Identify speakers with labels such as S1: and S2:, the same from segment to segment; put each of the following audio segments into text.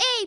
S1: Ei,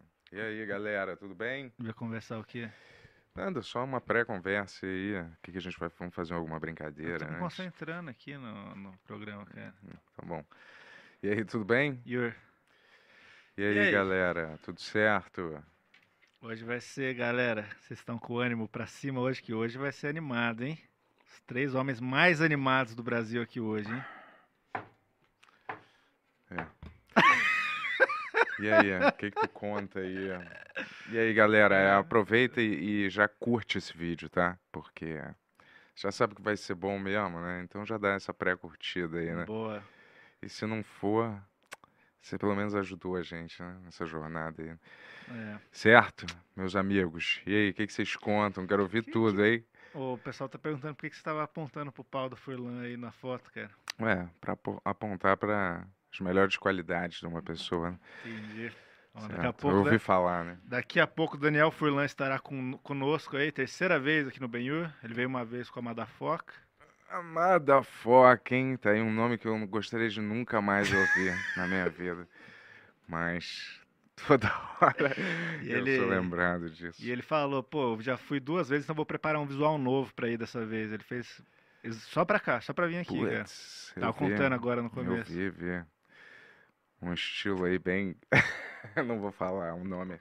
S2: né? E aí, galera, tudo bem?
S3: Vai conversar o quê?
S2: Nada, só uma pré-conversa aí. O que, que a gente vai vamos fazer alguma
S3: Eu
S2: brincadeira
S3: tô me
S2: antes?
S3: concentrando aqui no, no programa, cara.
S2: Tá bom. E aí, tudo bem?
S3: Yur,
S2: E aí,
S3: aí?
S2: galera, tudo certo?
S3: hoje vai ser, galera, vocês estão com o ânimo pra cima hoje, que hoje vai ser animado, hein? Os três homens mais animados do Brasil aqui hoje, hein?
S2: E aí, o que, que tu conta aí? E aí, galera, aproveita e, e já curte esse vídeo, tá? Porque já sabe que vai ser bom mesmo, né? Então já dá essa pré-curtida aí, né?
S3: Boa.
S2: E se não for, você pelo menos ajudou a gente, né? Nessa jornada aí.
S3: É.
S2: Certo, meus amigos. E aí, o que, que vocês contam? Quero ouvir
S3: Que-
S2: tudo, hein?
S3: O pessoal tá perguntando por que que você tava apontando pro pau do Furlan aí na foto, cara.
S2: Ué, É, pra apo- apontar para as melhores qualidades de uma pessoa. né?
S3: Entendi. Ó, daqui, a
S2: Certo.
S3: pouco,
S2: Eu ouvi
S3: da-
S2: falar, né?
S3: daqui a pouco o Daniel Furlan estará con- conosco aí, terceira vez aqui no Benhur. Ele veio uma vez com a Madafoca.
S2: Amada Foca, hein? Tá aí um nome que eu não gostaria de nunca mais ouvir na minha vida. Mas toda hora
S3: E
S2: eu
S3: ele-
S2: sou lembrado disso.
S3: E ele falou, pô, eu já fui duas vezes, então vou preparar um visual novo pra ir dessa vez. Ele fez ex- só pra cá, só pra vir é aqui, cara.
S2: Putz, eu
S3: Tava
S2: vi,
S3: contando agora no
S2: Eu
S3: começo.
S2: vi, vi. Um estilo aí bem. Eu não vou falar o nome.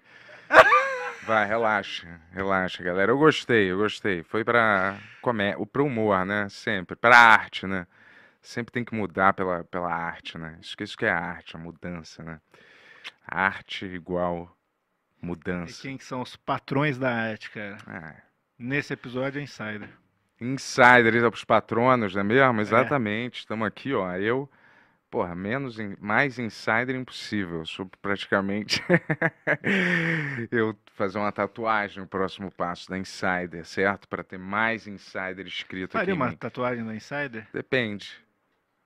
S2: Vai, relaxa, relaxa, galera. Eu gostei, eu gostei. Foi pra comé... o- pro humor, né? Sempre. Pra arte, né? Sempre tem que mudar pela, pela arte, né? Isso que, isso que é arte, a mudança, né? Arte igual
S3: E
S2: mudança.
S3: quem que são os patrões da arte, cara?
S2: Ah,
S3: Nesse episódio é Insider.
S2: Insiders para os patronos, não é mesmo? Exatamente. Estamos aqui, ó. Eu, porra, menos, in- mais insider impossível. Eu Sou praticamente. eu fazer uma tatuagem no próximo passo da Insider, certo? Para ter mais insider escrito aqui
S3: Faria
S2: em
S3: uma
S2: mim.
S3: tatuagem da Insider?
S2: Depende.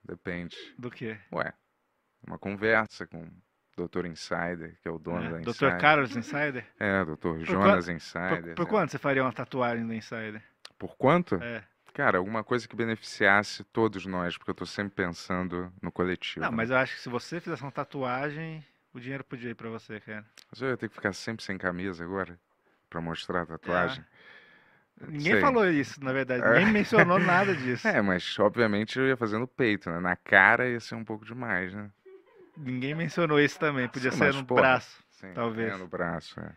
S2: Depende.
S3: Do quê?
S2: Ué, uma conversa com o Dr. Insider, que é o dono da Insider.
S3: Dr. Carlos Insider?
S2: É, Dr.
S3: quan-
S2: Jonas
S3: Por-
S2: Insider.
S3: Por,
S2: né?
S3: quanto você faria uma tatuagem da Insider?
S2: Por quanto?
S3: É.
S2: Cara, alguma coisa que beneficiasse todos nós, porque eu tô sempre pensando no coletivo.
S3: Não,
S2: né?
S3: mas eu acho que se você fizesse uma tatuagem, o dinheiro podia ir pra você, cara.
S2: Mas eu ia ter que ficar sempre sem camisa agora pra
S3: Ah.
S2: mostrar a tatuagem.
S3: Ninguém
S2: Sei.
S3: falou isso, na verdade.
S2: É.
S3: Nem mencionou nada disso.
S2: É, mas obviamente eu ia fazer no peito, né? Na cara ia ser um pouco demais, né?
S3: Ninguém mencionou isso também. Podia
S2: Sim,
S3: ser
S2: mas,
S3: no
S2: porra,
S3: braço.
S2: Sim,
S3: Talvez.
S2: É, no braço, é.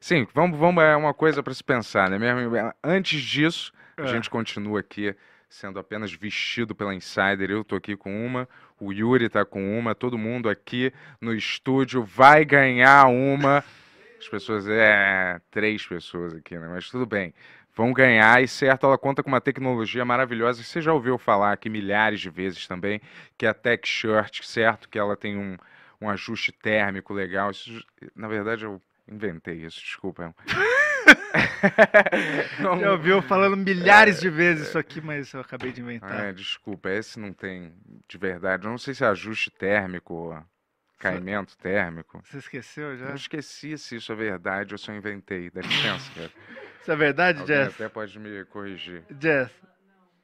S2: Sim, vamos, vamos é uma coisa pra se pensar, né? Mesmo antes disso, a
S3: É.
S2: gente continua aqui sendo apenas vestido pela Insider. Eu tô aqui com uma, o Yuri tá com uma, todo mundo aqui no estúdio vai ganhar uma. As pessoas, é, três pessoas aqui, né? Mas tudo bem. Vão ganhar e certo, ela conta com uma tecnologia maravilhosa. Você já ouviu falar aqui milhares de vezes também, que é a Tech Shirt, certo? Que ela tem um, um ajuste térmico legal. Isso, na verdade, eu inventei isso, desculpa. É um-
S3: Já ouviu falando milhares de vezes isso aqui, mas eu acabei de
S2: Ah,
S3: inventar.
S2: é, desculpa, esse não tem de verdade. Eu não sei se é ajuste térmico ou caimento térmico.
S3: Você esqueceu já?
S2: Eu esqueci se isso é verdade ou se eu inventei. Dá licença, cara.
S3: Isso é verdade,
S2: Alguém
S3: Jess?
S2: até pode me corrigir.
S3: Jess,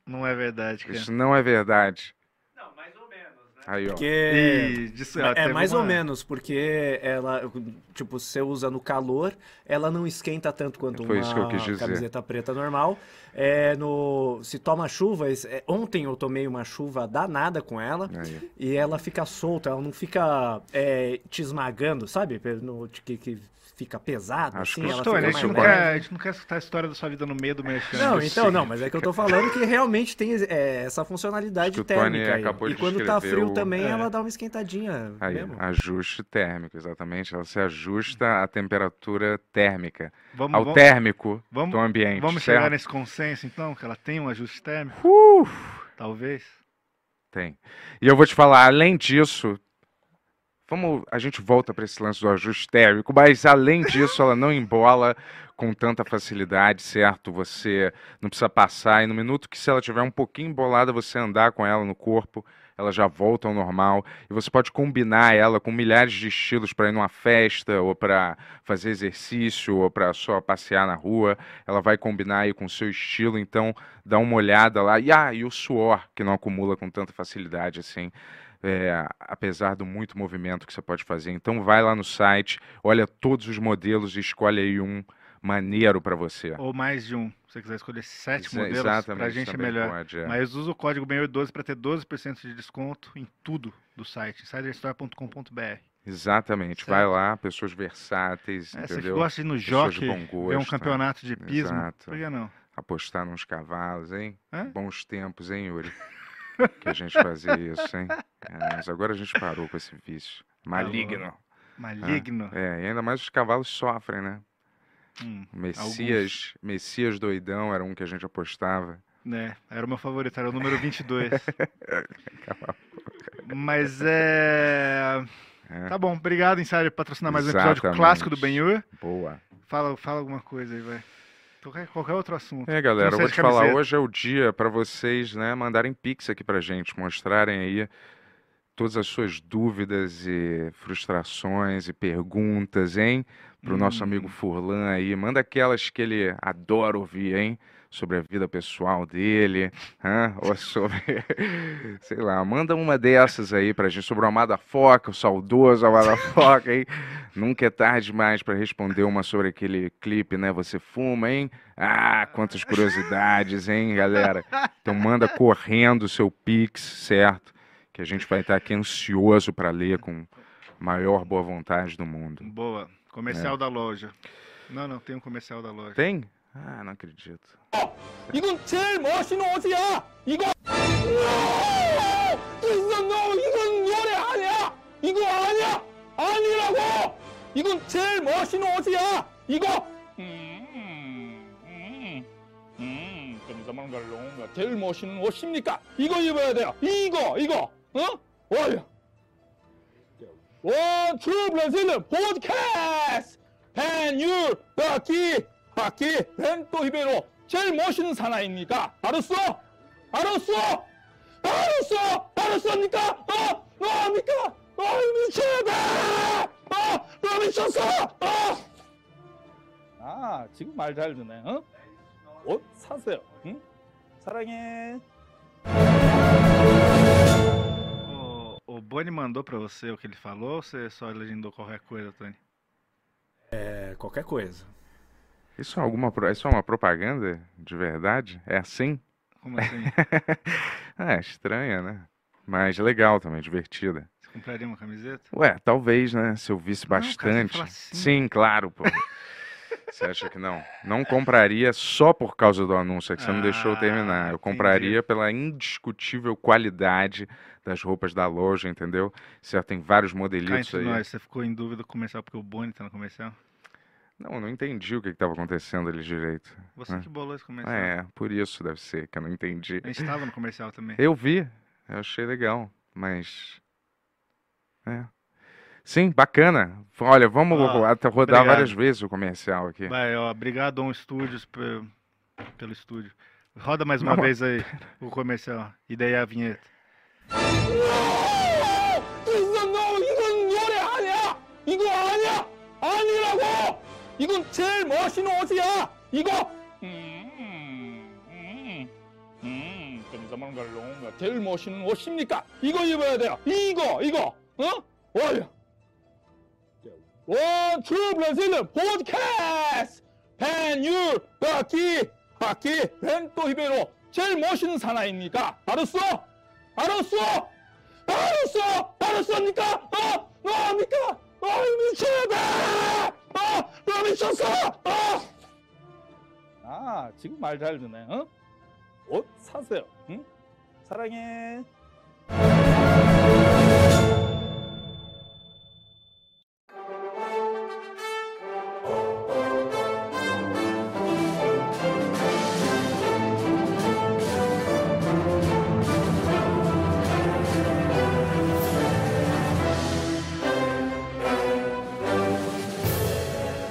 S3: não é verdade, cara.
S2: Isso não é verdade.
S3: Não, mais ou menos, né?
S2: Aí, ó.
S4: Porque
S3: E disso, ó,
S4: é
S3: teve
S4: mais ou
S3: uma-
S4: menos, porque ela, tipo, você usa no calor, ela não esquenta tanto quanto
S2: Foi
S4: uma
S2: isso que eu quis dizer.
S4: camiseta preta normal. É, no, se toma chuva, es- é, ontem eu tomei uma chuva danada com ela
S3: é
S2: Aí.
S4: e ela fica solta, ela não fica é, te esmagando, sabe? No, que, que fica pesado,
S2: Acho
S4: assim,
S2: que né?
S4: ela
S3: Estou,
S2: Tony,
S4: fica
S3: a, gente
S2: mais
S3: não
S2: leve.
S3: quer, a gente não quer escutar a história da sua vida no meio do merchan.
S4: Não,
S2: Isso
S4: então não, mas é que eu tô falando que realmente tem é, essa funcionalidade
S2: Acho que o Tony
S4: térmica aí.
S2: acabou
S4: E
S2: de
S4: quando tá
S2: descrever
S4: frio
S2: o-
S4: também,
S3: É.
S4: ela dá uma esquentadinha
S2: Aí,
S4: mesmo.
S2: ajuste térmico, exatamente. Ela se ajusta à temperatura térmica,
S3: Vamos,
S2: ao
S3: vamos,
S2: térmico do
S3: vamos,
S2: ambiente,
S3: vamos chegar
S2: certo?
S3: nesse consenso, então, que ela tem um ajuste térmico,
S2: Uh!
S3: talvez.
S2: Tem. E eu vou te falar, além disso, Vamos, a gente volta para esse lance do ajuste térmico, mas além disso, ela não embola com tanta facilidade, certo? Você não precisa passar e no minuto que se ela tiver um pouquinho embolada, você andar com ela no corpo, ela já volta ao normal e você pode combinar ela com milhares de estilos para ir numa festa ou para fazer exercício ou para só passear na rua. Ela vai combinar aí com o seu estilo, então dá uma olhada lá. E ah, e o suor que não acumula com tanta facilidade assim é, apesar do muito movimento que você pode fazer. Então vai lá no site, olha todos os modelos e escolhe aí um maneiro para você.
S3: Ou mais de um. Se você quiser escolher sete
S2: É. Exa-
S3: modelos, pra gente é
S2: também
S3: melhor.
S2: pode, é.
S3: Mas usa o código BENHUR12 para ter 12% de desconto em tudo do site, insiderstore.com.br.
S2: Exatamente,
S3: Certo.
S2: vai lá, pessoas versáteis,
S3: É, você que
S2: entendeu?
S3: gosta de ir no
S2: Pessoas
S3: jockey,
S2: de bom
S3: ver um
S2: gosto, né?
S3: campeonato de pismo,
S2: Exato.
S3: por que não?
S2: apostar nos cavalos, hein?
S3: Hã?
S2: Bons tempos, hein, Yuri? que a gente fazia isso, hein? É, mas agora a gente parou com esse vício. Maligno.
S3: Maligno.
S2: É, e ainda mais os cavalos sofrem, né?
S3: Hum,
S2: Messias, Messias doidão era um que a gente apostava.
S3: né? Era o meu favorito, era o número 22. Mas é...
S2: É.
S3: Tá bom, obrigado, Insider, por patrocinar mais um episódio
S2: Exatamente.
S3: clássico do Benhur.
S2: Boa.
S3: Fala, fala alguma coisa aí, vai. Qualquer, qualquer outro assunto.
S2: É, galera, eu
S3: seja
S2: vou te falar,
S3: camiseta.
S2: hoje é o dia para vocês, né, mandarem pix aqui pra gente, mostrarem aí todas as suas dúvidas e frustrações e perguntas, hein, pro nosso
S3: Hum.
S2: amigo Furlan aí. Manda aquelas que ele adora ouvir, hein, sobre a vida pessoal dele, hã? ou sobre, sei lá, manda uma dessas aí pra gente, sobre o Amada Foca, o saudoso Amada Foca, hein. Nunca é tarde demais para responder uma sobre aquele clipe, né? Você fuma, hein? Ah, quantas curiosidades, hein, galera? Então manda correndo o seu pix, certo? Que a gente vai estar aqui ansioso para ler com a maior boa vontade do mundo.
S3: Boa.
S2: É.
S3: Comercial da loja. Não, não, tem um comercial da loja.
S2: Tem? Ah, não acredito.
S5: 이건 제일 멋있는 옷이야. 이거 No! This is no. 이건 열애 아니야. 이거 아니야. 아니라고. 이건 제일 멋있는 옷이야. 이거. 음, 제일 멋있는 옷입니까? 이거 입어야 돼요. 이거 이거. 어? 와요. 원투 브라질은 포드캐스트 팬유 바퀴 바퀴 벤토 히베로 제일 멋있는 사나이입니까? 알았어? 알았어? 알았어? 알았습니까? 어? 어? 합니까? 어? 미쳤다! 어? 너 미쳤어? 어? 아 지금 말 잘 듣네 어? 옷 사세요 응? 사랑해
S3: O, o Boni mandou pra você o que ele falou ou você só legendou qualquer coisa, Tony?
S4: É, qualquer coisa.
S2: Isso é, alguma, pro- isso é uma propaganda de verdade? É assim?
S3: Como assim?
S2: ah, estranha, né? Mas legal também, divertida.
S3: Você compraria uma camiseta?
S2: Ué, talvez, né? Se eu visse
S3: Não, Ah, cara, você tem que
S2: bastante.
S3: falar assim, né? sim.
S2: Sim, claro, pô. Você acha que não? Não compraria só por causa do anúncio, é que você não deixou eu
S3: Ah,
S2: terminar. Eu
S3: entendi.
S2: compraria pela indiscutível qualidade das roupas da loja, entendeu? Certo, tem vários
S3: Cá
S2: modelitos
S3: entre
S2: aí. é.
S3: nós, então você ficou em dúvida do comercial porque o Boni tá no comercial?
S2: Não, eu não entendi o que estava acontecendo ali direito.
S3: Você
S2: Ah.
S3: que bolou esse comercial.
S2: É, por isso deve ser que eu não entendi.
S3: A gente tava no comercial também.
S2: Eu vi, eu achei legal, mas. É. Sim, bacana. Olha, vamos
S3: Ó,
S2: ro- até rodar
S3: Ah, obrigado.
S2: várias vezes o comercial aqui.
S3: Vai, ó, obrigado On Studios pe- pelo estúdio. Roda mais uma
S2: Não,
S3: vez aí o comercial. E daí a vinheta.
S5: 이건 너 이건 열애 아니야 이거 아니야 아니라고 이건 제일 멋있는 옷이야 이거 음, 제일 멋있는 옷입니까 이거 입어야 돼요 이거 이거 어 와요 원투 브라질은 포드캐스트 팬유 바퀴 바퀴 벤토 히베로 제일 멋있는 사나이입니까 알았어 알았어 알았어! 알았습니까? 어? 너 합니까? 어, 미쳤다! 어? 너 미쳤어! 어? 아, 지금 말 잘 듣네, 어? 옷 사세요, 응? 사랑해.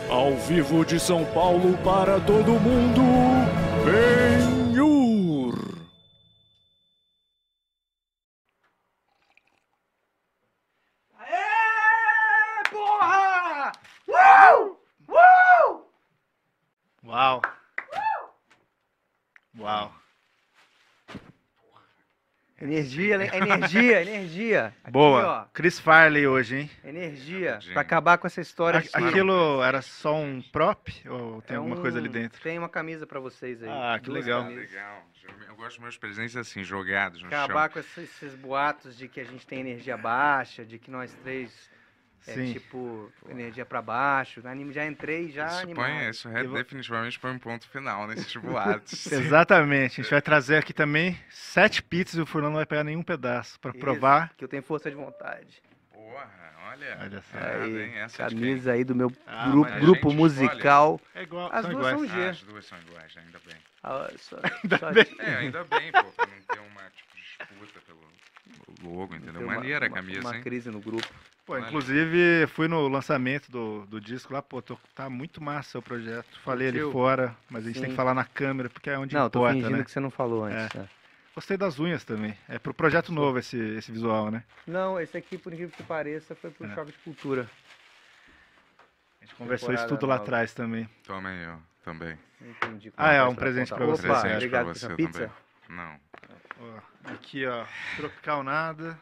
S3: Bom,
S6: vivo de São Paulo para todo mundo. Benhur!
S3: Aê, porra! Uau! Uau! Uau! Uau!
S7: Energia, le- energia, energia. Aqui,
S3: Boa! Chris Farley hoje, hein?
S7: ó, energia.
S2: Gente.
S7: Pra acabar com essa história.
S3: A-
S7: de-
S3: Aquilo era só um prop ou tem
S7: É
S3: alguma
S7: um-
S3: coisa ali dentro?
S7: Tem uma camisa pra vocês aí.
S3: Ah, que
S7: duas
S3: legal.
S7: camisas.
S2: Legal. Eu gosto dos meus presentes assim, jogados no
S7: Acabar
S2: chão.
S7: com esses, esses boatos de que a gente tem energia baixa, de que nós três é
S3: Sim.
S7: tipo energia pra baixo. No anime já entrei já
S2: Isso,
S7: animado.
S2: põe, isso é,
S3: Eu vou-
S2: definitivamente põe um ponto final nesses boatos.
S7: assim.
S3: Exatamente. A gente vai trazer aqui também sete pizzas e o Furlan não vai pegar nenhum pedaço pra
S7: Isso,
S3: provar.
S7: que eu tenho força de vontade.
S2: Porra, olha.
S3: Olha só.
S2: Nada,
S7: Aí,
S2: hein? Essa é de quem?
S7: Camisa aí do meu
S3: Ah,
S7: gru-
S3: mas a
S7: grupo
S2: gente
S7: musical.
S3: É igual,
S7: As
S3: são
S7: duas
S3: iguais.
S7: são
S2: Ah,
S7: G.
S2: as duas são iguais, ainda bem.
S7: Ah, só- só-
S2: É, ainda bem, pô, pra não ter uma tipo, disputa pelo logo, entendeu?
S7: Deu uma-
S2: Maneira a
S7: uma-
S2: camisa,
S7: Uma
S2: hein?
S7: crise no grupo.
S3: Pô,
S2: Olha.
S3: inclusive, fui no lançamento do, do disco lá, pô, tô- tá muito massa o projeto. Falei ali
S7: Curtiu?
S3: fora, mas a gente tem que
S7: Sim.
S3: falar na câmera, porque é onde
S7: Não, tô
S3: importa,
S7: fingindo
S3: né?
S7: que você não falou antes. né?
S3: Gostei das unhas também. É pro projeto novo esse, esse visual, né?
S7: Não, esse aqui, por incrível que pareça, foi pro
S3: É.
S7: Choque de Cultura.
S3: A gente conversou isso
S7: Temporada
S3: tudo lá
S7: nova.
S3: atrás também.
S2: Toma aí, ó, também.
S7: Entendi.
S3: Ah, é,
S7: Conversa
S3: um
S7: na
S3: presente
S7: conta.
S3: pra você,
S7: Opa,
S3: presente pra
S7: obrigado por
S2: você
S7: essa
S2: também.
S7: pizza.
S2: Não.
S3: Ó, aqui, ó, tropical nada.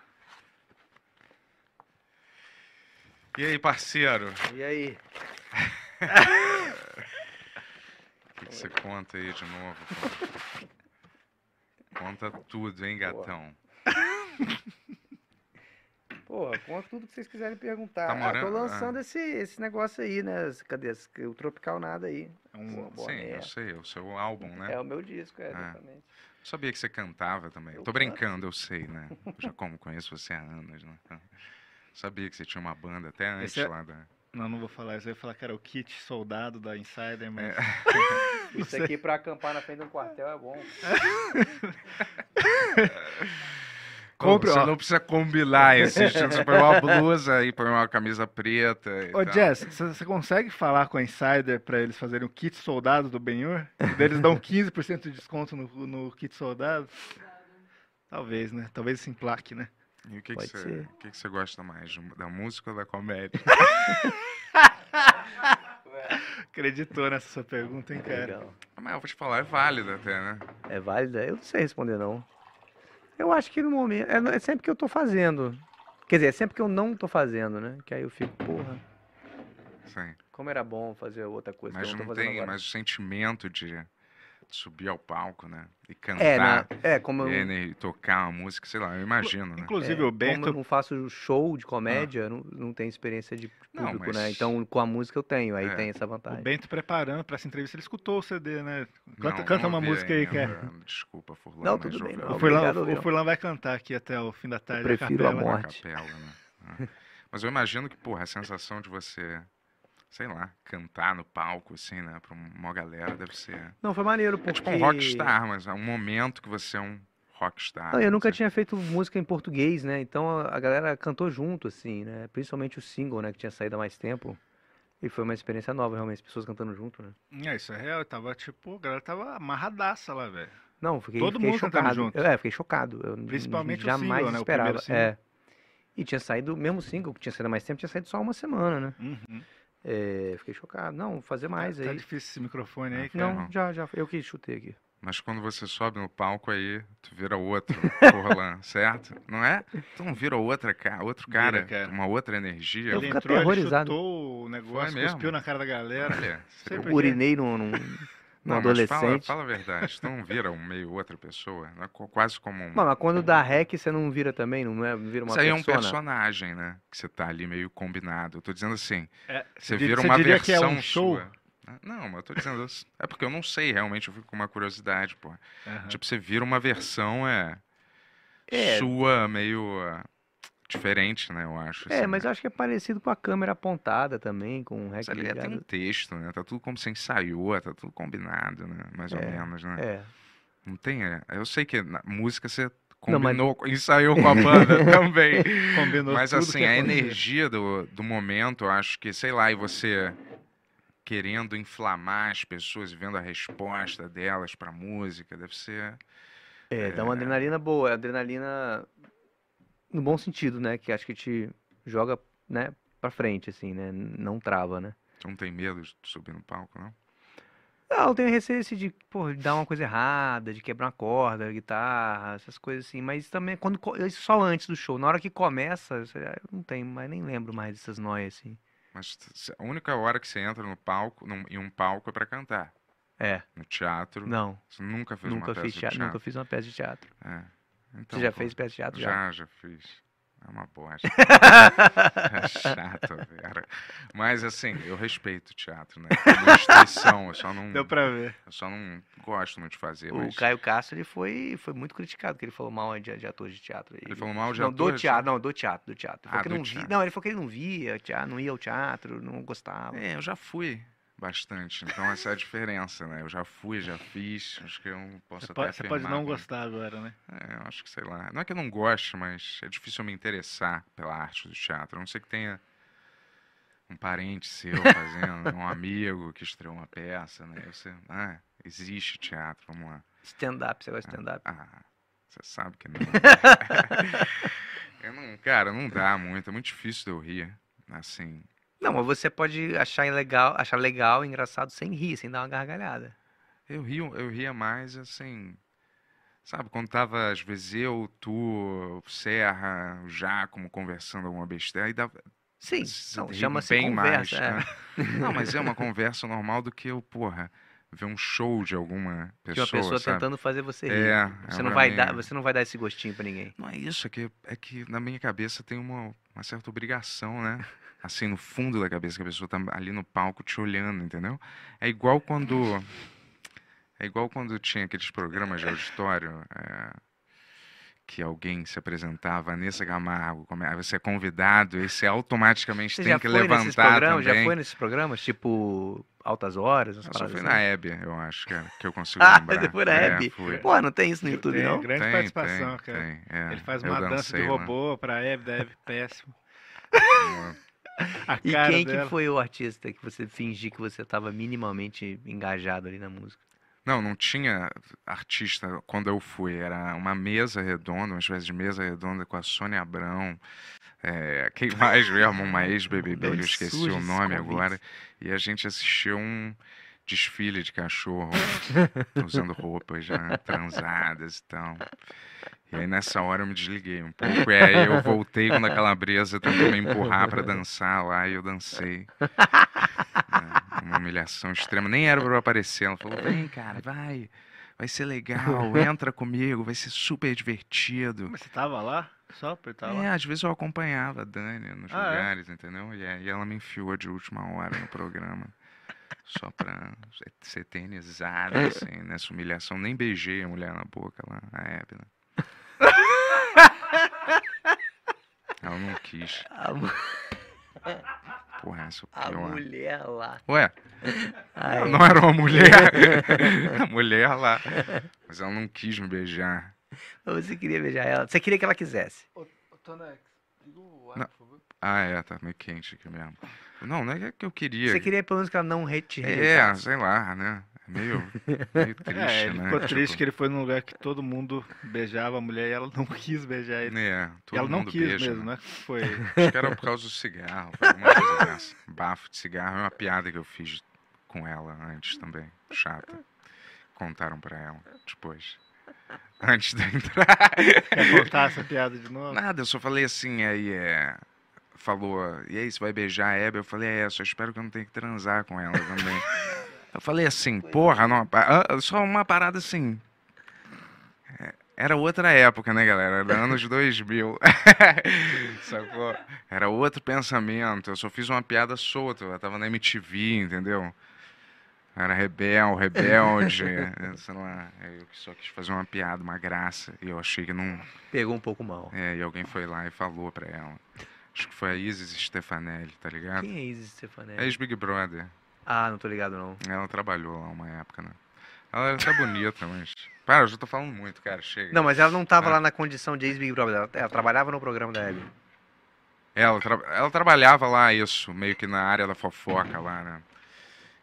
S2: E aí, parceiro? O
S7: E aí?
S2: que, que você conta aí de novo? pô? Conta tudo, hein, gatão?
S7: Pô, conta tudo que vocês quiserem perguntar.
S2: Tá
S7: Ah,
S2: morando-
S7: tô
S2: ah.
S7: lançando esse, esse negócio aí, né? esse- Cadê? esse- O Tropical Nada aí.
S3: É um-
S7: Pô, boa
S2: Sim,
S7: merda.
S2: eu sei, é o seu álbum, né?
S7: É o meu disco, é, exatamente.
S2: Sabia que você cantava também.
S7: Eu
S2: Tô
S7: canto.
S2: brincando, eu sei, né? Eu já como conheço você há anos, né? Sabia que você tinha uma banda até antes
S3: Esse é-
S2: lá da.
S3: Não, não vou falar isso. Eu ia falar que era o kit soldado da Insider, mas. Não
S7: É. Isso
S3: sei.
S7: aqui pra acampar na frente de um quartel é bom.
S3: Compre,
S2: Você
S3: ó.
S2: não precisa combinar esse estilo. Você põe uma blusa e põe uma camisa preta. E
S3: Ô,
S2: tal.
S3: Jess, você você consegue falar com a Insider pra eles fazerem o kit soldado do Benhur? Eles dão 15% de desconto no, no kit soldado? Talvez, né? Talvez se emplaque, né?
S2: E o que, que,
S7: Pode
S2: você,
S7: ser.
S2: o que, que você gosta mais? de- um, Da música ou da comédia?
S3: Acreditou nessa sua pergunta, hein, cara?
S7: Legal.
S2: Mas eu vou te falar, é válido até, né?
S7: É válida? Eu não sei responder, não. Eu acho que no momento. É, é sempre que eu tô fazendo. Quer dizer, é sempre que eu não tô fazendo, né? Que aí eu fico, porra,
S2: Sim.
S7: como era bom fazer outra coisa
S2: Mas
S7: que é, eu não tô
S2: não
S7: fazendo
S2: tem,
S7: agora.
S2: mas o sentimento de subir ao palco, né? E
S7: É,
S2: cantar.
S7: né? É, como
S2: E
S7: eu.
S2: aí, tocar uma música, sei lá, eu imagino, né?
S3: Inclusive,
S7: é,
S3: o Bento.
S7: Como eu não faço show de comédia, não, não tenho experiência de
S2: Não,
S7: público, né?
S2: mas-
S7: Então, com a música eu tenho, aí
S2: É.
S7: tem essa
S3: O
S7: vantagem.
S3: Bento preparando pra essa entrevista, ele escutou o CD, né? Canta,
S2: Não,
S3: canta
S2: não
S3: uma
S2: ouvi
S3: música aí, é.
S2: ainda.
S3: cara.
S2: Desculpa, Furlan.
S7: Não,
S2: mas
S7: tudo bem,
S2: ouvi.
S7: não.
S3: O Furlan,
S7: Tá, Obrigado,
S3: o
S7: Leon.
S3: Furlan vai cantar aqui até o fim da tarde. a
S7: prefiro a
S3: capela.
S7: morte.
S2: Na capela, né? Ah. Mas eu imagino que, porra, a sensação de você, sei lá, cantar no palco, assim, né? Pra uma galera deve ser.
S7: Não, foi maneiro,
S2: É
S7: porque...
S2: tipo um rockstar, mas é um momento que você é um rockstar. assim.
S7: Não, eu nunca
S2: você-
S7: tinha feito música em português, né? Então a a galera cantou junto, assim, né? Principalmente o single, né? Que tinha saído há mais tempo. E foi uma experiência nova, realmente, as pessoas cantando junto, né?
S3: É, isso é real. eu Tava tipo, a galera tava amarradaça lá, velho.
S7: Não, fiquei,
S3: Todo
S7: fiquei
S3: mundo cantando
S7: chocado.
S3: junto.
S7: Eu, é, fiquei chocado. Eu n-
S3: Principalmente o
S7: jamais
S3: single, né? O
S7: esperava.
S3: primeiro single.
S7: É. E tinha saído, mesmo o single, que tinha saído há mais tempo, tinha saído só há uma semana, né?
S3: Uhum.
S7: É, fiquei chocado. Não, vou fazer mais
S3: tá,
S7: aí.
S3: tá difícil esse microfone aí, cara.
S7: Não, já, já. Eu que chutei aqui.
S2: Mas quando você sobe no palco aí, tu vira outro, Furlan, certo? Não é? Tu não vira outra, ca- outro
S3: Vira,
S2: cara,
S3: cara.
S2: uma outra energia.
S7: Eu
S3: Ele
S7: fico
S3: entrou, ele
S7: aterrorizado. É
S3: chutou o negócio,
S2: mesmo?
S3: cuspiu na cara da galera.
S2: Olha, você-
S3: Sempre é
S7: Eu urinei num, num, num
S2: Não, mas fala-
S7: adolescente.
S2: Fala, a verdade, tu não vira um meio outra pessoa, Não é co- quase como um.
S7: Não, mas quando dá rec, você não vira também, não, é, não vira uma
S2: Isso aí é um
S7: persona.
S2: personagem, né? Que você tá ali meio combinado. Eu tô dizendo assim,
S3: É,
S2: você
S3: di-
S2: vira
S3: você
S2: uma
S3: diria
S2: versão
S3: que é um show?
S2: sua. Ah, Não, mas eu tô dizendo. assim- É porque eu não sei, realmente, eu fico com uma curiosidade, pô.
S3: Aham.
S2: Tipo, você vira uma versão é,
S7: É.
S2: sua, meio é, diferente, né? Eu acho.
S7: É,
S2: assim,
S7: mas
S2: né?
S7: eu acho que é parecido com a câmera apontada também, com o rec
S2: Mas ali é, tem um
S7: ligado.
S2: texto, né? Tá tudo como você ensaiou, tá tudo combinado, né? Mais ou
S7: É,
S2: menos, né?
S7: É.
S2: Não tem. é, Eu sei que na música você
S7: Não, mas-
S2: combinou, ensaiou com a banda também.
S3: Combinou
S2: Mas
S3: tudo
S2: assim,
S3: que
S2: a
S3: aconteceu.
S2: energia do, do momento, eu acho que, sei lá, e você querendo inflamar as pessoas, e vendo a resposta delas pra música. Deve ser.
S7: É, dá uma adrenalina boa, é adrenalina no bom sentido, né? Que acho que te joga, né, pra frente, assim, né? Não trava, né?
S2: Tu não tem medo de subir no palco, não?
S7: Não, eu tenho receio assim, de, pô, dar uma coisa errada, de quebrar uma corda, guitarra, essas coisas assim, mas também quando co- isso só antes do show, na hora que começa, você- eu não tenho, mas nem lembro mais dessas noias assim.
S2: Mas t- se- a única hora que você entra no palco, num- em um palco é pra cantar.
S7: É,
S2: No teatro.
S7: não,
S2: Você nunca fez uma
S7: nunca
S2: peça
S7: fiz
S2: de
S7: teatro, nunca
S2: teatro?
S7: fiz uma peça de teatro.
S2: É. Então,
S7: Você já
S2: pô,
S7: fez peça de teatro já?
S2: Já, já fiz. É uma bosta. É chato, cara. Mas assim, eu respeito o teatro, né? É uma instituição, eu só não,
S3: Deu pra ver.
S2: eu só não gosto muito de fazer.
S7: O
S2: mas
S7: Caio Castro, ele foi, foi muito criticado, que ele falou mal de, de atores de teatro.
S2: Ele falou mal de
S7: não, do
S2: atores, né?
S7: teatro, não, do teatro, do teatro. Ele falou
S2: Ah,
S7: que
S2: do
S7: não vi-
S2: teatro.
S7: não, ele falou que ele não via, teatro, não ia ao teatro, não gostava.
S2: É, eu já fui bastante. Então essa é a diferença, né? Eu já fui, já fiz. Acho que eu posso
S3: Você
S2: até
S3: pode, você pode
S2: afirmar
S3: não
S2: que-
S3: gostar agora, né?
S2: É, eu acho que sei lá. Não é que eu não goste, mas é difícil eu me interessar pela arte do teatro. A não ser que tenha um parente seu fazendo, um amigo que estreou uma peça, né? Aí Você, ah, existe teatro, vamos lá.
S7: Stand-up, você gosta de stand-up.
S2: Ah, você sabe que não. eu não, cara, não dá muito, é muito difícil de eu rir, assim.
S7: Não, mas você pode achar legal, achar legal, engraçado, sem rir, sem dar uma gargalhada.
S2: Eu rio, eu ria mais assim, sabe, quando tava às vezes eu, tu, o Serra, o Giacomo conversando alguma besteira, aí dava,
S7: Sim,
S2: Você
S7: não,
S2: ri
S7: chama-se
S2: bem
S7: conversa. é.
S2: mais, né? Não, mas é uma conversa normal do que eu, porra, ver um show de alguma
S7: é, De uma
S2: pessoa,
S7: pessoa
S2: sabe?
S7: tentando fazer você rir.
S2: É,
S7: Você
S2: é
S7: não
S2: pra
S7: vai
S2: mim.
S7: dar, você não vai dar esse gostinho pra ninguém.
S2: Não é isso, é que, é que na minha cabeça tem uma, uma certa obrigação, né? Assim, no fundo da cabeça, que a pessoa tá ali no palco te olhando, entendeu? É igual quando. É igual quando tinha aqueles programas de auditório é, que alguém se apresentava, Vanessa Camargo, come- aí você é convidado, e você automaticamente
S7: Você
S2: tem
S7: já
S2: que
S7: foi nesses
S2: levantar
S7: programas? Já
S2: também.
S7: foi nesses programas, tipo Altas Horas, umas
S2: Eu só
S7: paradas
S2: fui
S7: assim?
S2: na Hebe, eu acho, cara, que eu consigo
S7: Ah,
S2: lembrar.
S7: foi na
S2: É,
S7: Hebe?
S2: fui.
S7: Pô, não tem isso no YouTube,
S3: Tem
S7: não?
S3: grande
S2: Tem, tem,
S3: participação, cara.
S2: tem, é.
S3: Ele faz
S2: Eu
S3: uma dança
S2: dancei
S3: de
S2: lá.
S3: robô pra Eve, da Eve, péssimo. A
S7: E
S3: cara
S7: quem
S3: dela.
S7: que foi o artista que você fingiu que você tava minimamente engajado ali na música?
S2: Não, não tinha artista quando eu fui. Era uma mesa redonda, uma espécie de mesa redonda com a Sônia Abrão. é, quem mais mesmo? Uma ex-BBB,
S7: De
S2: eu
S7: onde
S2: esqueci
S7: surge
S2: o
S7: esses
S2: nome
S7: convites?
S2: agora. E a gente assistiu um desfile de cachorro, usando roupas já transadas e tal. E aí nessa hora eu me desliguei um pouco. E aí eu voltei quando a calabresa tentou me empurrar pra dançar lá e eu dancei. É, Uma humilhação extrema. Nem era pra eu aparecer. Ela falou: vem, cara, vai. Vai ser legal, entra comigo, vai ser super divertido.
S3: Mas você tava lá? Só por estar Tá lá?
S2: É, às vezes eu acompanhava a Dani nos
S3: Ah, é?
S2: lugares, entendeu? E aí ela me enfiou de última hora no programa. Só pra ser eternizada, assim, nessa humilhação. Nem beijei a mulher na boca lá, a Hebe, né? Ela não quis.
S7: A, mu-
S2: Porra, essa é o
S7: a
S2: pior.
S7: mulher lá.
S2: Ué,
S7: Ai,
S2: Eu Não é- era uma mulher. a mulher lá. Mas ela não quis me beijar.
S7: Você queria beijar ela. Você queria que ela quisesse.
S5: Tonex, liga o
S2: ar, Não.
S5: por favor.
S2: Ah, é, tá meio quente aqui mesmo. Não, não é que eu queria.
S7: Você queria pelo menos que ela não re- te
S2: É,
S7: rejeitasse.
S2: sei lá, né? É Meio, meio triste,
S3: É, ele
S2: né?
S3: ficou triste
S2: Tipo,
S3: que ele foi num lugar que todo mundo beijava a mulher e ela não quis beijar ele.
S2: É,
S3: E
S2: todo
S3: ela não
S2: mundo
S3: quis
S2: beija,
S3: mesmo,
S2: né?
S3: né? Foi.
S2: Acho que era por causa do cigarro, alguma coisa dessa. Bafo de cigarro é uma piada que eu fiz com ela antes também. Chata. Contaram pra ela depois. Antes de eu entrar.
S3: Quer contar essa piada de novo?
S2: Nada, eu só falei assim, aí é. Falou, e aí, você vai beijar a Hebe? Eu falei, é, só espero que eu não tenha que transar com ela também. eu falei assim, porra, não, pa- ah, só uma parada assim. É, Era outra época, né, galera? Era anos 2000. Sacou? Era outro pensamento. Eu só fiz uma piada solta. Eu tava na MTV, entendeu? Era rebel, rebelde. eh, sei lá. Eu só quis fazer uma piada, uma graça. E eu achei que não,
S7: Pegou um pouco mal.
S2: é, e alguém foi lá e falou pra ela. Acho que foi a Isis Stefanelli, tá ligado?
S7: Quem é Isis Stefanelli?
S2: É ex-Big Brother.
S7: Ah, não tô ligado não.
S2: Ela trabalhou lá uma época, né? Ela era até bonita, mas. Para, eu já tô falando muito, cara, chega.
S7: Não, mas ela não tava
S2: Ah.
S7: lá na condição de ex-Big Brother. Ela, ela trabalhava no programa da Hebe.
S2: Ela, tra- ela trabalhava lá, isso, meio que na área da fofoca lá, né?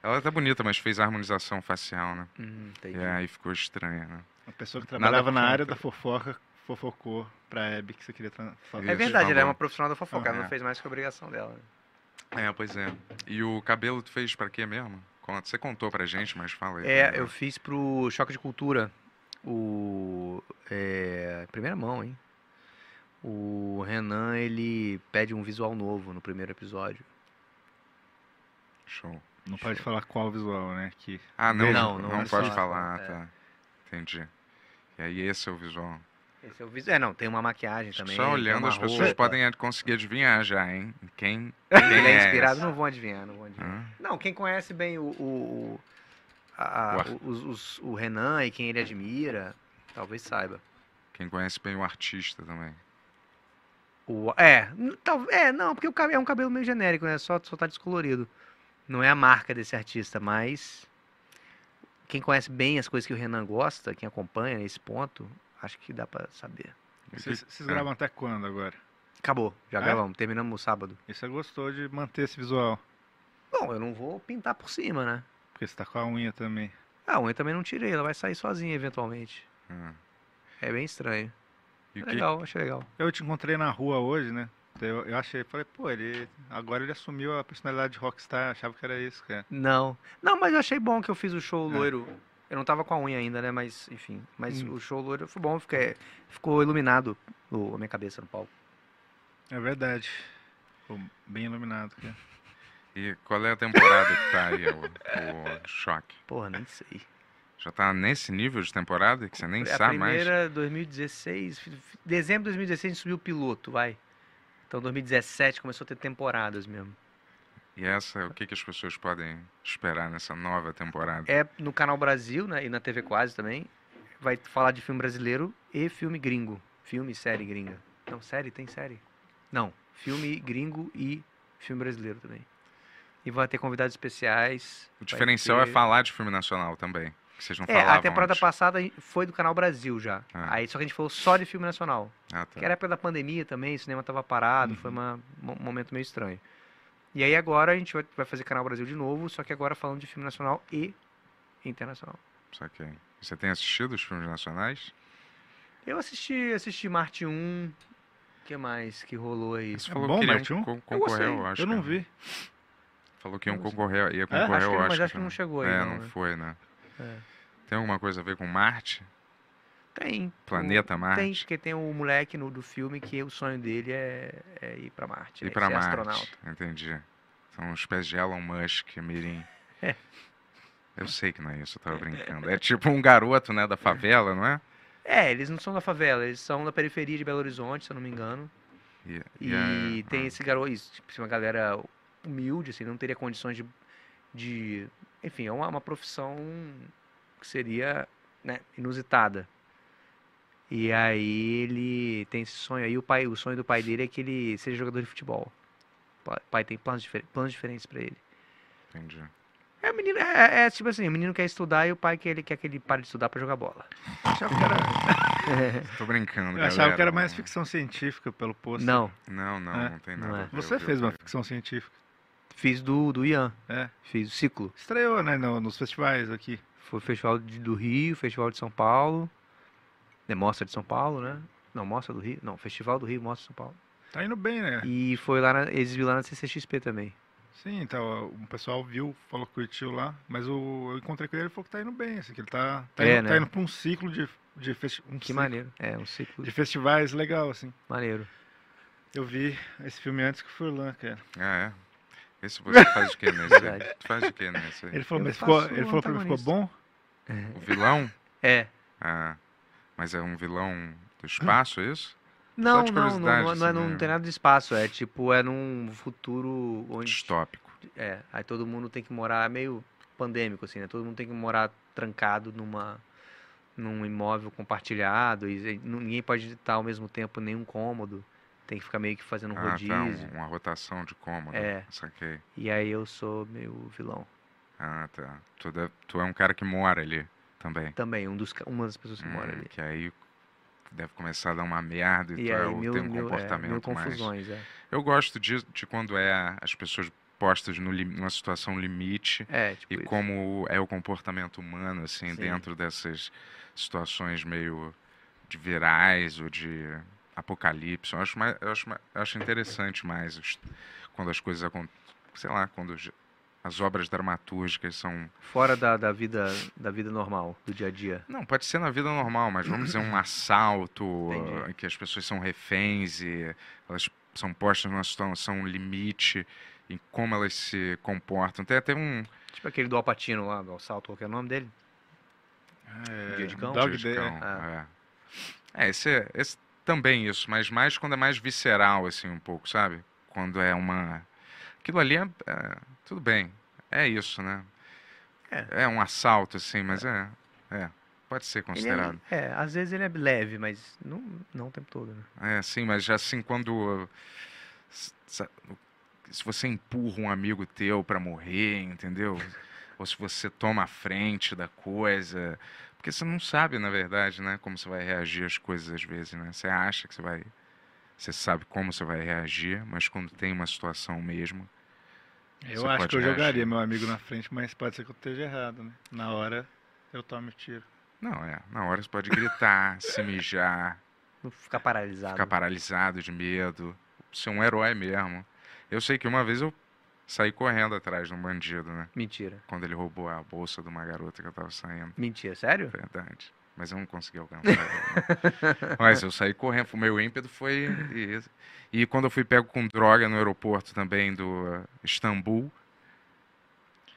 S2: Ela tá bonita, mas fez harmonização facial, né?
S7: Hum,
S2: E
S7: entendi.
S2: aí ficou estranha, né?
S3: Uma pessoa que
S2: Nada
S3: trabalhava na área
S2: contra.
S3: da fofoca fofocou pra Hebe que você queria tra- fazer.
S7: É
S2: Isso,
S7: verdade, ela é
S2: falou.
S7: uma profissional da fofoca, ela
S2: É.
S7: não fez mais que a obrigação dela. né?
S2: É, pois é. E o cabelo tu fez pra quê mesmo? Conta. Você contou pra gente, mas fala aí. pra
S7: É,
S2: mim.
S7: eu fiz pro Choque de Cultura. O. É, primeira mão, hein? O Renan, ele pede um visual novo no primeiro episódio.
S2: Show.
S3: Não pode falar qual visual, né? Que
S2: Ah, não, não,
S7: Não,
S2: não,
S7: não, é
S2: pode
S7: só-
S2: falar,
S7: é.
S2: tá. Entendi. E aí esse é o visual.
S7: Esse é o visual. É, não, tem uma maquiagem também.
S2: Só
S7: tem
S2: olhando
S7: uma
S2: as pessoas
S7: roupa.
S2: podem ad- conseguir adivinhar já, hein? Quem,
S7: Quem
S2: quem
S7: é inspirado
S2: essa?
S7: não vão adivinhar, não vão adivinhar.
S2: Hã?
S7: Não, quem conhece bem o, o, o- a- a-
S2: O ar-
S7: os- os- o Renan e quem ele admira, talvez saiba.
S2: Quem conhece bem o artista também.
S7: O, é, n- tal, é, não, porque o cabelo é um cabelo meio genérico, né? Só, só tá descolorido. Não é a marca desse artista, mas quem conhece bem as coisas que o Renan gosta, quem acompanha esse ponto, acho que dá pra saber.
S2: E
S3: vocês,
S2: que-
S3: vocês
S2: é.
S3: gravam até quando agora?
S7: Acabou, já
S3: É?
S7: gravamos, terminamos o sábado.
S3: E você gostou de manter esse visual?
S7: Bom, eu não vou pintar por cima, né?
S3: Porque você tá com a unha também.
S7: Ah, a unha também não tirei, ela vai sair sozinha eventualmente.
S2: Hum.
S7: É bem estranho.
S2: E
S7: É
S2: o que,
S7: legal, achei legal.
S3: Eu te encontrei na rua hoje, né? Eu, eu achei, falei, pô, ele. Agora ele assumiu a personalidade de rockstar, achava que era isso, cara.
S7: Não. Não, mas eu achei bom que eu fiz o show
S3: É.
S7: loiro. Eu não tava com a unha ainda, né? Mas, enfim. Mas
S3: Hum.
S7: o show loiro foi bom, fiquei- ficou iluminado o, a minha cabeça no palco.
S3: É verdade. Ficou bem iluminado, cara.
S2: e qual é a temporada que tá aí, o, o choque?
S7: Porra, nem sei.
S2: Já tá nesse nível de temporada que você nem
S7: É a
S2: sabe mais?
S7: primeira, 2016. fi- fi- Dezembro de 2016 a gente subiu o piloto, vai. Então 2017 começou a ter temporadas mesmo.
S2: E essa, o que, que as pessoas podem esperar nessa nova temporada?
S7: É no Canal Brasil, né? E na TV Quase também. Vai falar de filme brasileiro e filme gringo. Filme e série gringa. Não, série? Tem série? Não. Filme gringo e filme brasileiro também. E vai ter convidados especiais.
S2: o
S7: vai
S2: diferencial é
S7: ter-
S2: falar de filme nacional também, que vocês não
S7: É,
S2: falavam
S7: a temporada
S2: antes.
S7: passada a gente- foi do Canal Brasil já.
S2: Ah.
S7: Aí só que a gente falou só de filme nacional.
S2: Ah, tá. Uhum.
S7: Que era a época da pandemia também, o cinema tava parado, foi uma- um momento meio estranho. E aí agora a gente vai- vai fazer Canal Brasil de novo, só que agora falando de filme nacional e internacional.
S2: Saquei. Você tem assistido os filmes nacionais?
S7: Eu assisti, assisti Marte 1. O que mais que rolou aí?
S2: Você
S3: É
S2: falou
S3: bom,
S2: que
S3: Marte
S2: iam
S3: um?
S2: co concorrer ao
S7: gostei.
S2: Oscar.
S3: eu não
S2: né?
S3: vi.
S2: Falou que iam
S7: Eu gostei.
S2: concorrer, ia
S3: Acho
S2: concorrer
S7: que
S2: ao
S7: não- mas
S2: Oscar.
S7: acho que não
S2: também.
S7: chegou aí,
S2: É,
S7: não,
S2: não
S7: né?
S2: foi, né?
S7: É.
S2: Tem alguma coisa a ver com Marte?
S7: Tem.
S2: Planeta
S7: o, Tem,
S2: Marte?
S7: porque tem o moleque no, do filme que o sonho dele é, é ir pra Marte.
S2: E
S7: né?
S2: pra
S7: Ser
S2: Marte.
S7: astronauta.
S2: Entendi. São uma espécie de Elon Musk, Mirim. Eu sei que não é isso, eu tava brincando. É tipo um garoto, né, da favela, não é?
S7: É, eles não são da favela, eles são da periferia de Belo Horizonte, se eu não me engano.
S2: E,
S7: E
S2: e a-
S7: tem
S2: ah,
S7: esse garoto, isso, tipo, uma galera humilde, assim, não teria condições de. de enfim, é uma, uma profissão que seria né, inusitada. E aí ele tem esse sonho aí, o pai, o sonho do pai dele é que ele seja jogador de futebol. O pa- pai tem planos, difer- planos diferentes pra ele.
S2: Entendi.
S7: É, o menino, é, é tipo assim, o menino quer estudar e o pai quer, ele quer que ele pare de estudar pra jogar bola.
S3: Achava que era-
S2: Tô brincando,
S3: eu achava que
S2: galera,
S3: era mais
S2: não-
S3: ficção científica pelo posto.
S7: Não,
S2: Não, não,
S3: É.
S2: não tem
S7: Não
S2: nada.
S7: é.
S2: a ver,
S3: Você
S2: eu vi
S3: fez
S2: o
S3: uma
S2: trailer.
S3: ficção científica.
S7: fiz do, do Ian,
S3: É.
S7: fiz o ciclo.
S3: Estreou, né? no- nos festivais aqui.
S7: Foi o Festival de- do Rio, Festival de São Paulo, né, Mostra de São Paulo, né? Não, Mostra do Rio, não, Festival do Rio, Mostra de São Paulo.
S3: Tá indo bem,
S2: É.
S3: né?
S7: E foi lá, na, exibiu lá na CCXP também.
S3: Sim, então ó, o pessoal viu, falou que curtiu lá, mas o, eu encontrei com ele e falou que tá indo bem, assim, que ele tá, tá,
S7: É,
S3: indo,
S7: né?
S3: tá indo pra um ciclo de, de, festi um
S7: Que
S3: ciclo
S7: maneiro. É, um ciclo
S3: de festivais legal, assim.
S7: maneiro.
S3: Eu vi esse filme antes que o Furlan, cara.
S2: Ah, é? Esse você faz de que nesse? aí?
S7: Verdade.
S2: Tu faz de que nesse? aí?
S3: Ele falou,
S7: Eu
S3: mas ficou,
S7: faço
S3: ele falou pra mim, ficou bom?
S2: O vilão?
S7: É.
S2: Ah, mas é um vilão do espaço, é isso?
S7: Não,
S2: de
S7: não, não,
S2: curiosidade,
S7: não, é- não é-
S2: assim,
S7: não
S2: né?
S7: tem nada de espaço. É tipo, é num futuro onde.
S2: Distópico.
S7: É, aí todo mundo tem que morar é meio pandêmico, assim, né? Todo mundo tem que morar trancado numa, num imóvel compartilhado. E, e nu- ninguém pode estar ao mesmo tempo em nenhum cômodo. Tem que ficar meio que fazendo um
S2: Ah,
S7: rodízio.
S2: tá, um- uma rotação de cômodo.
S7: É.
S2: Saquei.
S7: E aí eu sou meio vilão.
S2: Ah, tá. Tu, deve- tu é um cara que mora ali também.
S7: Também, um dos, ca- uma das pessoas que mora
S2: Hum,
S7: ali.
S2: Que aí deve começar a dar uma merda e,
S7: E
S2: tu é
S7: aí,
S2: o-
S7: mil,
S2: tem um
S7: mil, é, mil
S2: comportamento mais...
S7: confusões, é.
S2: Eu gosto de, de quando é as pessoas postas no, lim- numa situação limite
S7: É, tipo
S2: e
S7: isso.
S2: como é o comportamento humano, assim,
S4: Sim.
S2: dentro dessas situações meio de virais ou de apocalipse. Eu acho, mais, eu acho, ma- eu acho interessante mais os- quando as coisas acontecem, sei lá, quando os- as obras dramatúrgicas são...
S7: Fora da, da vida da vida normal, do dia a dia.
S2: Não, pode ser na vida normal, mas vamos dizer um assalto,
S4: Entendi.
S2: eh, que as pessoas são reféns e elas são postas numa situação um limite em como elas se comportam. Tem até um...
S7: Tipo aquele do Alpatino lá, do Salto, qual que é o nome dele? Um Dia de cão?
S3: É, Dog
S2: Dia de
S3: Day,
S2: cão,
S7: Ah.
S2: É, É, esse, esse também isso, mas mais quando é mais visceral, assim, um pouco, sabe? Quando é uma. Aquilo ali é. é, tudo bem. É isso, né? É. um assalto, assim, mas é. É. Pode ser
S7: Ele é-
S2: considerado.
S7: é, às vezes ele é leve, mas não, não o tempo todo, né?
S2: É, sim, mas já assim, quando. s- sa- Se você empurra um amigo teu pra morrer, entendeu? Ou se você toma a frente da coisa. Porque você não sabe, na verdade, né? Como você vai reagir às coisas às vezes, né? Você acha que você vai. Você sabe como você vai reagir, mas quando tem uma situação mesmo.
S3: Eu
S7: é
S2: Você
S3: acho
S2: pode
S3: que eu
S2: reagir.
S3: jogaria meu amigo na frente, mas pode ser que eu esteja errado, né? Na hora eu tome o tiro.
S2: Não, é. Na hora você pode gritar, se mijar,
S7: Não ficar paralisado.
S2: ficar paralisado de medo, ser um herói mesmo. Eu sei que uma vez eu saí correndo atrás de um bandido, né?
S7: Mentira.
S2: quando ele roubou a bolsa de uma garota que eu tava saindo. É
S7: Mentira, sério?
S2: Verdade. Mas eu não consegui alcançar. ele, não. Mas eu saí correndo. O meu ímpeto foi isso. E quando eu fui pego com droga no aeroporto também do eh, Istambul,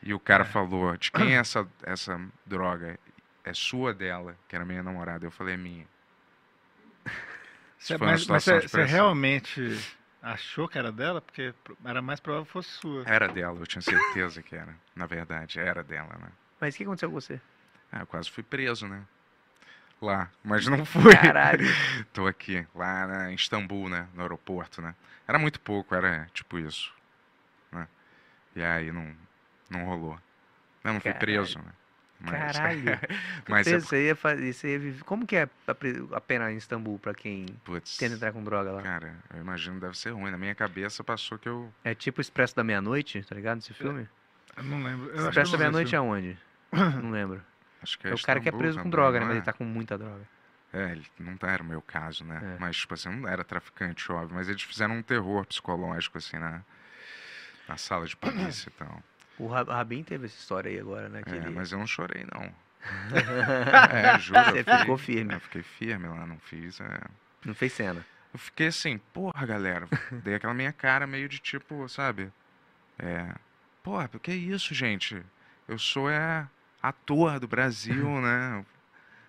S2: e o cara falou: De quem é essa, essa droga? É sua dela, que era minha namorada. Eu falei: "É Minha. Isso
S3: Cê-
S2: foi uma
S3: mas mas
S2: situação
S3: você
S2: de
S3: você
S2: pressão.
S3: realmente achou que era dela? Porque pro- era mais provável que fosse sua.
S2: Era dela, eu tinha certeza que era. Na verdade, era dela, né?
S7: Mas o que aconteceu com você?
S2: Ah, eu quase fui preso, né? Lá, mas não fui.
S7: Caralho.
S2: Tô aqui, lá na- em Istambul, né? No aeroporto, né? Era muito pouco, era tipo isso. Né? E aí não, não rolou. Eu não fui
S7: Caralho.
S2: preso, né? Mas,
S7: Caralho.
S2: mas é
S7: Preso, você ia fazer, isso ia viver- Como que é a pre- a pena em Istambul pra quem
S2: putz,
S7: tenta entrar com droga lá?
S2: cara, eu imagino deve ser ruim. né? Na minha cabeça passou que eu.
S7: É tipo o Expresso da Meia-Noite, tá ligado?
S2: É,
S7: Esse filme?
S3: Eu não lembro. Eu acho que eu
S7: Expresso
S3: não
S7: da
S3: vi esse
S7: É. Meia-noite
S3: filme.
S7: aonde? Não lembro.
S2: Acho que
S7: É,
S2: é,
S7: o cara que é
S2: Istambul
S7: preso com
S2: também,
S7: droga, né?
S2: não
S7: Mas
S2: é?
S7: ele tá com muita droga.
S2: É, ele não tá, era o meu caso, né?
S7: É.
S2: Mas, tipo assim, eu não era traficante, óbvio, mas eles fizeram um terror psicológico, assim, na, na sala de polícia e tal.
S7: O Ra- Rabin teve essa história aí agora, né? que
S2: É,
S7: ele-
S2: mas eu não chorei, não. É, juro. eu
S7: Você
S2: fiquei-
S7: ficou firme.
S2: Eu fiquei firme lá, não fiz. é.
S7: Não fez cena.
S2: Eu fiquei assim, porra, galera. Dei aquela minha cara meio de tipo, sabe? É. Porra, que isso, gente? Eu sou é, ator do Brasil, né?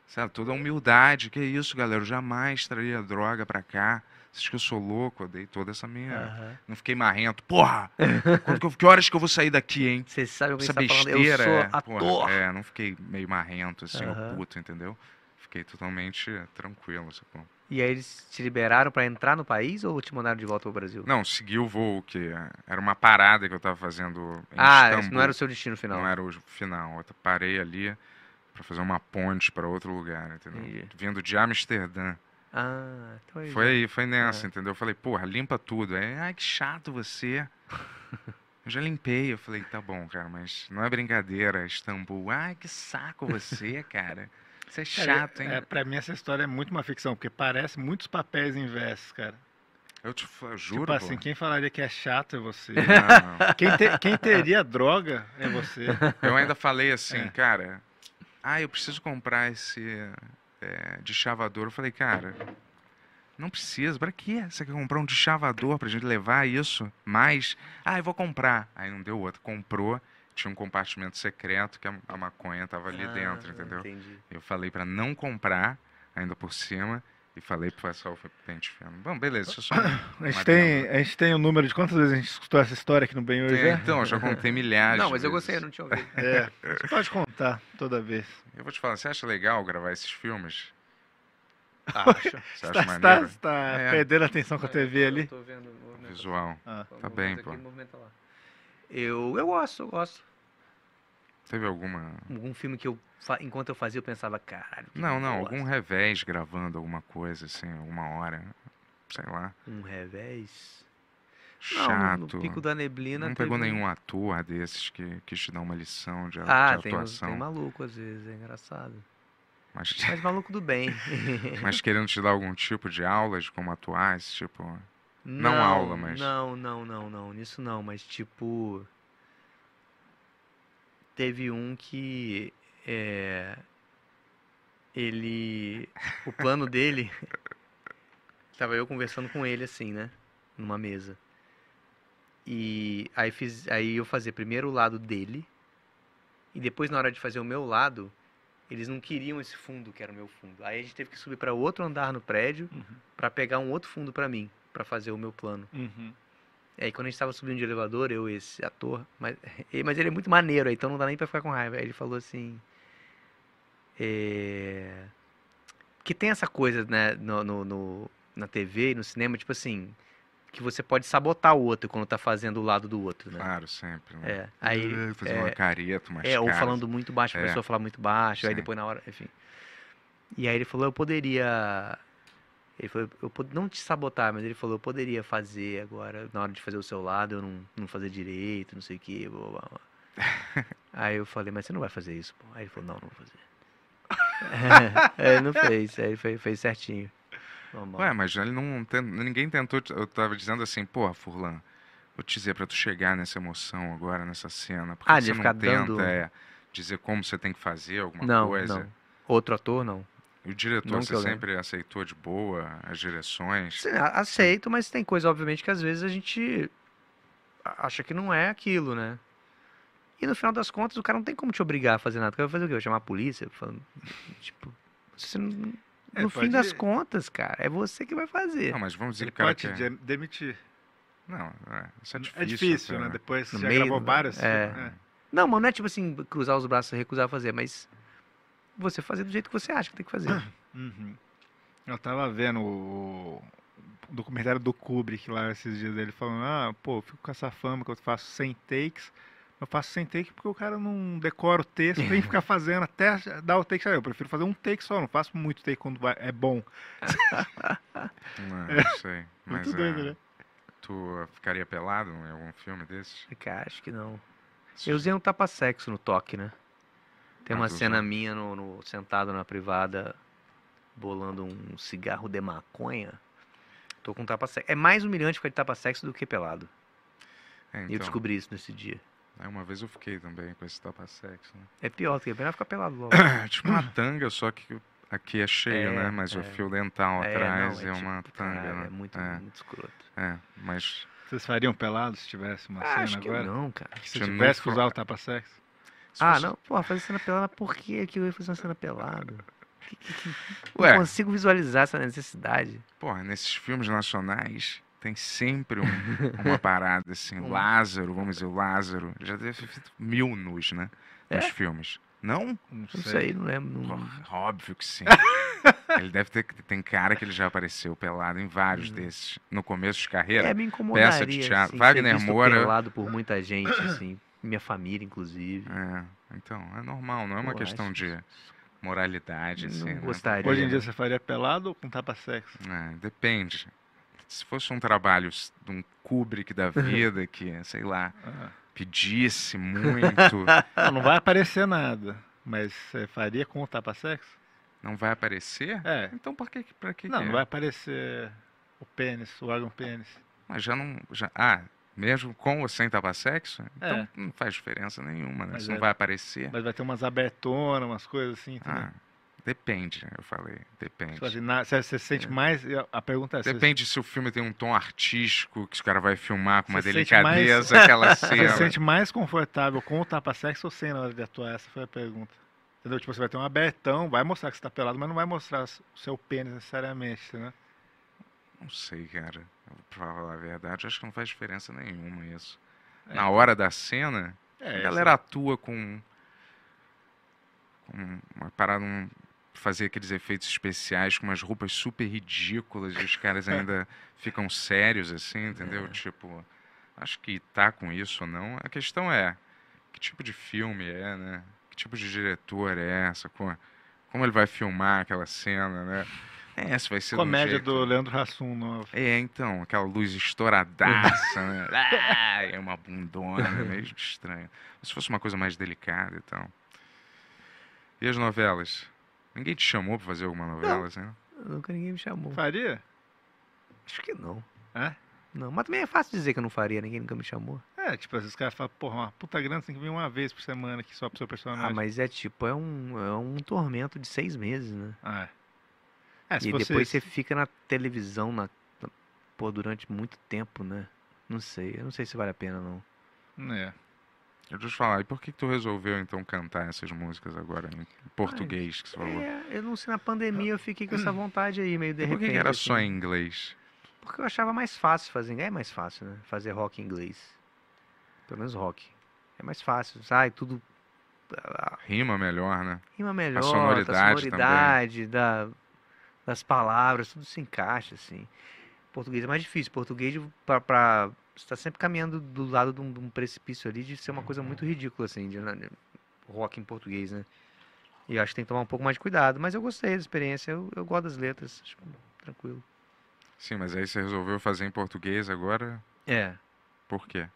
S2: Sabe, toda a humildade. Que isso, galera? Eu jamais traria droga pra cá. Vocês que eu sou louco, eu dei toda essa minha.
S7: Aham.
S2: Não fiquei marrento. Porra! Quando que, eu- que horas que eu vou sair daqui, hein?
S7: Você sabe o que
S2: Essa
S7: você tá falando? Eu
S2: besteira.
S7: sou
S2: é, porra,
S7: ator.
S2: é, não fiquei meio marrento, assim, ou
S7: Aham.
S2: puto, entendeu? Fiquei totalmente tranquilo, sacou?
S7: E aí eles te liberaram pra entrar no país ou te mandaram de volta pro Brasil?
S2: Não, segui o voo, que era uma parada que eu tava fazendo em
S7: ah, esse
S2: Istambul.
S7: não era o seu destino final.
S2: então, Não é. era o final. Eu parei ali pra fazer uma ponte pra outro lugar, entendeu?
S7: Entendi.
S2: Vindo de Amsterdã.
S7: Ah, então aí.
S2: Foi aí, foi nessa,
S7: É.
S2: entendeu? Eu falei, porra, limpa tudo. Aí, ai, que chato você. Eu já limpei. Eu falei, tá bom, cara, mas não é brincadeira, Istambul. Ai, que saco você, cara. Você é
S3: Cara,
S2: chato, hein?
S3: É, pra mim essa história é muito uma ficção, porque parece muitos papéis inversos, cara.
S2: Eu te fa- juro,
S3: tipo assim,
S2: pô.
S3: quem falaria que é chato é você.
S2: Não, não.
S3: quem, te- quem teria droga é você.
S2: Eu ainda falei assim,
S3: É.
S2: cara, ah, eu preciso comprar esse é, deschavador. Eu falei, cara, não precisa, pra quê? Você quer comprar um deschavador pra gente levar isso? Mas, ah, eu vou comprar. Aí não deu outro, comprou, tinha um compartimento secreto que a, a maconha tava ali
S7: Ah,
S2: dentro, entendeu?
S7: Entendi.
S2: Eu falei pra não comprar, ainda por cima, e falei pro pessoal, foi pente fino. Bom, beleza, deixa eu só...
S3: A gente, tem, a gente tem o número de quantas vezes a gente escutou essa história aqui no Bem Hoje?
S2: um- Tem,
S3: É,
S2: então, eu já contei milhares
S7: Não,
S2: de
S7: mas eu
S2: vezes.
S7: gostei, eu não tinha ouvido.
S3: é você pode contar toda vez.
S2: Eu vou te falar, você acha legal gravar esses filmes?
S7: Ah, Acho.
S2: Você acha
S3: Você tá,
S2: maneiro?
S3: tá- tá
S2: É.
S3: perdendo a atenção com a TV ali?
S7: tô vendo o movimento.
S2: Visual.
S3: Ah.
S2: Tá bem, pô.
S7: Eu, eu gosto, eu gosto.
S2: Teve alguma.
S7: Algum filme que eu, fa- enquanto eu fazia, eu pensava, caralho. que
S2: Não, não,
S7: bosta.
S2: algum revés gravando alguma coisa, assim, alguma hora. Sei lá.
S7: Um revés. Não, no-
S2: Chato.
S7: no Pico da Neblina
S2: Não pegou
S7: teve-
S2: nenhum ator desses que quis te dar uma lição de, a- de
S7: Ah, tem, uns-
S2: atuação.
S7: tem maluco às vezes, é engraçado.
S2: Mas,
S7: Mas maluco do bem.
S2: mas querendo te dar algum tipo de aula de como atuar, esse tipo.
S7: É.
S2: Não aula, mas-
S7: Não, não, não, não. Nisso não, mas tipo. Teve um que. É, ele. O plano dele. Tava eu conversando com ele assim, né? Numa mesa. E aí, fiz, aí eu fazia primeiro o lado dele. E depois, na hora de fazer o meu lado, eles não queriam esse fundo que era o meu fundo. Aí a gente teve que subir para outro andar no prédio
S3: Uhum.
S7: pra pegar um outro fundo pra mim, pra fazer o meu plano.
S3: Uhum.
S7: E aí quando a gente tava subindo de elevador, eu e esse ator, mas, eh, mas ele é muito maneiro, então não dá nem pra ficar com raiva. Aí ele falou assim. É... Que tem essa coisa, né, no, no- no- na TV e no cinema, tipo assim, que você pode sabotar o outro quando tá fazendo o lado do outro, né?
S2: Claro, sempre. Né?
S7: É. Aí,
S2: Eh, Fazer uma
S7: é,
S2: careta, umas
S7: é, ou
S2: caras.
S7: falando muito baixo, a
S2: É.
S7: pessoa falar muito baixo, aí
S2: Sim.
S7: depois na hora, enfim. E aí ele falou, eu poderia. Ele falou, eu pod... não te sabotar, mas ele falou, eu poderia fazer agora, na hora de fazer o seu lado, eu não, não fazer direito, não sei o quê, blá, blá, blá. Aí eu falei, mas você não vai fazer isso, pô. Aí ele falou, não, não vou fazer. aí ele não fez, aí ele fe- fez, certinho. Normal.
S2: Ué, mas ele não ten- ninguém tentou. te- Eu tava dizendo assim, porra, Furlan, vou te dizer pra tu chegar nessa emoção agora, nessa cena. Porque
S7: Ah, de
S2: você não
S7: ficar
S2: tenta
S7: dando-
S2: é, dizer como você tem que fazer alguma
S7: não,
S2: coisa.
S7: não. Outro ator, não.
S2: E o diretor,
S7: Não que
S2: você
S7: eu lembro.
S2: sempre aceitou de boa as direções?
S7: Sim, a- aceito, mas tem coisa, obviamente, que às vezes a gente a- acha que não é aquilo, né? E no final das contas, o cara não tem como te obrigar a fazer nada. O cara vai fazer o quê? Vai chamar a polícia? Falando, tipo, você não-
S3: É,
S7: no fim
S3: pode-
S7: das contas, cara, é você que vai fazer.
S2: Não, mas vamos dizer
S3: Ele
S2: que o cara
S3: pode te
S2: quer...
S3: de- demitir.
S2: Não, é, isso é difícil.
S3: é difícil,
S2: até,
S3: né? Depois
S7: No
S3: você já
S7: meio
S3: gravou
S7: do-
S3: vários.
S7: é.
S3: né?
S7: Não, mas não é tipo assim, cruzar os braços e recusar fazer, mas você fazer do jeito que você acha que tem que fazer.
S3: Uhum. Eu tava vendo o o documentário do Kubrick lá esses dias ele falando, ah, pô, eu fico com essa fama que eu faço 100 takes. Eu faço 100 takes porque o cara não decora o texto, tem que ficar fazendo até dar o take. sair. Eu prefiro fazer um take só, eu não faço muito take quando vai- é bom.
S2: Não, não sei. Mas,
S3: Muito doido,
S2: é,
S3: né?
S2: Tu ficaria pelado em algum filme desses?
S7: Cara, acho que não. Eu usei um tapa-sexo no toque, né? Tem
S2: Ah,
S7: uma
S2: tu
S7: cena
S2: usou.
S7: minha no, no- sentado na privada, bolando um cigarro de maconha. Tô com tapa-sexo. É mais humilhante ficar de tapa-sexo do que pelado.
S2: É,
S7: E eu
S2: então.
S7: descobri isso nesse dia.
S2: Aí uma vez eu fiquei também com esse tapa-sexo, né?
S7: É pior, porque é melhor ficar pelado logo.
S2: É tipo uma tanga, só que aqui é cheio,
S7: Hum. É,
S2: né? Mas o
S7: é.
S2: fio dental
S7: É,
S2: atrás
S7: não, é
S2: é, uma
S7: tipo,
S2: tanga,
S7: caralho,
S2: né?
S7: É muito,
S2: é,
S7: muito escroto.
S2: é, mas
S3: Vocês fariam pelado se tivesse uma
S7: Ah, acho
S3: cena
S7: que
S3: agora?
S7: não, cara.
S3: Se
S2: Se não
S3: tivesse que
S2: for-
S3: usar o tapa-sexo?
S2: se
S7: Ah,
S2: fosse-
S7: não, porra, fazer cena pelada, por que que eu ia fazer uma cena pelada? Não
S2: Ué,
S7: consigo visualizar essa necessidade.
S2: porra, nesses filmes nacionais tem sempre um- uma parada assim,
S7: Um-
S2: Lázaro, vamos dizer, o Lázaro. Já teve feito mil nus, né? Nos
S7: É? Hum.
S2: filmes. Não?
S3: Não
S7: Não sei, não lembro. não-
S2: Porra, óbvio que sim. ele deve ter. Tem cara que ele já apareceu pelado em vários desses. No começo de carreira.
S7: Uhum. É, me incomodaria.
S2: teatro.
S7: assim,
S2: Wagner
S7: ser visto
S2: Moura-
S7: pelado por muita gente, assim. Minha família, inclusive.
S2: É, então, é normal, não é uma
S7: Pô,
S2: questão
S7: acho
S2: de moralidade,
S7: Não
S2: assim, né?
S7: gostaria.
S3: Hoje em dia
S7: né?
S3: você faria pelado ou com tapa-sexo?
S2: É, depende. Se fosse um trabalho s- de um Kubrick da vida que, sei lá,
S3: Ah.
S2: pedisse muito,
S3: Não, não vai aparecer nada. Mas você faria com o tapa-sexo?
S2: não vai aparecer?
S3: É.
S2: Então pra que para que?
S3: Não,
S2: que
S3: não
S2: é?
S3: vai aparecer o pênis, o órgão pênis.
S2: Mas já não, já, ah, mesmo com ou sem tapa-sexo? Então
S3: É.
S2: não faz diferença nenhuma, né?
S3: Mas
S2: Isso não
S3: é-
S2: vai aparecer.
S3: Mas vai ter umas abertonas, umas coisas assim. entendeu?
S2: Ah, depende, eu falei, depende.
S3: Tipo assim, na- se você se sente mais. eu- A pergunta é: se você
S2: É. Depende se o filme tem um tom artístico, que o cara vai filmar com uma
S3: Você sente mais-
S2: delicadeza, aquela
S3: se
S2: cena. né?
S3: sente mais confortável com o tapa-sexo ou sem na hora de atuar? Essa foi a pergunta. Entendeu? Tipo, você vai ter um abertão, vai mostrar que você tá pelado, mas não vai mostrar o seu pênis necessariamente, né?
S2: Não sei, cara. Pra falar a verdade, eu acho que não faz diferença nenhuma isso. Na
S3: então.
S2: hora da cena,
S3: É,
S2: a
S3: essa-
S2: galera atua com, com uma parada, um, fazer aqueles efeitos especiais com umas roupas super ridículas e os caras ainda ficam sérios, assim,
S3: É.
S2: entendeu? Tipo, acho que tá com isso ou não. A questão é, que tipo de filme é, né? Que tipo de diretor é, sacou? Como ele vai filmar aquela cena, né? É, essa vai ser de um
S3: Comédia
S2: jeito-
S3: do Leandro Hassum nova.
S2: É, então, aquela luz estouradaça, né? Ah, é uma bundona, meio estranho. Mas se fosse uma coisa mais delicada e tal. E as novelas? Ninguém te chamou pra fazer alguma novela, assim? não?
S7: Nunca ninguém me chamou.
S3: Faria?
S7: Acho que não.
S3: É?
S7: Não, mas também é fácil dizer que eu não faria, ninguém nunca me chamou.
S3: É, tipo, esses caras falam, porra, uma puta grana você tem que vir uma vez por semana aqui só pro seu personagem.
S7: Ah, mas é tipo, é um, é um tormento de seis meses, né?
S3: Ah, é. É, se
S7: e
S3: você...
S7: depois você fica na televisão na, na- pô, durante muito tempo, né? Não sei, eu não sei se vale a pena, não.
S3: É.
S2: Eu deixa eu te falar, e por que que tu resolveu então cantar essas músicas agora em português que você falou? Hum.
S7: É, eu não sei, na pandemia eu fiquei com essa vontade aí, meio de
S2: E por que
S7: repente.
S2: que era só
S7: assim.
S2: em inglês?
S7: Porque eu achava mais fácil fazer. É mais fácil, né? Fazer rock em inglês. Pelo menos rock. É mais fácil. Sai tudo. a- a
S2: Rima melhor, né?
S7: Rima melhor, da
S2: sonoridade também.
S7: sonoridade, da- das palavras, tudo se encaixa, assim. Português é mais difícil. Português, pra, pra, você tá sempre caminhando do lado de um, de um precipício ali de ser uma coisa muito ridícula, assim, de, de- rock em português, né? E eu acho que tem que tomar um pouco mais de cuidado. Mas eu gostei da experiência, eu, eu gosto das letras, acho tranquilo.
S2: Sim, mas aí você resolveu fazer em português agora?
S7: É,
S2: Por quê?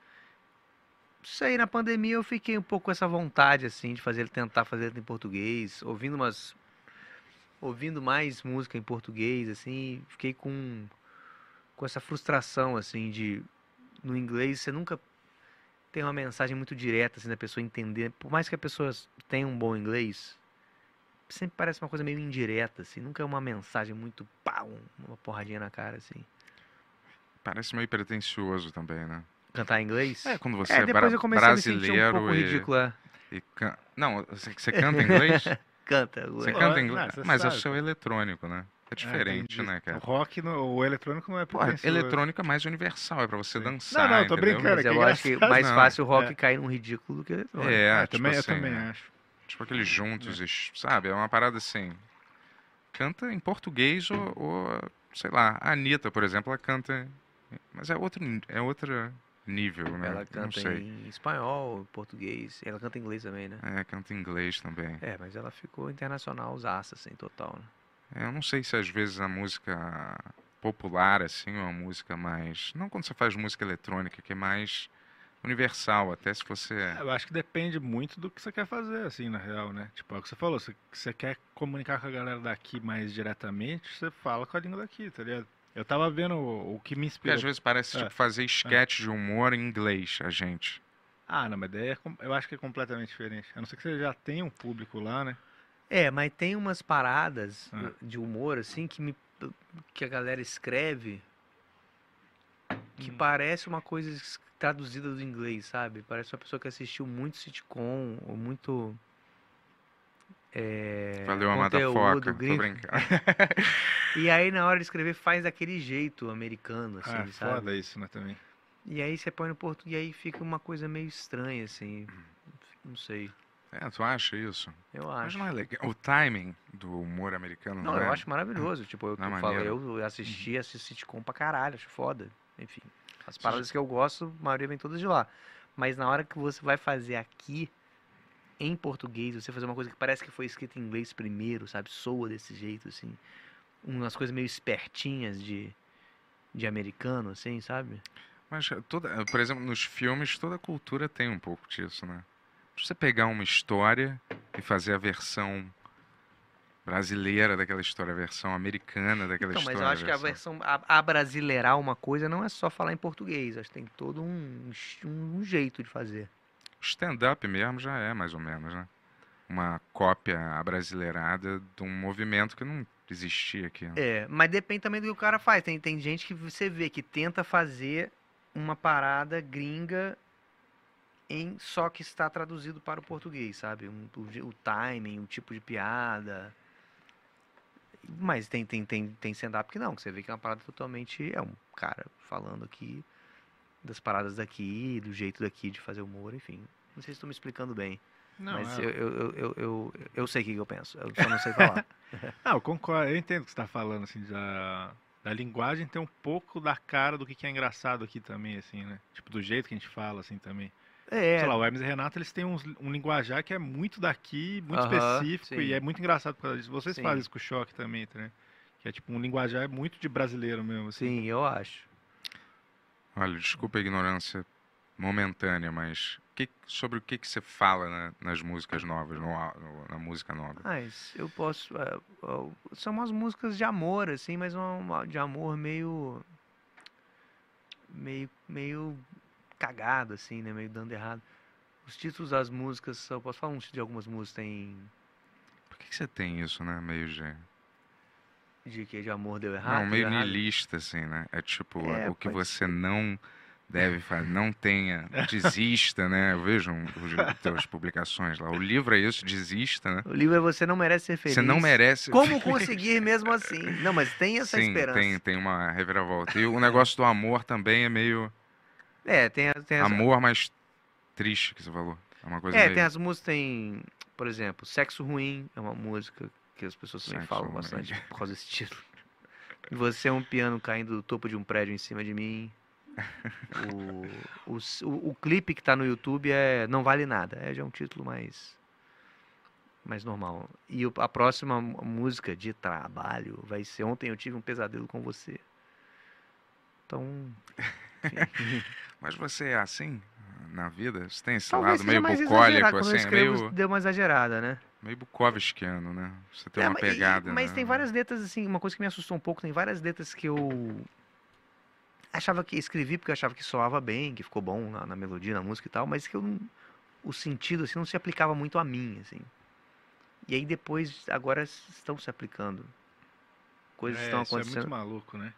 S7: Isso aí, na pandemia eu fiquei um pouco com essa vontade, assim, de fazer ele tentar fazer ele em português, ouvindo umas. ouvindo mais música em português, assim, fiquei com. com essa frustração, assim, de. no inglês você nunca tem uma mensagem muito direta, assim, da pessoa entender. Por mais que a pessoa tenha um bom inglês, sempre parece uma coisa meio indireta, assim, nunca é uma mensagem muito pau, uma porradinha na cara, assim.
S2: Parece meio pretensioso também, né?
S7: Cantar em inglês?
S2: É, quando você
S7: É,
S2: é, bra
S7: depois eu comecei a me sentir um
S2: brasileiro
S7: pouco
S2: e...
S7: ridículo, é.
S2: E can- Não, você, você canta em inglês?
S7: Canta,
S2: Você
S7: ué.
S3: Pô,
S2: canta
S3: é,
S2: em inglês?
S3: não, você
S2: Mas
S3: sabe,
S2: o seu é eletrônico, né? É diferente,
S3: Ah, entendi.
S2: né, cara?
S3: O rock, no... o eletrônico não é
S2: Pô,
S3: pretensioso.
S2: eletrônico é mais universal, é pra você
S3: Sim.
S2: dançar.
S3: Não, não, tô
S2: entendeu? é
S3: brincando. Cara,
S7: Mas
S3: que
S7: eu acho que
S3: engraçado.
S7: mais
S2: Não,
S7: fácil o rock
S3: é.
S7: cair num ridículo do que eletrônico.
S2: É,
S3: Ah,
S2: tipo
S3: também,
S2: assim,
S3: eu também
S2: né?
S3: acho.
S2: Tipo aqueles juntos, es- sabe? É uma parada assim. Canta em português ou, ou, sei lá, a Anitta, por exemplo, ela canta. em- Mas é outro, ni- é outro nível, né?
S7: Ela
S2: Eu Não
S7: canta
S2: sei.
S7: em espanhol, português. Ela canta em inglês também, né?
S2: É, canta em inglês também.
S7: É, mas ela ficou internacional, os assim, total. Né?
S2: É, eu não sei se às vezes a música popular, assim, ou a música mais. Não quando você faz música eletrônica, que é mais universal, até se
S7: É,
S2: você. é.
S3: É, Eu acho que depende muito do que você quer fazer, assim, na real, né? Tipo, é o que você falou, se se você quer comunicar com a galera daqui mais diretamente, você fala com a língua daqui, tá ligado? Eu tava vendo o, o que me
S2: Porque
S3: inspirou.
S2: às vezes parece
S3: É,
S2: tipo, fazer sketch de humor em inglês, a gente.
S3: Ah, não, mas daí é com- eu acho que é completamente diferente. A não ser que você já tenha um público lá, né?
S7: É, mas tem umas paradas
S3: Ah.
S7: eh, de humor, assim, que, me, que a galera escreve que parece uma coisa es- traduzida do inglês, sabe? Parece uma pessoa que assistiu muito sitcom ou muito é,
S2: Valeu, Amada
S7: conteúdo
S2: Foca. Tô
S7: gringo.
S2: brincando.
S7: E aí, na hora de escrever, faz daquele jeito americano, assim,
S3: ah, é
S7: sabe?
S3: foda isso, né, também.
S7: E aí você põe no português e aí fica uma coisa meio estranha, assim. Não sei.
S2: É, tu acha isso?
S7: Eu
S2: Mas
S7: acho.
S2: não é legal. O timing do humor americano
S7: Não,
S2: não é?
S7: eu acho maravilhoso. Tipo, eu,
S2: Não é
S7: eu falei,
S2: maneiro? Uhum.
S7: eu assisti esse sitcom pra caralho, acho foda. Enfim, as paradas que eu gosto, a maioria vem todas de lá. Mas na hora que você vai fazer aqui, em português, você fazer uma coisa que parece que foi escrita em inglês primeiro, sabe? Soa desse jeito, assim. Umas coisas meio espertinhas de, de americano, assim, sabe?
S2: Mas eh, toda, por exemplo, nos filmes, toda cultura tem um pouco disso, né? Se você pegar uma história e fazer a versão brasileira daquela história, a versão americana né, daquela
S7: Então,
S2: história.
S7: mas eu acho que a versão a, brasileirar uma coisa não é só falar em português, acho que tem todo um, um jeito de fazer.
S2: Stand-up mesmo já é, mais ou menos, né? Uma cópia brasileirada de um movimento que não existia aqui. né?
S7: É, mas depende também do que o cara faz. Tem, tem gente que você vê que tenta fazer uma parada gringa em só que está traduzido para o português, sabe? Um- o, je- o timing, o tipo de piada. Mas tem, tem, tem, tem stand-up que não, que você vê que é uma parada totalmente. É um cara falando aqui das paradas daqui, do jeito daqui de fazer humor, enfim. Não sei se estou me explicando bem,
S3: Não,
S7: mas
S3: é-
S7: eu, eu, eu, eu, eu, eu sei o que que eu penso, eu só não sei falar.
S3: Ah, eu concordo, eu entendo o que você tá falando, assim, da, da linguagem tem um pouco da cara do que, que é engraçado aqui também, assim, né? Tipo, do jeito que a gente fala, assim, também.
S7: É,
S3: Sei lá, o Hermes e Renato, eles têm uns- um linguajar que é muito daqui, muito
S7: Aham,
S3: específico, e
S7: sim.
S3: é muito engraçado por causa disso. Vocês
S7: Sim.
S3: fazem isso com o choque também, tá, né? Que Que é tipo um linguajar muito de brasileiro mesmo, assim.
S7: Sim, eu acho.
S2: Olha, desculpa a ignorância momentânea, mas que- sobre o que, que você fala na- nas músicas novas, no á- no- na música nova?
S7: Mas eu posso. é, ó, são umas músicas de amor, assim, mas uma- uma- de amor meio. meio. meio cagado, assim, né? Meio dando errado. Os títulos das músicas, eu posso falar um título de algumas músicas, tem.
S2: Por que, que você tem isso, né? Meio de.
S7: de que de amor deu errado.
S2: Não,
S7: deu
S2: meio
S7: Ah, tá errado.
S2: niilista, assim, né? É tipo,
S7: É,
S2: o que
S7: pode
S2: você não deve fazer, não tenha, desista, né? Eu vejo as tuas publicações lá. O livro é isso, desista, né?
S7: O livro é Você Não Merece Ser Feliz.
S2: Você não merece.
S7: Como conseguir mesmo assim? Não, mas tem essa
S2: Sim,
S7: esperança.
S2: tem, tem uma reviravolta. E o negócio do amor também é meio.
S7: É, tem, a- tem essa-
S2: Amor mais triste que você falou. É uma coisa
S7: É,
S2: meio.
S7: tem as músicas, tem, por exemplo, Sexo Ruim é uma música que as pessoas também
S2: Sexo
S7: falam
S2: Ruim.
S7: bastante por causa desse título. E Você é um piano caindo do topo de um prédio em cima de mim. O, o, s- o- o clipe que tá no YouTube é Não Vale Nada. É já um título mais, mais normal. E o- a próxima mu- música de trabalho vai ser Ontem Eu Tive um Pesadelo com Você. Então,
S2: Mas você é assim na vida? Você tem esse
S7: talvez
S2: lado
S7: seja
S2: meio
S7: mais
S2: bucólico,
S7: exagerado. Quando eu
S2: assim? É
S7: escrevo,
S2: meio,
S7: deu uma exagerada, né?
S2: meio bukovskiano, né? Você tem
S7: É,
S2: uma
S7: mas- e- e-
S2: pegada.
S7: Mas
S2: né?
S7: tem várias letras, assim, uma coisa que me assustou um pouco, tem várias letras que eu achava que escrevi porque eu achava que soava bem, que ficou bom na, na melodia, na música e tal, mas que eu não- o sentido assim não se aplicava muito a mim, assim. E aí depois agora s- estão se aplicando. Coisas
S3: É,
S7: estão
S3: isso é muito né?
S7: acontecendo.
S3: maluco, né?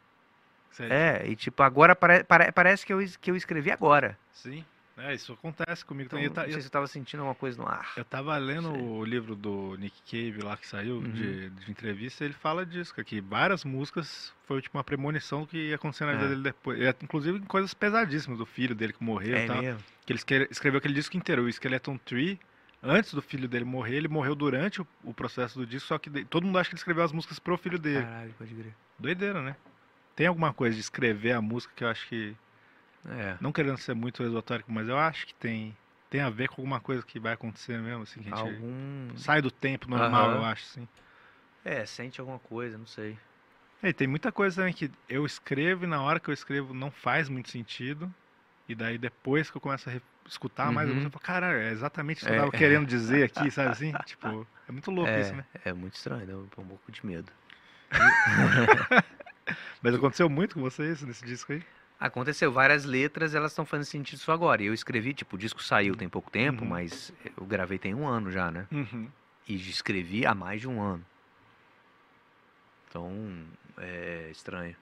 S3: Sério.
S7: É, e tipo, agora pare- pare- parece que eu, es- que eu escrevi agora.
S3: Sim. É, isso acontece comigo
S7: Então,
S3: também. Eu, ta-
S7: não
S3: eu-
S7: sei se eu tava sentindo alguma coisa no ar.
S3: eu tava lendo
S7: Sei.
S3: o livro do Nick Cave lá que saiu,
S7: Uhum.
S3: de, de entrevista, ele fala disso, cara, que várias músicas foi tipo uma premonição do que ia acontecer na vida
S7: É.
S3: dele depois. É, Inclusive em coisas pesadíssimas do filho dele que morreu e
S7: é
S3: tal.
S7: mesmo?
S3: Que ele escre- escreveu aquele disco inteiro, o Skeleton Tree, antes do filho dele morrer. Ele morreu durante o, o processo do disco, só que de- todo mundo acha que ele escreveu as músicas pro filho dele.
S7: Caralho, pode crer.
S3: Doideira, né? Tem alguma coisa de escrever a música que eu acho que.
S7: É.
S3: Não querendo ser muito esotérico, mas eu acho que tem, tem a ver com alguma coisa que vai acontecer mesmo, assim, que a gente
S7: Algum.
S3: sai do tempo normal,
S7: Uhum. Aham.
S3: eu acho, assim.
S7: É, sente alguma coisa, não sei.
S3: É, e tem muita coisa também que eu escrevo e na hora que eu escrevo não faz muito sentido. E daí depois que eu começo a re- escutar mais, a
S7: Uhum.
S3: música, eu falo, caralho, é exatamente isso que eu
S7: É.
S3: tava querendo dizer aqui, sabe assim? Tipo, é muito louco isso, né?
S7: É muito estranho, dá um pouco de medo.
S3: Mas aconteceu muito com você isso nesse disco aí?
S7: Aconteceu, várias letras elas estão fazendo sentido só agora. E eu escrevi, tipo, o disco saiu tem pouco tempo,
S3: Uhum.
S7: mas eu gravei tem um ano já, né? E escrevi há mais de um ano. Então, é estranho.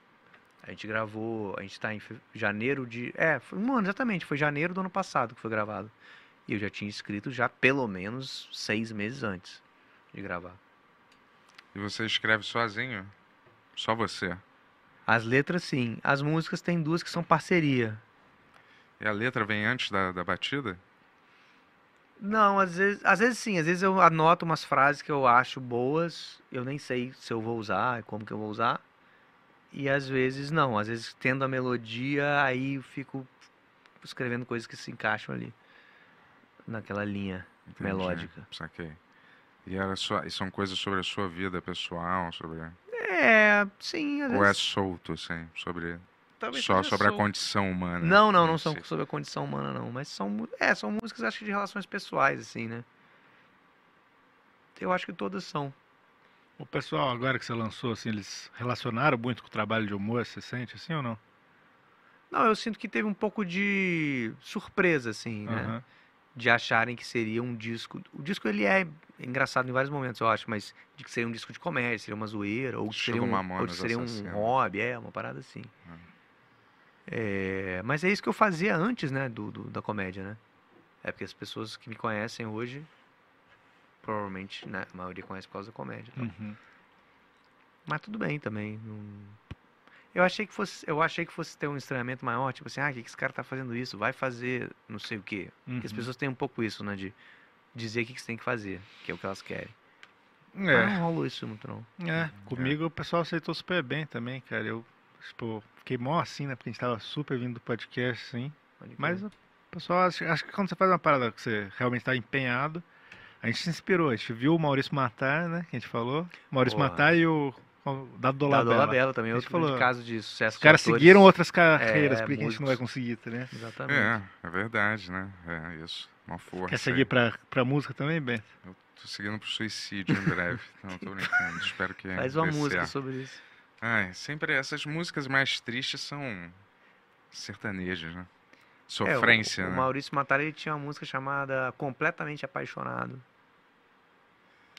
S7: A gente gravou, a gente tá em fe- janeiro de. É, foi um ano exatamente, foi janeiro do ano passado que foi gravado. E eu já tinha escrito já pelo menos seis meses antes de gravar.
S2: E você escreve sozinho? Só você.
S7: As letras, sim. As músicas tem duas que são parceria.
S2: E a letra vem antes da, da batida?
S7: Não, às vezes, às vezes sim, às vezes eu anoto umas frases que eu acho boas, eu nem sei se eu vou usar, e como que eu vou usar. E às vezes não, às vezes tendo a melodia, aí eu fico escrevendo coisas que se encaixam ali naquela linha
S2: Entendi,
S7: melódica.
S2: Saquei. E, era só, e são coisas sobre a sua vida pessoal, sobre.
S7: É, sim, às
S2: Ou é
S7: vezes
S2: solto, assim, sobre.
S7: talvez
S2: Só
S7: seja
S2: sobre a
S7: solto.
S2: condição né? humana.
S7: Não, não,
S2: em
S7: não são
S2: si.
S7: sobre a condição humana não, mas são, mu- é, são músicas acho que de relações pessoais assim, né? Eu acho que todas são.
S3: O pessoal, agora que você lançou, assim, eles relacionaram muito com o trabalho de humor, você sente assim ou não?
S7: Não, eu sinto que teve um pouco de surpresa, assim, né?
S3: Aham.
S7: De acharem que seria um disco. O disco ele é engraçado em vários momentos, eu acho, mas de que seria um disco de comédia, seria uma zoeira, ou que
S2: Estilo
S7: seria um, ou
S2: Mamonas
S7: que seria um
S2: Assassinas. Ah.
S7: hobby, é, uma parada assim. É, mas é isso que eu fazia antes, né, do, do- da comédia, né? É porque as pessoas que me conhecem hoje, provavelmente, né, a maioria conhece por causa da comédia. e
S2: Hum.
S7: tal.
S3: Uhum.
S7: Mas tudo bem também. não- Eu achei que fosse, eu achei que fosse ter um estranhamento maior, tipo assim, ah, que que esse cara tá fazendo isso? Vai fazer não sei o quê. Porque as
S3: Uhum.
S7: pessoas têm um pouco isso, né, de dizer o que que você tem que fazer, que é o que elas querem. Mas
S3: É,
S7: não rolou isso muito não.
S3: é, comigo o pessoal aceitou super bem também, cara. Eu, tipo, fiquei mó assim, né? Porque a gente tava super vindo do podcast, assim.
S7: Pode crer.
S3: Mas o pessoal, acho, acho que quando você faz uma parada que você realmente tá está empenhado, a gente se inspirou. A gente viu o Maurício Matar, né? Que a gente falou. Maurício
S7: Boa.
S3: Matar e o. Dado
S7: Da
S3: Dolabella.
S7: Lola Tá, Bela também,
S3: A gente
S7: outro grande
S3: falou.
S7: caso de sucesso
S3: Os caras
S7: de atores.
S3: seguiram outras carreiras,
S7: É,
S3: porque a gente não
S7: músicos.
S3: vai conseguir, tá né?
S7: Exatamente.
S2: É, é verdade, né? É isso. Uma força.
S3: Quer
S2: aí.
S3: seguir pra, pra música também, Ben?
S2: Tô seguindo pro suicídio em breve. Não, tô brincando. Espero
S3: É,
S2: que.
S7: Faz uma
S2: dê
S7: música
S2: certo.
S7: sobre isso.
S2: Ai, sempre essas músicas mais tristes são sertanejas, né?
S7: É, o-
S2: Sofrência,
S7: o,
S2: né?
S7: Maurício Matar ele tinha uma música chamada Completamente Apaixonado.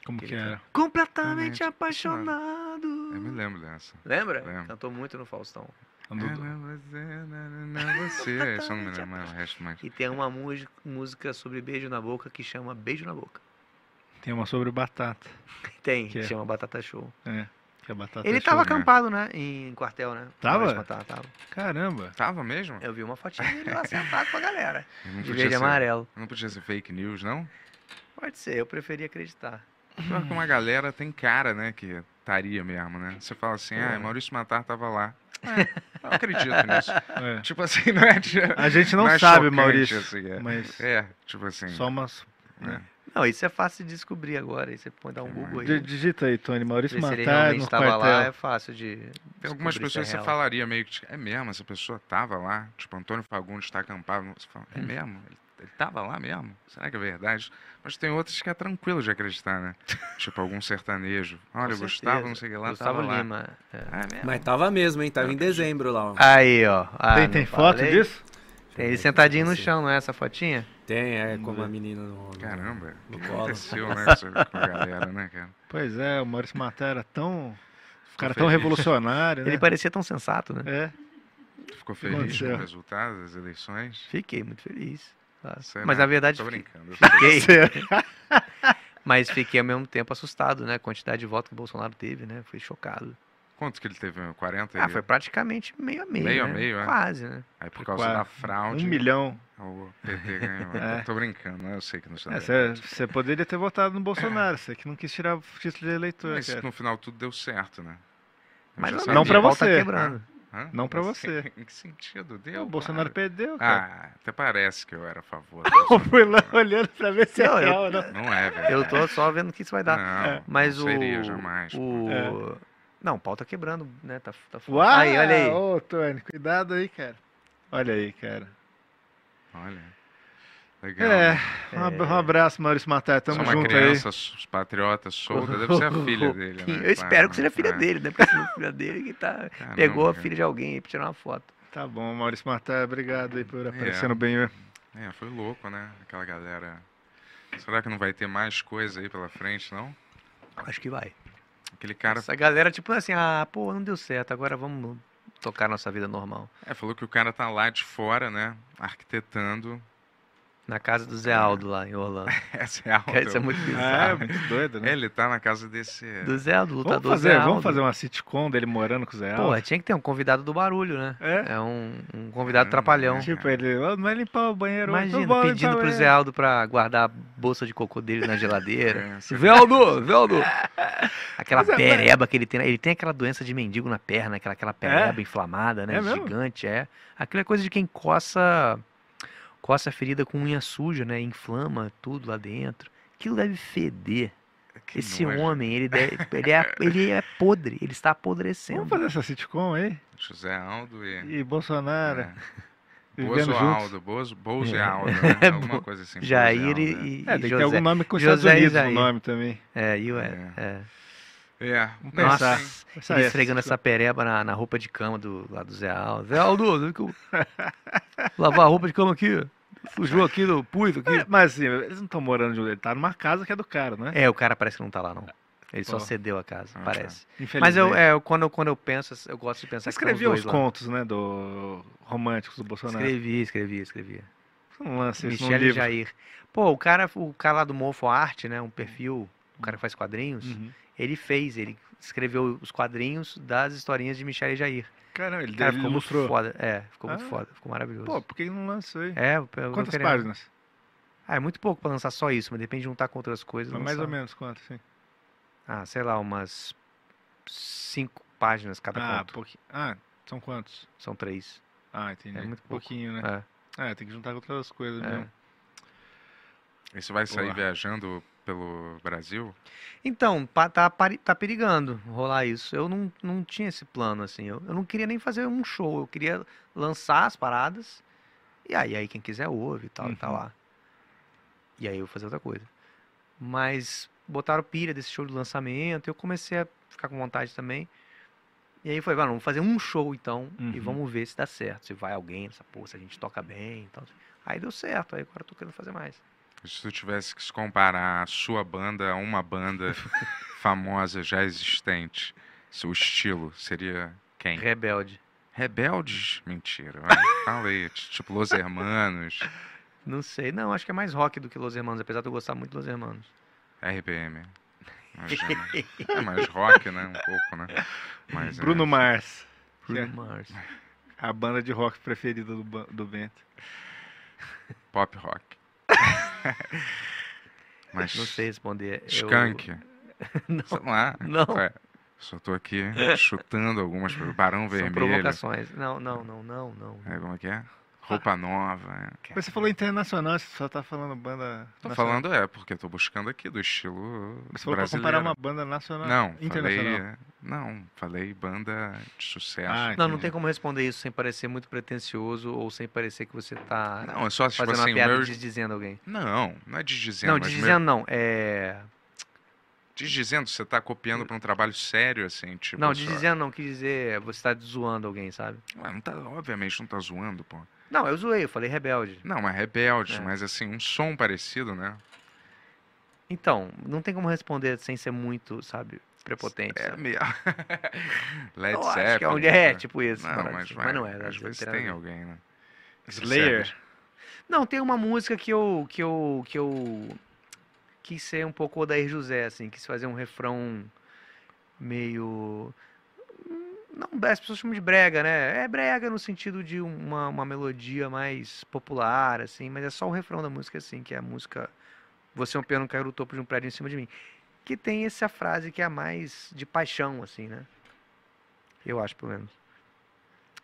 S3: Como que é?
S7: Aquele
S3: era? É
S7: Completamente
S2: Completamente
S7: apaixonado.
S2: Eu me lembro dessa.
S7: Lembra?
S2: Lembro.
S7: Cantou muito no Faustão.
S3: Quando-
S2: É, não, mas é, não, não, não, você. Eu só não me lembro mais o resto, mas.
S7: E tem uma mu- música sobre beijo na boca que chama Beijo na Boca.
S3: Tem uma sobre batata.
S7: Tem,
S3: Que
S7: que
S3: é?
S7: chama Batata Show.
S3: Que a batata
S7: Ele
S3: é
S7: tava
S2: né?
S7: acampado, né? Em quartel, né?
S3: Tava?
S7: Maurício Matar, tava.
S3: show. Caramba.
S2: Tava mesmo?
S7: Eu vi uma fotinha dele lá sentado com a galera.
S2: Eu não
S7: De
S2: podia
S7: verde e
S2: ser,
S7: amarelo.
S2: não podia ser fake news, não?
S7: Pode ser, eu preferia acreditar.
S2: Pior que uma galera tem cara, né, que estaria mesmo, né? Você fala assim, ah,
S7: É.
S2: Maurício Matar tava lá. É, não acredito nisso.
S3: É.
S2: Tipo assim, não é... de-
S3: A gente não,
S2: não é
S3: sabe,
S2: chocante,
S3: Maurício.
S2: assim, é.
S3: Mas
S2: É, tipo assim.
S3: só umas.
S7: Não, isso é fácil de descobrir agora. Aí você põe dar um Google aí.
S3: Di- Digita aí, Tony. Maurício
S7: Ver se ele
S3: Matar
S7: realmente
S3: no
S7: estava lá, é
S3: quartel.
S7: fácil de.
S2: Tem algumas
S7: descobrir se é
S2: pessoas que você
S7: real.
S2: falaria meio que, é mesmo, essa pessoa tava lá? Tipo, Antônio Fagundes tá acampado. Você fala, é mesmo? Ele, ele tava lá mesmo? Será que é verdade? Mas tem outras que é tranquilo de acreditar, né? tipo, algum sertanejo. Olha, eu
S7: Com
S2: gostava,
S7: certeza.
S2: não sei o que lá,
S7: Gustavo
S2: tava lá.
S7: Lima. é.
S2: Ah, é mesmo?
S4: Mas tava mesmo, hein? Tava em dezembro lá. ó.
S7: Aí, ó. Ah,
S3: Tem,
S7: não
S3: tem foto
S7: falei?
S3: disso?
S7: Tem ele sentadinho no chão, Hum. não é essa fotinha?
S4: Tem, é como a menina no. no-
S2: Caramba, o
S4: No
S2: que
S4: colo.
S2: aconteceu, né, com essa- com a galera, né, cara?
S3: Pois é, o Maurício Matar era tão. O cara
S2: Ficou
S3: tão
S2: feliz.
S3: revolucionário, né?
S7: Ele parecia tão sensato, né?
S3: É.
S2: Ficou
S3: que
S2: feliz com
S3: aconteceu?
S2: o resultado das eleições?
S7: Fiquei muito feliz. tá?
S2: Será?
S7: Mas na verdade,
S2: Tô
S7: fiquei-
S2: brincando. eu sei.
S3: é
S7: fiquei. Mas fiquei ao mesmo tempo assustado, né? A quantidade de votos que o Bolsonaro teve, né? Fui chocado.
S2: Quanto que ele teve? 40?
S7: Ah,
S2: e-
S7: foi praticamente meio a meio.
S2: Meio a
S7: né?
S2: meio, é.
S7: Quase, né?
S2: Aí por causa
S3: Qua-
S2: da
S3: Um
S2: fraude,
S3: milhão.
S2: o PT ganhou.
S3: É.
S2: Tô brincando, né? eu sei que não está.
S3: É, Você você poderia ter votado no Bolsonaro, você que não quis tirar o título de eleitor,
S2: Mas
S3: cara.
S2: no final tudo deu certo, né? Eu
S7: Mas
S2: já sabia.
S3: Não pra
S7: o pau tá
S3: você.
S7: quebrando.
S2: Hã?
S3: Não pra
S2: Mas
S3: você.
S2: Em que sentido
S3: Pô,
S2: deu?
S3: É, o Bolsonaro
S2: cara?
S3: perdeu, cara.
S2: Ah, até parece que eu era a favor. do
S3: Eu
S2: Bolsonaro.
S3: fui lá olhando pra ver se é
S7: Não, eu-
S3: real ou não.
S2: Não é, velho.
S7: Eu tô só vendo o que isso vai dar.
S2: Não,
S3: É.
S7: Mas
S2: não
S7: o.
S2: seria jamais.
S7: O...
S3: É.
S7: Não, o pau tá quebrando, né? Tá, tá foda.
S3: Uau!
S7: Aí, olha aí.
S3: Ô, Tony, cuidado aí, cara. Olha aí, cara.
S2: Olha. Legal.
S3: É,
S2: né?
S3: um ab- um abraço, Maurício Matar. Tamo
S2: Só uma
S3: junto aí.
S2: criança s- patriota solta, deve ser a filha dele,
S3: É
S2: né?
S7: Eu espero que seja
S2: Claro,
S7: a filha
S2: né?
S7: dele, né? Porque se não é a filha dele que tá.
S2: Caramba,
S7: Pegou a
S2: cara.
S7: filha de alguém aí pra tirar uma foto.
S3: Tá bom, Maurício Matar. Obrigado aí por aparecendo bem. viu?
S2: É, foi louco, né? Aquela galera. Será que não vai ter mais coisa aí pela frente, não?
S7: Acho que vai.
S2: Aquele cara.
S7: Essa galera, tipo assim, ah, pô, não deu certo, agora vamos tocar nossa vida normal.
S2: É, falou que o cara tá lá de fora, né? Arquitetando.
S7: Na casa do
S3: É.
S7: Zé Aldo lá em Orlando.
S2: Essa é a
S7: Cara, isso é
S2: auto-
S7: muito
S3: Ah, é
S7: bizarro.
S3: muito doido, né?
S2: Ele tá na casa desse.
S7: Do Zé Aldo, lutador
S3: É, Vamos fazer,
S7: Zé Aldo.
S3: vamos fazer uma sitcom dele morando com o Zé Aldo?
S7: Pô, tinha que ter um convidado do barulho, né?
S3: É?
S7: É um, um convidado
S2: Caramba,
S7: trapalhão.
S2: né?
S3: Tipo, ele, "Ô, não vai limpar o banheiro hoje, então, não
S7: Imagina,
S3: vou limpar
S7: pedindo
S3: o
S7: pro Zé
S3: banheiro."
S7: Aldo pra guardar a bolsa de cocô dele na geladeira.
S2: É, essa-
S7: Veldo, Veldo! Aquela
S3: Mas é, mas-
S7: pereba que ele tem. né? Ele tem aquela doença de mendigo na perna, aquela, aquela pereba inflamada, né?
S3: É mesmo?
S7: Gigante, é. Aquilo é coisa de quem coça coça a ferida com unha suja, né? Inflama tudo lá dentro. Aquilo deve feder.
S2: que
S7: Esse
S2: nojo.
S7: homem, ele, deve, ele, é, ele é podre, ele está
S3: Vamos
S7: apodrecendo.
S3: fazer essa sitcom aí?
S2: José Aldo
S7: É.
S2: e.
S3: E Bolsonaro
S2: é.
S3: vivendo
S2: Bozo
S3: juntos.
S2: Aldo, Bozo, Bozo e Aldo, né?
S7: É,
S2: Alguma
S7: Bo-
S2: coisa assim. Bozo e
S7: Jair
S2: Aldo,
S7: e,
S2: é.
S3: É,
S7: e-
S3: tem
S7: e
S3: que ter
S7: José.
S3: algum nome com os
S7: José
S3: Estados Unidos
S7: Isaí.
S3: no nome também.
S7: É, e o
S2: É.
S7: é. é.
S2: É,
S3: Vamos
S7: Nossa,
S3: pensar.
S2: assim,
S3: Essa
S7: Ele
S3: é,
S7: esfregando
S3: essa
S7: essa pereba na, na roupa de cama do, lá do Zé Aldo. Zé Aldo, vem que eu- lavar a roupa de cama aqui. Sujou aqui do puito
S3: É,
S7: aqui.
S3: Mas assim, eles não estão morando junto, ele tá numa casa que é do cara, né?
S7: É, o cara parece que não tá lá, não. Ele só
S3: Pô.
S7: cedeu a casa,
S2: Ah, tá.
S7: parece.
S3: Infelizmente.
S7: Mas eu, é, eu- quando, eu- quando eu penso, eu gosto de
S3: Você
S7: pensar que estão os
S3: escrevia uns
S7: dois lá.
S3: contos, né, do românticos do Bolsonaro.
S7: Escrevi, escrevi, escrevi.
S3: Você não lança isso num
S7: Michele
S3: livro.
S7: Jair. Pô, o cara, o cara lá do Mofo Arte, né? Um perfil, o cara que faz quadrinhos,
S3: Uhum.
S7: ele fez, ele escreveu os quadrinhos das historinhas de Michele Jair.
S3: Caramba, ele,
S7: Cara,
S3: ele
S7: ficou muito
S3: ilustrou.
S7: foda. É, ficou muito
S3: Ah.
S7: foda, ficou maravilhoso.
S3: Pô, por que ele não lançou aí?
S7: É, eu- eu
S3: Quantas
S7: queria-
S3: páginas?
S7: Ah, é muito pouco pra lançar só isso, mas depende de juntar com outras coisas.
S3: Mas mais ou
S7: lançar-
S3: menos quantas, sim.
S7: Ah, sei lá, umas cinco páginas cada
S3: Ah,
S7: conto.
S3: pouqui- ah, são quantos?
S7: São três.
S3: Ah, entendi.
S7: É muito pouco.
S3: pouquinho, né?
S7: É.
S3: Ah, tem que juntar com outras coisas
S7: É.
S3: mesmo.
S2: Esse vai sair
S3: Boa.
S2: viajando pelo Brasil?
S7: Então, pa- tá, pari- tá perigando rolar isso. Eu não, não tinha esse plano, assim. Eu, eu não queria nem fazer um show, eu queria lançar as paradas. E aí, aí quem quiser ouve e tal, e tá
S3: Uhum.
S7: lá. E aí eu vou fazer outra coisa. Mas botaram pilha desse show de lançamento, eu comecei a ficar com vontade também. E aí foi, "Mano, vamos fazer um show então, e
S3: Uhum.
S7: vamos ver se dá certo, se vai alguém nessa porra, se a gente toca bem e tal. Aí deu certo, aí agora eu tô querendo fazer mais.
S2: Se tu tivesse que se comparar a sua banda a uma banda famosa já existente, seu estilo seria quem?
S7: Rebelde.
S2: Rebeldes? Mentira. olha, Falei. t- Tipo Los Hermanos,
S7: Não sei, não, acho que é mais rock do que Los Hermanos, apesar de eu gostar muito de Los Hermanos.
S2: RPM. imagina. É mais rock, né? Um pouco, né? Mas, é,
S3: Bruno Mars,
S7: Bruno
S3: Certo.
S7: Mars.
S3: a banda de rock preferida do, Ban- do Bento.
S2: Pop rock. Mas
S7: Não sei responder. eu-
S2: Skunk. Sei lá.
S7: Não,
S2: Ué, só tô aqui chutando algumas. pro- Barão
S7: são
S2: Vermelho.
S7: provocações. Ah. Não, não, não, não, não.
S2: É, como é que é? Roupa nova. é.
S3: Mas você falou internacional, você só tá falando banda
S2: Tô
S3: nacional.
S2: falando, é, porque tô buscando aqui do estilo
S3: Você falou pra
S2: brasileiro.
S3: comparar uma banda nacional,
S2: Não,
S3: internacional.
S2: falei. é, Não, falei banda de sucesso.
S3: Ah,
S7: Não, não
S3: entendi.
S7: tem como responder isso sem parecer muito pretencioso ou sem parecer que você tá
S2: Não, é só tipo
S7: fazendo
S2: assim,
S7: uma piada
S2: meu-
S7: desdizendo alguém.
S2: Não, não é desdizendo,
S7: Não,
S2: mas meu-
S7: desdizendo não. É...
S2: desdizendo, você tá copiando pra um trabalho sério, assim, tipo.
S7: Não,
S2: só-
S7: desdizendo não, quis dizer você tá zoando alguém, sabe?
S2: Ué, não tá, obviamente não tá zoando, pô.
S7: Não, eu zoei, eu falei rebelde.
S2: Não, mas rebelde,
S7: É.
S2: mas assim, um som parecido, né?
S7: Então, não tem como responder sem ser muito, sabe, prepotente.
S2: É
S7: sabe?
S2: meio. Led
S7: Eu
S2: Zeppelin.
S7: acho que é onde é,
S2: tá?
S7: tipo isso.
S2: Não,
S7: parada
S2: mas,
S7: assim.
S2: vai,
S7: mas não é,
S2: às vezes
S7: tem
S2: tem alguém, né? Que
S3: Slayer?
S2: serve.
S7: Não, tem uma música que eu que eu que eu quis ser um pouco Odair José, assim, quis fazer um refrão meio hum, não, as pessoas chamam de brega, né? É brega no sentido de uma, uma melodia mais popular, assim, mas é só o refrão da música, assim, que é a música Você é um piano que caiu do topo de um prédio em cima de mim. Que tem essa frase que é a mais de paixão, assim, né? Eu acho, pelo menos.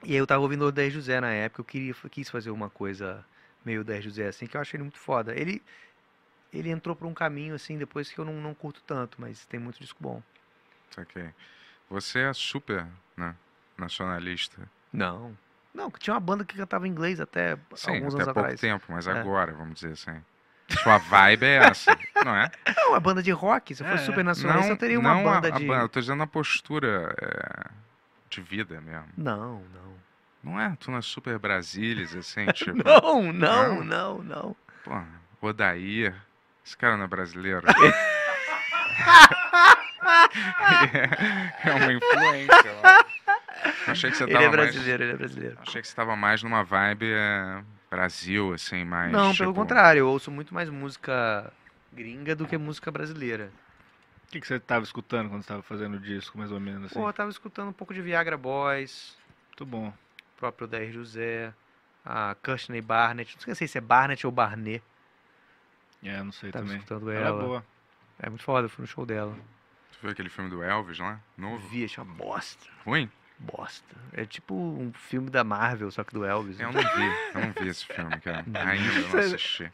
S7: E aí eu tava ouvindo o Odair José na época, eu queria, quis fazer uma coisa meio 10 José, assim, que eu acho ele muito foda. Ele, ele entrou por um caminho, assim, depois que eu não, não curto tanto, mas tem muito disco bom.
S2: Saquei. tá Você é super, né? Nacionalista.
S7: Não. Não, que tinha uma banda que cantava em inglês até
S2: Sim,
S7: alguns
S2: até
S7: anos
S2: pouco
S7: atrás.
S2: tempo, mas
S7: É.
S2: agora, vamos dizer assim. Sua vibe é essa, não é?
S7: Não, é banda de rock. Se eu fosse
S3: É,
S7: super nacionalista, eu teria uma
S2: não
S7: banda
S2: a, a
S7: de.
S2: banda, eu tô dizendo a postura é, de vida mesmo.
S7: Não, não.
S2: Não é? Tu não é super Brasilis, assim, tipo.
S7: Não, não, não, não.
S2: Pô, Odair. Esse cara não é brasileiro. é uma influência lá. Eu Achei que você
S7: Ele
S2: Então tava
S7: é
S2: mais.
S7: brasileiro, ele é brasileiro.
S2: Achei que você tava mais numa vibe é, Brasil, assim, mais.
S7: Não,
S2: tipo,
S7: pelo contrário, eu ouço muito mais música gringa do que música brasileira.
S3: O que, que você tava escutando quando você tava fazendo o disco, mais ou menos assim?
S7: Pô, eu tava escutando um pouco de Viagra Boys,
S3: Muito bom.
S7: próprio Odair José, a Kirsten Barnett, não sei se é Barnett ou Barnet,
S3: É, não sei
S7: tava
S3: também.
S7: escutando
S3: Ela é
S7: ela.
S3: boa.
S7: É muito foda, eu fui no show dela.
S2: Tu viu aquele filme do Elvis lá? Novo?
S7: Vi, achei uma bosta,
S2: Ruim?
S7: bosta. É tipo um filme da Marvel, só que do Elvis.
S3: É um
S2: Eu não vi. Eu não vi esse filme, cara. Ainda não assisti.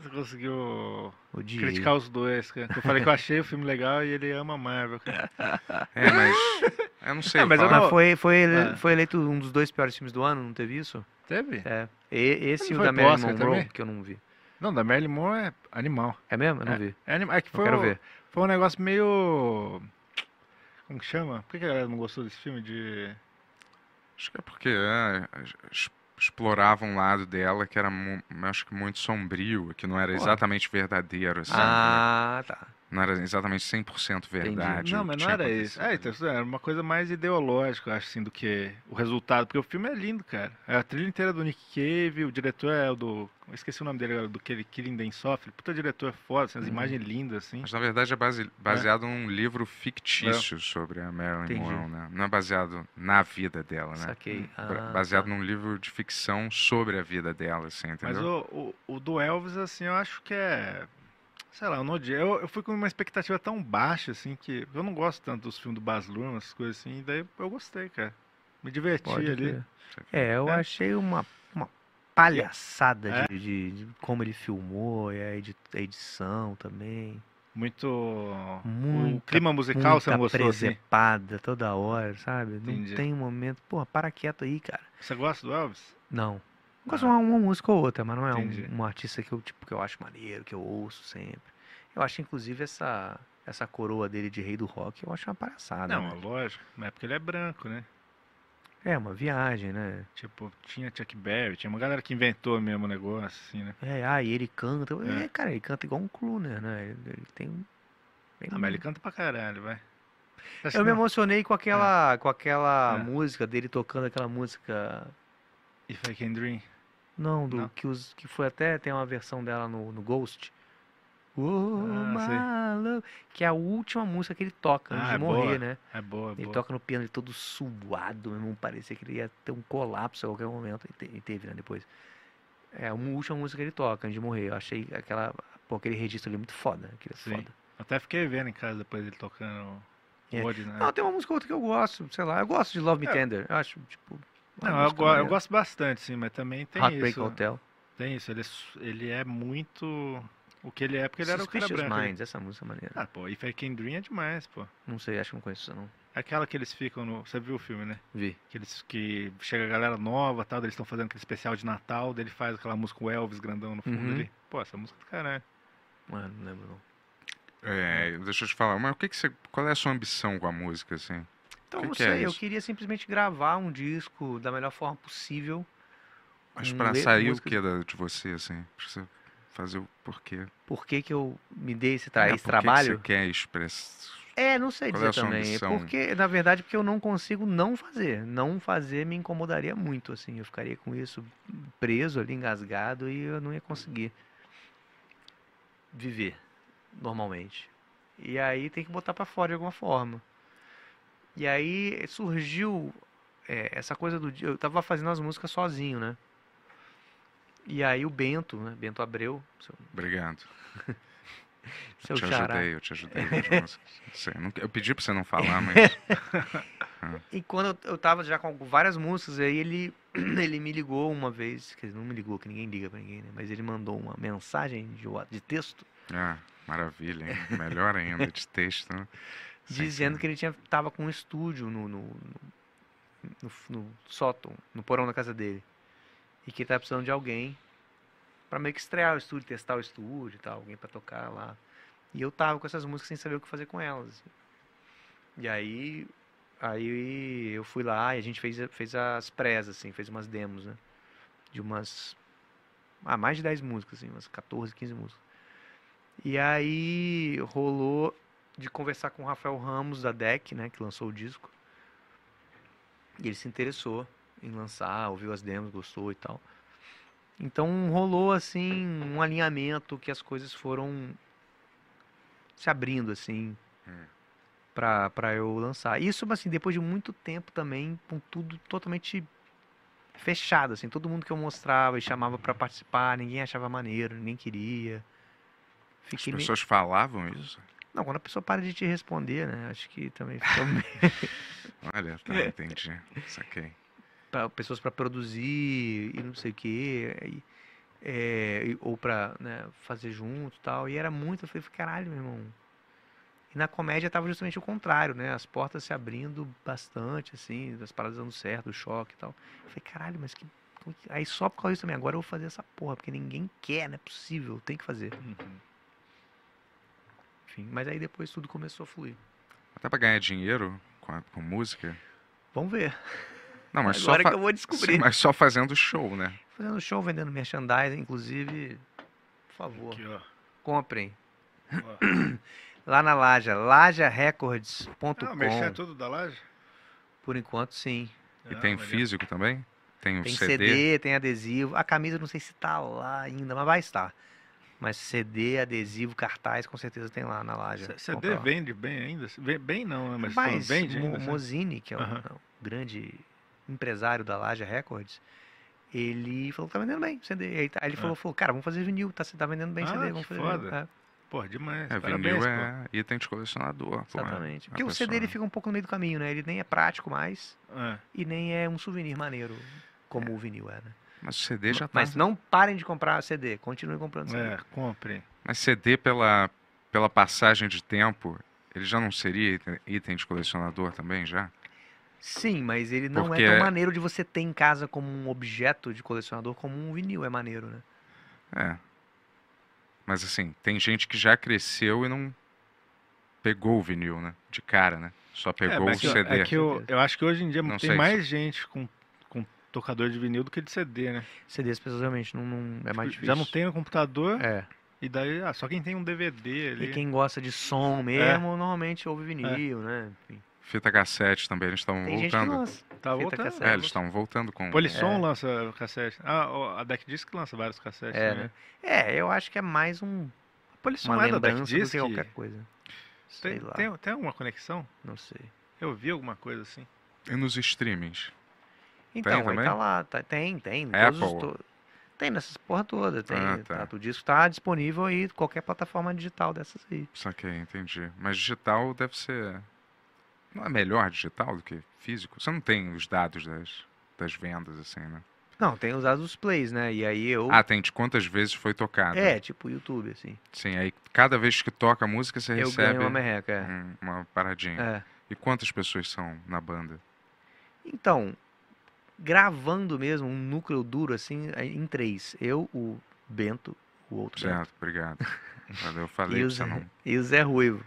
S3: Você conseguiu
S7: Odiei.
S3: criticar os dois, cara. Eu falei que eu achei o filme legal e ele ama Marvel, cara.
S2: É, mas. Eu não sei. é
S3: Ah, mas eu
S2: falar-
S7: É, Mas foi, foi, ele-
S3: Ah.
S7: foi eleito um dos dois piores filmes do ano, não teve isso?
S3: Teve?
S7: É. E, esse e
S3: Mas não
S7: o da
S3: foi pro
S7: Marilyn
S3: Oscar
S7: Monroe,
S3: também?
S7: que eu não vi.
S3: Não, da Marilyn Monroe é animal.
S7: É mesmo? Eu não vi.
S3: É, anima- é que
S7: Eu
S3: foi,
S7: quero
S3: o-
S7: ver.
S3: foi um negócio meio... Como que chama? Por que a galera não gostou desse filme de...
S2: Acho que é porque é, es- es- explorava um lado dela que era, mu- acho que, muito sombrio, que não era
S7: Porra.
S2: exatamente verdadeiro, assim.
S7: Ah, tá.
S2: Não era exatamente 100%
S7: Ah,
S2: verdade.
S3: Não,
S2: o que
S3: mas não
S2: tinha
S3: era isso. É,
S2: acontecido.
S3: então, era uma coisa mais ideológica, eu acho, assim, do que o resultado. Porque o filme é lindo, cara. É a trilha inteira do Nick Cave, o diretor é o do... Eu esqueci o nome dele agora, do aquele Killing Dan Software. Puta diretor foda, assim, as
S7: Uhum.
S3: imagens lindas, assim.
S2: Mas na verdade é base- baseado num livro fictício
S3: É.
S2: sobre a Marilyn
S7: Entendi.
S2: Monroe, né? Não é baseado na vida dela, né?
S7: Saquei.
S2: Bra-
S7: Ah,
S2: baseado
S7: tá.
S2: num livro de ficção sobre a vida dela, assim, entendeu?
S3: Mas o, o, o do Elvis, assim, eu acho que é. Sei lá, eu não odiei. Eu, eu fui com uma expectativa tão baixa, assim, que eu não gosto tanto dos filmes do Baz Luhrmann, essas coisas assim, e daí eu gostei, cara. Me diverti
S7: Pode
S3: ali.
S7: crer. É, eu
S3: É.
S7: achei uma, uma palhaçada
S3: É.
S7: de, de- de como ele filmou, e a edi- a edição também.
S3: Muito. o
S7: Muita-
S3: clima musical você não
S7: Muita
S3: gostou assim?
S7: presepada toda hora, sabe?
S3: Entendi.
S7: Não tem momento. Porra, para quieto aí, cara.
S3: Você gosta do Elvis?
S7: Não. Eu Gosto
S3: Ah.
S7: de uma, uma música ou outra, mas não é um,
S3: Entendi.
S7: um artista que eu, tipo, que eu acho maneiro, que eu ouço sempre. Eu acho, inclusive, essa, essa coroa dele de rei do rock, eu acho uma palhaçada.
S3: Não,
S7: né?
S3: é lógico. Mas é porque ele é branco, né?
S7: É, uma viagem, né?
S3: Tipo, tinha Chuck Berry, tinha uma galera que inventou mesmo o negócio, assim, né?
S7: É, ah, e ele canta.
S3: É.
S7: É, cara, ele canta igual um crooner, né? Ele, ele tem um. tem
S3: Ah,
S7: um-
S3: mas ele canta pra caralho, vai. Acho
S7: Eu
S3: que
S7: me
S3: não-
S7: emocionei com aquela, com aquela
S3: É.
S7: música dele tocando aquela música.
S3: If I Can Dream.
S7: Não, do
S3: Não.
S7: que os que foi até tem uma versão dela no, no Ghost. Oh,
S3: Ah, sei.
S7: my love, que é a última música que ele toca antes
S3: Ah,
S7: de
S3: é
S7: morrer,
S3: boa,
S7: né?
S3: É boa, é
S7: Ele
S3: boa.
S7: toca no piano, ele todo suado, meu irmão, parecia que ele ia ter um colapso a qualquer momento, e, te- e teve, né, depois. É a mu- última música que ele toca antes de morrer. Eu achei aquela, pô, aquele registro ali muito foda, aquele é
S3: Sim.
S7: foda.
S3: Até fiquei vendo em casa depois ele tocando
S7: É.
S3: o né? Ordinary.
S7: Não, tem uma música ou outra que eu gosto, sei lá, eu gosto de Love Me
S3: É.
S7: Tender, eu acho, tipo, uma
S3: Não, eu,
S7: música
S3: go- eu
S7: maneira.
S3: gosto bastante, sim, mas também tem
S7: Heartbreak
S3: isso.
S7: Hotel,
S3: Tem isso, ele é, su- ele é muito o que ele é, porque ele era o cara
S7: Suspicious
S3: branco. né?
S7: Minds, essa música é maneira.
S3: Ah, pô, If I Can Dream é demais, pô. É
S7: Não sei, acho que não conheço essa não.
S3: Aquela que eles ficam no. Você viu o filme, né?
S7: Vi.
S3: Que, eles, que chega a galera nova tal, daí eles estão fazendo aquele especial de Natal, daí ele faz aquela música o Elvis grandão no fundo
S7: Uhum.
S3: ali. Pô, essa música é do caralho.
S7: Mano, não lembro não.
S2: É,
S3: Hum.
S2: deixa eu te falar, mas o que que você, qual é a sua ambição com a música, assim?
S7: Então,
S2: Que
S7: não
S2: que é
S7: sei, eu
S2: isso?
S7: queria simplesmente gravar um disco da melhor forma possível.
S2: Mas
S7: Hum,
S2: pra
S7: le-
S2: sair o
S7: músicas-
S2: que da, de você, assim? Pra você fazer o porquê?
S7: Por que que eu me dei Tá, esse,
S2: É,
S7: tra- esse
S2: por que que
S7: trabalho?
S2: você quer expressar?
S7: É, não sei
S2: Qual é a
S7: dizer
S2: sua
S7: também. É
S2: ambição?
S7: porque, na verdade, porque eu não consigo não fazer. Não fazer me incomodaria muito, assim. Eu ficaria com isso preso ali, engasgado, e eu não ia conseguir viver normalmente. E aí tem que botar pra fora de alguma forma. E aí surgiu é, essa coisa do dia. Eu tava fazendo as músicas sozinho, né? E aí o Bento, né? Bento Abreu, seu,
S2: Obrigado.
S7: seu
S2: te
S7: xará.
S2: ajudei, eu te ajudei. com as músicas. Não sei, eu nunca- eu pedi pra você não falar, mas.
S7: E quando eu- eu tava já com várias músicas, aí ele, ele me ligou uma vez, quer dizer, não me ligou, que ninguém liga pra ninguém, né? Mas ele mandou uma mensagem de, wa- de texto
S2: Ah, maravilha, hein? Melhor ainda, de texto. né? Sim,
S7: dizendo
S2: sim.
S7: que ele tinha, tava com um estúdio no, no, no- no f- no sótão, no porão da casa dele. E que ele tava precisando de alguém pra meio que estrear o estúdio, testar o estúdio e tal, alguém pra tocar lá. E eu tava com essas músicas sem saber o que fazer com elas. assim. E aí, aí eu fui lá e a gente fez, a- fez as prés, assim, fez umas demos, né? De umas. Ah, mais de 10 músicas, assim, umas 14, 15 músicas. E aí rolou de conversar com o Rafael Ramos da DEC, né, que lançou o disco. E ele se interessou em lançar, ouviu as demos, gostou e tal. Então rolou assim um alinhamento que as coisas foram se abrindo assim
S2: Hum.
S7: pra para eu lançar. Isso assim, depois de muito tempo também, com tudo totalmente fechado assim, todo mundo que eu mostrava e chamava pra participar, ninguém achava maneiro, ninguém queria.
S2: As
S7: Fiquei meio-
S2: pessoas falavam isso?
S7: não, quando a pessoa para de te responder, né? Acho que também fica meio-
S2: Olha, tá, entendi. Saquei.
S7: pra, pessoas para produzir e não sei o quê, e- é, e- ou para fazer junto e tal. E era muito, eu falei, caralho, meu irmão. E na comédia tava justamente o contrário, né? As portas se abrindo bastante, assim, as paradas dando certo, o choque e tal. Eu falei, caralho, mas que. como que-" Aí só por causa disso também, agora eu vou fazer essa porra, porque ninguém quer, não é possível, tem que fazer. Uhum. Enfim, mas aí depois tudo começou a fluir.
S2: Até pra ganhar dinheiro com, a- com música?
S7: Vamos ver.
S2: Não, mas só,
S7: agora
S2: fa-
S7: que eu vou descobrir.
S2: Sim, mas só fazendo show, né?
S7: Fazendo show, vendendo merchandising, inclusive, por favor,
S3: Aqui, ó.
S7: comprem.
S3: ó.
S7: Lá na Laja, lajarecords.com.
S3: Ah, o merchan é tudo da laje?
S7: Por enquanto, sim.
S2: E
S3: Ah,
S2: tem
S3: maneiro.
S2: físico também?
S3: Um
S2: Tem o
S7: Tem CD.
S2: CD?
S7: tem adesivo. A camisa não sei se tá lá ainda, mas vai estar. Mas CD, adesivo, cartaz, com certeza tem lá na Laja.
S3: C-
S7: Compra
S3: CD
S7: lá.
S3: vende bem ainda? Vê- Bem não, né? Mas, pô,
S7: Mas
S3: vende
S7: Mo-
S3: ainda? assim?
S7: Mozini, que é um,
S3: Aham.
S7: é um grande empresário da Laja Records, ele falou que tá vendendo bem CD. Aí, tá- aí ele
S3: Ah.
S7: falou, falou, cara, vamos fazer vinil, tá, tá vendendo bem
S3: Ah,
S7: CD,
S3: que
S7: vamos fazer vinil.
S3: foda.
S7: É.
S3: Pô, demais.
S2: É,
S3: Parabéns,
S2: vinil
S3: pô.
S2: é item de colecionador, pô.
S7: Exatamente.
S2: a
S7: Porque o CD ele
S2: pessoa-
S7: fica um pouco no meio do caminho, né? Ele nem é prático mais
S3: É.
S7: e nem é um souvenir maneiro, como o vinil é, né?
S2: Mas o CD já tá.
S7: Mas não parem de comprar CD, continuem comprando CD.
S3: É, compre.
S2: Mas CD pela, pela passagem de tempo, ele já não seria item- item de colecionador também, já?
S7: Sim, mas ele não
S2: Porque
S7: é tão
S2: é-
S7: maneiro de você ter em casa como um objeto de colecionador, como um vinil é maneiro, né?
S2: É. Mas assim, tem gente que já cresceu e não pegou o vinil, né? De cara, né? Só
S3: É,
S2: pegou
S3: mas
S2: o
S3: é que-
S2: CD.
S3: É que eu, eu acho que hoje em dia
S2: Não
S3: tem
S2: sei
S3: mais gente com, com tocador de vinil do que de CD, né?
S7: CD as pessoas realmente não, não- é mais difícil.
S3: Tipo, Já não tem no computador,
S7: É.
S3: e daí, ah, só quem tem um DVD ali.
S7: E quem gosta de som mesmo, normalmente ouve vinil, né? Enfim,
S2: Fita cassete também, eles estão
S7: Tem gente que
S2: voltando.
S7: lança.
S3: tá
S7: fita
S3: voltando.
S7: cassete.
S2: É, eles estão voltando com.
S3: Polisson
S7: É.
S3: lança cassete. Ah, ó, a Deck Disc lança vários cassetes
S7: É,
S3: também.
S7: né? É, eu acho que é mais um,
S3: A Polisson
S7: uma
S3: é da Deck
S7: lembrança do
S3: Disc?
S7: que qualquer coisa. Sei
S3: Tem,
S7: lá,
S3: tem, tem alguma conexão?
S7: não sei.
S3: Eu vi alguma coisa assim.
S2: é, E nos streamings.
S7: Então, aí
S2: também?
S7: tá lá, tá- tem, tem. em todos os
S2: Apple?
S7: to- Tem nessas porra toda, tem.
S2: Ah, tá.
S7: tá, o disco tá disponível aí, em qualquer plataforma digital dessas aí.
S2: Saquei, entendi. Mas digital deve ser. Não é melhor digital do que físico? Você não tem os dados das, das vendas, assim, né?
S7: Não, tem os dados dos plays, né? E aí eu.
S2: Ah, tá. tem de quantas vezes foi tocado.
S7: é, tipo YouTube, assim.
S2: Sim, aí cada vez que toca a música você
S7: Eu
S2: recebe
S7: ganho uma merreca.
S2: um- uma
S7: é.
S2: paradinha.
S7: É.
S2: E quantas pessoas são na banda?
S7: Então, gravando mesmo, um núcleo duro, assim, aí em três. Eu, o Bento, o outro Bento,
S2: Certo, obrigado. Valeu, eu falei
S7: E
S2: pra
S7: o
S2: você
S7: Zé-
S2: não.
S7: e o Zé Ruivo.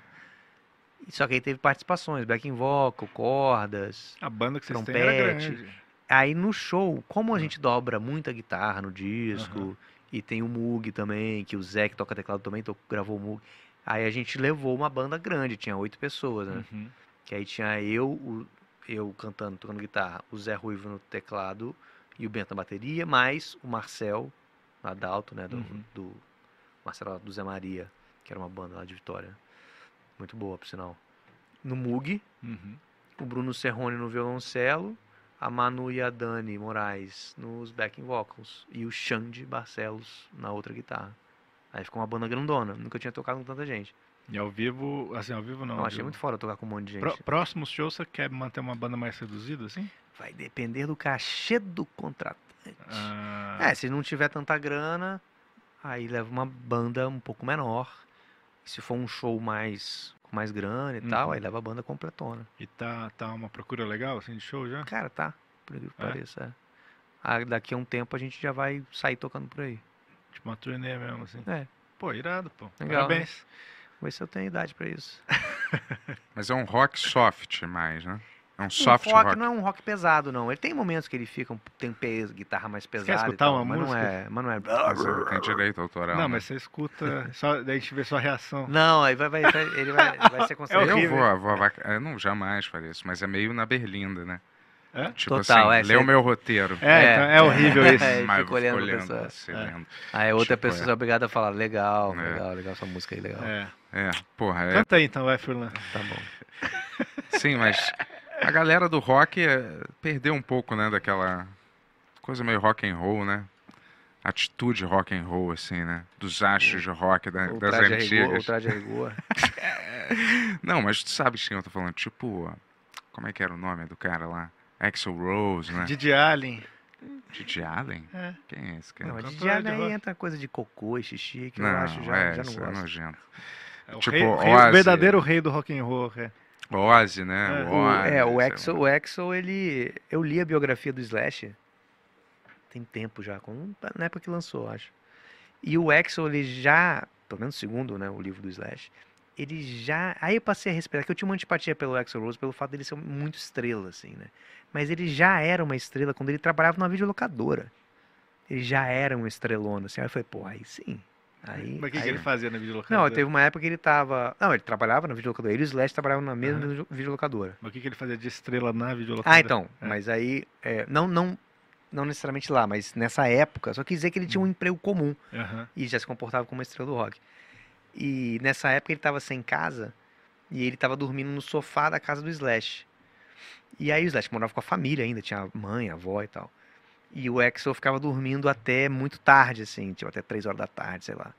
S7: Só que aí teve participações, backing vocal, cordas.
S3: A banda que vocês
S7: Trompete.
S3: têm era grande.
S7: Aí no show, como a gente dobra muita guitarra no disco,
S3: Hum. Aham.
S7: e tem o Moog também, que o Zé que toca teclado também to- gravou o Moog. Aí a gente levou uma banda grande, tinha oito pessoas, né?
S3: Uhum.
S7: Que aí tinha eu, o- eu cantando, tocando guitarra, o Zé Ruivo no teclado e o Bento na bateria, mais o Marcel, Adalto, né? Do,
S3: Uhum.
S7: do Marcelo do Zé Maria, que era uma banda lá de Vitória. Muito boa, por sinal. No Moog,
S3: Uhum.
S7: o Bruno Serrone no violoncelo, a Manu e a Dani Moraes nos backing vocals e o Xande Barcelos na outra guitarra. Aí ficou uma banda grandona, nunca tinha tocado com tanta gente.
S3: E ao vivo, assim, ao vivo não.
S7: Não,
S3: ao
S7: achei
S3: vivo.
S7: muito foda tocar com um monte de gente.
S3: Pró- próximo show você quer manter uma banda mais reduzida, assim?
S7: Vai depender do cachê do contratante.
S3: Ah,
S7: É, se não tiver tanta grana, aí leva uma banda um pouco menor. Se for um show mais com mais grana e tal,
S3: Uhum.
S7: aí leva a banda completona.
S3: E tá, tá uma procura legal, assim, de show já?
S7: Cara, tá, por incrível que
S3: É?
S7: pareça. é. Ah, daqui a um tempo a gente já vai sair tocando por aí.
S3: Tipo uma turnê mesmo, assim.
S7: É.
S3: Pô, irado, pô.
S7: Legal, né?
S3: Parabéns.
S7: Vamos ver se eu tenho idade pra isso.
S2: Mas é um rock soft mais, né? É um
S7: Um
S2: soft
S7: rock,
S2: rock.
S7: não é um rock pesado, não. Ele tem momentos que ele fica, um- tem peso, guitarra mais
S3: quer
S7: pesada. e
S3: escutar
S7: tal,
S3: uma
S7: mas não
S3: música?
S7: é. Mas não é.
S2: Mas é, tem direito autoral.
S3: Não,
S2: né?
S3: mas você escuta, só, daí a gente vê sua reação.
S7: Não, aí vai, vai- vai- ele vai, vai ser
S3: É
S7: considerado.
S2: eu
S3: horrível.
S2: vou, vou avaca- eu não jamais faria isso, mas é meio na berlinda, né?
S3: É?
S2: Tipo
S7: Total,
S2: assim,
S7: é,
S2: lê o
S7: você-
S2: meu roteiro.
S3: É, então é horrível isso.
S7: É,
S2: Mas eu
S7: fico olhando pra pessoa.
S2: você
S3: É.
S2: assim, lendo.
S7: Aí outra
S2: Tipo,
S7: pessoa é obrigada a falar, legal,
S2: É.
S7: legal, legal sua música aí, legal.
S3: É.
S2: É, porra, é
S3: Canta aí então, vai, Furlan.
S7: Tá bom.
S2: Sim, mas a galera do rock eh, perdeu um pouco, né, daquela coisa meio rock and roll, né? Atitude rock and roll, assim, né? Dos astros de rock da-
S7: O
S2: É, das
S7: traje a rigor, o
S2: antigas.
S7: traje é a rigor.
S2: Não, mas tu sabe sim, eu tô falando, tipo, ó, como é que era o nome do cara lá? Axel Rose, né?
S3: Didi Allen.
S2: Didi Allen?
S3: É.
S2: Quem é esse cara?
S7: Não, mas
S3: cantor
S7: já
S3: de
S7: aí
S3: rock.
S7: entra coisa de cocô e xixi, que eu
S2: Não,
S7: acho já,
S2: é,
S7: já não
S2: isso é
S7: gosto.
S2: nojento.
S3: É o,
S2: Tipo,
S3: rei, o rei-
S2: Ozzy.
S3: o verdadeiro rei do rock and roll. É.
S2: Ozzy, né?
S3: É.
S2: O
S7: O- é, o
S2: Ozzy,
S7: Axel, o Axel, ele. Eu li a biografia do Slash. Tem tempo já, quando, na época que lançou, eu acho. E o Axel, ele já. Pelo menos segundo, né? O livro do Slash. Ele já. Aí eu passei a respeitar, que eu tinha uma antipatia pelo Axel Rose, pelo fato dele ser muito estrela, assim, né? Mas ele já era uma estrela quando ele trabalhava numa videolocadora. Ele já era um estrelona, assim. Aí eu falei, pô, aí sim. Aí,
S3: Mas o que, que
S7: aí
S3: ele fazia na videolocadora?
S7: Não, teve uma época que ele tava. Não, ele trabalhava na videolocadora. Ele e o Slash trabalhavam na mesma video- videolocadora.
S3: Mas o que, que ele fazia de estrela na videolocadora?
S7: Ah, então.
S3: É.
S7: Mas aí, é, não, não, não necessariamente lá, mas nessa época. Só quis dizer que ele tinha um emprego comum
S3: Aham.
S7: e já se comportava como uma estrela do rock. E nessa época ele estava sem casa e ele estava dormindo no sofá da casa do Slash. E aí o Slash morava com a família ainda, tinha a mãe, a avó e tal. E o Axel ficava dormindo até muito tarde, assim, tipo até 3 horas da tarde, sei lá.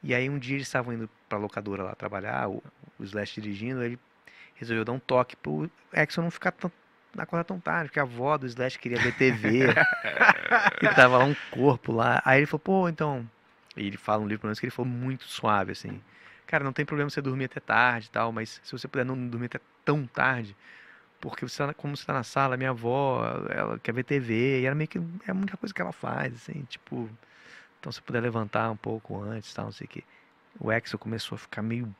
S7: E aí um dia eles estavam indo pra locadora lá trabalhar, o, o Slash dirigindo, ele resolveu dar um toque pro Axel não ficar tão, não acordar tão tarde, porque a avó do Slash queria ver TV. e tava lá um corpo lá. Aí ele falou, pô, então. E ele fala um livro, pelo menos, que ele falou muito suave, assim. Cara, não tem problema você dormir até tarde e tal, mas se você puder não dormir até tão tarde, porque você tá, na- como você tá na sala, minha avó, ela quer ver TV, e ela meio que é a única coisa que ela faz, assim, tipo. Então se puder levantar um pouco antes, tal, não sei o quê. O Axel começou a ficar meio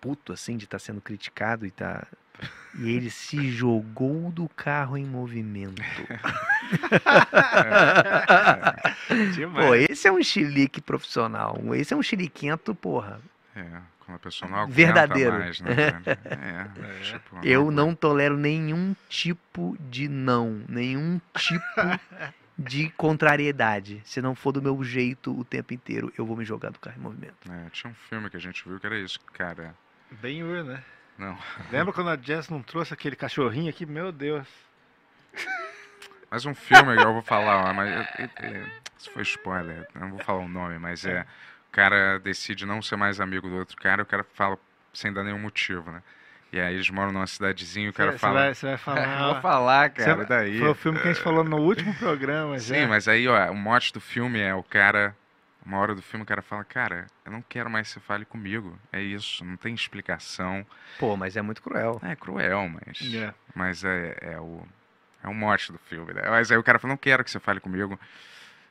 S7: puto assim de estar sendo criticado e tá e ele se jogou do carro em movimento.
S3: Demais.
S7: Pô, esse é um chilique profissional. Esse é um chiliquento, porra.
S2: É, quando a pessoa não aguenta
S7: Verdadeiro.
S2: mais, né? cara? É,
S3: É.
S2: tipo,
S7: Eu
S2: aguenta.
S7: não tolero nenhum tipo de não, nenhum tipo de contrariedade. Se não for do meu jeito o tempo inteiro, eu vou me jogar do carro em movimento.
S2: É, tinha um filme que a gente viu que era isso, cara.
S3: Bem Ur, né?
S2: Não.
S3: Lembra quando a Jess não trouxe aquele cachorrinho aqui? Meu Deus.
S2: Mas um filme que eu vou falar, ó, mas é, é, é, isso foi spoiler, eu não vou falar o nome, mas é. O cara decide não ser mais amigo do outro cara, o cara fala sem dar nenhum motivo, né? E aí eles moram numa cidadezinha e o cara
S3: Cê- cê
S2: fala. "É,
S3: vai- Você vai,
S2: Eu vou
S3: falar.
S2: falar,
S3: Cê-
S2: cara, daí.
S3: Foi o filme é. que a gente falou no último programa já.
S2: Sim, mas aí, ó, o mote do filme é o cara. Uma hora do filme o cara fala, cara, eu não quero mais que você fale comigo. É isso, não tem explicação.
S7: Pô, mas é muito cruel.
S2: É cruel, mas.
S3: É.
S2: Mas é, é o. É o mote do filme, né? Mas aí o cara fala, não quero que você fale comigo.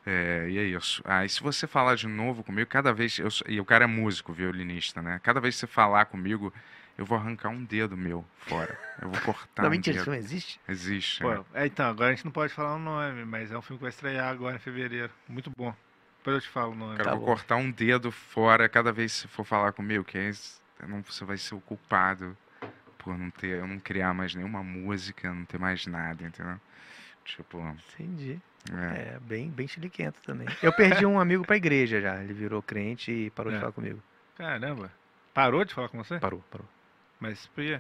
S2: É, e é isso. Aí se você falar de novo comigo, cada vez. eu sou- e o cara é músico, violinista, né? Cada vez que você falar comigo, eu vou arrancar um dedo meu fora. Eu vou cortar
S7: não,
S2: um
S7: Tá, mentira, isso
S2: dedo.
S7: não existe.
S2: Existe. né?
S3: Pô, é, então, agora a gente não pode falar o nome, mas é um filme que vai estrear agora em fevereiro. Muito bom. Depois eu te falo o nome.
S2: Cara,
S7: Tá
S2: eu vou
S7: bom.
S2: cortar um dedo fora cada vez que você for falar comigo, que aí s- não, você vai ser o culpado por não ter, eu não criar mais nenhuma música, não ter mais nada, entendeu? Tipo,
S7: Entendi.
S2: é,
S7: É, bem, bem chiliquento também. Eu perdi um amigo pra igreja já. Ele virou crente e parou
S3: É.
S7: de falar comigo.
S3: Caramba. Parou de falar com você?
S7: Parou, parou.
S3: Mas por quê?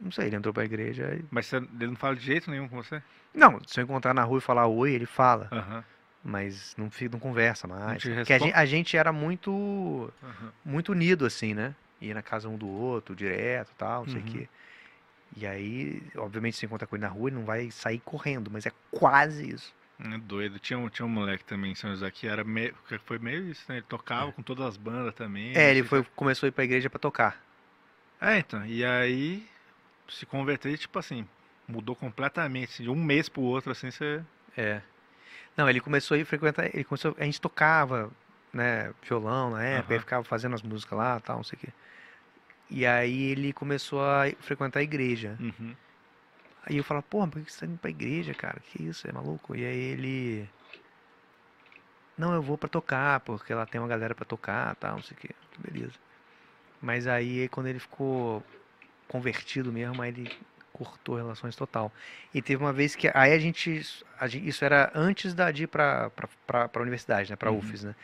S7: Não sei, ele entrou pra igreja e...
S3: Mas você- ele não fala de jeito nenhum com você?
S7: Não, se eu encontrar na rua e falar oi, ele fala.
S3: Aham.
S7: Mas não, fica, não conversa mais.
S3: te
S7: Porque a
S3: responde?
S7: gente, a gente era muito,
S3: aham.
S7: muito unido, assim, né? Ia na casa um do outro, direto tal, não sei o
S3: Uhum.
S7: quê. E aí, obviamente, se encontrar com ele na rua, ele não vai sair correndo, mas é quase isso.
S3: É doido. Tinha um, tinha um moleque também em São José que era meio, que foi meio isso, né? Ele tocava com todas as bandas também.
S7: É, ele
S3: assim.
S7: foi, começou a ir pra igreja pra tocar.
S3: É, então. E aí se converteu e, tipo assim, mudou completamente. assim, de um mês pro outro, assim, você.
S7: É. Não, ele começou a ir frequentar, ele começou, a gente tocava, né, violão na época,
S3: Aham.
S7: ele ficava fazendo as músicas lá, tal, não sei o quê. E aí ele começou a frequentar a igreja.
S3: Uhum.
S7: Aí eu falava, porra, por que você tá indo pra igreja, cara? Que isso, é maluco? E aí ele. Não, eu vou pra tocar, porque lá tem uma galera pra tocar, tal, não sei o quê. Beleza. Mas aí, quando ele ficou convertido mesmo, aí ele cortou relações total. E teve uma vez que. Aí a gente. a gen- isso era antes da, de ir pra, pra, pra, pra universidade, né? Pra
S3: Uhum.
S7: UFES, né?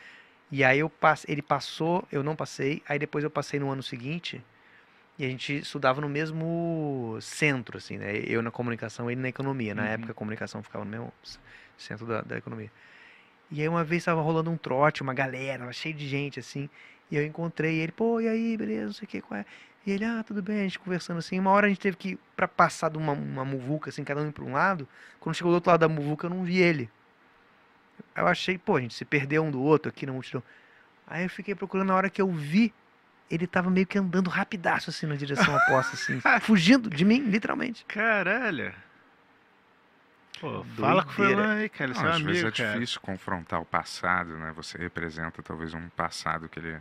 S7: E aí eu passe, ele passou, eu não passei. Aí depois eu passei no ano seguinte. E a gente estudava no mesmo centro, assim, né? Eu na comunicação, ele na economia. Na
S3: Uhum.
S7: época, a comunicação ficava no mesmo c- centro da, da economia. E aí, uma vez, estava rolando um trote, uma galera, tava cheio de gente, assim. E eu encontrei ele, pô, e aí, beleza, não sei o que, qual é? E ele, ah, tudo bem, a gente conversando assim. Uma hora a gente teve que, ir pra passar de uma, uma muvuca, assim, cada um para um lado. Quando chegou do outro lado da muvuca, eu não vi ele. Eu achei, pô, a gente se perdeu um do outro aqui na multidão. Aí eu fiquei procurando, na hora que eu vi, ele tava meio que andando rapidaço, assim, na direção oposta, assim. Fugindo de mim, literalmente.
S3: Caralho! Pô, fala com o
S7: Doideira.
S3: Felan aí, cara. Ele é
S2: Não,
S3: seu
S2: às vezes
S3: amigo,
S2: é
S3: cara.
S2: difícil confrontar o passado, né? Você representa talvez um passado que ele.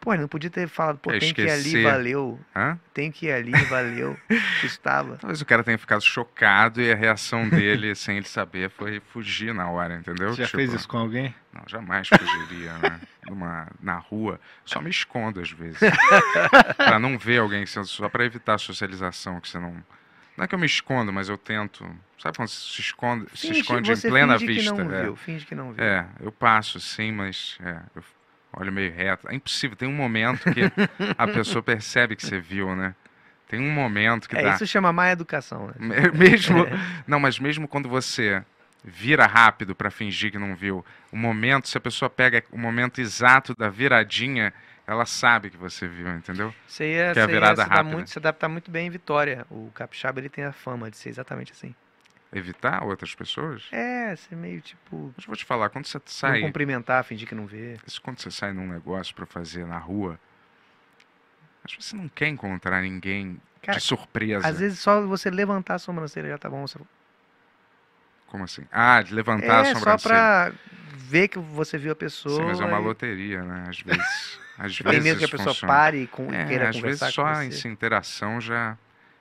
S7: Pô, ele não podia ter falado, pô,
S2: É,
S7: tem que ir ali,
S2: esquecer.
S7: valeu.
S2: Hã?
S7: Tem que ir ali, valeu. Estava.
S2: Talvez o cara tenha ficado chocado e a reação dele, sem ele saber, foi fugir na hora, entendeu?
S3: Você já
S2: Tipo,
S3: fez isso com alguém?
S2: Não, jamais fugiria, né? Numa- na rua. Só me escondo às vezes. Pra não ver alguém, sendo- só pra evitar a socialização, que você não. Não é que eu me escondo, mas eu tento. Sabe quando se esconde, se
S7: Finge-
S2: esconde
S7: você
S2: em plena
S7: finge
S2: vista?
S7: Que não
S2: é.
S7: viu, finge que não viu.
S2: É, eu passo sim, mas é, eu olho meio reto. É impossível, tem um momento que a pessoa percebe que você viu, né? Tem um momento que
S7: É,
S2: dá. Hum,
S7: isso chama má educação, né?
S2: Me- Mesmo, não, mas mesmo quando você vira rápido pra fingir que não viu, o momento, se a pessoa pega o momento exato da viradinha, ela sabe que você viu, entendeu?
S7: Você ia,
S2: Que é a
S7: você ia
S2: virada
S7: se, dar
S2: rápida.
S7: muito, se adaptar muito bem em Vitória. O Capixaba ele tem a fama de ser exatamente assim.
S2: evitar outras pessoas?
S7: É, você meio tipo.
S2: Mas eu vou te falar, quando você
S7: Não
S2: sai,
S7: cumprimentar, fingir que não vê.
S2: isso quando você sai num negócio pra fazer na rua, acho que você não quer encontrar ninguém
S7: Cara,
S2: de surpresa.
S7: Às vezes só você levantar a sobrancelha já tá bom. Você...
S2: Como assim? Ah, de levantar a
S7: é, só
S2: sobrancelha.
S7: pra ver que você viu a pessoa.
S2: Sim, mas é uma
S7: e-
S2: loteria, né? Às vezes. Às
S7: Tem
S2: vezes
S7: medo que a pessoa
S2: funciona.
S7: pare e com-
S2: É,
S7: queira
S2: às
S7: conversar
S2: vezes
S7: com
S2: só
S7: você.
S2: essa interação já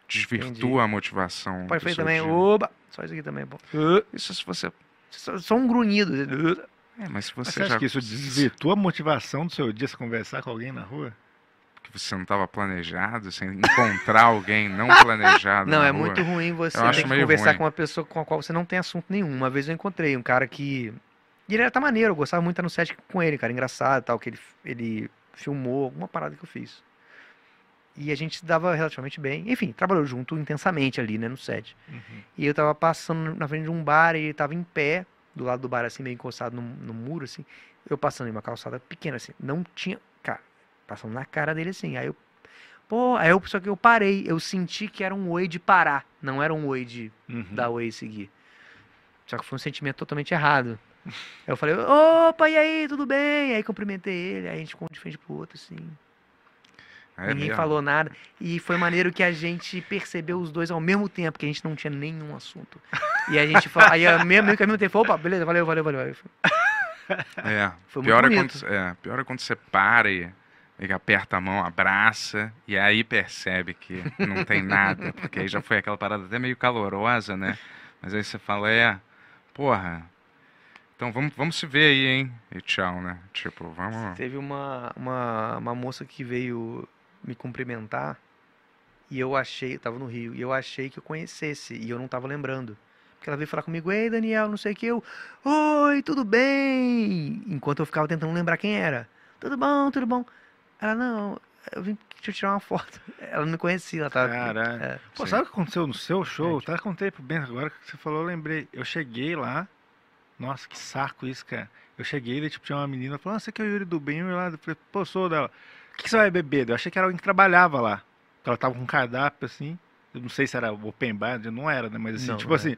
S2: desvirtua
S7: Entendi.
S2: a motivação.
S7: Pode
S2: do
S7: fazer
S2: seu
S7: também,
S2: dia.
S7: oba! Só isso aqui também é bom.
S2: Isso se você.
S7: Só, só um grunhido.
S2: É, mas se
S3: Mas
S2: você
S3: Você acha
S2: já.
S3: que isso desvirtua a motivação do seu dia se conversar com alguém na rua?
S2: que você não estava planejado, sem encontrar alguém não planejado.
S7: Não,
S2: Ah, na
S7: é
S2: rua.
S7: muito ruim você
S2: Eu acho
S7: ter que
S2: meio
S7: conversar
S2: ruim.
S7: com uma pessoa com a qual você não tem assunto nenhum. Uma vez eu encontrei um cara que. E ele era tá maneiro, eu gostava muito de estar no set com ele, cara, engraçado e tal, que ele, ele filmou alguma parada que eu fiz. E a gente se dava relativamente bem. Enfim, trabalhou junto intensamente ali, né, no set. E eu tava passando na frente de um bar e ele tava em pé, do lado do bar, assim, meio encostado no, no muro, assim. Eu passando em uma calçada pequena, assim. Não tinha. Cara, passando na cara dele, assim. Aí eu. Pô, aí eu, só que eu parei. Eu senti que era um oi de parar. Não era um oi de
S3: Uhum.
S7: dar oi e seguir. Só que foi um sentimento totalmente errado. Aí eu falei, opa, e aí, tudo bem? Aí cumprimentei ele, aí a gente ficou um de frente pro outro, assim.
S2: É
S7: Ninguém
S2: mesmo.
S7: falou nada. E foi maneiro que a gente percebeu os dois ao mesmo tempo, que a gente não tinha nenhum assunto. E a gente falou. Aí ao mesmo, meio que ao mesmo tempo, opa, beleza, valeu, valeu, valeu. Aí foi-
S2: É,
S7: Foi muito
S2: pior, é
S7: bonito.
S2: quando, é, pior é quando você para e, e aperta a mão, abraça, e aí percebe que não tem nada, porque aí já foi aquela parada até meio calorosa, né? Mas aí você fala, é, porra, então vamos, vamos se ver aí, hein? E tchau, né? Tipo, vamos.
S7: Teve uma, uma, uma moça que veio me cumprimentar e eu achei, eu tava no Rio, e eu achei que eu conhecesse, e eu não tava lembrando. Porque ela veio falar comigo, ei Daniel, não sei o que, eu, oi, tudo bem? Enquanto eu ficava tentando lembrar quem era. Tudo bom, tudo bom. Ela, não, eu vim te tirar uma foto. Ela não me conhecia, ela tava.
S3: Caralho.
S7: É.
S3: Pô,
S2: Sim.
S3: sabe o que aconteceu no seu show? Eu tava contei pro Ben agora que você falou, eu lembrei. Eu cheguei lá. Nossa, que saco isso, cara. Eu cheguei, daí, tipo, tinha uma menina falou, ah, você que é o Yuri do Ben? Eu lá, eu falei, pô, sou dela. O que, que você vai beber? Eu achei que era alguém que trabalhava lá. Ela tava com um cardápio assim. Eu não sei se era open bar, não era, né? Mas assim,
S7: Não, é.
S3: tipo
S7: não era.
S3: assim.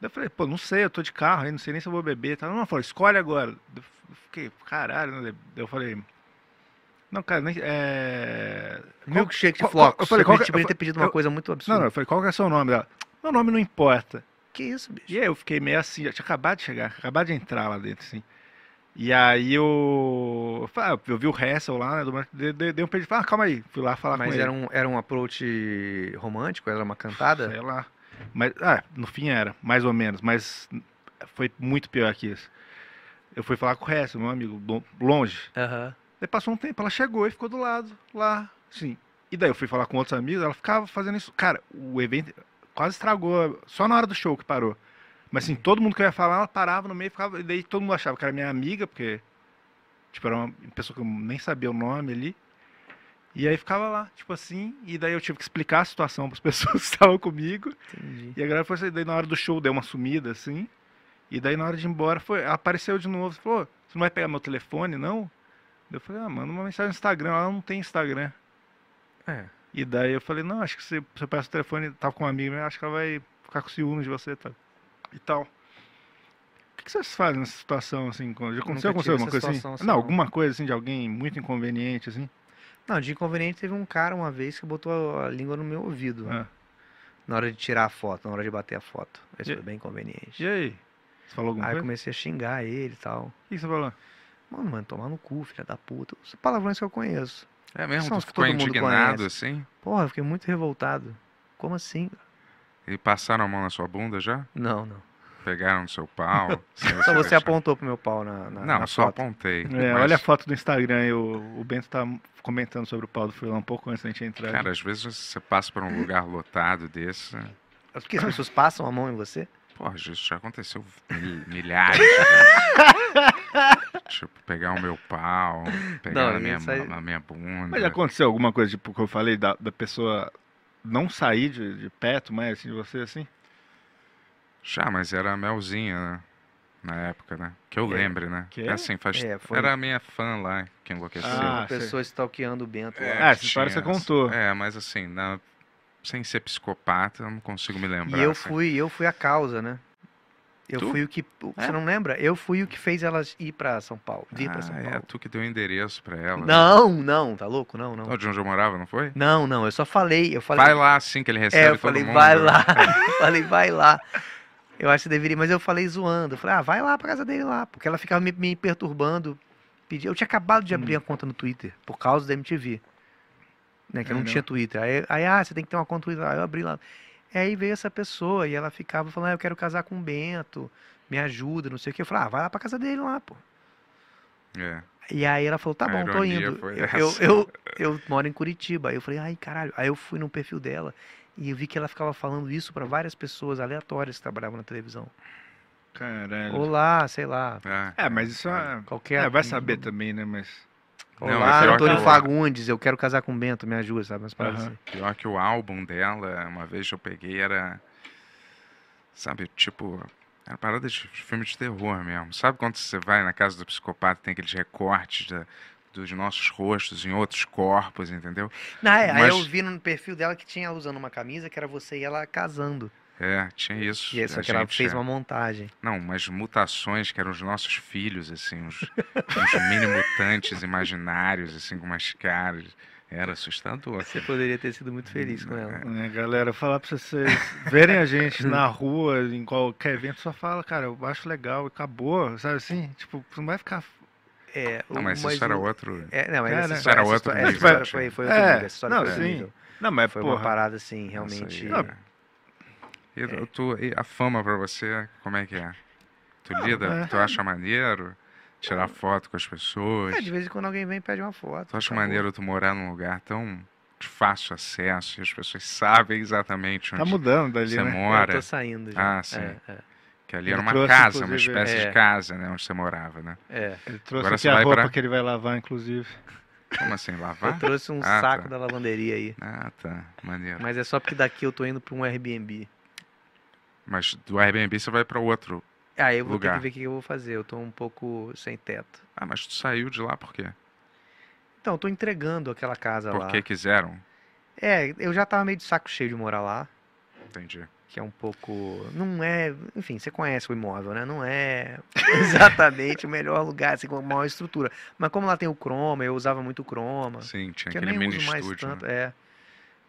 S3: Daí eu falei, pô, não sei, eu tô de carro aí, não sei nem se eu vou beber. Ela, não, falou, escolhe agora. Eu fiquei, caralho, né? Daí Eu falei. Não, cara, nem. É... qual-
S7: Milkshake de
S3: qual- qual-
S7: flocos.
S3: Eu falei, qual que- é,
S7: tipo, ele
S3: eu
S7: ter pedido uma
S3: eu-
S7: coisa muito absurda.
S3: não, não, eu falei, qual que é o seu nome dela? Meu nome não importa.
S7: Que isso, bicho?
S3: E aí eu fiquei meio assim, eu tinha acabado de chegar, acabado de entrar lá dentro, assim. E aí eu. eu falei, ah, Eu vi o Hassel lá, né? Do, Mark- dei, dei- dei um pedido, ah, calma aí, fui lá falar
S7: Mas
S3: com
S7: era
S3: ele.
S7: um, era um approach romântico? Era uma cantada?
S3: Sei lá. Mas, ah, no fim era, mais ou menos, mas foi muito pior que isso. Eu fui falar com o Hassel, meu amigo, lo- longe.
S7: Aham.
S3: Daí passou um tempo, ela chegou e ficou do lado, lá, sim. E daí eu fui falar com outros amigos, ela ficava fazendo isso. Cara, o evento quase estragou, só na hora do show que parou. Mas assim, todo mundo que eu ia falar, ela parava no meio, ficava, e daí todo mundo achava que era minha amiga, porque, tipo, era uma pessoa que eu nem sabia o nome ali. E aí ficava lá, tipo assim, e daí eu tive que explicar a situação para as pessoas que estavam comigo.
S7: Entendi.
S3: E a galera foi assim, daí na hora do show deu uma sumida, assim. E daí na hora de ir embora, foi, ela apareceu de novo. Falou, você não vai pegar meu telefone, não? Eu falei, ah, manda uma mensagem no Instagram. Ela não tem Instagram.
S7: É.
S3: E daí eu falei, não, acho que se se eu peço o telefone, tava com uma amiga minha, acho que ela vai ficar com ciúmes de você tá? e tal. O que que vocês fazem nessa situação, assim? quando- Já aconteceu com
S7: tive
S3: você alguma
S7: essa
S3: coisa assim?
S7: situação, assim,
S3: Não,
S7: não.
S3: alguma coisa assim de alguém muito inconveniente, assim?
S7: Não, de inconveniente teve um cara uma vez que botou a língua no meu ouvido.
S3: Ah,
S7: Na hora de tirar a foto, na hora de bater a foto. Isso
S3: E-
S7: foi bem
S3: E
S7: inconveniente.
S3: aí? Você falou alguma
S7: Aí eu
S3: coisa?
S7: comecei a xingar ele e tal.
S3: O que que você falou?
S7: Mano, mano, tomar no cu, filha da puta. Os palavrões que eu conheço.
S2: É mesmo?
S7: São
S2: Tu
S7: os que
S2: ficou
S7: todo mundo
S2: indignado
S7: conhece.
S2: assim?
S7: Porra, eu fiquei muito revoltado. Como assim?
S2: E passaram a mão na sua bunda já?
S7: Não, não.
S2: Pegaram no seu pau? sem
S7: Só você
S2: deixar?
S7: apontou pro meu pau na, na,
S2: Não,
S7: na
S2: só
S7: foto.
S2: apontei.
S3: É,
S2: mas-
S3: olha a foto do Instagram aí, o, o Bento tá comentando sobre o Paulo do Furlan um pouco antes da gente
S7: né?
S3: entrar.
S2: Cara, às vezes você passa por um lugar lotado desse.
S7: Por que as pessoas passam a mão em você?
S2: Porra, isso já aconteceu mil- milhares de vezes. Tipo, pegar o meu pau, pegar
S7: Não,
S2: na, minha,
S7: isso aí-
S2: mão, na minha bunda.
S3: Mas já aconteceu alguma coisa, tipo, que eu falei da, da pessoa não sair de, de perto mais, assim, de você, assim?
S2: Já, mas era a Melzinha, né? Na época, né? Que eu
S7: É.
S2: lembre, né?
S3: Que?
S2: Assim, faz...
S7: É, foi-
S2: Era a minha fã lá que enlouqueceu.
S3: Ah,
S7: Uma pessoa stalkeando o Bento lá.
S3: É, essa história
S2: tinha
S3: você contou.
S2: É, mas assim, na... sem ser psicopata, eu não consigo me lembrar.
S7: E eu
S2: assim.
S7: fui, eu fui a causa, né? Eu
S2: Tu?
S7: fui o que.
S2: É?
S7: Você não lembra? Eu fui o que fez elas ir pra São Paulo. Vir pra
S2: Ah,
S7: São
S2: é
S7: Paulo.
S2: tu que deu o endereço pra ela. né?
S7: Não, não, tá louco? Não, não.
S2: Não, de onde eu morava, não foi?
S7: Não, não, eu só falei. Eu falei
S2: Vai lá assim que ele recebe
S7: É, eu
S2: todo
S7: falei,
S2: mundo.
S7: vai lá. falei, vai lá. Eu acho que deveria, mas eu falei zoando. Eu falei, ah, vai lá pra casa dele lá. Porque ela ficava me, me perturbando. Pedia. Eu tinha acabado de
S2: Hum.
S7: abrir a conta no Twitter, por causa da MTV. Né, que eu não
S3: Entendeu?
S7: tinha Twitter. Aí, aí, ah, você tem que ter uma conta no Twitter. Aí eu abri lá. E aí veio essa pessoa e ela ficava falando, ah, eu quero casar com o Bento, me ajuda, não sei o que. Eu falei, ah, vai lá pra casa dele lá, pô.
S2: É.
S7: E aí ela falou, tá
S2: A
S7: bom, tô
S2: ironia
S7: indo.
S2: foi
S7: Eu, eu,
S2: essa.
S7: eu, eu moro em Curitiba. Aí eu falei, ai, caralho. Aí eu fui no perfil dela e eu vi que ela ficava falando isso pra várias pessoas aleatórias que trabalhavam na televisão.
S2: É,
S3: Caralho.
S7: Olá, sei lá,
S2: Ah,
S3: É, mas isso é.
S7: qualquer. um."
S3: é, vai saber também, né? Mas.
S2: Não, é
S7: Olá,
S2: pior que
S7: Antônio
S2: eu-
S7: Fagundes, eu quero casar com o Bento, me ajuda, sabe? Umas paradas
S3: Aham.
S7: assim.
S2: Pior que o álbum dela, uma vez eu peguei, era. Sabe, tipo. Era parada de filme de terror mesmo. Sabe quando você vai na casa do psicopata tem aqueles recortes da- dos nossos rostos em outros corpos, entendeu?
S7: Não, é, Aí eu
S2: Mas-
S7: vi no perfil dela que tinha ela usando uma camisa que era você e ela casando.
S2: É, tinha isso.
S7: E aí, só
S2: A
S7: que ela
S2: gente,
S7: fez
S2: é,
S7: uma montagem.
S2: Não, umas mutações que eram os nossos filhos, assim, uns, uns mini-mutantes imaginários, assim, com umas caras. Era assustador. É.
S7: Você poderia ter sido muito feliz
S2: Hum,
S7: com ela.
S3: Né, galera, falar pra vocês verem a gente na rua, em qualquer evento, só fala, cara, eu acho legal, acabou, sabe assim? Tipo, não vai ficar.
S7: É,
S2: Não,
S7: o-
S2: mas, isso era
S7: o-
S2: outro.
S7: É, não, mas
S3: Cara,
S7: essa
S3: isso
S7: história-
S2: era
S7: essa
S2: outro
S7: história-
S2: nível,
S7: essa história
S2: né?
S7: foi, foi
S3: É,
S7: outro nível, essa história
S3: não,
S7: foi outro
S3: sim.
S7: nível.
S3: Não, mas
S7: É, Foi uma
S3: porra.
S7: parada assim,
S2: Nossa,
S7: realmente.
S2: e- E, ah, eu tô- e a fama pra você, como é que é? Tu
S7: Ah,
S2: lida,
S3: é.
S2: tu acha maneiro tirar foto com as pessoas?
S7: É, de vez em quando alguém vem e pede uma foto.
S2: Tu acha
S7: acabou.
S2: maneiro tu morar num lugar tão de fácil acesso e as pessoas sabem exatamente
S3: Tá
S2: onde
S3: mudando dali,
S2: você é
S3: né?
S7: Eu
S2: mora?
S7: tô saindo já.
S2: Ah, sim.
S7: É, é,
S2: Que ali
S3: Ele
S2: era uma
S3: trouxe,
S2: casa, uma
S3: inclusive,
S2: espécie
S7: é.
S2: de casa, né? Onde você morava, né?
S7: é.
S3: Ele trouxe
S2: Agora
S3: aqui
S2: você
S3: a
S2: vai
S3: roupa
S2: pra-
S3: que ele vai lavar, inclusive.
S2: Como assim,
S7: Eu
S2: lavar?
S7: trouxe um
S2: Ah,
S7: saco
S2: tá.
S7: da lavanderia aí.
S2: Ah, tá. Maneiro. Mas,
S7: Mas é só porque daqui eu tô indo pra um Airbnb.
S2: do Airbnb você vai pra outro.
S7: Aí eu vou ter
S2: Lugar.
S7: que ver o que eu vou fazer. Eu tô um pouco sem teto.
S2: Ah, mas tu saiu de lá por quê?
S7: Então, eu tô entregando aquela casa lá.
S2: Porque quiseram.
S7: É, eu já tava meio de saco cheio de morar lá.
S2: Entendi.
S7: que é um pouco. Não é. Enfim, você conhece o imóvel, né? Não é exatamente o melhor lugar, assim, com a maior estrutura. Mas como lá tem o Chroma, eu usava muito o Chroma.
S2: Sim, tinha
S7: que eu
S2: aquele
S7: nem
S2: mini
S7: uso mais
S2: estúdio. né?
S7: tanto. É.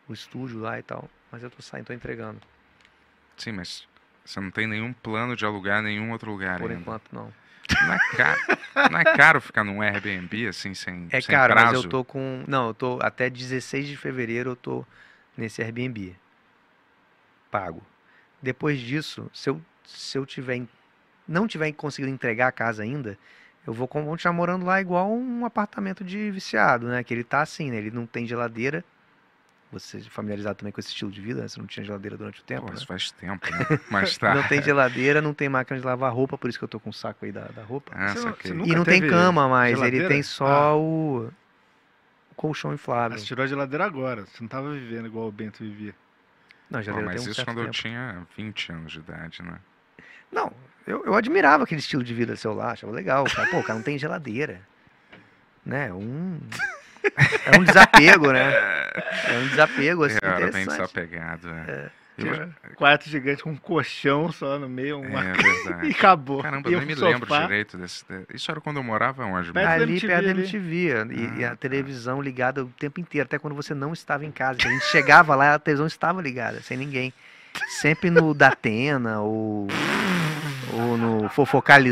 S7: O estúdio lá e tal. Mas eu tô saindo, tô entregando.
S2: Sim, mas você não tem nenhum plano de alugar em nenhum outro lugar
S7: Por
S2: ainda.
S7: enquanto, não.
S2: Não é caro, não é caro ficar num Airbnb assim, sem,
S7: É
S2: sem
S7: caro,
S2: prazo?
S7: mas eu tô com. Não, eu tô. Até 16 de fevereiro eu tô nesse Airbnb. Pago. Depois disso, se eu, se eu tiver. em- Não tiver conseguido entregar a casa ainda, eu vou con- continuar morando lá igual um apartamento de viciado, né? Que ele tá assim, né? Ele não tem geladeira. Você é familiarizado também com esse estilo de vida, né? Você não tinha geladeira durante o tempo,
S2: Pô,
S7: né?
S2: isso faz tempo, né? Mas tá.
S7: Não tem geladeira, não tem máquina de lavar roupa, por isso que eu tô com o saco aí da, da roupa.
S2: Ah,
S3: Você não-
S2: saquei.
S3: você
S7: E
S3: nunca
S7: não tem
S3: teve
S7: cama mais, ele
S3: geladeira?
S7: tem só o... o colchão inflável.
S3: Você tirou a geladeira agora, você não tava vivendo igual o Bento vivia.
S7: Não,
S2: Pô,
S7: geladeira tem
S2: mas
S7: um
S2: isso
S7: certo
S2: quando eu
S7: tempo.
S2: tinha 20 anos de idade, né?
S7: Não, eu, eu admirava aquele estilo de vida seu lá, achava legal. Cara. Pô, o cara não tem geladeira. Né? Um... É um desapego, né? É um desapego, assim,
S2: Eu era bem
S7: interessante.
S2: desapegado, é. Eu-
S3: Tinha quarto gigante com um colchão só no meio, uma
S2: é
S3: e
S2: verdade.
S3: acabou.
S2: Caramba,
S3: e
S2: eu
S3: um
S2: nem me
S3: sofá.
S2: lembro direito desse... de- Isso era quando eu morava onde?
S3: Perto da
S7: Ali
S3: MTV
S7: perto da
S3: ali.
S7: MTV, e, e
S2: Ah,
S7: a
S2: tá.
S7: televisão ligada o tempo inteiro, até quando você não estava em casa. que A gente chegava lá, a televisão estava ligada, sem ninguém. Sempre no Datena ou, ou no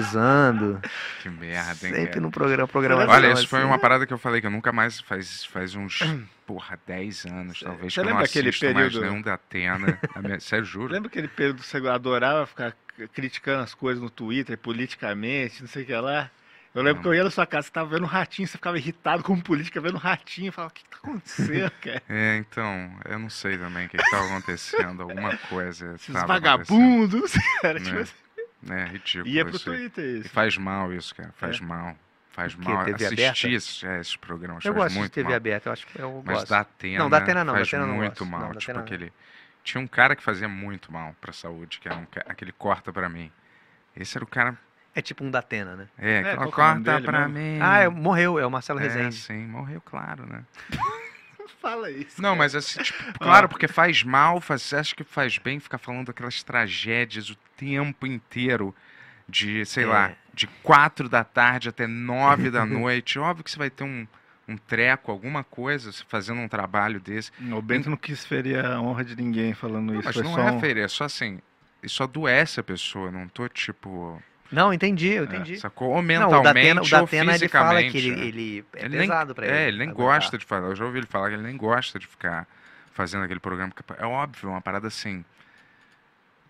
S7: Fofocalizando.
S2: É, Que merda, hein,
S7: sempre
S2: cara?
S7: no programa,
S3: Olha,
S7: programação.
S2: Olha, isso foi
S7: assim.
S2: uma parada que eu falei que eu nunca mais faz, faz uns, porra, 10 anos,
S3: Cê-
S2: talvez,
S3: cê
S2: que eu não
S3: lembra aquele
S2: assisto mais
S3: período?
S2: nenhum da Atena. A minha- Sério, juro.
S3: Lembra aquele período que você adorava ficar c- criticando as coisas no Twitter, politicamente, não sei o que lá? Eu lembro que eu ia na sua casa, você tava vendo um ratinho, você ficava irritado com política, vendo um ratinho, eu falava, o que que tá acontecendo, cara?
S2: É, então, eu não sei também o que estava acontecendo, alguma coisa.
S3: Esses
S2: tava acontecendo.
S3: vagabundos, cara. Tipo
S2: Né?
S3: assim,
S2: É, ridículo.
S3: ia pro
S2: isso aí.
S3: Twitter
S2: E
S3: isso.
S2: faz mal isso, cara. Faz mal. Faz
S7: É. O quê?
S2: mal.
S7: TV
S2: Assistir
S7: aberta?
S2: esses, é, esses programas
S7: Eu
S2: faz
S7: gosto de
S2: muito
S7: TV
S2: mal.
S7: aberta, eu acho que eu
S2: Mas
S7: gosto.
S2: da Atena,
S7: Não, da Atena não, da
S2: faz
S7: Atena eu não
S2: muito
S7: gosto.
S2: mal.
S7: Não, da
S2: tipo
S7: Atena não.
S2: aquele... Tinha um cara que fazia muito mal pra saúde, que era um ca- aquele corta pra mim. Esse era o cara...
S7: É tipo um Datena, né?
S2: É, que
S3: É,
S2: era
S3: qual que é o nome
S7: Hum.
S2: corta
S3: dele
S2: pra
S3: mesmo?
S2: mim.
S7: Ah, é- morreu, é o Marcelo
S2: É,
S7: Rezende.
S2: sim, morreu, claro, né?
S3: fala isso.
S2: Não, mas assim, tipo, claro, porque faz mal, faz, acho que faz bem ficar falando aquelas tragédias o tempo inteiro. De, sei
S7: É.
S2: lá, de quatro da tarde até nove da noite. Óbvio que você vai ter um, um treco, alguma coisa, você fazendo um trabalho desse.
S3: O Bento não quis ferir a honra de ninguém falando
S2: Não,
S3: isso.
S2: mas
S3: foi
S2: não
S3: só
S2: é
S3: um-
S2: feira, é só assim. Isso adoece a pessoa, não tô tipo.
S7: Não, entendi, eu
S2: é,
S7: entendi.
S2: sacou? Ou
S7: Não, o
S2: mentalmente
S7: Datena, o
S2: ou
S7: Datena ele
S2: fisicamente.
S7: fala que ele,
S2: né?
S7: ele é
S2: Ele nem-
S7: pesado pra ele.
S2: É, ele nem
S7: aguentar.
S2: gosta de falar. Eu já ouvi ele falar que ele nem gosta de ficar fazendo aquele programa. porque É óbvio, é uma parada assim.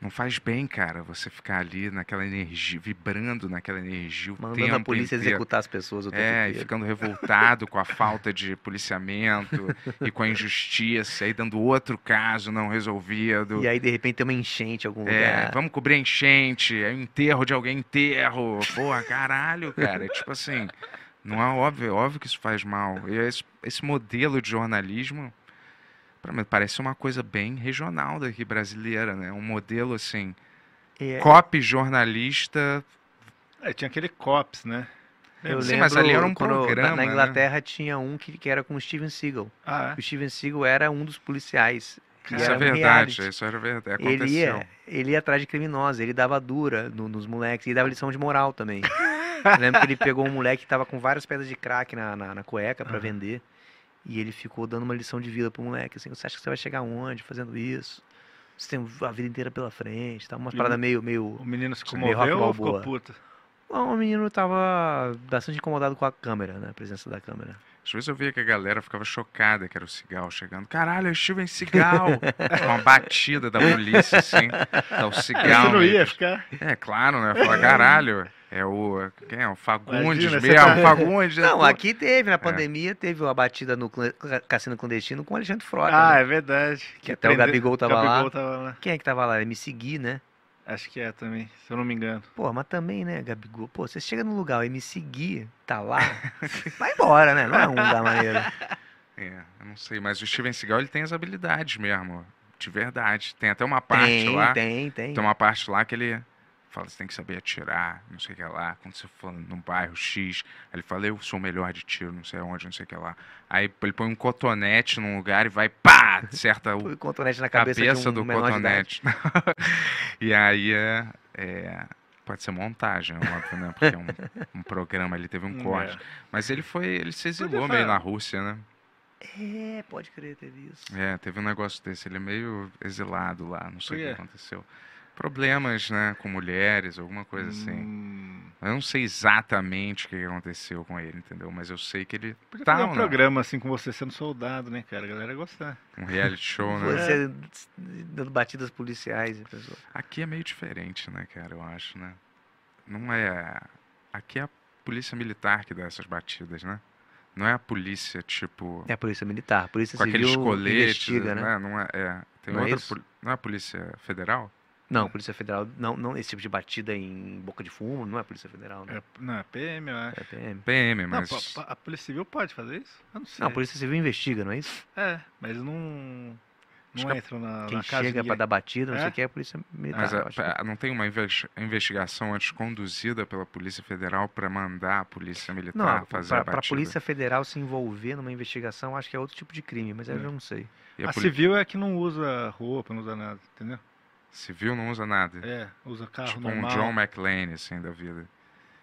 S2: Não faz bem, cara, você ficar ali naquela energia, vibrando naquela energia o
S7: Mandando
S2: um tempo
S7: a polícia
S2: inteiro.
S7: executar as pessoas o tempo
S2: É, e
S7: inteiro.
S2: ficando revoltado com a falta de policiamento e com a injustiça, e dando outro caso não resolvido.
S7: E aí, de repente, tem uma enchente em algum
S2: É,
S7: lugar.
S2: vamos cobrir a enchente, é o enterro de alguém, enterro. Porra, caralho, cara. É tipo assim, não é óbvio, é óbvio que isso faz mal. E esse, esse modelo de jornalismo, pra mim, parece uma coisa bem regional daqui, brasileira, né? Um modelo assim,
S7: E é-
S2: copy jornalista.
S3: É, tinha aquele COPS, né?
S7: eu
S2: Sim, mas ali era um
S7: quando- na-
S2: programa,
S7: Na
S2: né?
S7: Inglaterra tinha um que, que era com o Steven Seagal.
S3: Ah,
S7: O Steven Seagal era um dos policiais. E
S2: Isso
S7: era
S2: é
S7: um
S2: verdade,
S7: reality.
S2: isso era verdade,
S7: Ele é.
S2: aconteceu.
S7: ia, ele ia atrás de criminosos, ele dava dura no- nos moleques e dava lição de moral também. Eu lembro que ele pegou um moleque que tava com várias pedras de crack na, na, na cueca pra vender e ele ficou dando uma lição de vida pro moleque. Assim, você acha que você vai chegar onde fazendo isso? Você tem a vida inteira pela frente, tá? Uma
S3: E-
S7: parada meio, meio.
S3: o menino se
S7: Isso é meio Rock
S3: comoveu ou ficou
S7: Balboa.
S3: puto?
S7: Bom, o menino tava bastante incomodado com a câmera, né? A presença da câmera.
S2: Às vezes eu via que a galera ficava chocada que era o Cigal chegando. Caralho, é Steven Cigal! Uma batida da polícia, assim. Tá o Cigal.
S3: Você não
S2: meio
S3: ia
S2: que-
S3: ficar?
S2: É, claro, né? Falar, caralho, é o. Quem é? O Fagundes
S3: Imagina, você
S2: mesmo,
S3: tá-
S2: o Fagundes. é
S7: Não,
S2: pô.
S7: aqui teve, na pandemia, teve uma batida no clã- cassino clandestino com o Alexandre Frota.
S3: Ah,
S7: né?
S3: é verdade.
S7: Que até o
S3: prendeu-
S7: Gabigol tava lá.
S3: Gabigol tava lá.
S7: Quem é que tava lá? Ele me seguir, né?
S3: Acho que é também, se eu não me engano.
S7: Pô, mas também, né, Gabigol? Pô, você chega num lugar e me seguir, tá lá, vai embora, né? Não é um lugar maneiro.
S2: É, eu não sei, mas o Steven Seagal ele tem as habilidades mesmo, de verdade. Tem até uma parte
S7: tem,
S2: lá.
S7: tem, tem.
S2: Tem uma parte lá que ele fala, você tem que saber atirar, não sei o que lá. Quando você for num bairro X, aí ele fala, eu sou o melhor de tiro, não sei onde, não sei o que lá. Aí ele põe um cotonete num lugar e vai, pá, acerta o
S7: Põe o cotonete na cabeça,
S2: cabeça,
S7: de um
S2: do
S7: menor de idade.
S2: cotonete. e aí é, é, pode ser montagem, óbvio, né? Porque é um, um programa, ele teve um
S3: Hum,
S2: corte. Mas ele foi, ele se exilou
S3: Podia
S2: meio
S3: falar.
S2: na Rússia, né?
S7: É, pode crer, teve isso.
S2: É, teve um negócio desse, ele é meio exilado lá, não sei o
S3: Por
S2: que
S3: quê?
S2: aconteceu. Problemas, né, com mulheres, alguma coisa assim.
S3: Hum,
S2: Eu não sei exatamente o que aconteceu com ele, entendeu? Mas eu sei que ele
S3: podia
S2: tá
S3: fazer um
S2: ou não?
S3: programa assim com você sendo soldado, né, cara? A galera ia gostar.
S2: um reality show, né?
S7: Você dando batidas policiais e pessoal.
S2: Aqui é meio diferente, né, cara? Eu acho, né? Não é. Aqui é a polícia militar que dá essas batidas, né? Não é a polícia, tipo.
S7: É a polícia militar, a polícia
S2: com aqueles
S7: civil
S2: coletes.
S7: investiga, né?
S2: né? Não é. é. Tem
S7: Não é
S2: outra.
S7: isso?
S2: poli- Não é a polícia federal?
S7: Não, polícia federal, não, não esse tipo de batida em boca de fumo, não é polícia federal, né?
S3: É, não, é PM, eu acho.
S7: É PM.
S2: PM,
S3: Não,
S2: mas.
S3: pa- pa- a Polícia Civil pode fazer isso? Eu não sei.
S7: Não, a polícia civil investiga, não é isso?
S3: É, mas não.
S2: Acho
S3: Não
S2: que a-
S3: entram na,
S7: Quem
S3: na casa. de
S7: chega pra
S3: ninguém.
S7: dar batida, não sei
S3: É?
S7: o que, é a polícia militar.
S2: Mas a-
S7: eu acho.
S2: pa- não tem uma inves- investigação antes conduzida pela Polícia Federal para mandar a Polícia
S7: Não,
S2: Militar fazer a
S7: pra, pra
S2: batida?
S7: Polícia Federal se envolver numa investigação, acho que é outro tipo de crime, mas aí eu
S3: É.
S7: já não sei.
S2: E a,
S3: A
S2: poli-
S3: civil é que não usa roupa, não usa nada, entendeu?
S2: Civil não usa nada.
S3: É, usa carro
S2: tipo um
S3: normal.
S2: John McClane, assim, da vida.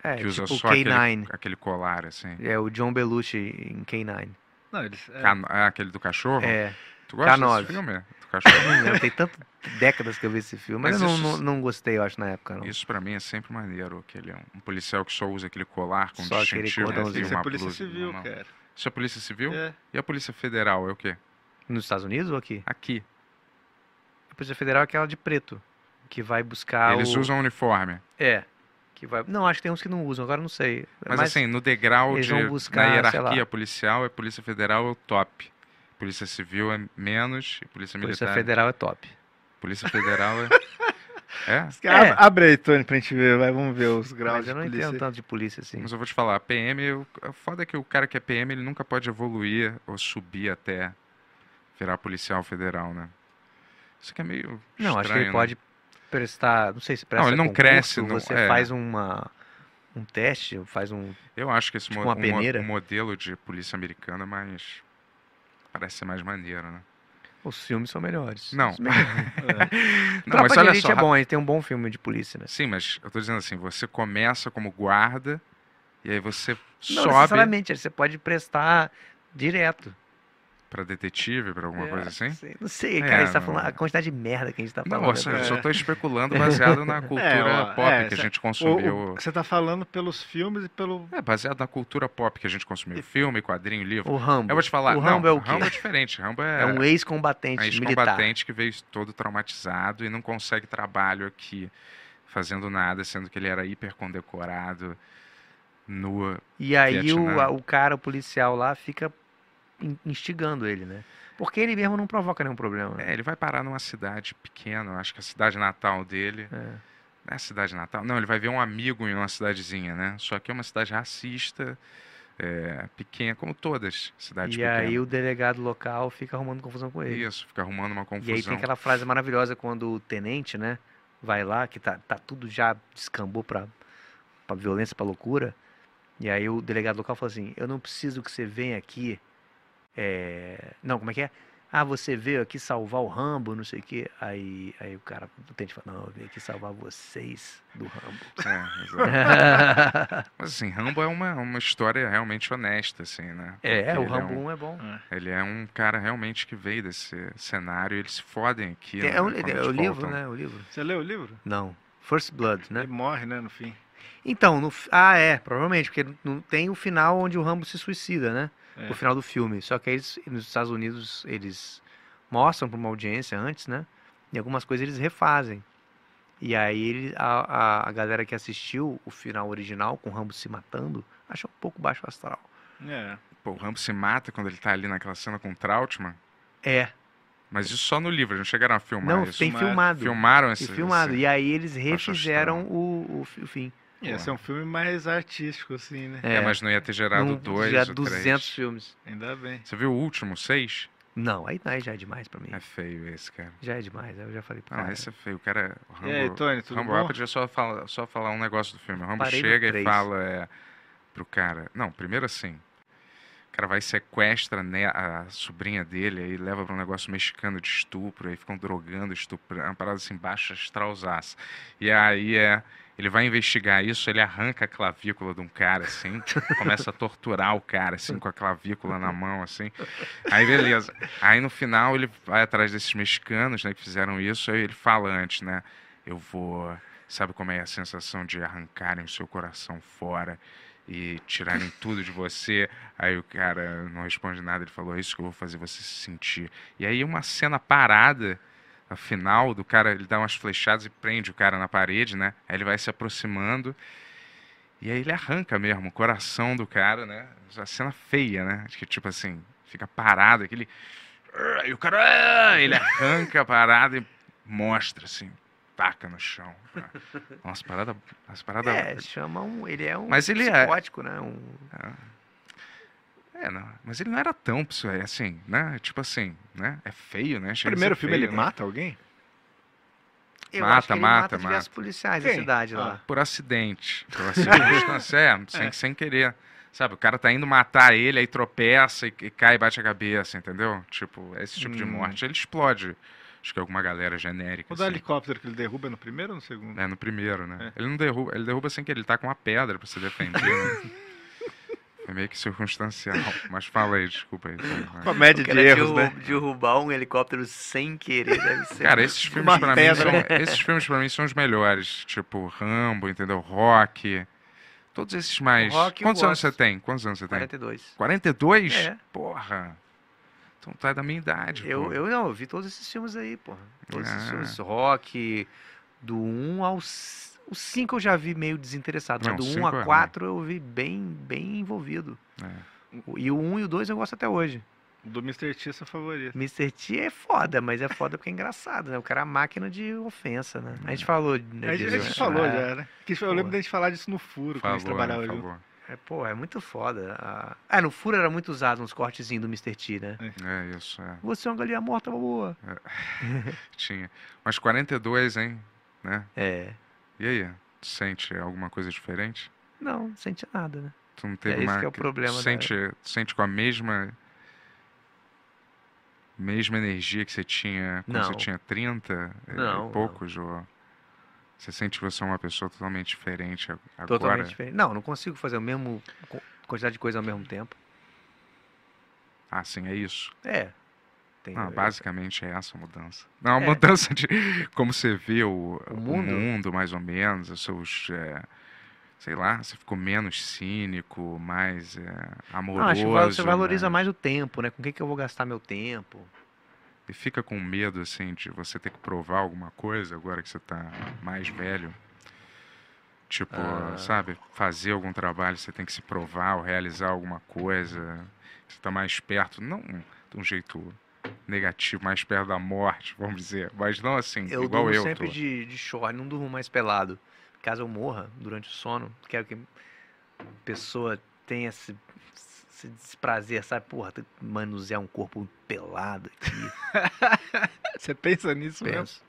S7: É,
S2: que usa
S7: tipo o
S2: só aquele,
S7: K9.
S2: aquele colar, assim.
S7: É o John Belushi em K9.
S3: Não, eles. é,
S2: K- ah, aquele do cachorro?
S7: É,
S2: Tu gosta
S7: K9.
S2: desse filme? Do cachorro?
S7: não lembro, tem tanto décadas que eu vi esse filme,
S2: Mas
S7: mas, eu não,
S2: isso-
S7: não, não gostei, eu acho, na época, não.
S2: Isso pra mim é sempre maneiro, que ele é um policial que só usa aquele colar com
S7: Só aquele
S2: distintivo
S3: é,
S7: cordãozinho.
S3: tem
S2: e
S3: que ser
S2: uma
S3: Polícia
S2: blusa
S3: Civil,
S2: na mão.
S3: cara.
S2: Isso é Polícia Civil?
S3: É.
S2: E a Polícia Federal é o quê?
S7: Nos Estados Unidos ou aqui?
S2: Aqui.
S7: A Polícia Federal é aquela de preto, que vai buscar
S2: Eles
S7: Ah, o...
S2: usam uniforme.
S7: É, que vai... Não, acho que tem uns que não usam, agora eu não sei. É
S2: Mas, assim, no degrau
S7: eles
S2: de,
S7: vão buscar,
S2: na
S7: sei
S2: hierarquia
S7: lá.
S2: policial, é Polícia Federal é o top. Polícia Civil é menos e Polícia
S7: Polícia
S2: Militar.
S7: Federal é top.
S2: Polícia Federal é. É?
S3: Ab- Abre aí, Tony, pra gente ver, vai, vamos ver os graus
S7: Mas eu
S3: de
S7: não
S3: polícia.
S7: entendo tanto de polícia, assim.
S2: Mas eu vou te falar, a PM, eu- a foda é que o cara que é PM, ele nunca pode evoluir ou subir até virar policial federal, né? Isso que é meio
S7: Não, acho que
S2: estranho,
S7: ele
S2: né?
S7: pode prestar, não sei se presta
S2: ele não
S7: concurso,
S2: cresce, não-
S7: você
S2: é.
S7: faz uma um teste, faz um
S2: Eu acho que esse
S7: Tipo
S2: mo-
S7: uma
S2: um mo-
S7: peneira?
S2: um modelo de polícia americana é mais Parece ser mais maneiro, né?
S7: Os filmes são melhores.
S2: Não.
S7: Os melhores.
S2: Não,
S7: Tropa
S2: mas
S7: de
S2: olha
S7: Elite
S2: só,
S7: é bom, ele tem um bom filme de polícia, né?
S2: Sim, mas eu tô dizendo assim, você começa como guarda e aí você
S7: Não
S2: sobe
S7: necessariamente, você pode prestar direto.
S2: pra detetive, pra alguma
S7: É,
S2: coisa assim?
S7: sei- Não sei,
S2: É,
S7: cara, a gente tá
S2: não-
S7: falando a quantidade de merda que a gente tá
S2: Não, eu
S7: falando.
S2: só, eu
S7: né?
S2: só tô especulando baseado na cultura
S3: ó,
S2: pop
S3: é,
S2: que a
S3: cê-
S2: gente
S3: O-
S2: consumiu.
S3: o- Você tá falando pelos filmes e pelo.
S2: É, baseado na cultura pop que a gente consumiu. Filme, quadrinho, livro.
S7: O Rambo.
S2: Eu vou te falar, não,
S7: O Rambo é o quê?
S2: Rambo é diferente. Rambo é,
S7: É um ex-combatente
S2: é
S7: militar.
S2: ex-combatente que veio todo traumatizado e não consegue trabalho aqui fazendo nada, sendo que ele era hiper condecorado no
S7: E aí o,
S2: Vietnã.
S7: a- o cara, o policial lá, fica in- instigando ele, né? Porque ele mesmo não provoca nenhum problema. né?
S2: É, ele vai parar numa cidade pequena, eu acho que é a cidade natal dele.
S7: É.
S2: Não é a cidade natal, não, ele vai ver um amigo em uma cidadezinha, né? Só que é uma cidade racista, é, pequena, como todas cidades
S7: E aí
S2: pequenas.
S7: o delegado local fica arrumando confusão com ele.
S2: Isso, fica arrumando uma
S7: E aí tem
S2: confusão.
S7: aquela frase maravilhosa quando o tenente, né, vai lá, que tá, tá tudo já descambou pra, pra violência, pra loucura. E aí o delegado local fala assim, eu não preciso que você venha aqui. é, Não, como é que é? Ah, você veio aqui salvar o Rambo, não sei o quê. Aí, aí o cara, o tenente fala, não, eu vim aqui salvar vocês do Rambo.
S2: É, exato. Mas assim, Rambo é uma, uma história realmente honesta, assim, né?
S7: é, o
S2: Porque ele
S7: Rambo
S2: É um,
S7: 1 é bom.
S2: ele é um cara realmente que veio desse cenário, eles se fodem aqui.
S7: Tem-
S2: né,
S7: é, um,
S2: quando
S7: é
S2: eles
S7: o livro,
S2: voltam.
S7: né? O livro.
S3: Você leu o livro?
S7: Não. First Blood, né?
S3: Ele morre, né, no fim.
S7: Então, no, fi- ah, é, provavelmente, porque não tem o final onde o Rambo se suicida, né?
S3: É.
S7: O final do filme. Só que eles, nos Estados Unidos, eles mostram para uma audiência antes, né? E algumas coisas eles refazem. E aí ele- a, a, a galera que assistiu o final original, com o Rambo se matando, achou um pouco baixo astral.
S3: É.
S2: Pô, o Rambo se mata quando ele tá ali naquela cena com o Trautmann.
S7: É.
S2: Mas isso só no livro, eles não chegaram a filmar
S7: não,
S2: isso.
S7: tem
S3: filmar-
S7: filmado.
S2: Filmaram
S7: E
S2: esse.
S7: filmado.
S2: esse-
S7: E aí eles
S2: Baixo astral.
S7: refizeram o, o, fi- o fim.
S3: Ia ser um filme mais artístico, assim, né?
S2: É, mas não ia ter gerado
S7: não,
S2: dois
S7: um já
S2: ou
S7: 200
S2: três.
S7: filmes.
S3: Ainda bem.
S2: Você viu o último, seis?
S7: Não, aí, aí já é demais pra mim.
S2: É feio esse, cara.
S7: Já é demais, eu já falei pra
S2: Não,
S7: cara.
S2: esse é feio. O cara. O Rambo,
S3: E aí, Tony, tudo
S2: Rambo
S3: bom?
S2: Alpert, eu só, fala, só falar um negócio do filme. O Rambo
S7: Parei no
S2: chega e
S7: três.
S2: fala é, pro cara. Não, primeiro assim. O cara vai e sequestra né, a sobrinha dele, aí leva pra um negócio mexicano de estupro, aí ficam drogando, estuprando, uma parada assim, baixa astralzaça. E aí é. Ele vai investigar isso, ele arranca a clavícula de um cara, assim, começa a torturar o cara, assim, com a clavícula na mão, assim. Aí, beleza. Aí, no final, ele vai atrás desses mexicanos, né, que fizeram isso, aí ele fala antes, né, eu vou... Sabe como é a sensação de arrancarem o seu coração fora e tirarem tudo de você? Aí o cara não responde nada, ele falou, é isso que eu vou fazer você se sentir. E aí, uma cena parada a final do cara, ele dá umas flechadas e prende o cara na parede, né? Aí ele vai se aproximando e aí ele arranca mesmo o coração do cara, né? A cena feia, né? Acho que tipo assim, fica parado, aquele. E o cara. Ele arranca a parada e mostra assim, taca no chão. Nossa, parada. As paradas.
S7: É, chama um. Ele é um
S2: Mas ele é-
S7: psicótico, né? Um...
S2: É, não. Mas ele não era tão psico- é assim, né? Tipo assim, né? É feio, né?
S3: No
S2: Chega a ser
S3: primeiro filme
S2: feio,
S3: ele
S2: né?
S3: mata alguém?
S7: Eu
S2: Mata,
S7: acho que ele
S2: mata,
S7: mata diversos
S2: mata.
S7: policiais da
S3: Quem?
S7: cidade lá.
S2: Por acidente. Pela circunstância, é, sem, sem querer. Sabe, o cara tá indo matar ele, aí tropeça e, e cai e bate a cabeça, entendeu? Tipo, esse tipo de
S3: Hum.
S2: morte. Ele explode. Acho que é alguma galera genérica.
S3: O do
S2: assim.
S3: helicóptero que ele derruba é no primeiro ou no segundo?
S2: É, no primeiro, né? Ele não derruba, ele derruba sem querer, ele tá com uma pedra pra se defender. né? Foi meio que circunstancial. Mas fala aí, desculpa aí. Tony.
S3: Comédia de erros, né?
S7: derrubar um helicóptero sem querer deve ser.
S2: Cara, esses filmes
S3: Uma
S2: pra mim
S3: pedra,
S2: são, esses filmes para mim são os melhores, tipo Rambo, entendeu? Rock. Todos esses mais.
S7: Rock eu
S2: Quantos anos
S7: gosto.
S2: você tem? Quantos anos você tem?
S7: 42.
S2: 42?
S7: É.
S2: Porra. Então tá da minha idade,
S7: Eu,
S2: pô.
S7: eu não, eu vi todos esses filmes aí, porra. Todos esses
S2: Ah.
S7: filmes. Rock, do 1 ao. c- O 5 eu já vi meio desinteressado,
S2: Não,
S7: mas do 1
S2: cinco é
S7: a
S2: ruim.
S7: 4 eu vi bem, bem envolvido.
S2: É.
S7: O- E o 1 e o 2 eu gosto até hoje.
S3: Do Mr. T, seu favorito.
S7: Mr. T é foda, mas é foda porque é engraçado, né? O cara é a máquina de ofensa, né? A gente falou. né,
S3: É. A gente, a
S7: disso,
S3: gente
S7: né?
S3: falou
S7: É.
S3: já, né? Que eu
S7: Pô.
S3: lembro da gente falar disso no furo, quando a gente
S2: Falou,
S3: trabalhava
S2: né?
S3: junto.
S2: Falou.
S7: É, pô, é muito foda. Ah, é, no Furo era muito usado uns cortezinhos do Mr. T, né?
S2: É isso, é.
S7: Você é uma galinha morta, boa.
S2: Tinha. Mas 42, hein? Né?
S7: É.
S2: E aí? Tu sente alguma coisa diferente?
S7: Não, não sente nada, né?
S2: Tu não teve
S7: esse
S2: uma.
S7: que é o
S2: tu
S7: problema da-
S2: Sente, tu sente com a mesma mesma energia que você tinha quando você
S7: Não.
S2: tinha 30 e
S7: Não, não.
S2: poucos? Ou... Você sente que você é uma pessoa totalmente diferente a- agora?
S7: Totalmente diferente. Não, não consigo fazer o mesmo co- quantidade de coisa ao mesmo tempo.
S2: Ah, sim, é isso.
S7: É. Tem,
S2: Ah,
S7: eu-
S2: basicamente é essa a mudança. Não, a
S7: É.
S2: mudança de como você vê o,
S7: O
S2: o
S7: mundo?
S2: mundo, mais ou menos, os seus. é, sei lá, você ficou menos cínico, mais é,
S7: Não, Ah, acho que va-
S2: amoroso.
S7: você valoriza
S2: mais-
S7: mais o tempo, né? Com quem que eu vou gastar meu tempo?
S2: E fica com medo, assim, de você ter que provar alguma coisa agora que você tá mais velho. Tipo,
S7: Ah.
S2: sabe, fazer algum trabalho, você tem que se provar ou realizar alguma coisa. Você tá mais perto, não de um jeito negativo, mais perto da morte, vamos dizer. Mas não assim,
S7: Eu
S2: igual
S7: durmo
S2: eu
S7: sempre
S2: tô.
S7: de, de short, não durmo mais pelado. Caso eu morra durante o sono, quero que a pessoa tenha esse, esse desprazer, sabe? Porra, tem que manusear um corpo pelado aqui.
S3: Você pensa nisso mesmo?
S7: Penso.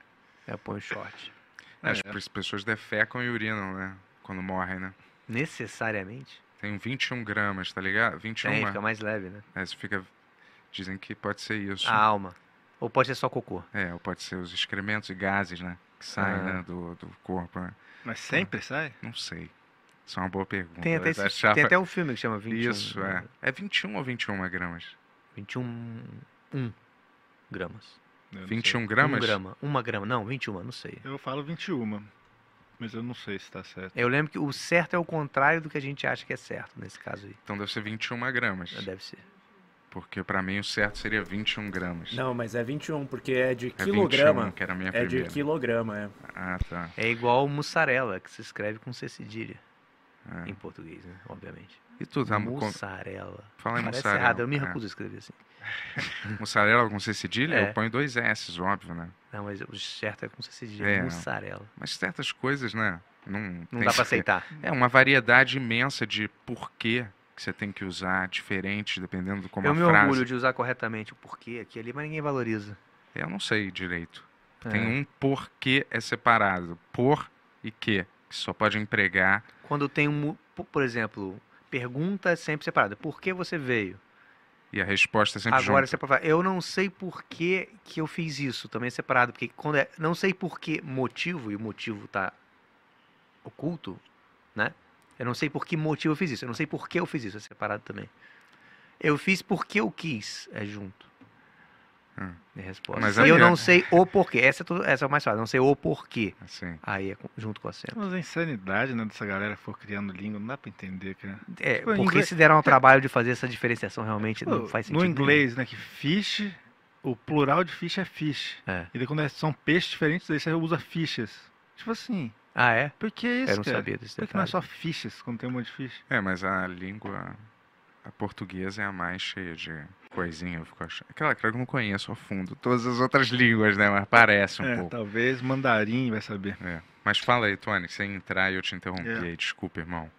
S7: Eu ponho short.
S2: As pe- pessoas defecam e urinam, né? Quando morrem, né?
S7: Necessariamente.
S2: Tem 21 gramas, tá ligado?
S7: Tem,
S2: 21,
S7: fica mais leve, né?
S2: é, você fica... Dizem que pode ser isso.
S7: A alma. Ou pode ser só cocô.
S2: É, ou pode ser os excrementos e gases, né? Que saem,
S7: Ah.
S2: né, do, do corpo, né?
S3: Mas sempre sai?
S2: Não sei. Isso é uma boa pergunta.
S7: Tem até,
S2: Mas
S7: esse-
S2: achava-
S7: tem até um né. filme que chama 21.
S2: Isso, é. É 21 ou 21 gramas?
S7: 21 1 gramas.
S3: Eu não sei.
S2: 21
S7: 1
S2: gramas?
S7: grama. 1 grama. Não, 21, não sei.
S3: Eu falo 21, mas eu não sei se tá certo.
S7: Eu lembro que o certo é o contrário do que a gente acha que é certo, nesse caso aí. né,
S2: Então deve ser 21 gramas.
S7: Deve ser.
S2: Porque pra mim o certo seria 21 gramas.
S4: Não, mas é 21, porque é de
S2: é
S7: um,
S4: quilograma.
S2: 21, que era a minha
S4: É de
S2: primeira.
S4: quilograma, é.
S2: Ah, tá.
S7: É igual mussarela, que se escreve com C cedilha.
S2: É.
S7: Em português, né? Obviamente.
S2: E tu, tá, mu- com-
S7: mussarela.
S2: fala em
S7: Parece
S2: mussarela.
S7: errado, eu me
S2: É.
S7: recuso a escrever assim.
S2: Mussarela com C cedilha?
S7: É.
S2: Eu ponho dois S's, óbvio, né?
S7: Não, mas o certo é com C cedilha.
S2: É.
S7: Mussarela.
S2: Mas certas coisas, né? Não,
S7: Não
S2: tem
S7: dá pra
S2: que-
S7: aceitar.
S2: É uma variedade imensa de porquê que você tem que usar, diferente, dependendo de como
S7: eu
S2: a
S7: me
S2: frase...
S7: orgulho de usar corretamente o porquê aqui e ali, mas ninguém valoriza.
S2: Eu não sei direito.
S7: É.
S2: Tem um porquê é separado. Por e que. Que só pode empregar.
S7: Quando tem um, mu- po- por exemplo, pergunta é sempre separada. Por que você veio?
S2: E a resposta
S3: Né,
S2: é sempre
S7: Agora
S2: junto.
S7: você pode falar, eu não sei por que, que eu fiz isso, também é separado, porque quando é não sei por que motivo, e o motivo tá oculto, né? Eu não sei por que motivo eu fiz isso, eu não sei por que eu fiz isso, é separado também. Eu fiz porque eu quis, é junto.
S2: Hum.
S7: Minha resposta.
S2: Mas
S7: e eu
S2: olha-
S7: não sei o porquê, essa é, tudo- essa é o mais fácil, não sei o porquê.
S2: Assim.
S7: Aí é com- junto com a cena.
S3: Mas a insanidade, né, dessa galera que for criando língua, não dá pra entender, cara.
S7: É,
S3: Tipo, em
S7: porque
S3: inglês-
S7: se deram ao trabalho de fazer essa diferenciação realmente não
S3: Pô,
S7: faz sentido.
S3: no
S7: nenhum.
S3: inglês, né, que fish, o plural de fish é fish.
S7: É.
S3: E daí quando é- são peixes diferentes, daí você usa fishes. Tipo assim,
S7: Ah, é?
S3: por que isso,
S7: Eu não
S3: cara?
S7: sabia desse
S3: Por que não é só
S7: detalhe.
S3: fishes quando tem um monte de fish?
S2: É, mas a língua... A portuguesa é a mais cheia de coisinha, eu fico achando. Aquela que eu não conheço a fundo. Todas as outras línguas, né? Mas parece um
S3: é,
S2: pouco.
S3: talvez mandarim vai saber.
S2: Mas fala aí, Tony, que você ia entrar e eu te interrompi
S3: É.
S2: aí. Desculpa, irmão.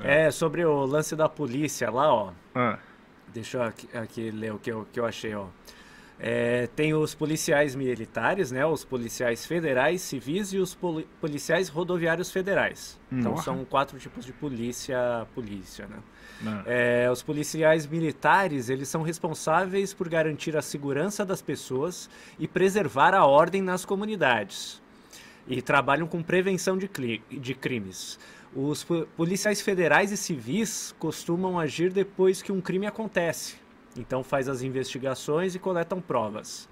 S4: É, sobre o lance da polícia lá, ó.
S3: Ah,
S4: Deixa eu aqui, aqui ler o que eu, que eu achei, ó. É, tem os policiais militares, né? Os policiais federais, civis e os poli- policiais rodoviários federais. Então
S3: Nossa.
S4: são quatro tipos de polícia, polícia, né?
S3: não.
S4: É, os policiais militares, eles são responsáveis por garantir a segurança das pessoas e preservar a ordem nas comunidades. E trabalham com prevenção de, cli- de crimes. Os po- policiais federais e civis costumam agir depois que um crime acontece. Então faz as investigações e coletam provas.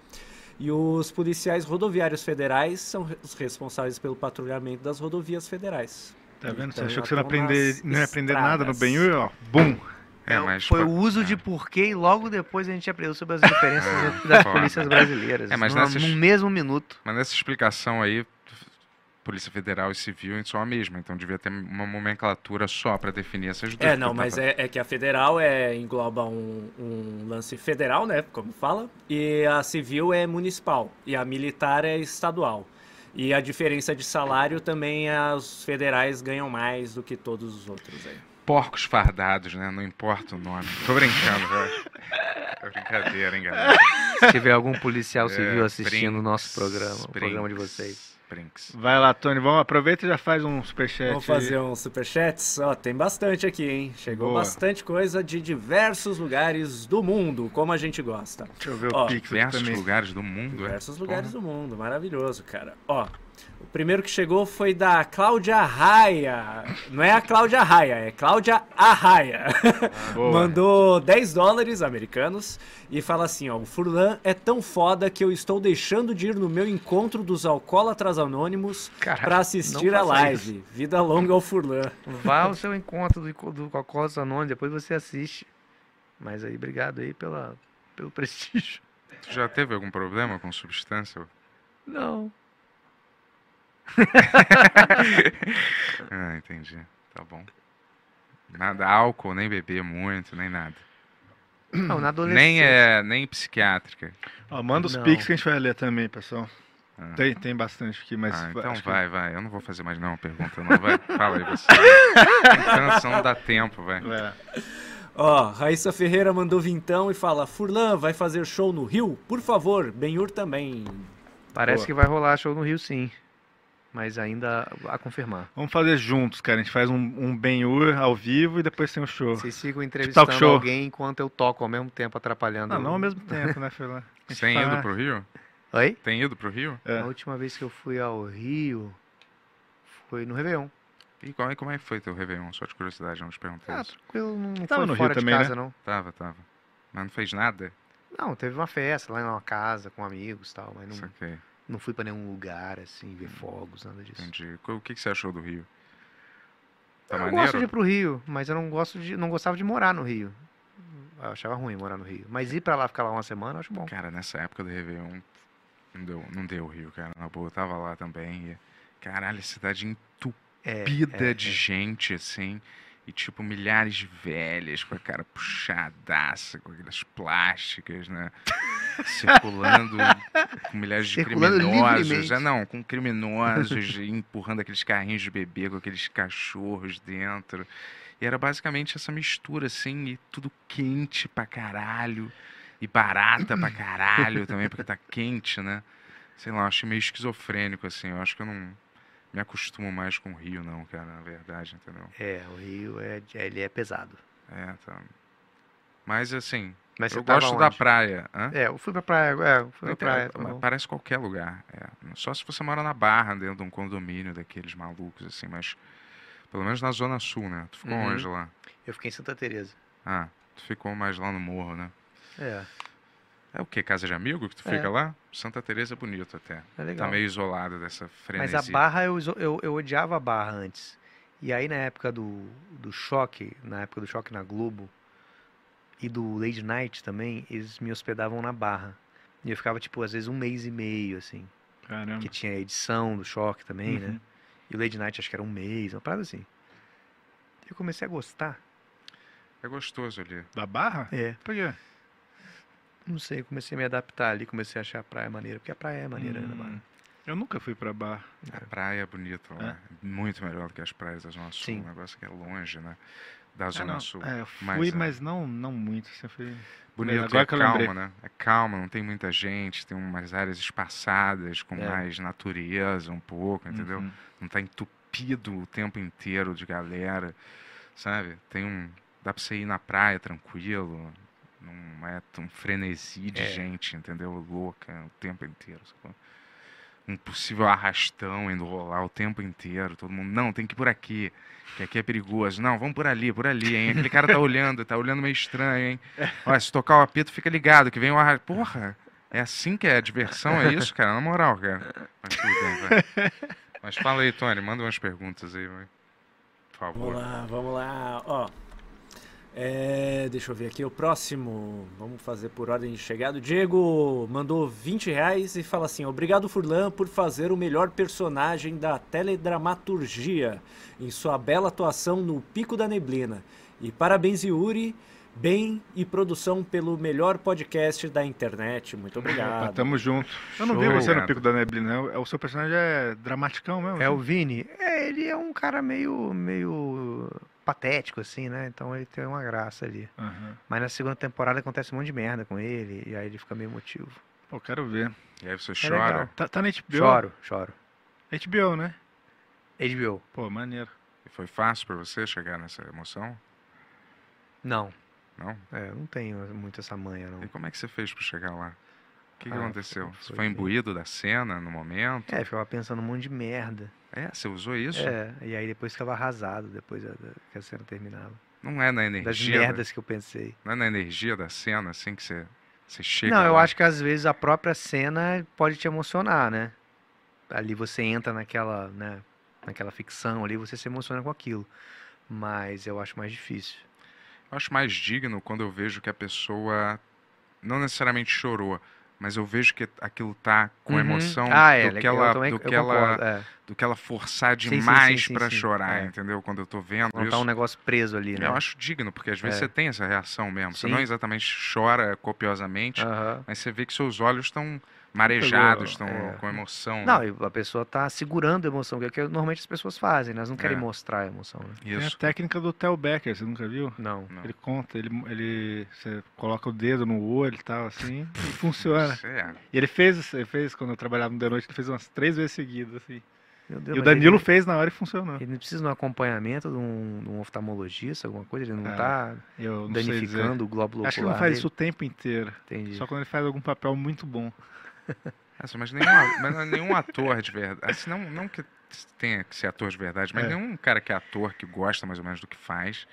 S4: E os policiais rodoviários federais são re- os responsáveis pelo patrulhamento das rodovias federais.
S3: Tá vendo? Você
S4: Então,
S3: achou que você não ia
S4: atuam
S3: aprender,
S4: nas
S3: não ia aprender nada no
S4: estradas.
S3: Ben-Hur, ó. Bum!
S2: É,
S7: É, É,
S2: mas
S7: foi
S2: pa-
S7: o uso
S2: é.
S7: de porquê e logo depois a gente aprendeu sobre as diferenças das
S2: foda.
S7: polícias brasileiras.
S2: É, mas
S7: numa-
S2: nessas-
S7: num mesmo minuto.
S2: Mas nessa explicação aí, Polícia Federal e Civil são a mesma, então devia ter uma nomenclatura só para definir essas duas.
S4: É, não,
S2: porque
S4: mas
S2: tá-
S4: é, é que a federal é, engloba um, um lance federal, né? Como fala. E a civil é municipal. E a militar é estadual. E a diferença de salário também, as federais ganham mais do que todos os outros aí.
S2: Porcos fardados, né? Não importa o nome. Tô brincando, velho. É brincadeira, hein, galera?
S7: Se tiver algum policial civil
S2: É,
S7: assistindo o nosso
S2: Brinks,
S7: programa, o programa de
S2: Brinks.
S7: vocês.
S2: Prinks.
S3: Vai lá, Tony, vamos, aproveita e já faz um superchat.
S4: Vamos
S3: aí.
S4: fazer uns superchats? Ó, tem bastante aqui, hein? Chegou
S3: Boa.
S4: bastante coisa de diversos lugares do mundo, como a gente gosta.
S3: Deixa eu ver
S4: Ó,
S3: o Pix aqui
S2: Diversos
S3: também.
S2: lugares do
S7: Né?
S2: mundo, é?
S4: Diversos lugares do mundo, maravilhoso, cara. Ó, o primeiro que chegou foi da Cláudia Raia. Não é a Cláudia Raia, é Cláudia Arraia.
S3: Boa.
S4: Mandou 10 dólares americanos e fala assim, ó, o Furlan é tão foda que eu estou deixando de ir no meu encontro dos alcoólatras anônimos
S7: Caralho,
S4: pra assistir
S7: não
S4: a
S7: faça
S4: live. Vida longa ao Furlan.
S7: Vá ao seu encontro do, enco- do Cocós Anônimo, depois você assiste. Mas aí, obrigado aí pela, pelo prestígio.
S2: Tu já teve algum problema com substância?
S7: Não.
S2: Ah, entendi. Tá bom. Nada álcool, nem beber muito, nem nada.
S7: Não, na adolescência.
S2: Nem é, nem psiquiátrica.
S3: Ó, manda os
S7: Não.
S3: Pix que a gente vai ler também, pessoal.
S2: Ah.
S3: Tem, tem bastante aqui, mas.
S2: ah, então
S3: acho que-
S2: vai, vai. Eu não vou fazer mais não, pergunta não. Vai, fala aí você. Cansa, não dá tempo, vai.
S3: Vai lá.
S4: Ó, Raíssa Ferreira mandou vintão e fala: Furlan vai fazer show no Rio? Por favor, Benhur também.
S7: Parece
S3: Boa.
S7: que vai rolar show no Rio, sim. Mas ainda a confirmar.
S3: Vamos fazer juntos, cara. A gente faz um, um Ben-Hur ao vivo e depois tem o show.
S7: Vocês ficam entrevistando
S3: show.
S7: alguém enquanto eu toco ao mesmo tempo, atrapalhando.
S3: Ah,
S7: o-
S3: não ao mesmo tempo, né, Fernando?
S2: Você tem ido pro Rio?
S7: Oi?
S2: Tem ido pro Rio?
S3: É.
S7: A última vez que eu fui ao Rio foi no Réveillon.
S2: E como é, como é que foi teu Réveillon? Só de curiosidade, não te perguntei
S7: Ah,
S2: isso.
S7: tranquilo, não
S3: tava
S7: foi
S3: no Rio
S7: fora de
S3: também, né?
S7: casa, não.
S2: Tava, tava. Mas não fez nada?
S7: Não, teve uma festa lá em uma casa com amigos e tal, mas não,
S2: Saquei,
S7: não fui pra nenhum lugar assim, ver fogos, nada disso.
S2: entendi. Co- O que, que você achou do Rio? Tá
S7: Eu gosto
S2: maneiro?
S7: de ir pro Rio, mas eu não gosto de, não gostava de morar no Rio. Eu achava ruim morar no Rio, mas ir pra lá ficar lá uma semana eu acho bom.
S2: Cara, nessa época do Réveillon, não deu, não deu o Rio, cara. Na boa, eu tava lá também. E, caralho, a cidade
S7: É,
S2: entupida
S7: é,
S2: de gente, assim. E, tipo, milhares de velhas com a cara puxadaça, com aquelas plásticas, né? Circulando com milhares de
S7: Circulando
S2: criminosos.
S7: livremente.
S2: É, não, com criminosos e empurrando aqueles carrinhos de bebê com aqueles cachorros dentro. E era basicamente essa mistura, assim, e tudo quente pra caralho. E barata pra caralho também, porque tá quente, né? Sei lá, eu achei meio esquizofrênico, assim. Eu acho que eu não me acostumo mais com o Rio, não, cara, na verdade, entendeu?
S7: É, o Rio é, ele é pesado.
S2: É, tá. Mas, assim,
S7: Mas você
S2: eu
S7: tava
S2: gosto da
S7: onde?
S2: praia. Hã?
S7: É, eu fui pra praia, é, eu fui pra
S2: Não
S7: praia.
S2: tem-
S7: tá bom.
S2: Parece qualquer lugar. é. Só se você mora na Barra, dentro de um condomínio daqueles malucos, assim, mas. Pelo menos na Zona Sul, né? Tu ficou
S7: Uhum.
S2: longe lá.
S7: Eu fiquei em Santa Teresa.
S2: Ah, tu ficou mais lá no morro, né?
S7: É,
S2: É o quê? Casa de amigo que tu
S7: É.
S2: fica lá? Santa Teresa é bonito até.
S7: é
S2: Tá
S7: legal.
S2: meio isolada dessa
S7: Mas
S2: frenesi.
S7: a barra, eu, iso- eu, eu odiava a barra antes. E aí, na época do, do choque, na época do choque na Globo e do Lady Night também, eles me hospedavam na barra. E eu ficava, tipo, às vezes um mês e meio, assim.
S3: Caramba.
S7: Que tinha a edição do choque também,
S3: Uhum.
S7: né? E o Lady Night, acho que era um mês, uma parada assim. Eu comecei a gostar.
S2: É gostoso ali.
S3: Da Barra?
S7: É.
S3: Por quê?
S7: Não sei, eu comecei a me adaptar ali, comecei a achar a praia maneira, porque a praia é maneira, né, na
S3: Hum.
S7: barra.
S3: Eu nunca fui pra Barra.
S2: A praia é bonita lá. Muito melhor do que as praias da Zona Sul.
S7: Sim.
S2: O negócio é que é longe, né? Da
S3: É,
S2: Zona
S3: não.
S2: Sul.
S3: É, eu fui,
S2: Mas,
S3: mas,
S2: é.
S3: não, não muito. Assim, eu fui...
S2: Bonito,
S3: Agora
S2: é
S3: que eu
S2: calma,
S3: lembrei.
S2: né? É calma, não tem muita gente, tem umas áreas espaçadas, com
S7: É.
S2: mais natureza um pouco, entendeu?
S3: Uhum.
S2: Não tá entupido o tempo inteiro de galera, sabe? Tem um... Dá pra você ir na praia tranquilo, não é um frenesi de
S7: É.
S2: gente, entendeu? Louca o tempo inteiro, sacou? Um possível arrastão indo rolar o tempo inteiro, todo mundo, não, tem que ir por aqui, que aqui é perigoso. Não, vamos por ali, por ali, hein? Aquele cara tá olhando, tá olhando meio estranho, hein? Ó, se tocar o apito, fica ligado, que vem o arra... Porra, é assim que é a diversão, é isso, cara? Na moral, cara. Mas tudo bem, vai. Mas fala aí, Tony, manda umas perguntas aí, vai. Por favor.
S4: Vamos lá, vamos lá. Ó, é, deixa eu ver aqui o próximo. Vamos fazer por ordem de chegada. O Diego mandou 20 reais e fala assim: Obrigado, Furlan, por fazer o melhor personagem da teledramaturgia em sua bela atuação no Pico da Neblina. E parabéns, Yuri. Bem e produção pelo melhor podcast da internet. Muito
S3: Opa,
S4: obrigado.
S3: tamo junto. Eu não vi
S7: Show.
S3: você no
S2: Obrigado.
S3: Pico da Neblina. é o- é O seu personagem é dramaticão mesmo?
S7: É o
S3: assim?
S7: Vini. É, ele é um cara meio, meio patético, assim, né? Então ele tem uma graça ali.
S3: Aham.
S7: Mas na segunda temporada acontece um monte de merda com ele, e aí ele fica meio emotivo.
S3: Pô, quero ver.
S2: E aí você
S7: É legal.
S2: chora?
S3: Tá, tá na HBO?
S7: Choro, choro.
S3: HBO, né?
S7: HBO.
S3: Pô, maneiro.
S2: E foi fácil pra você chegar nessa emoção?
S7: Não.
S2: Não?
S7: É, eu não tenho muito essa manha, não.
S2: E como é que você fez pra chegar lá? O que, que
S7: Ah,
S2: aconteceu?
S7: foi-
S2: Você
S7: foi
S2: foi
S7: bem-
S2: imbuído da cena no momento?
S7: É, ficava pensando um monte de merda.
S2: É, você usou isso?
S7: É, e aí depois ficava arrasado, depois da- da- que a cena terminava.
S2: Não é na
S7: Das
S2: energia. da-
S7: merdas que eu pensei.
S2: Não é na energia da cena, assim que você, você chega.
S7: Não, eu
S2: lá?
S7: acho que às vezes a própria cena pode te emocionar, né? Ali você entra naquela, né, naquela ficção ali, você se emociona com aquilo. Mas eu acho mais difícil.
S2: Eu acho mais digno quando eu vejo que a pessoa não necessariamente chorou, mas eu vejo que aquilo tá com
S7: Uhum.
S2: emoção
S7: Ah, é,
S2: do que
S7: legal, eu
S2: ela,
S7: também-
S2: do
S7: eu
S2: que ela,
S7: concordo, é.
S2: do que ela forçar
S7: Sim, sim,
S2: demais
S7: sim,
S2: pra
S7: sim.
S2: chorar,
S7: É.
S2: entendeu? Quando eu tô vendo
S7: Não tá
S2: isso,
S7: um negócio preso ali, né?
S2: eu acho digno, porque às vezes
S7: É.
S2: você tem essa reação mesmo. Você não
S7: Sim. Ah.
S2: exatamente chora copiosamente,
S7: Aham.
S2: mas você vê que seus olhos estão marejados, estão
S7: é.
S2: com emoção.
S7: Não,
S2: né?
S7: e a pessoa tá segurando a emoção, que é o que normalmente as pessoas fazem, né? elas não querem
S2: É.
S7: mostrar a emoção, né?
S3: Tem É a
S2: Isso.
S3: técnica do Tel Becker, você nunca viu?
S7: Não.
S2: Não.
S3: Ele conta, ele, ele você coloca o dedo no olho e tal, assim, e funciona.
S2: Isso é.
S3: E ele fez, isso- ele fez quando eu trabalhava no The Noite, ele fez umas três vezes seguidas, assim.
S7: Meu Deus,
S3: E o
S7: mas ele-
S3: Danilo fez na hora e funcionou.
S7: Ele não precisa de um acompanhamento de um, de um oftalmologista, alguma coisa? Ele não
S3: É,
S7: tá
S3: Eu não sei dizer.
S7: danificando o glóbulo
S3: Acho que ele não
S7: ocular
S3: faz
S7: dele?
S3: isso o tempo inteiro.
S7: Entendi.
S3: Só quando ele faz algum papel muito bom.
S2: Nossa, mas nenhum, a- mas é nenhum ator de verdade. Assim, não, não que tenha que ser ator de verdade, mas
S3: É.
S2: nenhum cara que é ator que gosta mais ou menos do que faz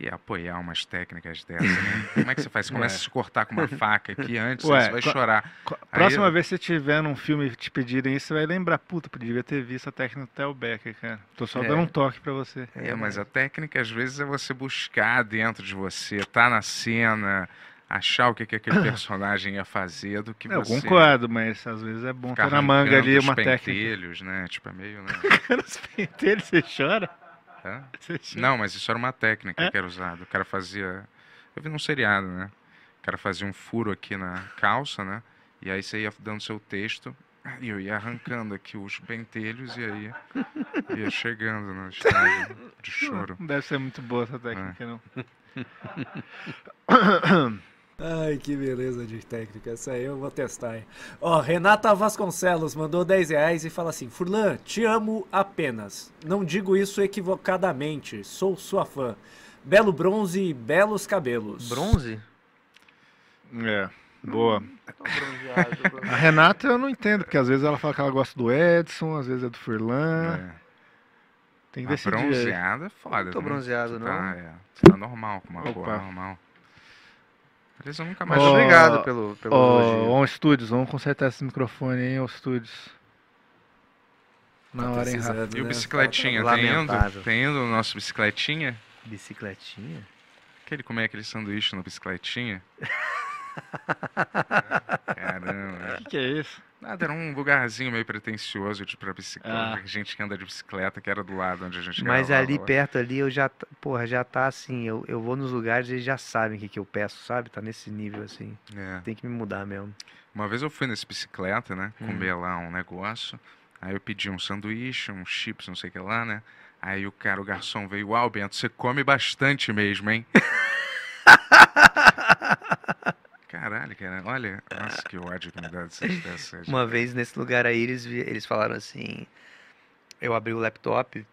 S2: e apoiar umas técnicas dessas, né? Como é que você faz? Você começa a se cortar com uma faca aqui antes,
S3: Ué,
S2: você vai
S3: co-
S2: chorar.
S3: Co- Próxima vez que você tiver num filme e te pedirem isso, você vai lembrar, puta, devia ter visto a técnica do Tel Becker, cara. Tô só
S7: É.
S3: dando um toque pra você.
S2: É, mas a técnica às vezes é você buscar dentro de você, tá na cena, achar o que, que aquele personagem ia fazer do que
S3: Eu
S2: você.
S3: concordo, mas às vezes é bom
S2: Ficar
S3: ter na manga
S2: arrancando
S3: ali
S2: os
S3: uma técnica.
S2: pentelhos, né? Tipo, é meio. Né?
S3: Os pentelhos, você chora?
S2: Hã?
S3: Você chora?
S2: Não, mas isso era uma técnica
S3: É?
S2: que era usada. O cara fazia. Eu vi num seriado, né? O cara fazia um furo aqui na calça, né? E aí você ia dando seu texto e eu ia arrancando aqui os pentelhos e aí ia chegando no estágio de choro.
S3: Não deve ser muito boa essa técnica,
S2: É.
S3: não.
S4: Ai, que beleza de técnica. Essa aí eu vou testar, hein? Ó, Renata Vasconcelos mandou 10 reais e fala assim: Furlan, te amo apenas. Não digo isso equivocadamente. Sou sua fã. Belo bronze e belos cabelos.
S7: Bronze?
S3: É, boa.
S7: bronzeado,
S3: A Renata eu não entendo, porque às vezes ela fala que ela gosta do Edson, às vezes é do Furlan.
S2: É.
S3: Tem que
S2: Uma
S3: decidir. aí.
S2: bronzeada é foda.
S7: não tô
S2: né?
S7: bronzeado,
S2: Tu
S7: não.
S2: Tá, é. Tu tá normal, com uma cor
S3: Opa.
S2: normal. Beleza, eu nunca mais.
S7: Mas
S3: Ó,
S7: obrigado pelo, pelo
S3: Ó,
S7: elogio.
S3: On Studios, vamos consertar esse microfone aí, On Studios. Na
S4: Tá
S3: hora, hein, Rafa?
S4: precisando,
S2: E o
S4: né?
S2: bicicletinha,
S7: Falta-
S2: tem indo?
S7: Lamentável.
S2: Tem indo o nosso bicicletinha?
S7: Bicicletinha?
S2: Que ele comia aquele sanduíche na bicicletinha? Caramba.
S3: O que, que é isso?
S2: Nada, era um lugarzinho meio pretencioso de ir pra bicicleta.
S3: Ah.
S2: que Gente que anda de bicicleta, que era do lado onde a gente
S7: Mas
S2: gravava
S7: ali
S2: lá.
S7: perto ali eu já, tá- porra, já tá assim, eu, eu vou nos lugares e eles já sabem o que, que eu peço, sabe? Tá nesse nível assim.
S2: É.
S7: Tem que me mudar mesmo.
S2: Uma vez eu fui nesse bicicleta, né?
S7: Hum.
S2: Comer lá um negócio. Aí eu pedi um sanduíche, um chips, não sei o que lá, né? Aí o cara, o garçom veio, uau, Bento, você come bastante mesmo, hein? Caralho, cara, olha, nossa, que ódio que me dá dessas, dessas
S7: Uma vez nesse lugar aí eles, vi- eles falaram assim, eu abri o laptop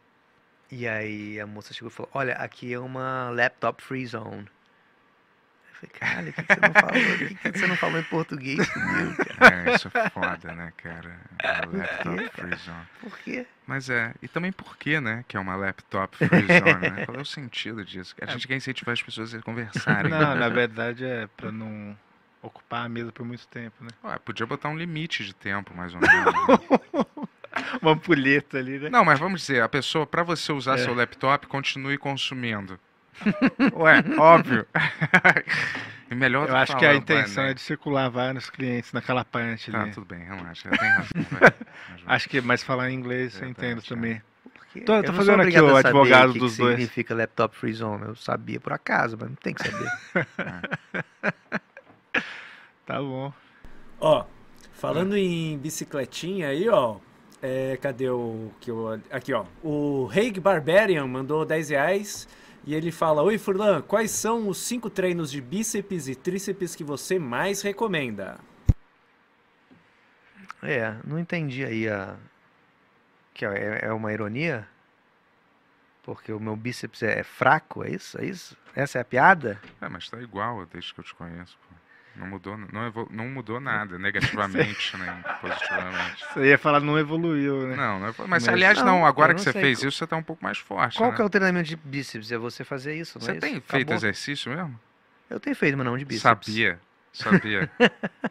S7: e aí a moça chegou e falou, olha, aqui é uma laptop free zone. Eu falei, caralho, o que, que você não falou? Por que, que você não falou em português? comigo, cara?
S2: É, isso é foda, né, cara? A laptop free zone.
S7: Por quê?
S2: Mas é, e também por que, né, que é uma laptop free zone, né? Qual é o sentido disso? A gente quer incentivar as pessoas a conversarem.
S3: Não,
S2: né?
S3: na verdade é pra não ocupar a mesa por muito tempo, né?
S2: Ué, podia botar um limite de tempo, mais ou menos. né?
S3: Uma ampulheta ali, né?
S2: Não, mas vamos dizer, a pessoa, pra você usar
S3: É.
S2: seu laptop, continue consumindo. Ué, óbvio. E melhor do
S3: Eu acho que
S2: falar,
S3: a
S2: vai,
S3: intenção
S2: né?
S3: é de circular vários clientes naquela parte
S2: Tá,
S3: ali.
S2: tudo bem, relaxa. Tem razão, vai. Mas
S3: Acho que, mas falar em inglês eu
S2: Verdade,
S3: entendo
S2: é.
S3: também.
S7: Por quê?
S3: Tô-
S7: Então, Eu
S3: tô
S7: não sou
S3: fazendo aqui
S7: obrigado
S3: o
S7: a saber
S3: advogado
S7: que que
S3: dos dois.
S7: significa laptop free zone. Eu sabia por acaso, mas não tem que saber.
S3: Tá bom.
S4: Ó, falando em bicicletinha aí, ó. é, cadê o que eu. Aqui, ó. O Haig Barbarian mandou 10 reais e ele fala: Oi, Furlan, quais são os cinco treinos de bíceps e tríceps que você mais recomenda?
S7: É, não entendi aí a, Que é, é uma ironia? Porque o meu bíceps é fraco, é isso? É isso? Essa é a piada?
S2: É, mas tá igual desde que eu te conheço, pô. Não mudou, não, evol- não mudou nada, negativamente, nem positivamente.
S3: Você ia falar, não evoluiu, né?
S2: Não, não evol- mas,
S7: Mas-
S2: aliás,
S7: Não,
S2: não, agora
S7: eu
S2: que
S7: não
S2: você
S7: sei
S2: fez
S7: qual-
S2: isso, você tá um pouco mais forte.
S7: Qual
S2: né?
S7: que é o treinamento de bíceps? É você fazer isso, não é
S2: Você
S7: isso?
S2: tem feito
S7: Acabou.
S2: exercício mesmo?
S7: Eu tenho feito, mas não de bíceps.
S2: Sabia, sabia,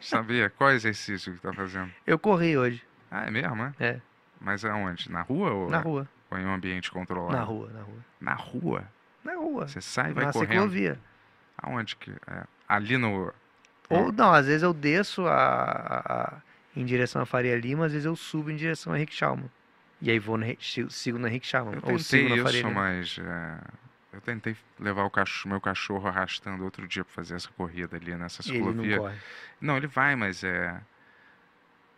S2: sabia. Qual é o exercício que tá fazendo?
S7: Eu corri hoje,
S2: Ah, é mesmo, é?
S7: É.
S2: Mas aonde? Na rua ou,
S7: na rua,
S2: ou em um ambiente controlado?
S7: na rua, na rua.
S2: Na rua?
S7: Na rua,
S2: Você sai e vai
S7: na
S2: correndo?
S7: ciclovia.
S2: Aonde que... é? Ali no... É.
S7: Ou não, às vezes eu desço a, a- a- em direção à Faria Lima, às vezes eu subo em direção a Henrique Schalman. E aí vou no, Henrique- sigo- sigo na Henrique Schalman.
S2: Eu
S7: Ou
S2: tentei
S7: sigo na Faria
S2: isso,
S7: Lima.
S2: mas... é, Eu tentei levar o cachorro, meu cachorro arrastando outro dia pra fazer essa corrida ali nessa
S7: E ele
S2: ciclovia.
S7: não corre.
S2: Não, ele vai, mas é.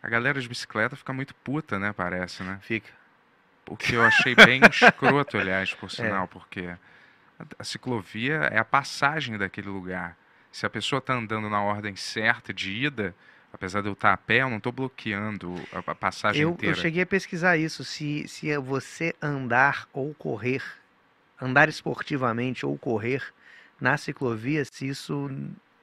S2: A galera de bicicleta fica muito puta, né? Parece, né?
S7: Fica.
S2: O que eu achei bem escroto, aliás,
S7: É.
S2: por sinal, porque a- a ciclovia é a passagem daquele lugar. Se a pessoa tá andando na ordem certa de ida, apesar de eu estar a pé, eu não tô bloqueando a, a passagem
S7: Eu, eu
S2: inteira.
S7: cheguei a pesquisar isso, se, se é você andar ou correr, andar esportivamente ou correr na ciclovia, se isso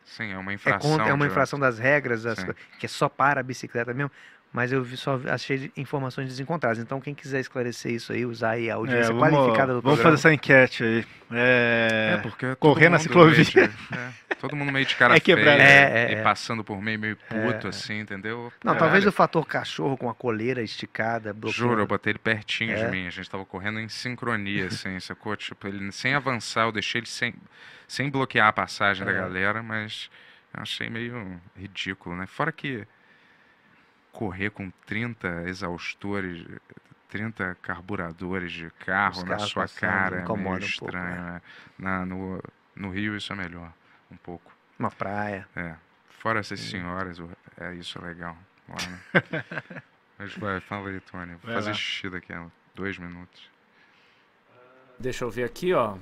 S2: Sim, é uma
S7: é,
S2: infração.
S7: contra- é uma
S2: de-
S7: infração das regras, das
S2: Sim.
S7: co- que é só para a bicicleta mesmo, mas eu vi- só achei informações desencontradas. Então, quem quiser esclarecer isso aí, usar aí a
S3: É,
S7: audiência
S3: vamos,
S7: qualificada do
S3: vamos
S7: programa.
S3: fazer essa enquete aí.
S2: É,
S3: É,
S2: porque todo
S3: correr na
S2: mundo meio
S3: ciclovia.
S2: de- é, todo mundo meio de cara
S3: É quebrado.
S2: feia
S7: É, é,
S2: e
S7: é.
S2: passando por meio meio puto, assim, entendeu?
S7: Não, talvez
S2: Caralho.
S7: o fator cachorro com a coleira esticada, bloqueando.
S2: Juro, eu botei ele pertinho
S7: É.
S2: de mim. A gente tava correndo em sincronia, assim, sacou? Tipo, ele sem avançar, eu deixei ele sem, sem bloquear a passagem da
S7: É.
S2: galera, mas eu achei meio ridículo, né? Fora que correr com 30 exaustores, 30 carburadores de carro
S7: Os
S2: na
S7: carros
S2: sua
S7: passando,
S2: cara, é meio
S7: incomoda um pouco,
S2: estranho, né? Na- no, no Rio isso é melhor, um pouco.
S7: Uma praia.
S2: É. Fora essas
S7: Hum.
S2: senhoras, o- é isso é legal. Lá, né? Mas vai, fala aí, Tony. Vou
S3: Vai
S2: fazer
S3: lá.
S2: xixi daqui a um, dois minutos.
S4: Deixa eu ver aqui, ó.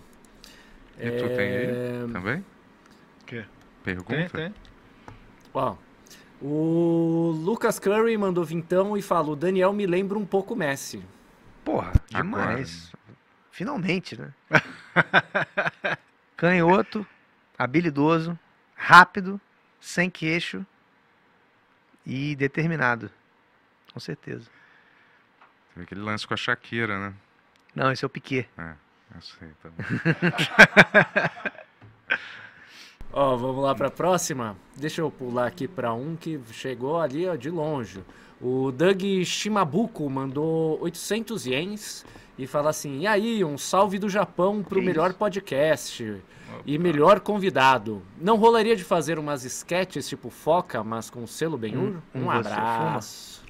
S4: É,
S2: E tu tem
S7: É,
S2: aí também?
S3: Quê? tem,
S2: Pergunta?
S3: tem.
S4: Ó, o Lucas Curry mandou vintão e fala: o Daniel me lembra um pouco Messi.
S7: Porra,
S2: Agora,
S7: demais. Finalmente, né? Canhoto, habilidoso, rápido, sem queixo e determinado. Com certeza.
S2: Teve aquele lance com a Shakira, né?
S7: Não, esse é o Piquet.
S2: Eu sei, tá bom.
S4: Ó, vamos lá pra próxima. Deixa eu pular aqui pra um que chegou ali, ó, de longe. O Doug Shimabuko mandou 800 ienes e fala assim: "E aí, um salve do Japão pro
S7: Que
S4: melhor
S7: isso?
S4: podcast e melhor convidado. Não rolaria de fazer umas sketches tipo Foca, mas com selo Benhur?
S7: um
S4: Um,
S7: você fuma.
S4: abraço."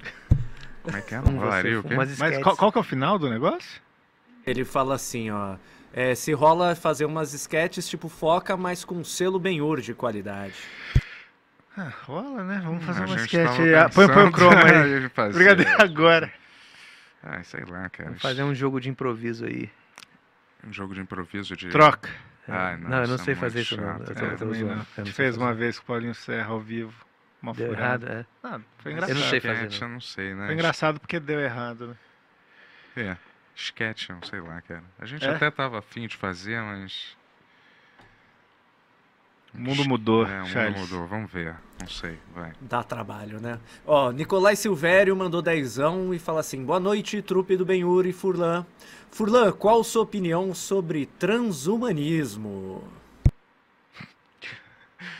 S2: Como é que é?
S7: Um
S2: Não falaria o quê?
S7: Mas
S3: Mas qual, qual que é o final do negócio?
S4: Ele fala assim, ó: é, se rola fazer umas sketches tipo Foca, mas com selo Benhur de qualidade.
S3: Ah, rola, né? Vamos
S7: um
S3: fazer
S2: Hum, A
S3: uma
S2: gente
S3: sketch
S2: tava
S3: aí. Ah, Põe, põe o
S2: pensando
S3: chroma aí.
S2: de fazer.
S3: Brigadeiro agora.
S2: Ai, Ah, sei lá, cara.
S7: Vamos fazer um jogo de improviso aí.
S2: Um jogo de improviso de...
S3: Troca.
S2: Ai,
S7: não, eu não
S2: é
S7: sei
S2: muito
S7: fazer isso não.
S2: chato,
S7: Eu
S2: cara.
S7: tô- tô-
S3: Também
S7: zoando.
S3: não.
S7: Eu
S3: A gente
S7: sei
S3: fez
S7: fazer.
S3: uma vez com o Paulinho Serra ao vivo. Uma
S7: Deu
S3: furada.
S7: errado, é.
S3: Ah,
S2: Mas
S3: foi engraçado.
S7: Eu não sei fazer,
S2: sketch,
S7: não.
S2: Eu não sei, né?
S3: Foi engraçado porque deu errado, né?
S2: É, sketch, não sei lá, cara. A gente
S3: É?
S2: até tava afim de fazer, mas.
S3: O mundo mudou,
S2: É, o mundo
S3: Charles.
S2: mudou, vamos ver. Não sei, vai.
S4: Dá trabalho, né? Ó, Nicolai Silvério mandou dezão e fala assim: Boa noite, trupe do Benhur e Furlan. Furlan, qual sua opinião sobre transhumanismo?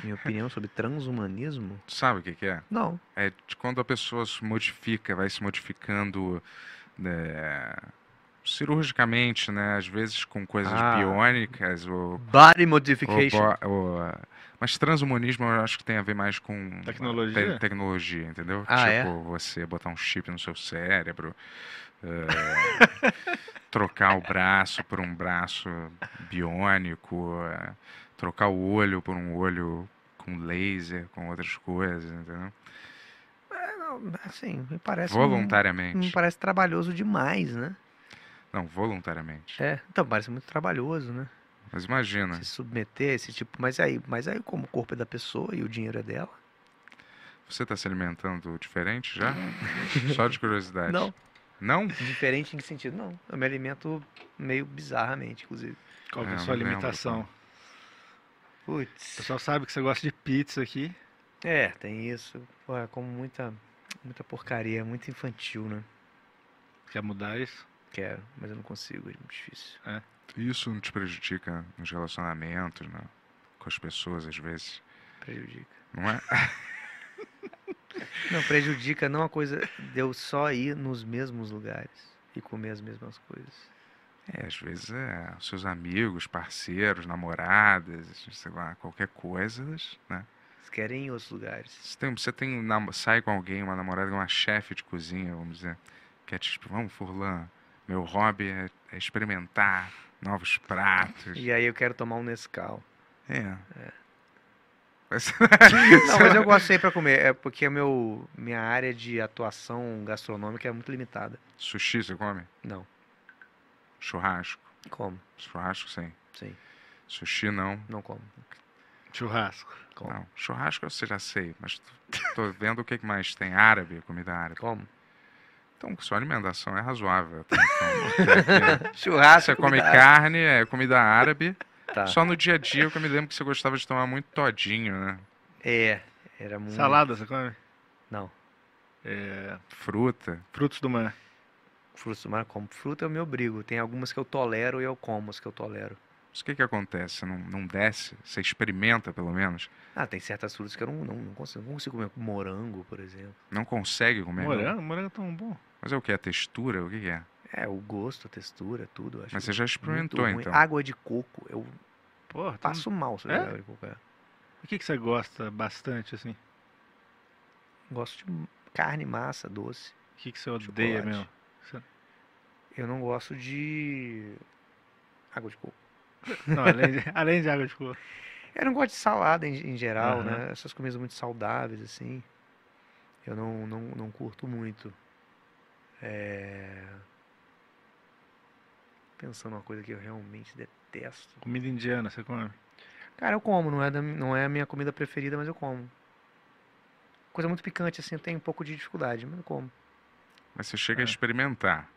S7: Minha opinião sobre transhumanismo?
S2: Tu sabe o que, que é?
S7: Não.
S2: É de quando a pessoa se modifica, vai se modificando né, cirurgicamente, né? Às vezes com coisas
S7: Ah.
S2: biônicas ou.
S7: Body
S2: ou
S7: modification.
S2: bo- ou- mas transhumanismo eu acho que tem a ver mais com a
S3: Tecnologia?
S2: te- tecnologia, entendeu?
S7: Ah, é?
S2: tipo, você botar um chip no seu cérebro, eh, trocar o braço por um braço biônico, eh, trocar o olho por um olho com laser, com outras coisas, entendeu?
S7: É, não, assim, me parece. um- me
S2: Voluntariamente.
S7: parece trabalhoso demais, né?
S2: Não, voluntariamente.
S7: É, então parece muito trabalhoso, né?
S2: Mas imagina.
S7: Se submeter a esse tipo, mas aí, mas aí como o corpo é da pessoa e o dinheiro é dela?
S2: tá Você está se alimentando diferente já? Só de curiosidade.
S7: Não.
S2: Não?
S7: Diferente em que sentido? Não. Eu me alimento meio bizarramente, inclusive.
S3: Qual que é
S2: É,
S3: a
S2: eu
S3: sua
S2: não lembro,
S3: alimentação? O
S7: Putz.
S3: pessoal sabe que você gosta de pizza aqui.
S7: É, tem isso. Pô, eu como muita, muita porcaria, é muito infantil, né?
S3: Quer mudar isso?
S7: Quero, mas eu não consigo, é muito difícil.
S2: Isso não te prejudica nos relacionamentos, né? com as pessoas, às vezes.
S7: Prejudica.
S2: Não é?
S7: Não, prejudica não a coisa de eu só ir nos mesmos lugares e comer as mesmas coisas.
S2: É, às vezes é seus amigos, parceiros, namoradas, sei lá, qualquer coisa, né?
S7: Eles querem ir em outros lugares.
S2: Você tem, você tem um nam- sai com alguém, uma namorada, uma chefe de cozinha, vamos dizer, que é tipo, vamos, Furlan, meu hobby é, é experimentar novos pratos.
S7: E aí eu quero tomar um Nescau.
S2: É. Mas-
S7: Não, mas eu gostei pra comer, é porque meu, minha área de atuação gastronômica é muito limitada.
S2: Sushi você come?
S7: Não,
S2: Churrasco.
S7: como,
S2: Churrasco sim.
S7: sim,
S2: Sushi não.
S7: não como,
S3: Churrasco.
S7: como,
S2: Não. Churrasco eu sei- já sei, mas tô- tô vendo o que que mais tem. Árabe, comida árabe.
S7: como.
S2: Então, sua alimentação é razoável. até então. Até que-
S7: Churrasco,
S2: Você come
S7: comida-
S2: carne, é comida árabe.
S7: Tá.
S2: Só no dia a dia que eu me lembro que você gostava de tomar muito todinho, né?
S7: É, era muito...
S3: Salada, você come?
S7: Não,
S2: Fruta.
S3: Frutos do mar.
S7: frutos do mar eu como. Fruta eu me obrigo, tem algumas que eu tolero e eu como as que eu tolero.
S2: Mas o que que acontece? Você não, não desce? Você experimenta, pelo menos?
S7: Ah, tem certas frutas que eu não, não, não consigo, não consigo comer, morango, por exemplo.
S2: Não consegue comer? não?
S3: Morango? Morango é tão bom.
S2: Mas é o que? A textura? O que que é?
S7: É, o gosto, a textura, tudo, eu acho
S2: Mas você já
S7: muito
S2: experimentou,
S7: ruim. Ah.
S2: então. Hum.
S7: Água de coco, eu
S3: Porra, tu...
S7: passo mal se eu
S3: É?
S7: beber água de coco, é.
S3: o que, que você gosta bastante, assim?
S7: Gosto de carne, massa, doce.
S3: O que, que você odeia
S7: Chocolate.
S3: mesmo?
S7: Eu não gosto de água de coco.
S3: Não, além de, além de água de coco.
S7: Eu não gosto de salada em, em geral,
S3: Aham.
S7: né? Essas comidas muito saudáveis, assim. Eu não, não, não curto muito. É... Pensando uma coisa que eu realmente detesto.
S3: Comida indiana, você come?
S7: Hum. Cara, eu como, não é, da mi- não é a minha comida preferida, mas eu como. Coisa muito picante, assim, eu tenho um pouco de dificuldade, mas eu como.
S2: Mas você chega a
S3: É.
S2: experimentar.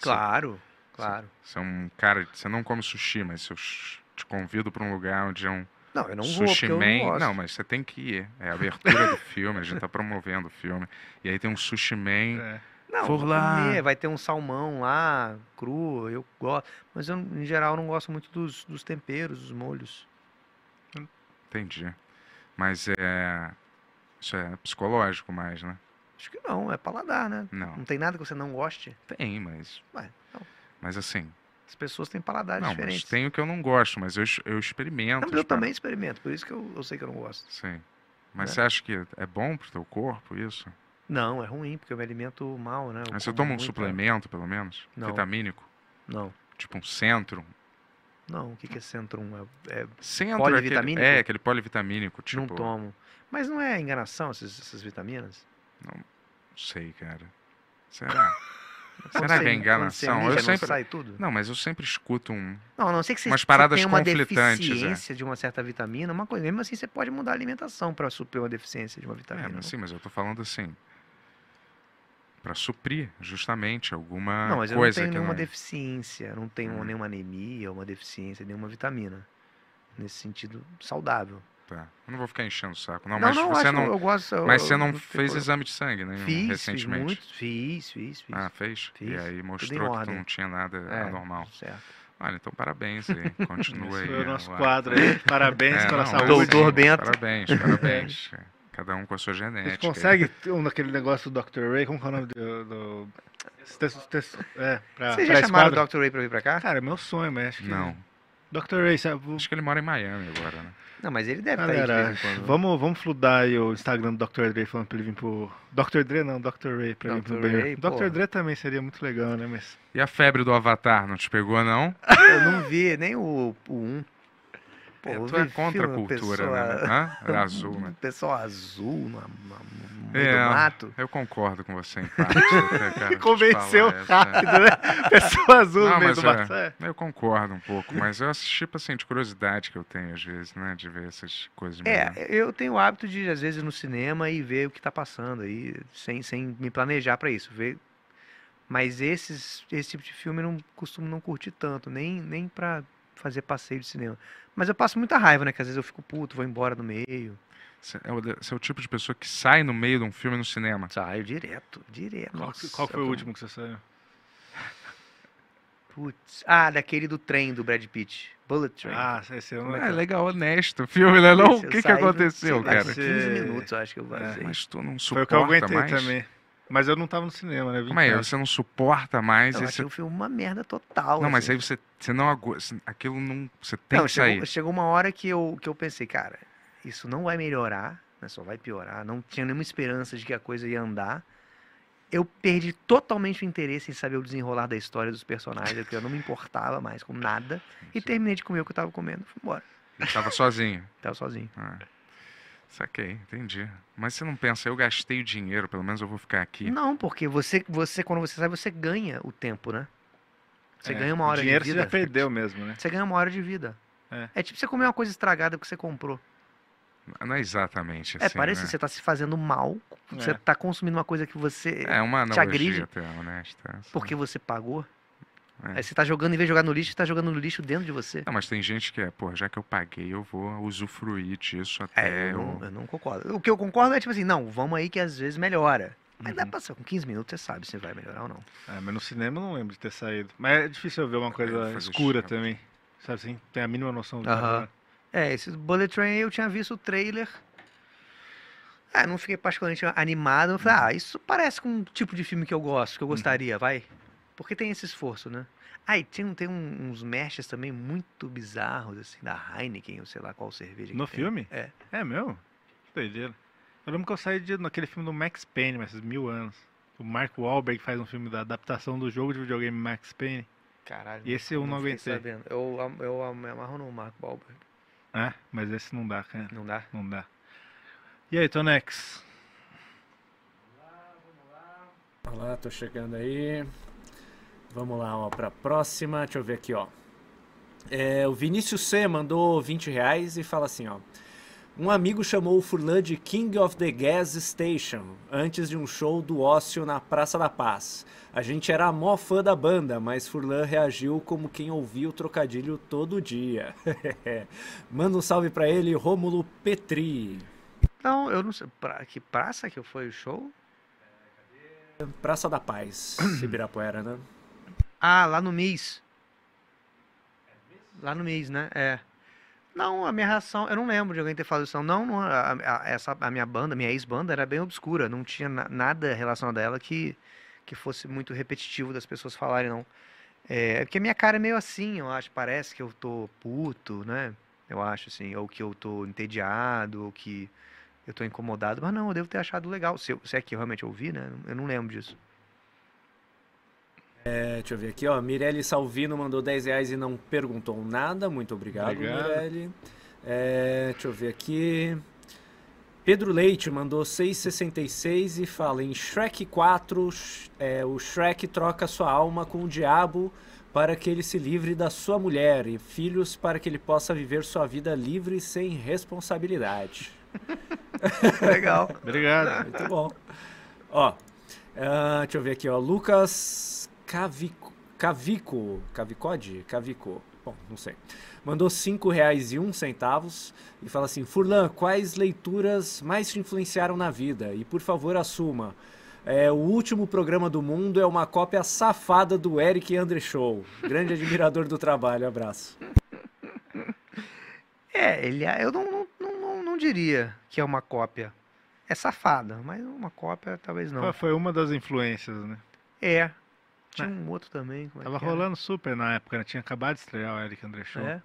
S7: Claro, claro.
S2: Você é um cara... Você não come sushi, mas se eu ch- te convido pra um lugar onde é um
S7: Não, eu não vou, porque
S2: sushi
S7: eu não
S2: man...
S7: gosto.
S2: mas você tem que ir. É a abertura do filme, a gente tá promovendo o filme. E aí tem um sushi man...
S3: É.
S7: Não,
S2: For
S7: vou
S2: lá.
S7: comer, vai ter um salmão lá, cru, eu gosto. Mas eu, em geral, não gosto muito dos, dos temperos, dos molhos.
S2: Entendi. Mas é... Isso é psicológico mais, né?
S7: Acho que não, é paladar, né?
S2: Não.
S7: Não tem nada que você não goste.
S2: Tem, mas...
S7: Ué, não.
S2: Mas assim...
S7: As pessoas têm paladares
S2: Não, mas
S7: diferentes.
S2: tem o que eu não gosto, mas eu, ex- eu experimento.
S7: Não, mas eu
S2: experimento.
S7: também experimento, por isso que eu, eu sei que eu não gosto.
S2: Sim. Mas
S7: Né?
S2: você acha que é bom pro teu corpo isso?
S7: Não, é ruim, porque eu me alimento mal, né?
S2: Mas você
S7: como
S2: toma um
S7: muita-
S2: suplemento, pelo menos?
S7: Não.
S2: Vitamínico?
S7: Não,
S2: Tipo um centro?
S7: não. O que, que é centrum? É, é,
S2: Centro
S7: Polivitamínico?
S2: É, aquele, é, aquele polivitamínico, tipo.
S7: não tomo. Mas não é enganação essas, essas vitaminas?
S2: Não sei, cara. Será?
S7: Quando
S2: Será
S7: você-
S2: que é
S7: quando você é
S2: enganação?
S7: ninja,
S2: Eu
S7: não
S2: sempre-
S7: sai tudo?
S2: Não, mas eu sempre escuto um.
S7: Não, a não ser que você,
S2: Umas
S7: você
S2: paradas
S7: tenha uma
S2: conflitantes, é.
S7: deficiência de uma certa vitamina, uma coisa. Mesmo assim, você pode mudar a alimentação para suprir uma deficiência de uma
S2: É,
S7: vitamina.
S2: mas sim, mas eu tô falando assim. Pra suprir, justamente, alguma
S7: não, mas eu não
S2: é coisa
S7: tenho
S2: que não-
S7: nenhuma
S2: é.
S7: deficiência, não tenho
S2: Hum.
S7: nenhuma anemia, uma deficiência, nenhuma vitamina. Nesse sentido, saudável.
S2: Tá. Eu não vou ficar enchendo o saco. Não,
S7: não,
S2: mas
S7: não,
S2: você
S7: acho,
S2: não.
S7: eu gosto. eu-
S2: Mas você
S7: eu
S2: não
S7: tenho
S2: fez
S7: problema.
S2: exame de sangue nenhum
S7: Fiz, fiz
S2: recentemente?
S7: muito, fiz, fiz, fiz.
S2: Ah, fez? E
S7: Fiz.
S2: aí
S7: em
S2: mostrou que tu
S7: ordem.
S2: não tinha nada
S7: É,
S2: anormal.
S7: Certo.
S2: Olha, então parabéns aí. Continua
S3: Esse
S2: aí.
S3: foi o
S2: é,
S3: nosso
S2: lá.
S3: quadro aí. Parabéns
S2: É,
S3: pela
S2: não, mas
S3: saúde.
S7: Doutor
S2: assim,
S7: Bento.
S2: Parabéns, parabéns. Cada um com a sua
S3: A gente
S2: genética.
S3: consegue
S7: é.
S3: ter um daquele negócio do Dr. Ray, como que é o nome do. do... esse texto- texto- é, pra, pra
S7: Vocês já
S3: esse
S7: chamaram
S3: quadro?
S7: o Dr. Ray pra vir pra cá?
S3: Cara, é meu sonho, mas acho que.
S2: Não.
S3: Dr. Ray, sabe? vou-
S2: Acho que ele mora em Miami agora, né?
S7: Não, mas ele deve estar aí de
S3: Galera,
S7: vez em quando. né?
S3: vamos, vamos fludar aí o Instagram do Dr. Dre falando pra ele vir pro. Dr. Dre não, Dr. Ray pra ele vir pro
S7: Dr.
S3: banheiro.
S7: Ray,
S3: Dr.
S7: porra.
S3: Dre também seria muito legal, né? Mas.
S2: E a febre do Avatar não te pegou, não?
S7: Eu não vi nem o 1. Um. Pô, eu
S2: tu é
S7: vi
S2: contra a
S7: filme,
S2: cultura, né?
S7: pessoa-
S2: Hã? Era azul, né?
S7: Uhum. Pessoal azul na, na, no meio
S2: É.
S7: do mato.
S2: Eu concordo com você em parte. até, cara, vou te
S3: Convenceu
S2: falar, essa-
S3: rápido, né? Pessoa azul
S2: Não,
S3: no meio
S2: mas
S3: do
S2: é.
S3: mato. É.
S2: Eu concordo um pouco, mas eu assisti tipo assim, de curiosidade que eu tenho às vezes, né? De ver essas coisas. melhor.
S7: É, eu tenho o hábito de, às vezes, ir no cinema e ver o que tá passando aí, sem, sem me planejar pra isso. Ver Mas esses, esse tipo de filme eu não costumo não curtir tanto, nem, nem pra fazer passeio de cinema. Mas eu passo muita raiva, né? Que às vezes eu fico puto, vou embora no meio.
S2: Você é o, você é o tipo de pessoa que sai no meio de um filme no cinema.
S7: Saio direto, direto.
S3: Qual, que-
S7: Nossa,
S3: qual foi o
S7: eu-
S3: último que você saiu?
S7: Putz. Ah, daquele do trem do Brad Pitt. Bullet Train.
S3: Ah, esse é um.
S2: Ah, legal, honesto o filme, né? Não,
S7: Esse
S2: o
S7: eu
S2: que, que
S7: saí,
S2: aconteceu,
S7: sei lá,
S2: cara? É,
S3: que-
S7: 15
S3: Você-
S7: minutos, eu acho que eu vazei.
S2: Mas tu não
S3: Foi o
S2: suporta
S3: que eu aguentei
S2: mais?
S3: também. Mas eu não tava no cinema, né? Vim
S2: Calma aí,
S3: em casa.
S2: você não suporta mais
S7: Não,
S2: esse-
S7: achei o filme uma merda total.
S2: Não, mas
S7: assim.
S2: aí você, você não aguenta. Aquilo não. Você tem
S7: não,
S2: que
S7: chegou,
S2: sair.
S7: chegou uma hora que eu, que eu pensei, cara, isso não vai melhorar, né, só vai piorar. Não tinha nenhuma esperança de que a coisa ia andar. Eu perdi totalmente o interesse em saber o desenrolar da história dos personagens, porque eu não me importava mais com nada. E terminei de comer o que eu tava comendo, fui embora.
S2: Eu tava sozinho.
S7: Tava sozinho.
S2: Ah, saquei, entendi. Mas você não pensa, eu gastei o dinheiro, pelo menos eu vou ficar aqui.
S7: Não, porque você, você quando você sai, você ganha o tempo, né? Você
S3: É,
S7: ganha uma
S3: o
S7: hora de
S3: dinheiro você já
S7: vida.
S3: perdeu mesmo, né?
S7: Você ganha uma hora de vida.
S3: É.
S7: tipo você comer uma coisa estragada que você comprou.
S2: Não é exatamente assim.
S7: É, parece
S2: né?
S7: que você tá se fazendo mal, você
S3: É.
S7: tá consumindo uma coisa que você.
S2: É uma
S7: te agride.
S2: analogia até honesta. assim.
S7: Porque você pagou.
S2: É.
S7: Aí você tá jogando, em vez de jogar no lixo, você tá jogando no lixo dentro de você.
S2: Não, mas tem gente que é, pô, já que eu paguei, eu vou usufruir disso
S7: É,
S2: até.
S7: eu não,
S2: eu-
S7: eu não concordo. O que eu concordo é tipo assim, não, vamos aí que às vezes melhora. Mas dá
S3: Uhum.
S7: pra passar com 15 minutos, você sabe se vai melhorar ou não.
S3: É, mas no cinema eu não lembro de ter saído. Mas é difícil eu ver
S2: eu
S3: uma
S2: vou
S3: coisa
S2: fazer
S3: escura
S2: xixi
S3: também. Sabe assim? Tem a mínima noção do
S7: Aham.
S3: que
S7: É, esse Bullet Train aí eu tinha visto o trailer. Ah, não fiquei particularmente animado. Eu falei, ah, isso parece com um tipo de filme que eu gosto, que eu gostaria, vai. Porque tem esse esforço, né? Ah, e tem, um- tem um- uns mestres também muito bizarros, assim, da Heineken, ou sei lá qual cerveja que
S3: No
S7: tem.
S3: filme?
S7: É.
S3: É meu? Que Doideira. Eu lembro que eu saí de, naquele filme do Max Payne, mas esses mil anos. O Mark Wahlberg faz um filme da adaptação do jogo de videogame Max Payne.
S7: Caralho.
S3: E esse eu não,
S7: fiquei
S3: aguentei.
S7: sabendo. Eu, am- eu am- me amarro no Marco Wahlberg.
S3: É, mas esse não dá, cara.
S7: Não dá?
S3: Não dá. E aí, Tonex?
S4: Vamos lá, tô chegando aí. Vamos lá, ó, pra próxima. Deixa eu ver aqui, ó. É, o Vinícius C mandou 20 reais e fala assim, ó. Um amigo chamou o Furlan de King of the Gas Station antes de um show do Ócio na Praça da Paz. A gente era mó fã da banda, mas Furlan reagiu como quem ouvia o trocadilho todo dia. Manda um salve pra ele, Rômulo Petri.
S7: Não, eu não sei. Pra, que praça que foi o show?
S4: Praça da Paz, Ibirapuera, né?
S7: Ah, lá no mês. Lá no mês, né? É. Não, a minha reação, eu não lembro de alguém ter falado isso. não. Não, não, a, a- essa, a minha banda, minha ex-banda era bem obscura, não tinha na- nada relacionado a ela que, que fosse muito repetitivo das pessoas falarem, não. É, é porque a minha cara é meio assim, eu acho, parece que eu tô puto, né? Eu acho, assim, ou que eu tô entediado, ou que eu tô incomodado, mas não, eu devo ter achado legal, se, eu- se é que eu realmente ouvi, né? Eu não lembro disso.
S4: Deixa eu ver aqui, ó. Mirelle Salvino mandou 10 reais e não perguntou nada. Muito obrigado,
S3: Obrigado.
S4: Mirelle. É, deixa eu ver aqui. Pedro Leite mandou 6,66 e fala: em Shrek 4, Sh- é, o Shrek troca sua alma com o diabo para que ele se livre da sua mulher e filhos para que ele possa viver sua vida livre e sem responsabilidade.
S7: Legal.
S3: Obrigado.
S4: Muito bom. Ó, ah, deixa eu ver aqui, ó. Lucas Cavico, Cavico, Cavicode? Cavico. Bom, não sei. Mandou cinco reais e um centavos e fala assim, Furlan, quais leituras mais te influenciaram na vida? E por favor, assuma. É, o último programa do mundo é uma cópia safada do Eric Andre Show. Grande admirador do trabalho, abraço.
S7: É, ele, é- eu não, não, não, não- não diria que é uma cópia. É safada, mas uma cópia talvez não.
S3: Foi- Foi uma das influências, né?
S7: É. Tinha um outro também. Como é
S3: Tava
S7: que era?
S3: rolando super na época, né? Tinha acabado de estrear o Eric André Show.
S7: É.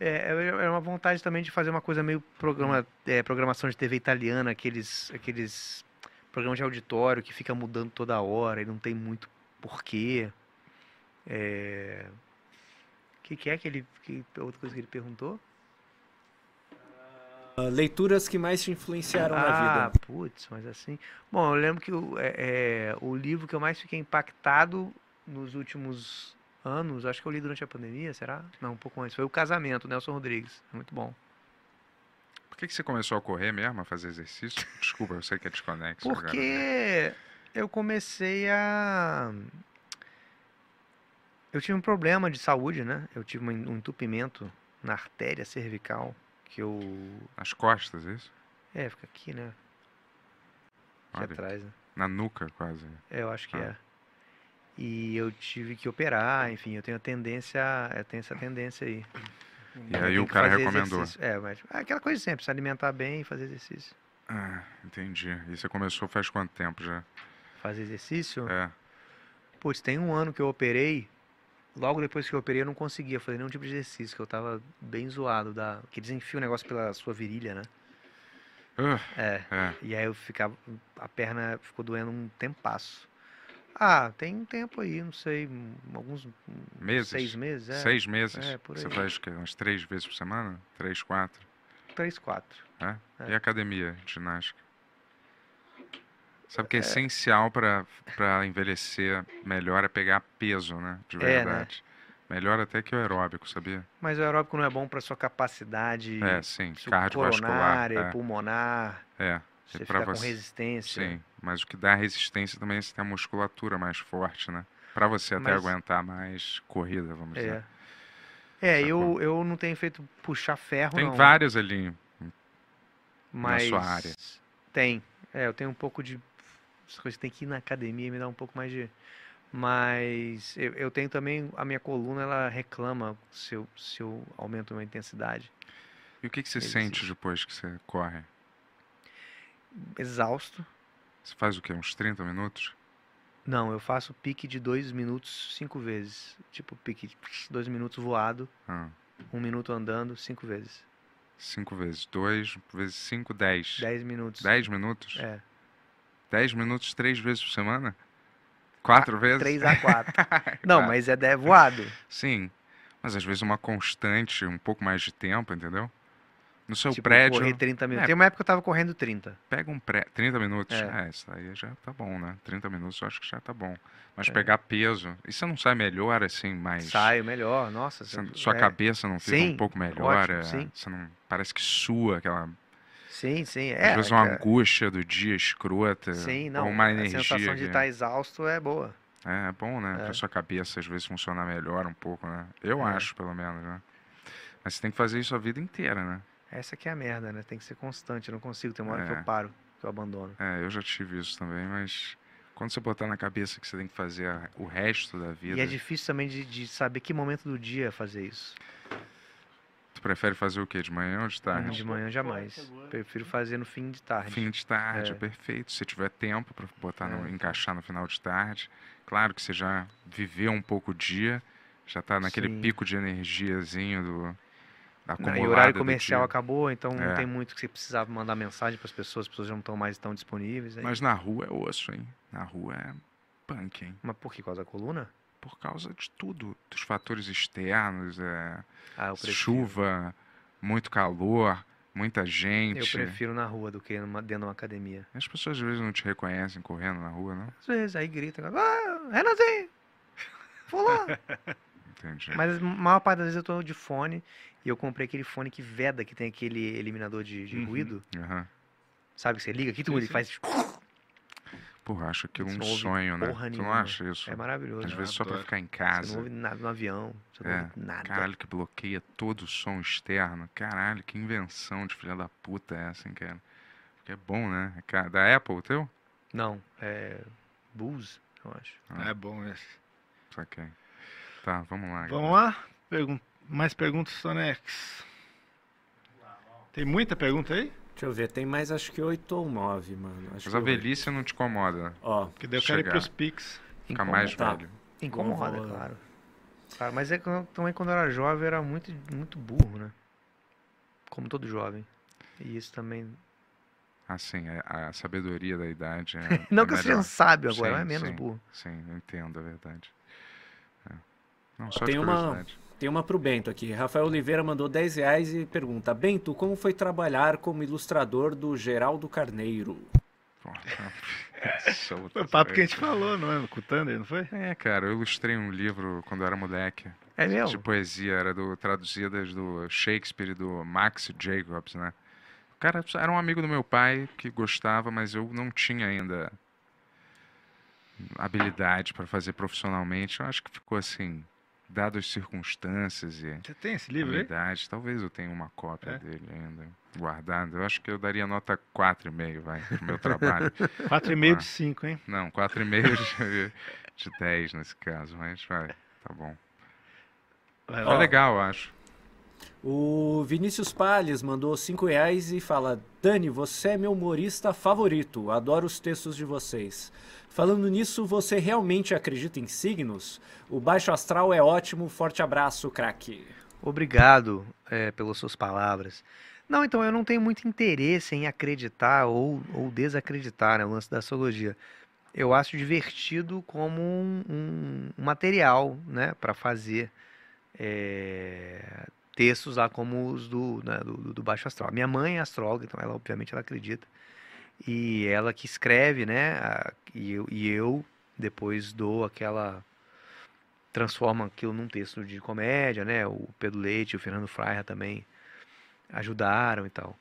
S7: É, eu- era uma vontade também de fazer uma coisa meio programa, é, programação de TV italiana, aqueles, aqueles programas de auditório que fica mudando toda hora e não tem muito porquê. É... O que, que é que ele. Que, outra coisa que ele perguntou?
S4: Ah, leituras que mais te influenciaram na vida.
S7: Ah, putz, mas assim. Bom, eu lembro que o, é, é, o livro que eu mais fiquei impactado nos últimos anos, acho que eu li durante a pandemia, será? Não, um pouco antes. Foi O Casamento, Nelson Rodrigues. Muito bom.
S2: Por que, que você começou a correr mesmo, a fazer exercício? Desculpa, eu sei que é desconexo. agora, né?
S7: Porque eu comecei a. Eu tive um problema de saúde, né? Eu tive um en- um entupimento na artéria cervical que eu.
S2: Nas costas, isso?
S7: É, fica aqui, né? Aqui
S2: Olha,
S7: atrás, né?
S2: na nuca quase.
S7: É, eu acho que
S2: Ah.
S7: é. E eu tive que operar, enfim, eu tenho a tendência, eu tenho essa tendência aí. Então,
S2: E
S7: Eu
S2: aí
S7: tenho
S2: o
S7: que
S2: cara
S7: fazer
S2: recomendou.
S7: exercício. É, mas é aquela coisa sempre, se alimentar bem e fazer exercício.
S2: Ah, entendi. E você começou faz quanto tempo já?
S7: Fazer exercício?
S2: É.
S7: Putz, tem um ano que eu operei. Logo depois que eu operei, eu não conseguia fazer nenhum tipo de exercício, que eu tava bem zoado da. Que desenfia o negócio pela sua virilha, né?
S2: Ah,
S7: É.
S2: é.
S7: E aí eu ficava. A perna ficou doendo um tempasso. Ah, tem um tempo aí, não sei, um- alguns um,
S2: Meses?
S7: seis meses, é.
S2: Seis meses?
S7: É, por
S2: Você
S7: aí.
S2: faz o quê? Umas três vezes por semana? Três, quatro?
S7: Três, quatro.
S2: É?
S7: É.
S2: E academia, de ginástica? Sabe que é essencial para envelhecer melhor é pegar peso, né? De
S7: É, né?
S2: verdade. Melhor até que o aeróbico, sabia?
S7: Mas o aeróbico não é bom pra sua capacidade
S2: É, sim.
S7: su-
S2: Cardiovascular.
S7: coronária, pulmonar,
S2: É, é.
S7: você
S2: pra
S7: ficar com
S2: você-
S7: resistência.
S2: Sim, mas o que dá resistência também é você ter a musculatura mais forte, né? Pra você até
S7: Mas-
S2: aguentar mais corrida, vamos dizer.
S7: É. É,
S2: Sacou?
S7: eu, eu não tenho feito puxar ferro,
S2: Tem
S7: não.
S2: vários ali. na
S7: mas
S2: sua área.
S7: Tem. É, eu tenho um pouco de. Essas coisas tem que ir na academia e me dar um pouco mais de. Mas eu, eu tenho também. A minha coluna, ela reclama se eu, se eu aumento a minha intensidade.
S2: E o que, que você
S7: Eles-
S2: sente depois que você corre?
S7: Exausto.
S2: Você faz o quê? Uns 30 minutos?
S7: Não, eu faço pique de dois minutos cinco vezes. Tipo, pique de dois minutos voado,
S2: Ah,
S7: um minuto andando, cinco vezes.
S2: cinco vezes dois, vezes cinco, dez.
S7: Dez minutos.
S2: Dez minutos?
S7: É.
S2: Dez minutos três vezes por semana? Quatro vezes?
S7: Ah, Três a quatro. Não,
S2: Quatro.
S7: mas é dez voado.
S2: Sim, mas às vezes uma constante, um pouco mais de tempo, entendeu? No seu
S7: Tipo,
S2: prédio,
S7: correr 30 minutos.
S2: É.
S7: Tem uma época que eu tava correndo 30.
S2: pega um prédio, 30 minutos.
S7: É.
S2: É, isso aí já tá bom, né? 30 minutos eu acho que já tá bom.
S7: É.
S2: Mas pegar peso, e você não sai melhor assim, mais...
S7: Saio melhor, nossa.
S2: Você-
S7: se-
S2: sua
S7: é.
S2: cabeça não fica um
S7: Sim,
S2: pouco melhor?
S7: ótimo,
S2: é,
S7: sim.
S2: Você não, parece que sua aquela
S7: Sim, sim. É,
S2: Às vezes uma
S7: cara.
S2: angústia do dia escrota,
S7: Sim,
S2: ou
S7: não.
S2: uma
S7: a
S2: energia
S7: sensação de
S2: que-
S7: estar exausto é boa.
S2: É, é bom, né? Pra
S7: É.
S2: sua cabeça às vezes funcionar melhor um pouco, né? Eu
S7: É.
S2: acho, pelo menos, né? Mas você tem que fazer isso a vida inteira, né?
S7: Essa que é a merda, né? Tem que ser constante. Eu não consigo. Tem uma hora que
S2: É.
S7: eu paro, que eu abandono.
S2: É, eu já tive isso também, mas quando você botar na cabeça que você tem que fazer a- o resto da
S7: E
S2: vida,
S7: é difícil também de, de saber que momento do dia fazer isso.
S2: tu prefere fazer o quê? De manhã ou de tarde?
S7: Hum, De manhã jamais. Prefiro fazer no fim de tarde.
S2: Tá. Fim de tarde,
S7: É.
S2: perfeito. Se tiver tempo para botar no,
S7: É.
S2: encaixar no final de tarde, claro que você já viveu um pouco o dia, já tá naquele
S7: Sim.
S2: pico de energiazinho do da
S7: Não, Né, e o
S2: acumulada
S7: horário
S2: do
S7: comercial
S2: dia.
S7: acabou, então
S2: É.
S7: não tem muito que você precisava mandar mensagem para as pessoas, as pessoas já não estão mais tão disponíveis. Aí. Mas...
S2: Mas na rua é osso, hein? Na rua é punk, hein?
S7: por que? Por causa da coluna?
S2: Por causa de tudo, dos fatores externos, é,
S7: Ah, eu prefiro.
S2: chuva, muito calor, muita
S7: Eu
S2: gente.
S7: prefiro na rua do que numa- dentro de uma academia.
S2: As pessoas às vezes não te reconhecem correndo na rua, não?
S7: Às vezes, aí grita, ah, Renanzinho, fulano.
S2: Entendi.
S7: Mas a maior parte das vezes eu tô de fone e eu comprei aquele fone que veda, que tem aquele eliminador de, de
S3: Uhum.
S7: ruído.
S2: Aham.
S7: Sabe que você liga aqui, tu
S3: Sim,
S7: ele
S3: sim.
S7: faz...
S2: Porra, acho aquilo
S7: Você
S2: um
S7: não ouve
S2: sonho, né?
S7: porra
S2: Tu não
S7: nenhuma.
S2: acha isso?
S7: É maravilhoso.
S2: Às
S3: Eu
S2: vezes só pra
S3: adoro.
S2: ficar em
S7: Você não
S2: casa.
S7: ouve nada no avião, você não
S2: É,
S7: ouve nada.
S2: Caralho, que bloqueia todo o som externo. Caralho, que invenção de filha da puta é essa, hein, cara? Porque é bom, né? É ca- Da Apple, o teu?
S7: Não, é... Bulls, eu acho.
S3: É bom esse.
S2: Saquei. Tá, vamos lá.
S3: Vamos lá? Pergun- Mais perguntas, Sonex. Tem muita pergunta aí?
S4: Deixa eu ver, tem mais acho que oito ou nove, mano. Acho
S2: Mas a
S4: que oito.
S2: velhice não te incomoda, né?
S4: Ó,
S3: Que daí eu quero ir
S2: Chegar.
S3: pros Pix.
S2: Fica mais
S4: Tá.
S2: velho.
S7: Incomoda,
S4: Vamos lá.
S7: claro. Claro, mas é que eu- também quando eu era jovem eu era muito, muito burro, né? Como todo jovem. E isso também...
S2: Assim, é- a sabedoria da idade é.
S7: Não
S2: é
S7: que eu seja um
S2: melhor.
S7: sábio agora,
S2: Sim,
S7: mas é menos
S2: sim.
S7: burro.
S2: Sim, eu entendo, é verdade. É. Não, só de
S4: Tem uma-
S2: curiosidade.
S4: tem uma pro Bento aqui. Rafael Oliveira mandou 10 reais e pergunta: Bento, como foi trabalhar como ilustrador do Geraldo Carneiro?
S2: Porra, não. tá. Solta
S3: Foi o
S2: essa
S3: papo que a
S2: aí.
S3: gente falou, não é? Com o Thunder, não foi?
S2: É, cara, eu ilustrei um livro quando eu era moleque.
S7: É mesmo?
S2: de poesia, era do traduzidas do Shakespeare e do Max Jacobs, né? O cara era um amigo do meu pai que gostava, mas eu não tinha ainda habilidade pra fazer profissionalmente. Eu acho que ficou assim, dadas as circunstâncias e
S3: Você tem esse livro aí?
S2: habilidades. Talvez eu tenha uma cópia
S3: É?
S2: dele ainda guardada. Eu acho que eu daria nota 4,5, vai, pro meu trabalho.
S3: 4,5 de 5, hein?
S2: Não, 4,5 de, de 10 nesse caso, mas vai, tá bom.
S3: Vai
S2: Tá
S3: lá.
S2: legal, eu acho.
S4: O Vinícius Palles mandou 5 reais e fala: Dani, você é meu humorista favorito, adoro os textos de vocês. Falando nisso, você realmente acredita em signos? O Baixo Astral é ótimo, forte abraço, craque.
S7: Obrigado é, pelas suas palavras. Não, então eu não tenho muito interesse em acreditar ou, ou desacreditar, né, o lance da astrologia. Eu acho divertido como um, um- um material, né, para fazer é, textos lá como os do, né, do, do- do Baixo Astral. Minha mãe é astróloga, então ela obviamente ela acredita. E ela que escreve, né, a- e eu, e eu depois dou aquela transforma aquilo num texto de comédia, né? O Pedro Leite e o Fernando Fraia também ajudaram e tal.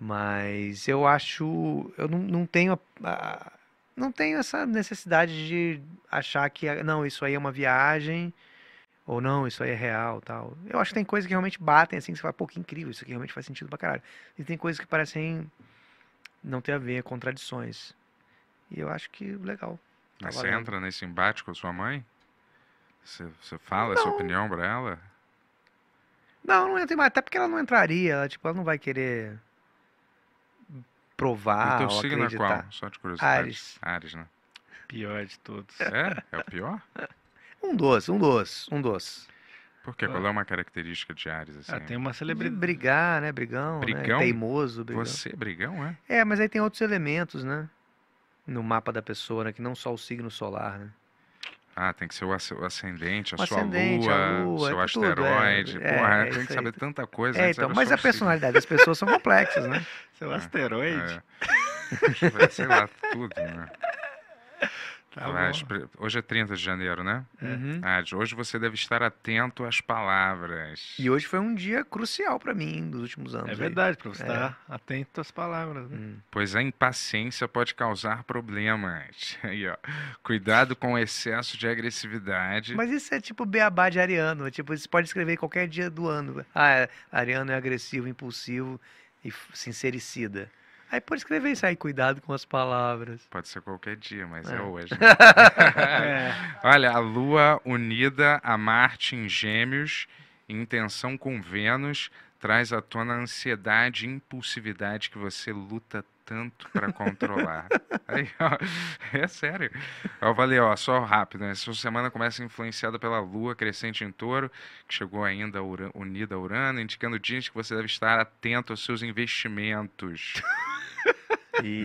S7: Mas eu acho, eu não, não tenho a- a- não tenho essa necessidade de achar que ah, não, isso aí é uma viagem ou não, isso aí é real, tal. Eu acho que tem coisas que realmente batem assim, que você fala, pô, que incrível, isso aqui realmente faz sentido pra caralho. E tem coisas que parecem não ter a ver, contradições. E eu acho que legal. Tá
S2: Mas você
S7: valendo.
S2: entra nesse embate com a sua mãe? Você, você fala essa
S7: Não.
S2: opinião pra ela?
S7: Não, não entra, em- até porque ela não entraria, ela, tipo, ela não vai querer
S2: e
S7: provar
S2: teu
S7: ou
S2: signo é
S7: Ah, acreditar.
S2: qual? Só de curiosidade.
S7: Áries.
S2: Ares, né?
S3: Pior de todos.
S2: É? É o pior?
S7: Um doce, um doce, um doce.
S2: Por quê?
S3: Ah.
S2: Qual é uma característica de Ares, assim?
S3: Ah, tem uma
S7: De
S3: celebridade.
S7: brigar, né? Brigão, né?
S2: Brigão?
S7: Teimoso, brigão.
S2: Você é brigão, é?
S7: É, mas aí tem outros elementos, né? No mapa da pessoa, né? Que não só o signo solar, né?
S2: Ah, tem que ser o asce- o ascendente, a
S7: O
S2: sua
S7: ascendente,
S2: lua,
S7: a
S2: o
S7: lua,
S2: seu
S7: é tudo, é,
S2: asteroide.
S7: é,
S2: Porra,
S7: é
S2: tem
S7: isso
S2: que
S7: aí,
S2: saber tanta coisa.
S7: É,
S2: antes
S7: então,
S2: era
S7: mas
S2: só
S7: a
S2: o signo.
S7: personalidade das pessoas são complexas, né?
S3: Seu um asteroide.
S2: É. Sei lá, tudo, né?
S3: Tá
S2: Mas
S3: bom.
S2: pre- hoje é 30 de janeiro, né?
S7: Uhum.
S2: Ah, de hoje você deve estar atento às palavras.
S7: E hoje foi um dia crucial pra mim dos últimos anos.
S3: É
S7: aí.
S3: verdade, pra você estar atento às palavras. Né?
S7: Hum.
S2: Pois a impaciência pode causar problemas. Aí, ó. Cuidado com o excesso de agressividade.
S7: Mas isso é tipo beabá de ariano. é Tipo, você pode escrever qualquer dia do ano. Ah, é- ariano é agressivo, impulsivo e f- sincericida. Aí pode escrever isso aí, cuidado com as palavras.
S2: Pode ser qualquer dia, mas é,
S7: É.
S2: hoje. né? Olha, a Lua unida a Marte em Gêmeos, em tensão com Vênus, traz à tona a ansiedade e impulsividade que você luta tanto para controlar. Aí, ó, é sério. Eu falei, ó, só rápido, né? Sua semana começa influenciada pela Lua crescente em touro, que chegou ainda a Ura- unida a Urano, indicando dias que você deve estar atento aos seus investimentos.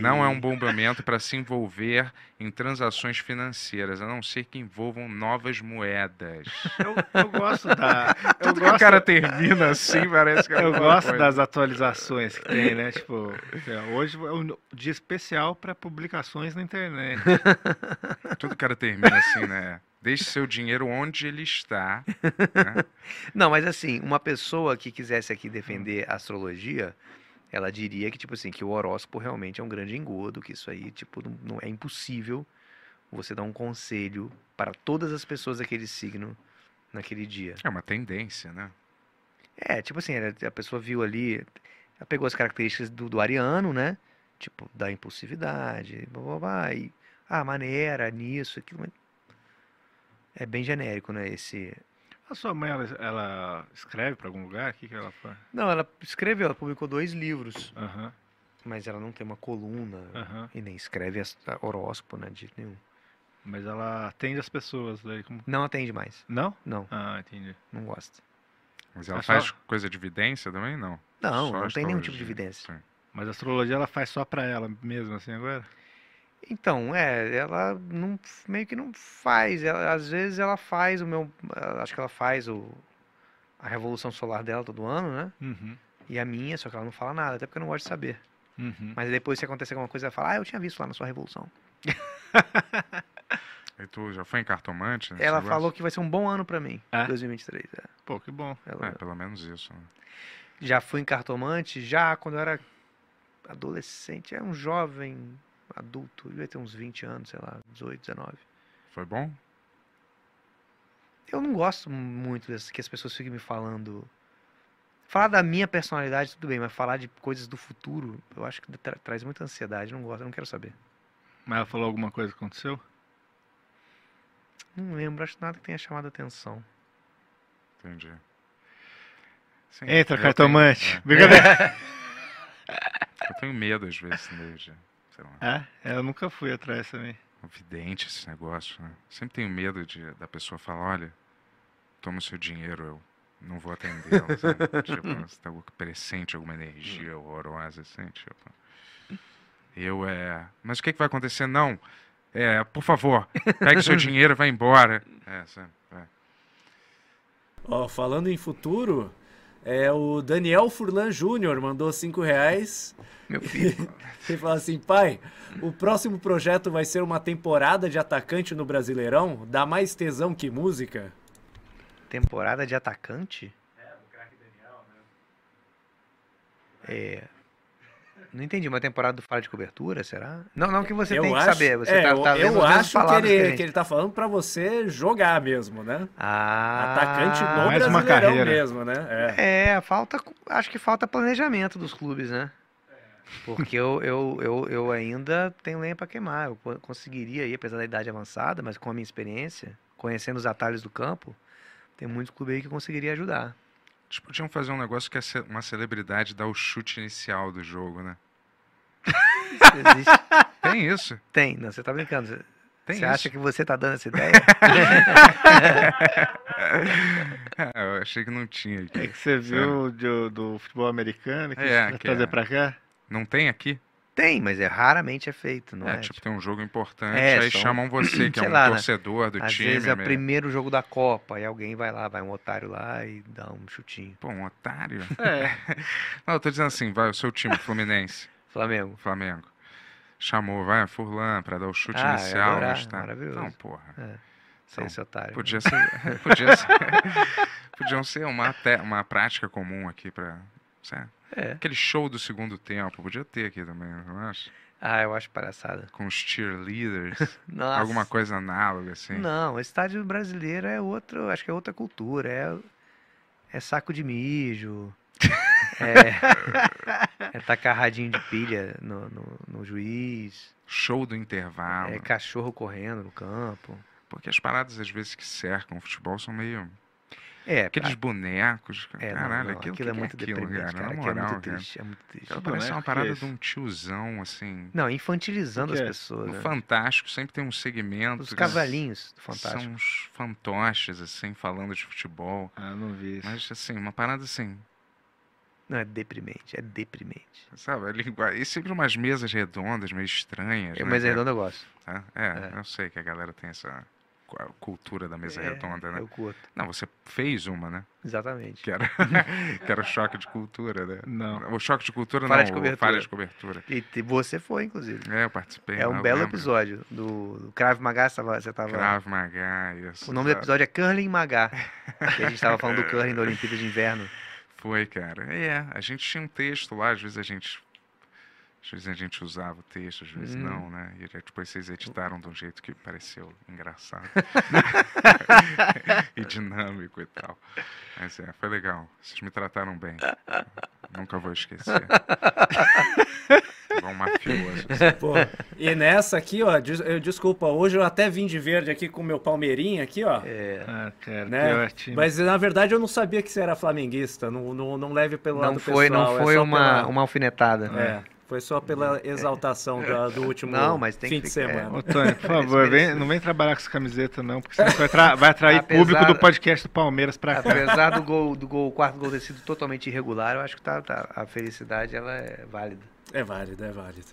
S2: Não é um bom momento para se envolver em transações financeiras, a não ser que envolvam novas moedas.
S3: Eu, eu gosto da. Eu
S2: Tudo que o
S3: gosto,
S2: cara termina assim parece que é
S3: eu
S2: alguma
S3: gosto
S2: coisa.
S3: das atualizações que tem, né? Tipo, é, hoje é um dia especial pra publicações na internet.
S2: Tudo que o cara termina assim, né? Deixe seu dinheiro onde ele está. né?
S7: Não, mas assim, uma pessoa que quisesse aqui defender a astrologia, ela diria que, tipo assim, que o horóscopo realmente é um grande engodo, que isso aí, tipo, não, não- é impossível você dar um conselho para todas as pessoas daquele signo naquele dia.
S2: É uma tendência, né?
S7: É, tipo assim, ela- a pessoa viu ali, ela pegou as características do, do ariano, né? Tipo, da impulsividade, blá blá blá, e ah, maneira, nisso, aquilo. mas É bem genérico, né? Esse.
S3: A sua mãe, ela, ela escreve pra algum lugar? O que, que ela faz?
S7: Não, ela escreveu, ela publicou dois livros,
S3: Aham,
S7: mas ela não tem uma coluna
S3: aham.
S7: e nem escreve as- a- horóscopo, né? De jeito nenhum.
S3: Mas ela atende as pessoas daí. Como...
S7: Não atende mais.
S3: Não?
S7: Não,
S3: Ah, entendi.
S7: não gosta.
S2: Mas ela
S3: É só-
S2: faz coisa de evidência também? Não.
S7: Não,
S2: Só
S7: não tem nenhum tipo de
S2: astrologia.
S7: evidência.
S2: Sim.
S3: Mas a astrologia ela faz só pra ela mesmo, assim, agora?
S7: Então, é, ela não, meio que não faz. Ela, às vezes ela faz o meu, ah, acho que ela faz o, a revolução solar dela todo ano, né?
S3: Uhum.
S7: E a minha, só que ela não fala nada, até porque eu não gosto de saber.
S3: Uhum.
S7: Mas depois se acontecer alguma coisa, ela fala, ah, eu tinha visto lá na sua revolução.
S2: E tu já foi em cartomante? nesse
S7: Ela
S2: negócio?
S7: falou que vai ser um bom ano pra mim,
S3: É?
S7: 2023. é.
S3: Pô, que bom.
S7: Ela-
S2: É, pelo menos isso. né?
S7: já fui em cartomante, já quando eu era adolescente, era um é jovem adulto, devia ter uns 20 anos, sei lá, 18, 19.
S2: Foi bom?
S7: Eu não gosto muito dessas que as pessoas ficam me falando. Falar da minha personalidade, tudo bem, mas falar de coisas do futuro, eu acho que tra- traz muita ansiedade. Não gosto, eu não quero saber.
S3: Mas ela falou alguma coisa que aconteceu?
S7: Não lembro, acho nada que tenha chamado a atenção.
S2: Entendi. Sim,
S3: Entra,
S2: eu
S3: cartomante.
S2: tenho-
S3: Brincadeira.
S2: é, eu tenho medo às vezes, né, de, sei lá,
S3: É? Eu nunca fui atrás também.
S2: vidente esse negócio, né? Sempre tenho medo de, da pessoa falar, olha, toma o seu dinheiro, eu não vou atendê-la, sabe? Tipo,
S7: Uhum.
S2: você tá presente alguma energia horrorosa, assim, tipo... Eu, é... Mas o que que vai acontecer? Não, é, por favor, pegue seu dinheiro e vai embora. É, sabe? É.
S4: Ó, falando em futuro, é o Daniel Furlan Júnior mandou 5 reais
S7: Meu filho.
S4: Ele fala assim, pai, o próximo projeto vai ser uma temporada de atacante no Brasileirão? Dá mais tesão que música?
S7: Temporada de atacante?
S4: né?
S7: É, o craque Daniel, né? Não entendi, uma temporada do Fala de Cobertura, será? Não, não que você tem que saber. Você
S4: é,
S7: tá,
S4: eu,
S7: tá lendo
S4: eu
S7: as mesmas
S4: acho que
S7: palavras
S4: ele,
S7: a
S4: que
S7: gente.
S4: ele tá falando pra você jogar mesmo, né?
S7: Ah,
S4: Atacante no
S3: mais uma
S4: Brasileirão
S3: carreira.
S4: mesmo, né? É.
S7: É, falta, acho que falta planejamento dos clubes, né? Porque eu, eu, eu, eu ainda tenho lenha para queimar. Eu co- conseguiria aí, apesar da idade avançada, mas com a minha experiência, conhecendo os atalhos do campo, tem muito clube aí que eu conseguiria ajudar.
S2: Eles podiam fazer um negócio que a ce- uma celebridade dá o chute inicial do jogo, né?
S7: Existe-
S2: Tem isso,
S7: Tem, não, você tá brincando. Você,
S2: tem isso.
S7: você acha que você tá dando essa ideia?
S2: Ah, eu achei que não tinha
S3: É
S2: aqui.
S3: que você viu de- do futebol americano é. que
S2: É,
S3: vai
S2: que
S3: trazer
S2: é.
S3: pra cá?
S2: Não tem aqui?
S7: Tem, mas é raramente é feito, não
S2: é,
S7: é?
S2: tipo, tem um jogo importante,
S7: É,
S2: aí
S7: são-
S2: chamam você, que é
S7: sei
S2: um
S7: lá, né?
S2: torcedor do
S7: às
S2: time.
S7: vezes é o
S2: meio-
S7: primeiro jogo da Copa, e alguém vai lá, vai um otário lá e dá um chutinho.
S2: Pô, um otário.
S3: É.
S2: Não, eu tô dizendo assim, vai, o seu time, Fluminense,
S7: Flamengo.
S2: Flamengo. Chamou, vai, a Furlan, pra dar o chute
S7: Ah, eu ia
S2: inicial.
S7: adorar,
S2: mas tá-
S7: maravilhoso. É,
S2: Não, porra.
S7: Sei
S2: Não,
S7: esse otário.
S2: Podia ser. Podia ser. podiam ser uma, te- uma prática comum aqui pra. Sabe?
S7: É.
S2: Aquele show do segundo tempo, podia ter aqui também, não acho?
S7: Ah, eu acho palhaçada.
S2: Com os cheerleaders,
S7: Nossa.
S2: alguma coisa análoga, assim.
S7: Não, o estádio brasileiro é outro, acho que é outra cultura, é, é saco de mijo, é, é tacar radinho de pilha no, no, no juiz,
S2: Show do intervalo.
S7: é cachorro correndo no campo.
S2: Porque as paradas, às vezes, que cercam o futebol são meio.
S7: É,
S2: Aqueles
S7: a-
S2: bonecos.
S7: é, não,
S2: caralho, aquilo,
S7: não, aquilo é
S2: que que
S7: muito
S2: aquilo,
S7: deprimente,
S2: cara,
S7: cara,
S2: na
S7: aquilo é
S2: moral,
S7: muito
S2: cara.
S7: triste, é muito triste.
S2: Aquilo parece
S3: boneco
S2: uma
S3: que
S2: parada
S3: é
S2: de
S3: esse?
S2: um tiozão, assim.
S7: Não, infantilizando
S3: O que
S7: as
S3: é?
S7: pessoas,
S2: No
S7: né?
S2: Fantástico sempre tem um segmento.
S7: Os
S2: que
S7: cavalinhos do
S2: São
S7: Fantástico.
S2: uns fantoches, assim, falando de futebol.
S3: Ah, não vi isso.
S2: Mas, assim, uma parada assim,
S7: Não, é deprimente, é deprimente.
S2: sabe? a língua- E sempre umas mesas redondas, meio estranhas.
S7: Eu,
S2: né,
S7: mas
S2: cara?
S7: redondo eu gosto.
S2: Tá? É, eu sei que a galera tem essa cu- a cultura da mesa
S7: É,
S2: redonda, né?
S7: Eu curto,
S2: Não, você fez uma, né?
S7: exatamente.
S2: Que era, que era o choque de cultura, né?
S3: Não.
S2: O choque de cultura
S7: Falha
S2: não,
S7: de
S2: o falha de cobertura.
S7: E te- você foi, inclusive.
S2: É, eu participei.
S7: É
S2: lá,
S7: um
S2: eu
S7: belo
S2: lembro.
S7: episódio do, do Krav Maga, você tava, você tava-
S2: Krav Maga, isso.
S7: O nome do
S2: tá.
S7: episódio é Curling Maga, que a gente tava falando do curling da Olimpíada de Inverno.
S2: Foi, cara. É, a gente tinha um texto lá, às vezes a gente. Às vezes a gente usava o texto, às vezes
S7: Uhum.
S2: não, né? E aí depois vocês editaram de um jeito que pareceu engraçado. e dinâmico e tal. Mas é, foi legal. Vocês me trataram bem. Nunca vou esquecer. Igual um mafioso. assim.
S4: É, Pô, e nessa aqui, ó, des- eu- desculpa, hoje eu até vim de verde aqui com o meu palmeirinha aqui, ó.
S7: É,
S3: Ah, cara,
S4: Né?
S3: pior time.
S4: Mas na verdade eu não sabia que você era flamenguista, não, não, não leve pelo
S7: não
S4: lado
S7: foi,
S4: pessoal.
S7: não
S4: é
S7: foi
S4: só
S7: uma,
S4: pela-
S7: uma alfinetada.
S4: É, foi só pela exaltação da- do último
S7: Não, mas tem
S4: fim
S7: que
S4: de
S7: ficar- é,
S4: semana.
S3: Ô, Tony, por favor, vem- não vem trabalhar com essa camiseta, não, porque senão você vai, tra- vai atrair
S7: Apesar-
S3: público do podcast do Palmeiras
S7: Tá
S3: pra cá.
S7: Apesar do gol, do gol, o quarto gol ter sido totalmente irregular, eu acho que tá, tá- a felicidade ela é válida.
S4: É válido, é válido.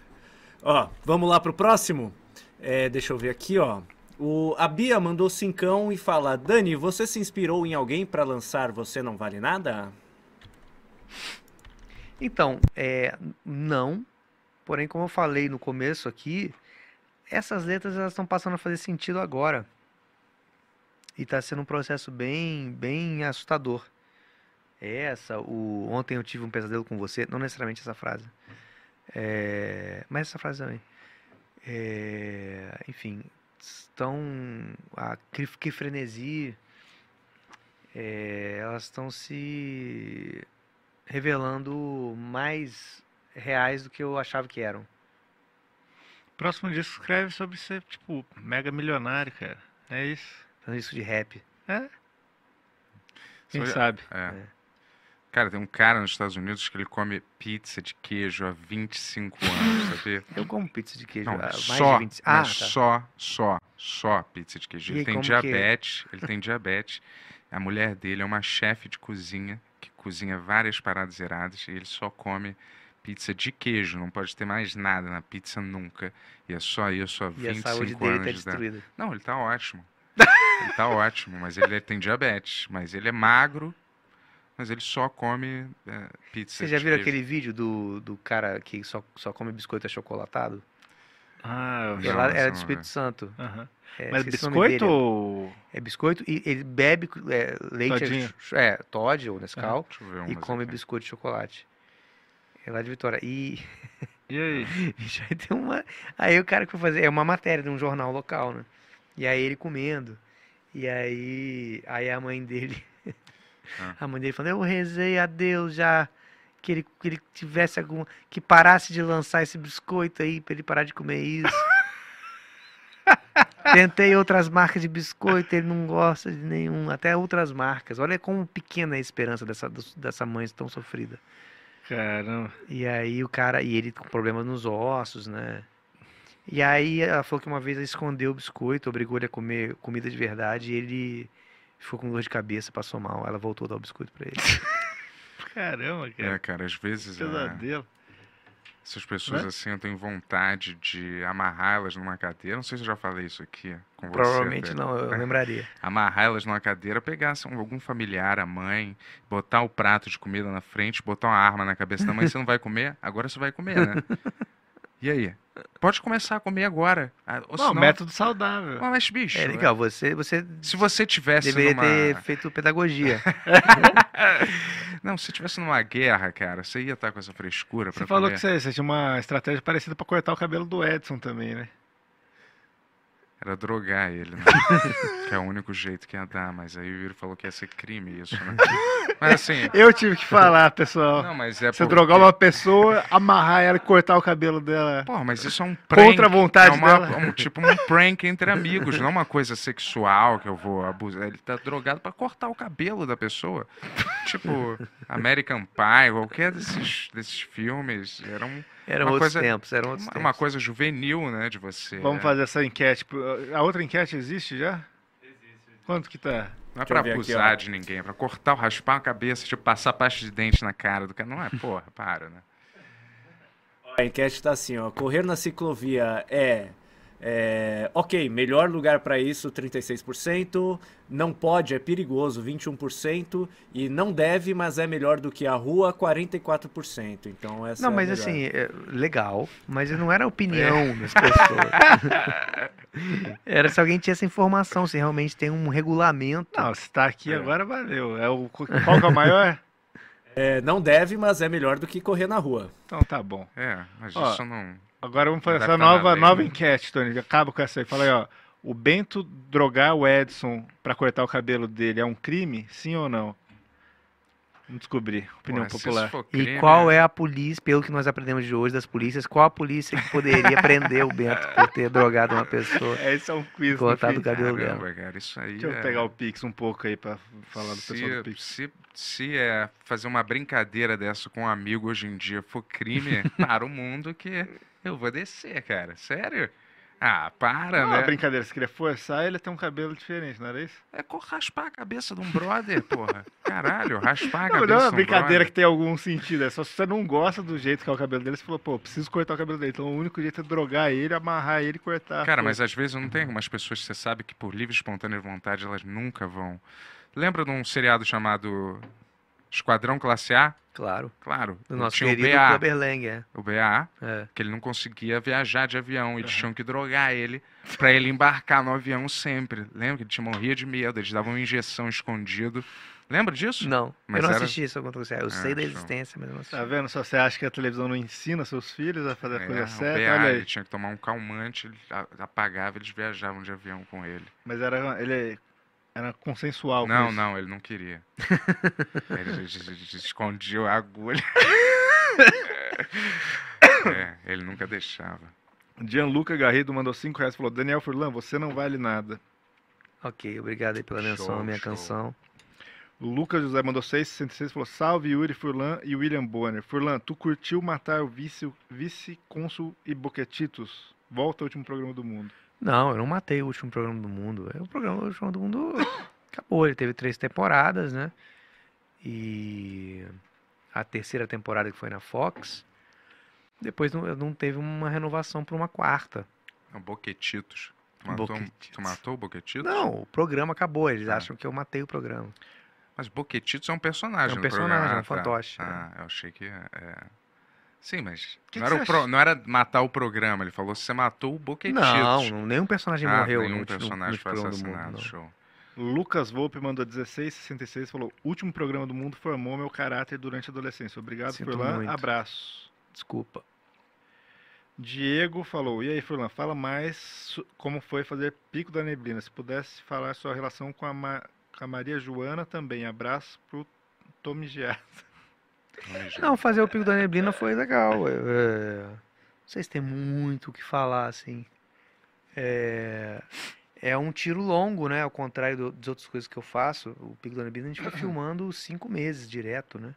S4: Ó, vamos lá pro próximo? É, deixa eu ver aqui, ó. O, a Bia mandou cincão e fala: Dani, você se inspirou em alguém pra lançar Você Não Vale Nada?
S7: Então, é, não. Porém, como eu falei no começo aqui, essas letras elas estão passando a fazer sentido agora. E está sendo um processo bem, bem assustador. Essa, o ontem eu tive um pesadelo com você, não necessariamente essa frase. É, mas essa frase também. É, enfim, estão. A Cri- que frenesi, é, elas estão se revelando mais reais do que eu achava que eram.
S3: Próximo disco escreve sobre ser, tipo, mega milionário, cara. É isso.
S7: Fazendo isso de rap.
S3: Quem
S2: Sobre-
S3: sabe?
S2: É. Cara, tem um cara nos Estados Unidos que ele come pizza de queijo há 25 anos, sabia?
S7: Eu como pizza de queijo
S2: Hum. Não,
S7: há mais de
S2: só,
S7: 20 Ah,
S2: mas
S7: tá.
S2: só, só, só pizza de queijo.
S7: E
S2: Ele
S7: aí,
S2: tem
S7: como que é?
S2: diabetes, ele tem diabetes. A mulher dele é uma chefe de cozinha que cozinha várias paradas iradas e ele só come pizza de queijo, não pode ter mais nada na pizza nunca. E é só isso há
S7: E a
S2: 25
S7: saúde dele tá
S2: anos. né? da-
S7: destruída.
S2: Não, ele tá ótimo. Ele tá ótimo, mas ele tem diabetes, mas ele é magro, mas ele só come é, pizza
S7: Vocês já
S2: de
S7: viram
S2: queijo.
S7: aquele vídeo do, do cara que só, só come biscoito achocolatado?
S3: Ah, eu vi.
S2: Não,
S7: Ela
S2: esse
S7: era
S2: eu
S7: do
S2: não
S7: Espírito
S2: vi.
S7: Santo.
S3: Aham.
S7: É,
S3: Mas
S7: esqueci o nome
S3: biscoito
S7: dele.
S3: ou.
S7: É biscoito e ele bebe é, leite,
S3: Todinho.
S7: é, Todd ou Nescau,
S2: Deixa eu ver
S7: e
S2: umas
S7: come
S2: aqui.
S7: biscoito de chocolate. É lá de Vitória. E
S3: E aí?
S7: Bicho, aí tem uma. Aí o cara que foi fazer. É uma matéria de um jornal local, né? E aí ele comendo. E aí. Aí a mãe dele.
S2: Ah.
S7: A mãe dele falando, eu rezei a Deus já. Que ele, que ele tivesse algum. Que parasse de lançar esse biscoito aí pra ele parar de comer isso. Tentei outras marcas de biscoito, ele não gosta de nenhum. Até outras marcas. Olha como pequena é a esperança dessa, dessa mãe tão sofrida.
S3: Caramba.
S7: E aí o cara, e ele com problemas nos ossos, né? E aí ela falou que uma vez ela escondeu o biscoito, obrigou ele a comer comida de verdade, e ele ficou com dor de cabeça, passou mal. Ela voltou a dar o biscoito pra ele.
S3: Caramba, cara.
S2: É, cara, às vezes é,
S3: Pesadelo.
S2: essas pessoas assim, eu tenho vontade de amarrá-las numa cadeira. Não sei se eu já falei isso aqui com você.
S7: Provavelmente
S2: até.
S7: não, eu lembraria.
S2: amarrar elas numa cadeira, pegar assim, algum familiar, a mãe, botar o prato de comida na frente, botar uma arma na cabeça da mãe, você não vai comer? Agora você vai comer, né? E aí? Pode começar a comer agora. Ah, Ou
S3: Não,
S2: senão...
S3: método saudável.
S2: Ah, Mas, bicho,
S7: É legal, você, você
S2: se você tivesse
S7: deveria
S2: numa...
S7: ter feito pedagogia.
S2: Não, se tivesse numa guerra, cara, você ia estar com essa frescura pra
S3: Você falou
S2: comer.
S3: que você, você tinha uma estratégia parecida pra cortar o cabelo do Edson também, né?
S2: Era drogar ele, né? que é o único jeito que ia dar, mas aí o Yuri falou que ia ser crime isso, né? Mas assim...
S3: Eu tive que falar, pessoal.
S2: Não, mas é
S3: você
S2: porque-
S3: drogar uma pessoa, amarrar ela e cortar o cabelo dela.
S2: Porra, mas isso é um prank.
S3: Contra a vontade
S2: é uma-
S3: dela.
S2: um- tipo um prank entre amigos, não uma coisa sexual que eu vou abusar. Ele tá drogado pra cortar o cabelo da pessoa. Tipo, American Pie, qualquer desses, desses filmes. Era um-
S7: Eram
S2: Uma
S7: outros
S2: coisa-
S7: tempos, eram outros
S2: uma, uma
S7: tempos.
S2: coisa juvenil, né, de você.
S3: Vamos
S2: né?
S3: fazer essa enquete. A outra enquete existe já? Existe. Quanto que tá?
S2: Não é
S4: Deixa eu
S2: pra
S4: ver aqui,
S2: abusar
S4: ó.
S2: de ninguém, é pra cortar, raspar a cabeça, tipo, passar pasta de dente na cara do cara. Não é, porra, para, né?
S4: A enquete tá assim, ó. Correr na ciclovia é, é, ok, melhor lugar para isso, 36%. Não pode, é perigoso, 21%. E não deve, mas é melhor do que a rua, 44%. Então essa
S7: Não,
S4: é a
S7: mas
S4: melhor.
S7: assim, é legal, mas não era a
S2: É.
S7: opinião das pessoas. Era se alguém tinha essa informação, se realmente tem um regulamento.
S3: Não, se tá aqui
S2: É.
S3: agora, valeu. É o, qual que é o maior?
S4: É, não deve, mas é melhor do que correr na rua.
S3: Então tá bom.
S2: É, mas
S3: Ó,
S2: isso não.
S3: Agora vamos fazer
S2: Não
S3: essa
S2: deve tá nada
S3: nova,
S2: aí,
S3: nova
S2: né?
S3: enquete, Tony. Acaba com essa aí. Fala aí, ó. O Bento drogar o Edson pra cortar o cabelo dele é um crime? Sim ou não? Vamos descobrir. Opinião
S2: Porra, se isso
S3: popular.
S2: for
S7: E
S2: crime, né?
S7: qual é a polícia, pelo que nós aprendemos de hoje das polícias, qual a polícia que poderia prender o Bento por ter drogado uma pessoa?
S3: É, esse é um quiz. no
S7: Cortado
S3: fim.
S7: o cabelo dela.
S2: Caramba, cara, isso aí.
S3: Deixa eu
S2: é-
S3: pegar o Pix um pouco aí pra falar do pessoal do Pix.
S2: Se, se é fazer uma brincadeira dessa com um amigo hoje em dia for crime, para o mundo que eu vou descer, cara. Sério? Ah, para,
S3: Não,
S2: né?
S3: brincadeira, você queria forçar ele a ter um cabelo diferente, não era isso?
S2: É co- raspar a cabeça de um brother, porra. Caralho, raspar a cabeça
S3: Não, mas não é
S2: de
S3: uma
S2: um
S3: brincadeira
S2: brother.
S3: que tem algum sentido, é só se você não gosta do jeito que é o cabelo dele, você falou, pô, preciso cortar o cabelo dele. Então o único jeito é drogar ele, amarrar ele e cortar.
S2: Cara,
S3: Pô,
S2: mas às vezes não tem algumas pessoas que você sabe que por livre e espontânea vontade elas nunca vão. Lembra de um seriado chamado Esquadrão Classe A?
S7: Claro,
S2: Claro,
S7: do nosso
S2: tinha o
S7: querido
S2: BA.
S7: Kleber Langer.
S2: O BA,
S7: É.
S2: que ele não conseguia viajar de avião, eles tinham que drogar ele pra ele embarcar no avião sempre. Lembra que ele tinha morria de medo, eles davam uma injeção escondido, Lembra disso?
S7: Não,
S2: Mas
S7: eu não
S2: era-
S7: assisti isso acontecer. Eu sei
S2: Ah,
S7: da
S2: show.
S7: existência, mas eu não assisti.
S3: Tá vendo? Só você acha que a televisão não ensina seus filhos a fazer a
S2: É,
S3: coisa
S2: o
S3: certa.
S2: BA,
S3: Olha
S2: ele
S3: aí.
S2: tinha que tomar um calmante, ele a- apagava, eles viajavam de avião com ele.
S3: Mas era, ele era consensual. com
S2: Não,
S3: isso.
S2: não, ele não queria. ele es- es- escondia a agulha. é, ele nunca deixava.
S3: Gianluca Garrido mandou 5 reais e falou: Daniel Furlan, você não vale nada.
S7: Ok, obrigado aí pela menção à
S2: Show,
S7: minha
S2: show.
S7: canção.
S3: O Lucas José mandou 666 falou: Salve Yuri Furlan e William Bonner. Furlan, tu curtiu matar o vice- vice-cônsul e Boquetitos? Volta ao último programa do mundo.
S7: Não, eu não matei o último programa do mundo. É o programa o último programa do mundo acabou. Ele teve três temporadas, né? E a terceira temporada que foi na Fox. Depois não, não teve uma renovação para uma quarta.
S2: Não, É um Boquetitos. Tu matou, um-
S7: Boquetitos.
S2: tu matou o Boquetitos?
S7: Não, o programa acabou. Eles
S2: Ah.
S7: acham que eu matei o programa.
S2: Mas Boquetitos é um personagem
S7: É um
S2: do programa.
S7: personagem, é um
S2: Ah, tá.
S7: fantoche, é.
S2: Ah, eu achei que... é. Sim, mas
S3: Que
S2: não,
S3: que
S2: era
S3: você
S2: o pro-
S3: acha?
S2: não era matar o programa. Ele falou, você matou o Boquetitos.
S7: Não, não, nenhum personagem
S2: ah,
S7: morreu
S2: nenhum
S7: no último no
S2: personagem
S7: último
S2: foi
S7: programa do mundo.
S2: assassinado. Show.
S7: não.
S3: Lucas Volpe mandou 1666 falou: Último programa do mundo formou meu caráter durante a adolescência. Obrigado,
S7: Sinto
S3: Furlan.
S7: muito.
S3: Abraço.
S7: Desculpa.
S3: Diego falou: E aí, Furlan, fala mais so- como foi fazer Pico da Neblina. Se pudesse falar sua relação com a, Ma- com a Maria Joana também. Abraço pro Tommy Giar.
S2: Vamos ver.
S7: Não, fazer o Pico da Neblina foi legal. Eu, é, Não sei se tem muito o que falar, assim. É... é um tiro longo, né? Ao contrário do- das outras coisas que eu faço. O Pico da Neblina a gente fica filmando cinco meses direto, né?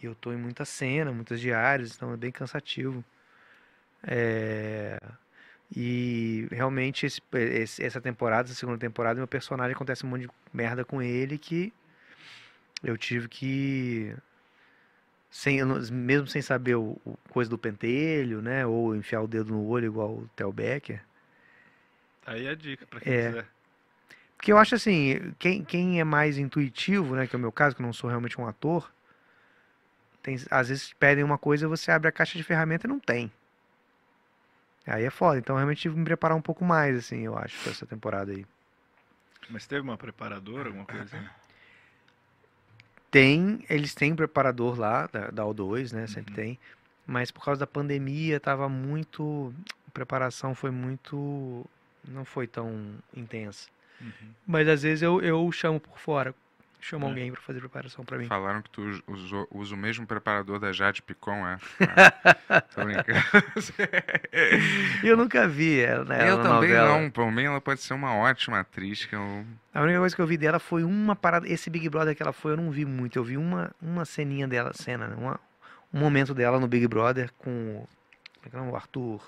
S7: E eu tô em muita cena, muitas diárias, então é bem cansativo. É, E realmente esse- esse- essa temporada, essa segunda temporada, meu personagem acontece um monte de merda com ele que eu tive que sem, eu não- mesmo sem saber o, o coisa do pentelho, né? Ou enfiar o dedo no olho igual o Theo Becker.
S3: Aí a dica pra quem
S7: É.
S3: quiser.
S7: Porque eu acho assim, quem, quem é mais intuitivo, né? Que é o meu caso, que eu não sou realmente um ator, tem, às vezes pedem uma coisa, você abre a caixa de ferramenta e não tem. Aí é foda. Então eu realmente tive que me preparar um pouco mais, assim, eu acho, pra essa temporada aí.
S3: Mas teve uma preparadora, alguma coisa assim?
S2: É.
S7: Tem, eles têm um preparador lá, da, da O2, né?
S2: Uhum.
S7: Sempre tem. Mas por causa da pandemia, tava muito. A preparação foi muito. Não foi tão intensa.
S3: Uhum.
S7: Mas às vezes eu, eu chamo por fora. Chamo
S3: É.
S7: alguém pra fazer preparação pra mim.
S2: Falaram que tu us- usou, usa o mesmo preparador da Jade Picon, é? Ah, tô brincando.
S7: Eu nunca vi ela, né,
S2: eu
S7: ela na
S2: também
S7: novela.
S2: não. Por mim, ela pode ser uma ótima atriz. Que eu...
S7: A única coisa que eu vi dela foi uma parada. Esse Big Brother que ela foi, eu não vi muito. Eu vi uma, uma ceninha dela, cena, né? Uma- um momento dela no Big Brother com. Como é que é o nome? O Arthur.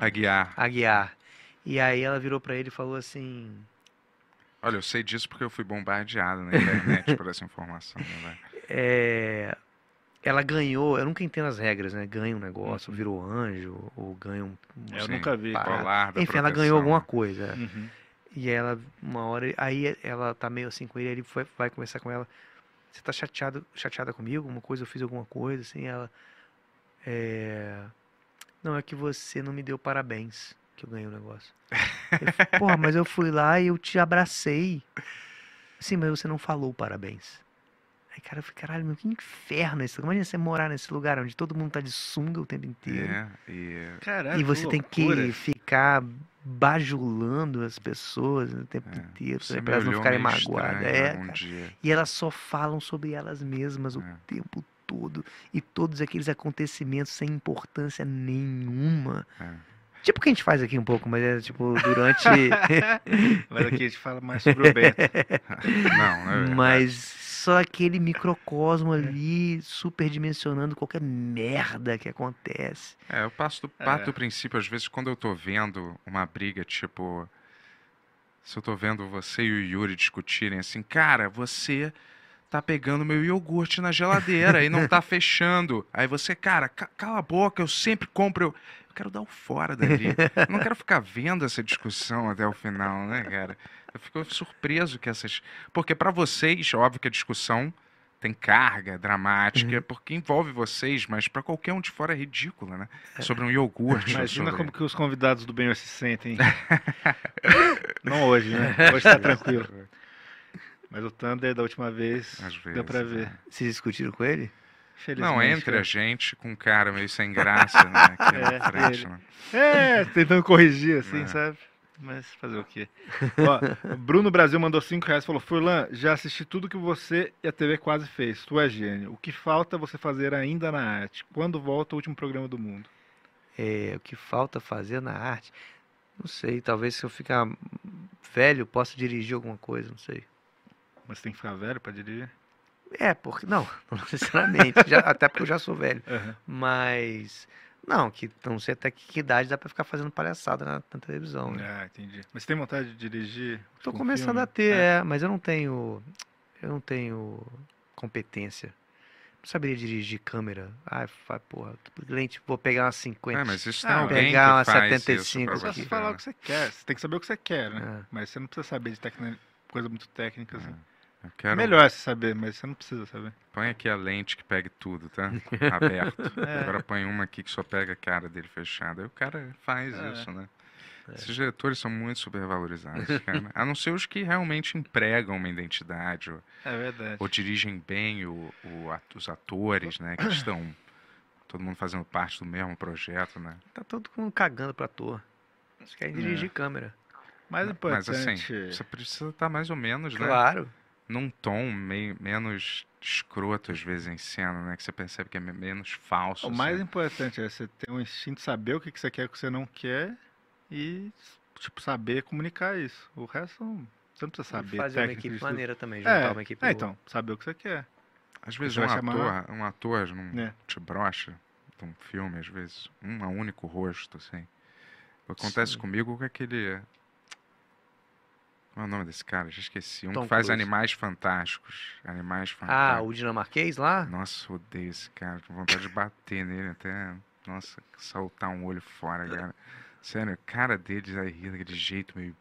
S7: Ah.
S2: Aguiar.
S7: Aguiar. E aí ela virou pra ele e falou assim.
S2: Olha, eu sei disso porque eu fui bombardeado na internet por essa informação. né, velho?
S7: é, ela ganhou, eu nunca entendo as regras, né? Ganha um
S2: Uhum.
S7: negócio, virou anjo, ou ganha um. um-
S3: Eu
S2: Sim,
S3: nunca vi.
S7: pá.
S2: colar da
S7: Enfim, ela ganhou
S2: É, proteção,
S7: alguma
S2: né?
S7: coisa. é.
S3: Uhum.
S7: E aí ela, uma hora, aí ela tá meio assim com ele, aí ele foi- vai conversar com ela. Você tá chateado, chateada comigo? Alguma coisa, eu fiz alguma coisa, assim, ela. é, Não, é que você não me deu parabéns que eu ganhei o negócio. Eu f- Porra, mas eu fui lá e eu te abracei. Sim, mas você não falou parabéns. Aí, cara, eu falei, caralho, meu, que inferno é isso. Imagina você morar nesse lugar onde todo mundo tá de sunga o tempo inteiro.
S2: É, e
S3: Caralho,
S7: E você tem
S3: loucura.
S7: que ficar bajulando as pessoas o tempo
S2: É,
S7: inteiro
S2: você me
S7: para elas não
S2: olhou
S7: ficarem
S2: meio
S7: magoadas.
S2: estranho
S7: É,
S2: algum
S7: cara.
S2: dia.
S7: E elas só falam sobre elas mesmas o
S2: É.
S7: tempo todo. E todos aqueles acontecimentos sem importância nenhuma.
S2: É.
S7: Tipo o que a gente faz aqui um pouco, mas é tipo durante.
S2: É
S3: Mas aqui a gente fala mais sobre o Beto.
S2: Não, não é verdade.
S7: mas só aquele microcosmo ali superdimensionando qualquer merda que acontece.
S2: É, eu passo do, parto do princípio, às vezes, quando eu tô vendo uma briga, tipo. Se eu tô vendo você e o Yuri discutirem assim, cara, você tá pegando meu iogurte na geladeira e não tá fechando. Aí você, cara, ca- cala a boca, eu sempre compro. Eu, eu quero dar o fora dali. Eu não quero ficar vendo essa discussão até o final, né, cara? Eu fico surpreso que essas. Porque pra vocês, óbvio que a discussão tem carga dramática,
S3: Uhum.
S2: porque envolve vocês, mas pra qualquer um de fora é ridícula, né?
S3: É.
S2: Sobre um iogurte.
S3: Imagina
S2: sobre-
S3: como que os convidados do bem hoje se sentem. Não hoje, né? Hoje tá tranquilo. Mas o Thunder da última vez,
S2: Às
S3: deu pra
S2: vezes, é.
S3: ver.
S7: Vocês discutiram com ele?
S3: Felizmente.
S2: Não,
S3: né?
S2: entre a gente com um cara meio sem graça, né? Aqui na
S3: É,
S2: frente,
S3: ele.
S2: né?
S3: É, tentando corrigir assim,
S2: É.
S3: sabe? Mas fazer o quê? Ó, Bruno Brasil mandou 5 reais e falou: Furlan, já assisti tudo que você e a TV quase fez. Tu é gênio. O que falta você fazer ainda na arte? Quando volta o último programa do mundo?
S7: É, o que falta fazer na arte? Não sei, talvez se eu ficar velho, possa dirigir alguma coisa, não sei.
S3: Mas tem que ficar velho pra dirigir?
S7: É, porque. Não, não necessariamente. já- até porque eu já sou velho.
S3: Aham.
S7: Mas. Não, que não sei até que idade dá pra ficar fazendo palhaçada na, na televisão,
S2: É,
S7: né?
S3: Ah, entendi. Mas tem vontade de dirigir?
S7: Tô
S3: um
S7: começando
S3: filme?
S7: a ter,
S2: né?
S3: É.
S7: é, mas eu não tenho. Eu não tenho competência. Não saberia dirigir câmera. Ai, fa- porra, lente, vou pegar uma 50.
S2: Ah, mas isso tem
S3: Ah,
S2: alguém que
S7: pegar uma
S2: faz isso
S7: 75
S2: pra
S3: Você
S2: você,
S3: precisa falar o
S2: né?
S3: que você quer. Você tem que saber o que você quer, né?
S7: Ah,
S3: Mas você não precisa saber de tecno- coisa muito técnica. Assim.
S2: Eu
S3: É
S2: quero...
S3: melhor você saber, mas você não precisa saber.
S2: Põe aqui a lente que pegue tudo, tá? Aberto.
S3: É.
S2: Agora põe uma aqui que só pega a cara dele fechada. Aí o cara faz
S3: É.
S2: isso, né? Esses diretores são muito supervalorizados, cara. A não ser os que realmente empregam uma identidade, ou,
S3: É verdade.
S2: ou dirigem bem o, o at- os atores, né? Que estão todo mundo fazendo parte do mesmo projeto, né?
S7: tá todo mundo cagando pra toa. Eles
S2: É.
S7: querem dirigir câmera.
S3: Mais
S2: Mas
S3: importante.
S2: assim, você precisa estar mais ou menos, né?
S7: Claro.
S2: num tom meio menos escroto às vezes em cena, né? Que você percebe que é me- menos falso.
S3: O
S2: assim.
S3: mais importante é você ter um instinto de saber o que que você quer e o que você não quer e, tipo, saber comunicar isso. O resto, não- você não precisa saber.
S7: fazer uma
S3: técnica
S7: equipe
S3: disso tudo.
S7: maneira também, juntar
S3: É,
S7: uma equipe
S3: é,
S7: boa.
S3: então, saber o que você quer.
S2: Às vezes
S3: você
S2: um
S3: vai
S2: ator,
S3: chamar-
S2: um ator não
S3: É.
S2: te brocha de um filme, às vezes, um único rosto, assim. Acontece
S7: Sim.
S2: comigo com aquele. Qual é o nome desse cara? Já esqueci. Um
S7: Tom
S2: que faz
S7: Cruise.
S2: animais fantásticos. Animais fantásticos.
S3: tá.
S7: Ah, o dinamarquês lá?
S2: Nossa, odeio esse cara. Com vontade de bater nele até. Nossa, saltar um olho fora, cara. Sério, a cara deles aí ri daquele jeito meio.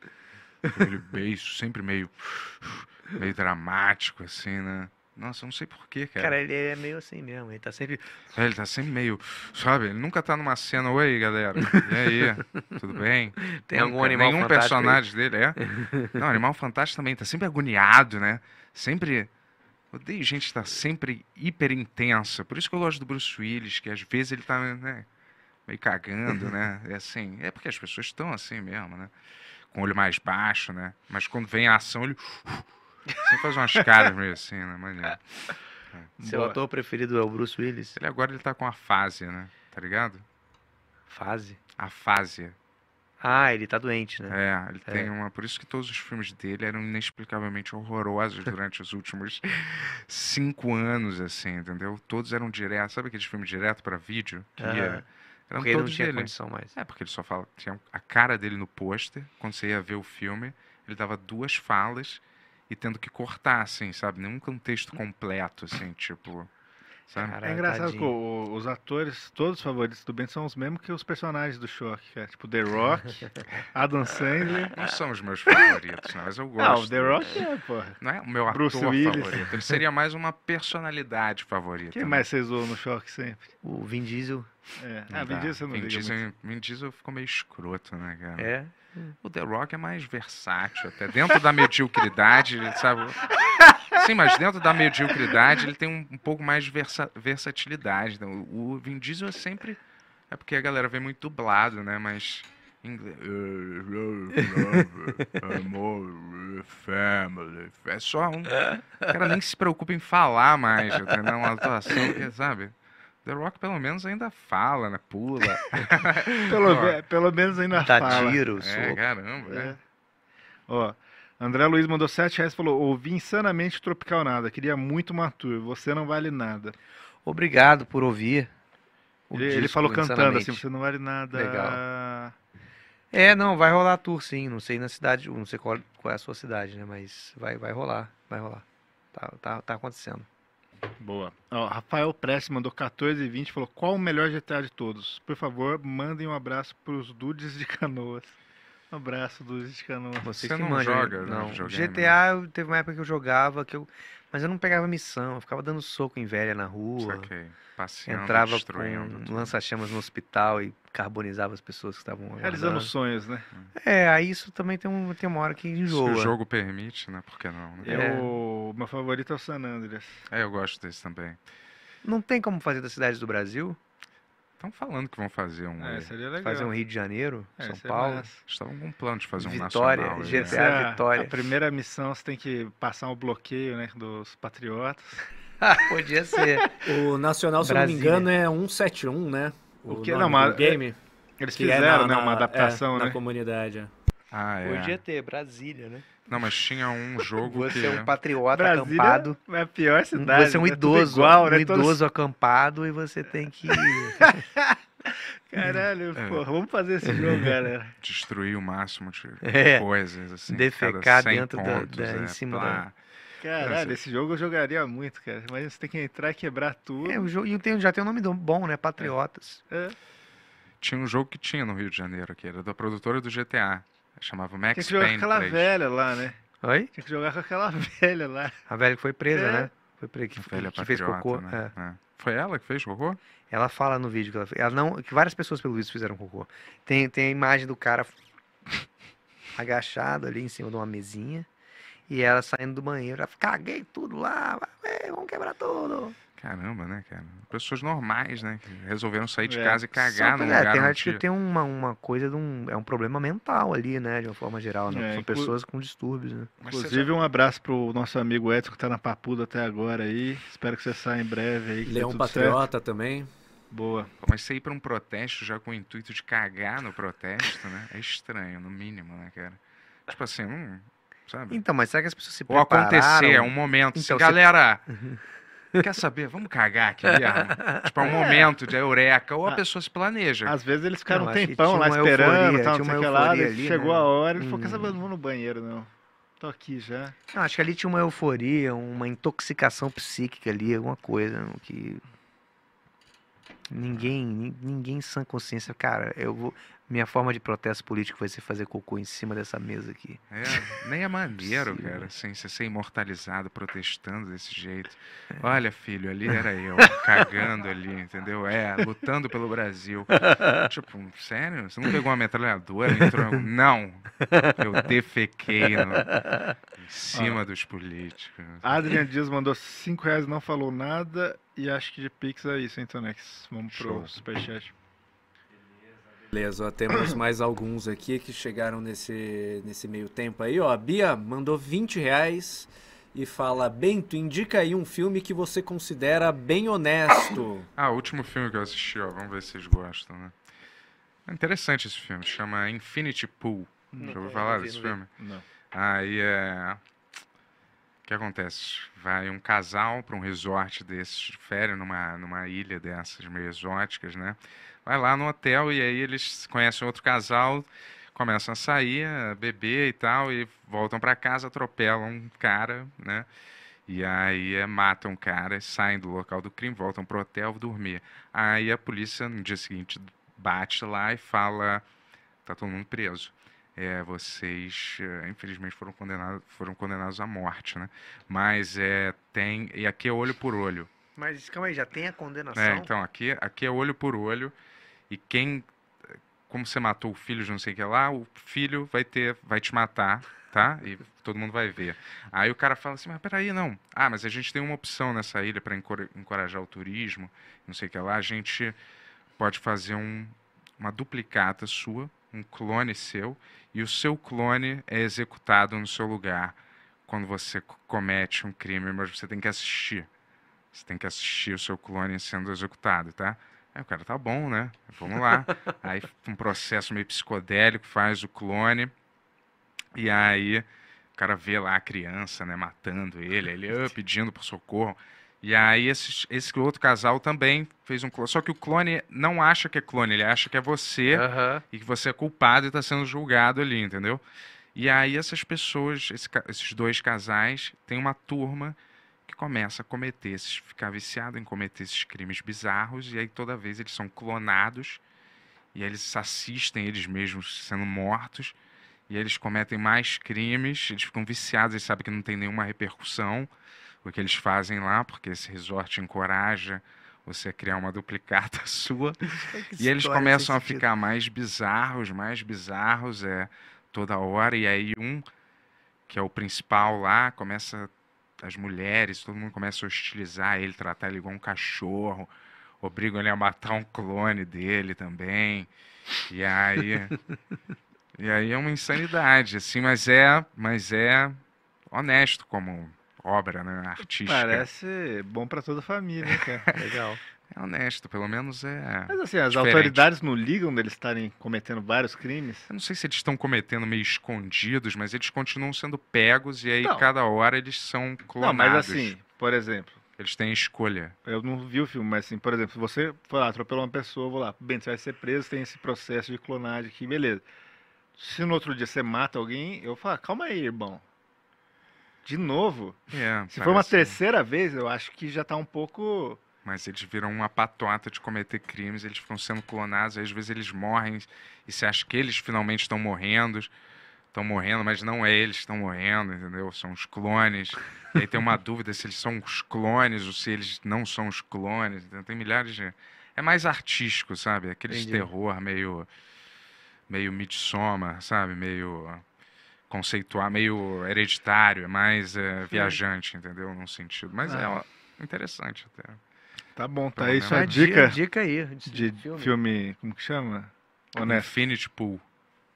S2: Aquele beijo, sempre meio. meio dramático, assim, né? Nossa, eu não sei porquê, cara.
S7: Cara, ele é meio assim mesmo, ele tá sempre.
S2: É, ele tá sempre meio. Sabe? Ele nunca tá numa cena. Oi, galera. E aí? Tudo bem?
S7: Tem
S2: Nunca.
S7: algum animal
S2: Nenhum
S7: fantástico aí?
S2: personagem dele, é. Não, Animal Fantástico também. Tá sempre agoniado, né? Sempre. Odeio gente que tá sempre hiper intensa. Por isso que eu gosto do Bruce Willis, que às vezes ele tá, né? Meio cagando, né? É assim. É porque as pessoas estão assim mesmo, né? Com o olho mais baixo, né? Mas quando vem a ação, ele. Sempre faz umas caras meio assim, né? Maneiro.
S7: Seu
S3: Boa.
S7: ator preferido é o Bruce Willis?
S2: Ele agora ele tá com a fase, né? Tá ligado?
S7: Fase.
S3: É.
S2: Afásia.
S7: Ah, ele tá doente, né?
S2: É, ele
S7: É.
S2: tem uma. Por isso que todos os filmes dele eram inexplicavelmente horrorosos durante os últimos cinco anos, assim, entendeu? Todos eram direto. Sabe aqueles filmes direto pra vídeo? Que
S7: Aham.
S2: ia- eram
S7: Porque ele não
S2: todos
S7: tinha
S2: dele.
S7: condição mais.
S2: É, porque ele só fala. Tinha a cara dele no pôster, quando você ia ver o filme, ele dava duas falas e tendo que cortar, assim, sabe? Nenhum contexto completo, assim, tipo. Sabe?
S7: Caralho,
S3: É engraçado que
S7: tadinho.
S3: o- os atores, todos os favoritos do Ben, são os mesmos que os personagens do Shock, que é tipo The Rock, Adam Sandler.
S2: Não são os meus favoritos, né? mas eu gosto.
S3: Ah, o The Rock é, porra.
S2: Não é o meu
S3: Bruce
S2: ator
S3: Willis.
S2: favorito. Ele seria mais uma personalidade favorita.
S3: Quem
S2: né?
S3: mais vocês zoam no Shock sempre?
S7: O Vin Diesel
S3: É.
S2: né? Não
S3: Ah, Vin
S2: dá.
S3: Diesel você não
S2: Vin
S3: liga muito.
S2: Diesel, Vin Diesel ficou meio escroto, né, cara?
S7: é.
S2: O The Rock é mais versátil, até dentro da mediocridade, ele sabe? Sim, mas dentro da mediocridade ele tem um, um pouco mais de versa- versatilidade. né? O, o Vin Diesel é sempre. É porque a galera vê muito dublado, né? Mas. em Inglês. Amor, family. É só um. O cara nem se preocupa em falar mais, entendeu? Uma atuação que, sabe? The Rock pelo menos ainda fala, né? Pula.
S7: é
S3: Pelo,
S2: Ó,
S3: ve- pelo menos ainda
S7: Dá
S3: fala.
S7: tiro,
S2: É,
S7: soco.
S2: caramba. é.
S3: É. Ó, André Luiz mandou 7 reais e falou: ouvi insanamente Tropical Nada, queria muito uma tour, você não vale nada.
S7: Obrigado por ouvir. o
S3: Ele, ele
S7: disco,
S3: falou cantando assim:
S7: Insanamente.
S3: você não vale nada.
S7: Legal. É, não, vai rolar tour sim. Não sei na cidade, não sei qual, qual é a sua cidade, né? Mas vai, vai rolar, vai rolar. Tá, tá, tá acontecendo.
S3: Boa. Ó, Rafael Prestes mandou 14 e 20 e falou: qual o melhor GTA de todos? Por favor, mandem um abraço pros dudes de canoas. no braço dos escanos.
S2: Você
S7: Você, que
S2: não
S7: manja,
S2: joga,
S7: né?
S2: né,
S7: não.
S2: videogame,
S7: GTA eu- teve uma época que eu jogava, que eu... mas eu não pegava missão, eu ficava dando soco em velha na rua.
S2: Saquei. Passeando,
S7: Entrava
S2: assim, destruindo.
S7: com
S2: tudo.
S7: lança-chamas no hospital e carbonizava as pessoas que estavam
S3: Realizando
S7: agonizando.
S3: sonhos, né?
S7: É, aí isso também tem, um, tem uma hora que
S2: Se
S7: enjoa.
S2: o jogo permite, né? Por que não? né?
S7: É.
S3: Eu, meu favorito é o San Andreas.
S2: É, eu gosto desse também.
S7: Não tem como fazer das cidades do Brasil,
S2: Estão falando que vão fazer um.
S3: É,
S2: aí.
S3: seria legal.
S7: fazer um Rio de Janeiro,
S3: É,
S7: São
S3: seria
S7: Paulo,
S3: massa.
S2: Estavam com um plano de fazer um
S7: Vitória,
S2: nacional. aí, né?
S7: GTA.
S3: Essa é a-
S7: Vitória.
S3: A primeira missão você tem que passar um bloqueio, né, dos patriotas.
S7: Ah, podia ser.
S4: O Nacional, se eu não me
S7: Brasília.
S4: engano, é 171, né?
S3: O que-
S4: nome
S3: não, mas-
S4: do game.
S3: Eles
S4: que é
S3: fizeram, né,
S4: na-
S3: uma
S4: na- é,
S3: adaptação,
S4: na
S3: né?
S4: comunidade. é.
S2: Ah, é.
S7: Podia ter, Brasília, né?
S2: Não, mas tinha um jogo
S7: Você
S2: que.
S7: é um patriota
S3: Brasília
S7: acampado.
S3: é a pior cidade.
S7: você é um
S3: né? Tudo
S7: idoso,
S3: igual,
S7: um
S3: né? Todos-
S7: idoso acampado e você tem que.
S3: Caralho,
S2: É.
S3: porra, vamos fazer esse jogo, galera.
S2: destruir o máximo de
S7: É.
S2: coisas, assim.
S7: Defecar
S2: cada 100
S7: dentro da-
S2: pontos,
S7: da-
S2: é,
S7: em cima
S2: pá.
S3: Caralho, esse jogo eu jogaria muito, cara. Mas você tem que entrar e quebrar tudo.
S7: É, o jogo, e tem, já tem um nome do- bom, né? Patriotas.
S3: É.
S2: Tinha um jogo que tinha no Rio de Janeiro, que era da produtora do GTA. Chamava Max
S3: Tinha que jogar com
S2: Payne
S3: aquela
S2: 3.
S3: velha lá, né?
S2: É.
S7: Oi?
S3: Tinha que jogar com aquela velha lá.
S7: A velha que foi presa,
S3: É.
S7: né? Foi presa, que,
S2: A velha
S7: que fez
S2: um patriota,
S7: cocô.
S2: né? É. Foi ela que fez cocô?
S7: é. Ela fala no vídeo que ela fez. Ela não, que várias pessoas, pelo visto, fizeram cocô. Tem, tem a imagem do cara agachado ali em cima de uma mesinha. E ela saindo do banheiro. Ela fala, caguei tudo lá. é, vamos quebrar tudo.
S2: Caramba, né, cara? Pessoas normais, né? Que resolveram sair de
S3: É.
S2: casa e
S7: Só
S2: cagar
S7: que,
S2: num
S7: é,
S2: lugar
S7: tem,
S2: onde
S7: acho que tem uma, uma coisa de um. É um problema mental ali, né? De uma forma geral. né?
S3: É,
S7: São
S3: inclu-
S7: pessoas com distúrbios, né?
S2: Mas você
S3: Inclusive, um abraço pro nosso amigo Edson, que tá na papuda até agora aí. Espero que você saia em breve aí. que dê
S4: Leão
S3: tudo
S4: Patriota também.
S3: certo. Boa.
S2: já- Mas você ir pra um protesto já com o intuito de cagar no protesto, né? É estranho, no mínimo, né, cara? Tipo assim, hum, sabe?
S7: Então, mas será que as pessoas se
S2: Ou acontecer, é
S7: prepararam?
S2: um momento. assim,
S7: Então, você-
S2: Galera, quer saber? Vamos cagar aqui mesmo? tipo, é um momento de eureka. Ou a
S3: Ah,
S2: pessoa se planeja.
S3: Às vezes eles ficaram
S7: Não,
S3: um
S7: acho que
S3: tempão
S7: tinha
S3: lá
S7: uma
S3: esperando,
S7: euforia,
S3: tal,
S7: tinha
S3: não sei o
S7: uma
S3: que lá,
S7: euforia
S3: daí
S7: ali,
S3: chegou
S7: né?
S3: a hora, ele falou,
S7: Hum.
S3: quer saber, eu não vou no banheiro não, tô aqui já.
S7: Não, Ah, acho que ali tinha uma euforia, uma intoxicação psíquica ali, alguma coisa no que ninguém, nin- ninguém em sã consciência, cara, eu vou, minha forma de protesto político vai ser fazer cocô em cima dessa mesa aqui.
S2: É, nem é maneiro,
S7: Possível.
S2: cara, assim, você ser imortalizado protestando desse jeito. Olha, filho, ali era eu, cagando ali, entendeu? É, lutando pelo Brasil. Tipo, sério? Você não pegou uma metralhadora? Entrou... um Não! Eu defequei no... em cima dos políticos.
S3: Adrian Dias mandou 5 reais, não falou nada, e acho que de Pix é isso, então, Nex. Vamos
S2: Show.
S3: pro Superchat.
S4: Beleza, ó, temos mais alguns aqui que chegaram nesse, nesse meio tempo aí. Ó, a Bia mandou 20 reais e fala: Bento, indica aí um filme que você considera bem honesto.
S2: Ah, o último filme que eu assisti, ó, vamos ver se vocês gostam, né? É interessante esse filme, chama Infinity Pool. Já ouviu falar desse filme?
S3: Não.
S2: Aí é. O que acontece? Vai um casal para um resort desses, de férias, numa, numa ilha dessas meio exóticas, né? Vai lá no hotel e aí eles conhecem outro casal, começam a sair, a beber e tal, e voltam para casa, atropelam um cara, né? E aí é, matam o cara, saem do local do crime, voltam pro hotel dormir. Aí a polícia, no dia seguinte, bate lá e fala: tá todo mundo preso é, vocês eh, infelizmente foram condenados, foram condenados à morte, né? Mas é, tem e aqui é olho por olho,
S7: Mas calma aí, já tem a condenação?
S2: né? Então aqui aqui é olho por olho e quem como você matou o filho, de não sei o que lá, o filho vai ter vai te matar, tá? E todo mundo vai ver. Aí o cara fala assim, mas peraí, não. Ah, mas a gente tem uma opção nessa ilha para encorajar o turismo, não sei o que lá. A gente pode fazer um, uma duplicata sua, um clone seu, e o seu clone é executado no seu lugar quando você co- comete um crime, mas você tem que assistir. Você tem que assistir o seu clone sendo executado, tá? Aí o cara, tá bom, né? Vamos lá. aí um processo meio psicodélico, faz o clone, e aí o cara vê lá a criança, né, matando ele, ele "Ah", pedindo por socorro. E aí esse, esse outro casal também fez um clone. Só que o clone não acha que é clone, ele acha que é você
S7: Aham.
S2: e que você é culpado e está sendo julgado ali, entendeu? E aí essas pessoas, esse ca- esses dois casais, tem uma turma que começa a cometer esses, ficar viciado em cometer esses crimes bizarros e aí toda vez eles são clonados e aí eles assistem eles mesmos sendo mortos E eles cometem mais crimes, eles ficam viciados, eles sabem que não tem nenhuma repercussão o que eles fazem lá, porque esse resort encoraja você a criar uma duplicata sua. E eles começam a ficar mais bizarros, mais bizarros, é toda hora. E aí um, que é o principal lá, começa as mulheres, todo mundo começa a hostilizar ele, tratar ele igual um cachorro, obrigam ele a matar um clone dele também. E aí E aí é uma insanidade, assim, mas é, mas é honesto como obra, né, artística.
S3: Parece bom pra toda a família, né, cara?
S7: Legal.
S2: É honesto, pelo menos é.
S3: Mas assim, as
S2: Diferente.
S3: autoridades não ligam deles estarem cometendo vários crimes?
S2: Eu não sei se eles estão cometendo meio escondidos, mas eles continuam sendo pegos e aí
S3: Não.
S2: cada hora eles são
S3: Então. Não,
S2: clonados.
S3: mas assim, por exemplo,
S2: Eles têm escolha.
S3: eu não vi o filme, mas assim, por exemplo, se você foi lá, atropelou uma pessoa, eu vou lá, bem, você vai ser preso, tem esse processo de clonagem aqui, beleza. Se no outro dia você mata alguém, eu falo, "Ah, calma aí, irmão. De novo?
S2: É,
S3: Se for uma
S2: parece-
S3: terceira vez, eu acho que já tá um pouco.
S2: Mas eles viram uma patota de cometer crimes, eles ficam sendo clonados, aí às vezes eles morrem e você acha que eles finalmente estão morrendo, estão morrendo, mas não é eles que estão morrendo, entendeu? São os clones. E aí tem uma dúvida se eles são os clones ou se eles não são os clones. entendeu? Tem milhares de. É mais artístico, sabe? Aquele
S7: Entendi.
S2: terror meio. meio midsommar, sabe? Meio. conceitual, meio hereditário, é mais eh, viajante, entendeu? Num sentido. Mas é
S3: Ah.
S2: ó, interessante até.
S3: Tá bom, tá
S2: Pelo
S3: aí sua
S2: menos. é
S3: dica
S7: Dica aí.
S3: de
S7: filme.
S3: filme. Como que chama? Honesto.
S2: é Infinity Pool.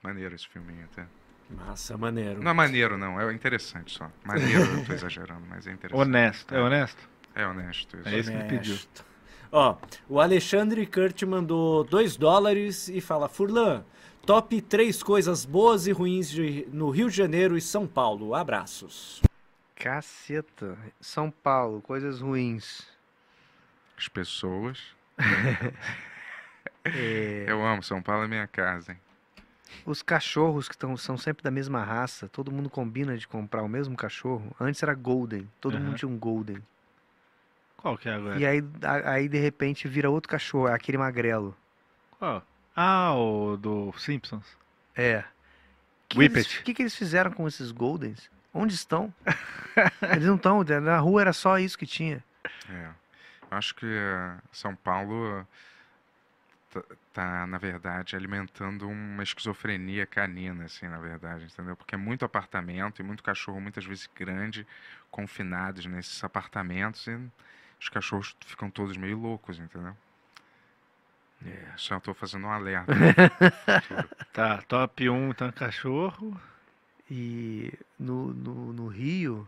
S2: Maneiro esse filminho até.
S4: Massa, maneiro.
S2: Não é maneiro, não. É interessante só. Maneiro, eu tô exagerando, mas é interessante.
S3: Honesto. É honesto?
S2: É honesto isso.
S3: É isso que ele pediu.
S4: Honesto. Ó, o Alexandre Kurt mandou 2 dólares e fala: Furlan, top três coisas boas e ruins de- no Rio de Janeiro e São Paulo. Abraços.
S7: Caceta. São Paulo, coisas ruins.
S2: As pessoas.
S7: É,
S2: Eu amo, São Paulo é minha casa, hein?
S7: os cachorros que tão, são sempre da mesma raça, todo mundo combina de comprar o mesmo cachorro. Antes era Golden, todo
S3: Aham.
S7: mundo tinha um Golden.
S3: Qual que é agora?
S7: E aí, a- aí, de repente, vira outro cachorro, é aquele magrelo.
S3: Qual? Ah, o do Simpsons.
S7: É. O
S3: Whippet.
S7: que, que eles fizeram com esses Goldens? Onde estão? eles não estão, na rua era só isso que tinha.
S2: É. Eu acho que eh, São Paulo tá, tá, na verdade, alimentando uma esquizofrenia canina, assim, na verdade, entendeu? Porque é muito apartamento e muito cachorro, muitas vezes grande, confinados nesses apartamentos e os cachorros ficam todos meio loucos, entendeu? É, só eu tô fazendo um alerta.
S3: Tá, top 1, então cachorro.
S7: E no, no, no Rio,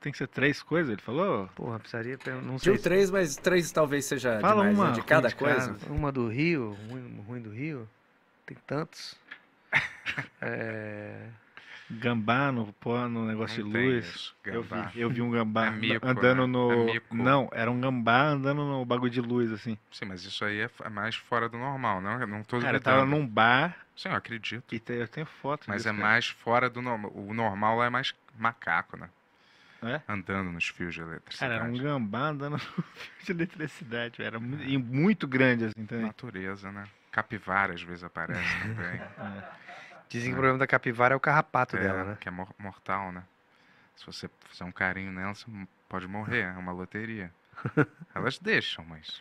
S3: Tem que ser três coisas, ele falou?
S7: porra, precisaria. per- Não sei.
S4: Deu
S7: se-
S4: três, mas três talvez seja
S3: Fala
S4: demais,
S3: uma
S4: né? De
S3: ruim
S4: cada
S3: de
S4: coisa.
S3: cada.
S7: Uma do Rio, ruim, ruim do Rio. Tem tantos. É,
S3: Gambá no pó, no negócio
S2: Não
S3: de
S2: tem
S3: luz.
S2: isso,
S3: Eu
S2: gambá.
S3: vi, eu vi um gambá
S2: É mico,
S3: andando
S2: né?
S3: no.
S2: É mico.
S3: Não, era um gambá andando no bagulho de luz, assim.
S2: Sim, mas isso aí é f- é mais fora do normal, não? Eu não tô
S3: Cara, eu tava
S2: duvidando.
S3: num bar
S2: Sim, eu acredito.
S3: e te- eu tenho foto.
S2: Mas
S3: disso,
S2: é
S3: cara.
S2: mais fora do normal. O normal lá é mais macaco, né?
S3: É?
S2: Andando nos fios de eletricidade.
S3: Cara, era um gambá andando no fio de eletricidade. velho. Era mu- e muito grande, assim, também.
S2: Natureza, né? Capivara às vezes aparece também.
S7: dizem que o problema da capivara é o carrapato dela,
S2: É,
S7: né?
S2: Que é mor- mortal, né? Se você fizer um carinho nela, você m- pode morrer. É uma loteria. Elas deixam, mas.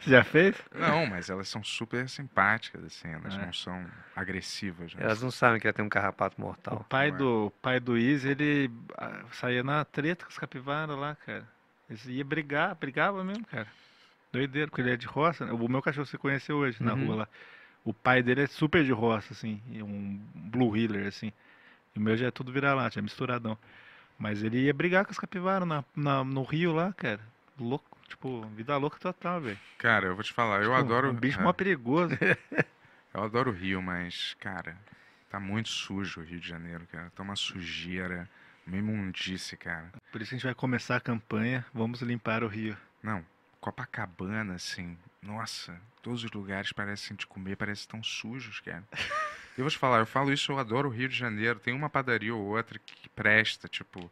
S3: Você já fez?
S2: Não, mas elas são super simpáticas, assim. Elas
S3: É.
S2: não são agressivas, né?
S7: Elas não sabem que ela tem um carrapato
S3: O
S7: mortal.
S3: pai
S2: Ué.
S3: do, o pai do Izzy, ele ah, saía na treta com os capivaras lá, cara. Eles iam brigar, brigava mesmo, cara. Doideira, porque ele é de roça. né? O meu cachorro você conheceu hoje na
S7: Uhum.
S3: rua lá. O pai dele é super de roça, assim. e Um blue healer, assim. E o meu já é tudo vira-lata, é misturadão. Mas ele ia brigar com os capivaras na, na- no rio lá, cara. Louco, tipo, vida louca total, velho.
S2: Cara, eu vou te falar, eu
S3: Tipo,
S2: adoro.
S3: Um bicho
S2: é,
S3: mó perigoso.
S2: Eu adoro o Rio, mas, cara, tá muito sujo o Rio de Janeiro, cara. Tá uma sujeira, uma imundice, cara.
S3: Por isso que a gente vai começar a campanha. Vamos limpar o rio.
S2: Não, Copacabana, assim, nossa, todos os lugares parecem de comer, parecem tão sujos, cara. Eu vou te falar, eu falo isso, eu adoro o Rio de Janeiro. Tem uma padaria ou outra que presta, tipo,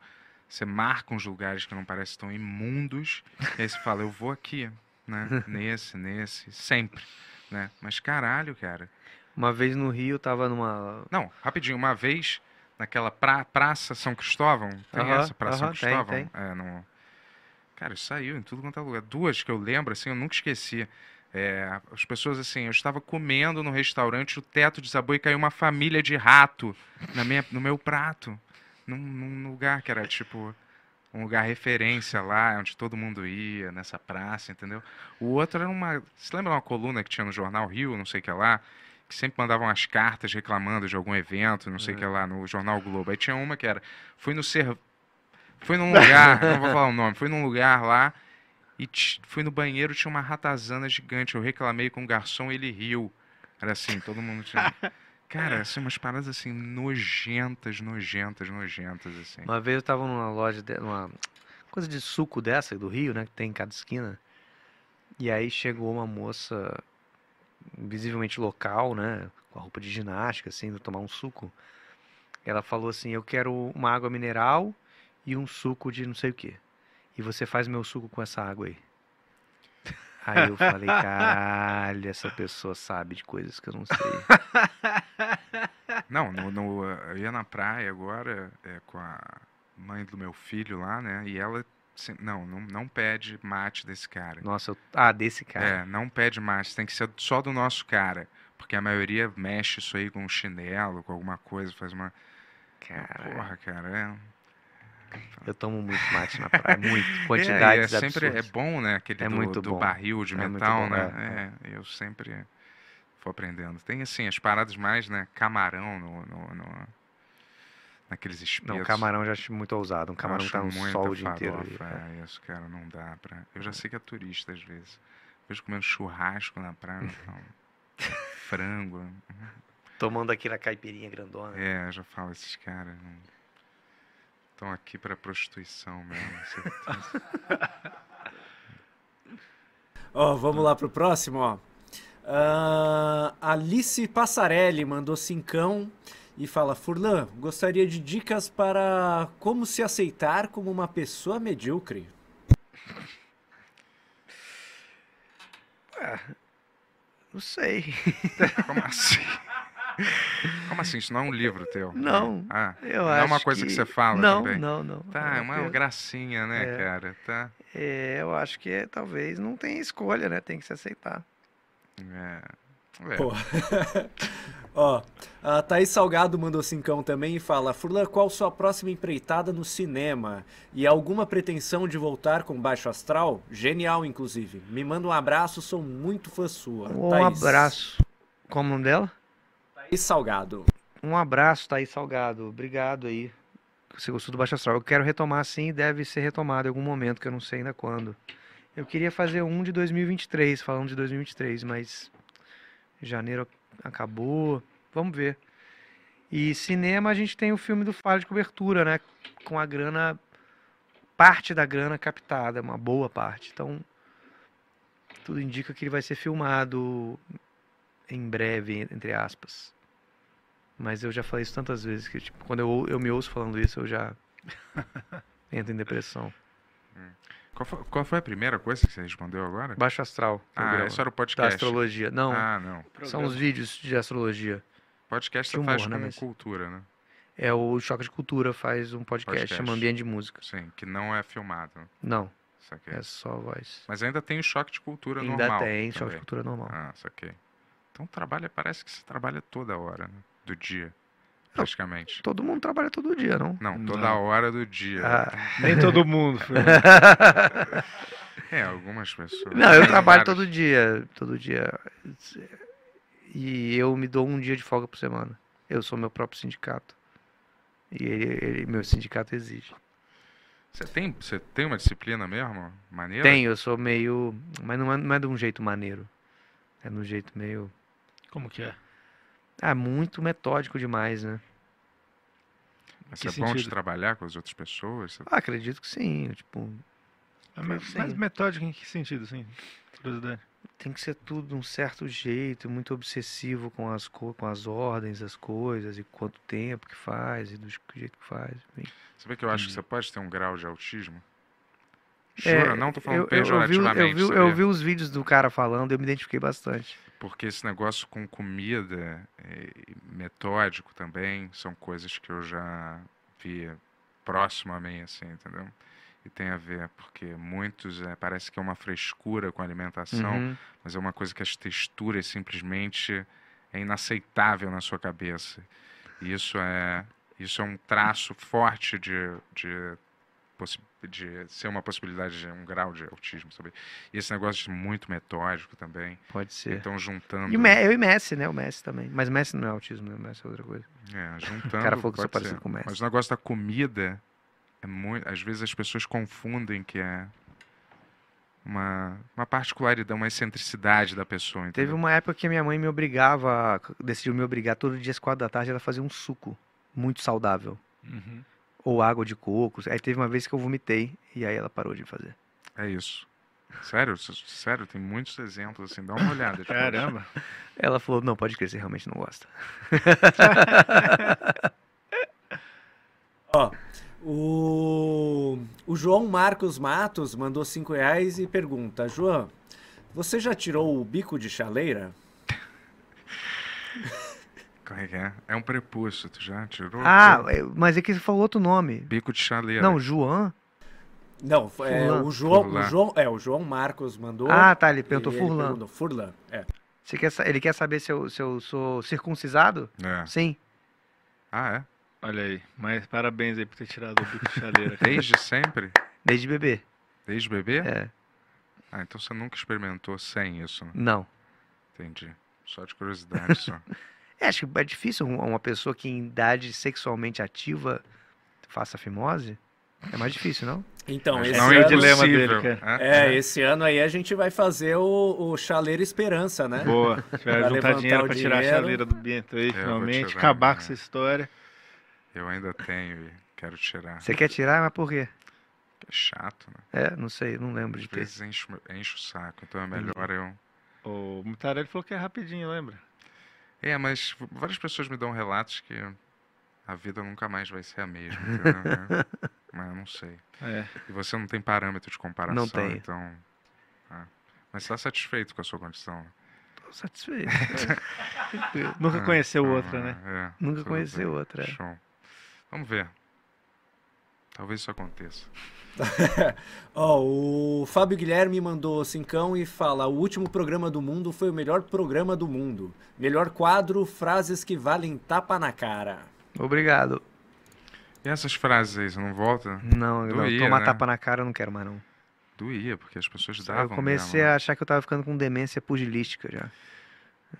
S2: você marca uns lugares que não parecem tão imundos, e aí você fala, eu vou aqui, né? Nesse, nesse, sempre, né? Mas caralho, cara,
S7: Uma vez no Rio, tava numa.
S2: Não, rapidinho, uma vez naquela pra- Praça São Cristóvão, tem
S7: Aham,
S2: essa Praça São
S7: aham, tem,
S2: Cristóvão?
S7: tem.
S2: É, no... Cara, isso saiu em tudo quanto é lugar. Duas que eu lembro, assim, eu nunca esqueci. É, as pessoas, assim, eu estava comendo no restaurante, o teto desabou e caiu uma família de rato na minha, no meu prato. Num, num lugar que era, tipo, um lugar referência lá, onde todo mundo ia, nessa praça, entendeu? O outro era uma... Você lembra uma coluna que tinha no jornal Rio, não sei o que lá? que sempre mandavam as cartas reclamando de algum evento, não sei o que lá, no Jornal Globo. Aí tinha uma que era, fui no ser... Fui num lugar, não vou falar o nome, fui num lugar lá e ti- fui no banheiro, tinha uma ratazana gigante. Eu reclamei com o garçom, ele riu. Era assim, todo mundo tinha... Cara, assim, umas paradas assim, nojentas, nojentas, nojentas, assim.
S7: Uma vez eu tava numa loja, de... numa coisa de suco dessa, do Rio, né? Que tem em cada esquina. E aí chegou uma moça, visivelmente local, né? Com a roupa de ginástica, assim, indo tomar um suco. Ela falou assim: Eu quero uma água mineral e um suco de não sei o quê. E você faz meu suco com essa água aí. Aí eu falei: Caralho, essa pessoa sabe de coisas que eu não sei.
S2: Não, no, no, eh, eu ia na praia agora eh, com a mãe do meu filho lá, né? E ela, assim, não, não, não pede mate desse cara.
S7: Nossa, eu... ah, desse cara.
S2: É, não pede mais, tem que ser só do nosso cara. Porque a maioria mexe isso aí com um chinelo, com alguma coisa, faz uma.
S7: Caralho.
S2: Porra, cara, é.
S7: Eu tomo muito mate na praia, muito.
S2: é, é
S7: Quantidades
S2: sempre é
S7: absurdas.
S2: bom, né? Aquele
S7: É
S2: do,
S7: muito
S2: do
S7: bom.
S2: barril de
S7: É muito
S2: metal,
S7: bom,
S2: né? É, eu sempre vou aprendendo. Tem assim, as paradas mais, né? Camarão no. no, no- naqueles espetos.
S7: Não, camarão já acho muito ousado. Um
S2: Eu
S7: camarão
S2: acho
S7: tá no
S2: muita
S7: sol o dia inteiro. ali.
S2: farofa, é, isso, cara, não dá pra. Eu já sei que é turista às vezes. Vejo comendo churrasco na praia, então, frango.
S7: Tomando aquela caipirinha grandona.
S2: É, eu já falo, esses caras não estão aqui pra prostituição mesmo. tá, certeza.
S4: Ó, vamos lá pro próximo, ó. Ah, Alice Passarelli mandou cincão e fala: Furlan, gostaria de dicas para como se aceitar como uma pessoa medíocre.
S7: Não sei.
S2: Como assim? Como assim? Isso não é um livro teu? né?
S7: Não,
S2: Ah,
S7: Eu
S2: não
S7: acho
S2: é uma coisa que... você fala
S7: não,
S2: também.
S7: Não, não,
S2: Tá, é
S7: Eu-
S2: uma
S7: eu-
S2: gracinha, né,
S7: É.
S2: cara? Tá.
S7: é, eu acho que é, talvez não tem escolha, né? Tem que se aceitar.
S2: É. É.
S4: Pô. Ó, a Thaís Salgado mandou cincão também e fala: Furlan, qual sua próxima empreitada no cinema? E alguma pretensão de voltar com Baixo Astral? Genial, inclusive. Me manda um abraço, sou muito fã sua.
S7: Um
S4: Thaís.
S7: abraço. Como o nome dela?
S4: Thaís Salgado.
S7: Um abraço, Thaís Salgado. Obrigado aí. Você gostou do Baixo Astral? Eu quero retomar sim, deve ser retomado em algum momento, que eu não sei ainda quando. Eu queria fazer um de 2023, falando de 2023, mas janeiro acabou. Vamos ver. E cinema, a gente tem o filme do Falha de Cobertura, né? Com a grana, parte da grana captada, uma boa parte. Então, tudo indica que ele vai ser filmado em breve, entre aspas. Mas eu já falei isso tantas vezes que, tipo, quando eu, ou- eu me ouço falando isso, eu já entro em depressão.
S2: Qual, foi, qual foi a primeira coisa que você respondeu agora?
S7: Baixo astral.
S2: Ah,
S7: programa,
S2: isso era o
S7: da
S2: podcast.
S7: astrologia. Não,
S2: Ah, não.
S7: são os vídeos de astrologia.
S2: Podcast
S7: De
S2: você faz
S7: humor, né,
S2: com
S7: mas-
S2: cultura, né?
S7: É o Choque de Cultura faz um podcast,
S2: Podcast.
S7: chama Ambiente de Música.
S2: Sim, que não é filmado.
S7: Não,
S2: Saquei.
S7: é só voz.
S2: Mas ainda tem o choque de cultura
S7: Ainda
S2: normal.
S7: tem Choque de
S2: também.
S7: Cultura normal.
S2: Ah, saquei. Então trabalha, parece que você trabalha toda hora, né? Do dia, praticamente.
S7: Todo mundo trabalha todo dia, não?
S2: Não, toda
S3: Não.
S2: hora do dia.
S7: Ah.
S3: Nem todo mundo, filho.
S2: É, algumas pessoas.
S7: Não, eu
S2: Tem
S7: trabalho
S2: vários.
S7: todo dia, todo dia. E eu me dou um dia de folga por semana. Eu sou meu próprio sindicato. E ele, ele- meu sindicato exige.
S2: Você tem, você tem uma disciplina mesmo? Maneira?
S7: Tenho, eu sou meio. Mas não é, não é de um jeito maneiro. É de um jeito meio.
S3: Como que é?
S7: Ah, muito metódico demais, né?
S2: Mas
S3: Que
S2: é bom de
S3: sentido?
S2: trabalhar com as outras pessoas? Você-
S7: Ah, acredito que sim. eu, Tipo,
S3: Mas,
S2: É
S7: Sim.
S3: mas metódico em que sentido, assim? Curiosidade.
S7: tem que ser tudo de um certo jeito, muito obsessivo com as, co- com as ordens, as coisas, e quanto tempo que faz, e do jeito que faz. enfim. Hum.
S2: Você vê que eu acho que você pode ter um grau de autismo? Jura? não tô falando
S7: É, eu, eu- eu vi, o- eu
S2: pejorativamente.
S7: vi o- eu
S2: sabia?
S7: vi os vídeos do cara falando, eu me identifiquei bastante.
S2: Porque esse negócio com comida eh, e metódico também são coisas que eu já vi próximo a mim, assim, entendeu? E tem a ver, porque muitos, eh, parece que é uma frescura com a alimentação,
S7: Uhum.
S2: mas é uma coisa que as texturas simplesmente é inaceitável na sua cabeça. E isso é, isso é um traço forte de, de, possi- de ser uma possibilidade de um grau de autismo, sabe? E esse negócio de muito metódico também.
S7: Pode ser.
S2: Então, juntando.
S7: E o Me- eu e Messi, né? O Messi também. Mas Messi não é autismo, né? Messi é outra coisa.
S2: É, juntando.
S7: O cara falou que
S2: pode ser.
S7: sou parecido com o Messi.
S2: Mas o negócio da comida é muito. Às vezes as pessoas confundem que é uma, uma particularidade, uma excentricidade da pessoa.
S7: Teve
S2: entendeu?
S7: uma época que minha mãe me obrigava, a- decidiu me obrigar todo dia às quatro da tarde, ela fazia um suco muito saudável.
S3: Uhum.
S7: Ou água de coco. Aí teve uma vez que eu vomitei e aí ela parou de fazer.
S2: É isso. Sério, s- sério, tem muitos exemplos assim, dá uma olhada. depois.
S3: Caramba.
S7: Ela falou, não, pode crer, você realmente não gosta.
S4: O, o João Marcos Matos mandou 5 reais e pergunta: João, você já tirou o bico de chaleira?
S2: Como é que é? É um prepúcio, tu já tirou?
S7: Ah,
S2: Teu
S7: é- mas é que você falou outro nome.
S2: bico de chaleira.
S7: Não, João?
S4: Não, é,
S7: Furlan.
S4: o João, o
S2: Furlan.
S4: João, é o João Marcos mandou.
S7: Ah, tá, ele perguntou
S4: perguntou
S7: Furlan.
S4: Furlan, é.
S7: Você quer, sa- ele quer saber se eu, se eu sou circuncisado?
S2: É.
S7: Sim.
S2: Ah, é?
S3: Olha aí. Mas parabéns aí por ter tirado o bico de chaleira. cara.
S2: Desde sempre?
S7: Desde bebê.
S2: Desde bebê?
S7: É.
S2: Ah, então você nunca experimentou sem isso, né?
S7: Não.
S2: Entendi. Só de curiosidade, só.
S7: É, acho que é difícil um- uma pessoa que em idade sexualmente ativa faça fimose. É mais difícil, não?
S4: Então,
S2: Mas
S4: esse
S2: não
S3: é
S4: ano,
S3: o dilema
S2: impossível,
S3: dele,
S2: né?
S4: é, esse ano aí a gente vai fazer o, o chaleira esperança, né?
S3: Boa. Tiveram
S4: Pra
S3: que juntar
S4: levantar
S3: dinheiro
S4: o
S3: É? pra tirar a
S4: dinheiro.
S3: chaleira do Bento aí,
S2: É, vou
S3: finalmente.
S2: tirar,
S3: acabar com
S2: né?
S3: essa história.
S2: Eu ainda tenho e quero
S3: Ah.
S2: tirar.
S7: Você quer tirar, mas por quê?
S2: É chato, né?
S7: É, não sei, não lembro
S2: Às
S7: de ter.
S2: vezes enche, o meu- enche o saco, então é melhor eu.
S3: O Mutarelli falou que é rapidinho, lembra?
S2: É, mas v- várias pessoas me dão relatos que a vida nunca mais vai ser a mesma, entendeu? É, mas eu não sei.
S3: É.
S2: E você não tem parâmetro de comparação,
S7: tenho.
S2: então. é. Mas está satisfeito com a sua condição? né?
S7: Tô satisfeito. Tranquilo.
S3: Nunca conheceu
S2: Ah,
S3: outra, né?
S2: é,
S7: Nunca
S2: tudo
S7: conheceu
S2: bem,
S7: outra.
S2: Show. Vamos ver. Talvez isso aconteça.
S4: Ó, o Fábio Guilherme mandou cincão e fala: o último programa do mundo foi o melhor programa do mundo. Melhor quadro, frases que valem tapa na cara.
S7: Obrigado.
S2: E essas frases aí, você não volta?
S7: Não, eu não,
S2: Doía,
S7: tomar
S2: né?
S7: tapa na cara eu não quero mais, não.
S2: Doía, porque as pessoas davam.
S7: Eu
S3: né,
S7: comecei
S2: dela,
S7: a achar que eu tava ficando com demência pugilística já. De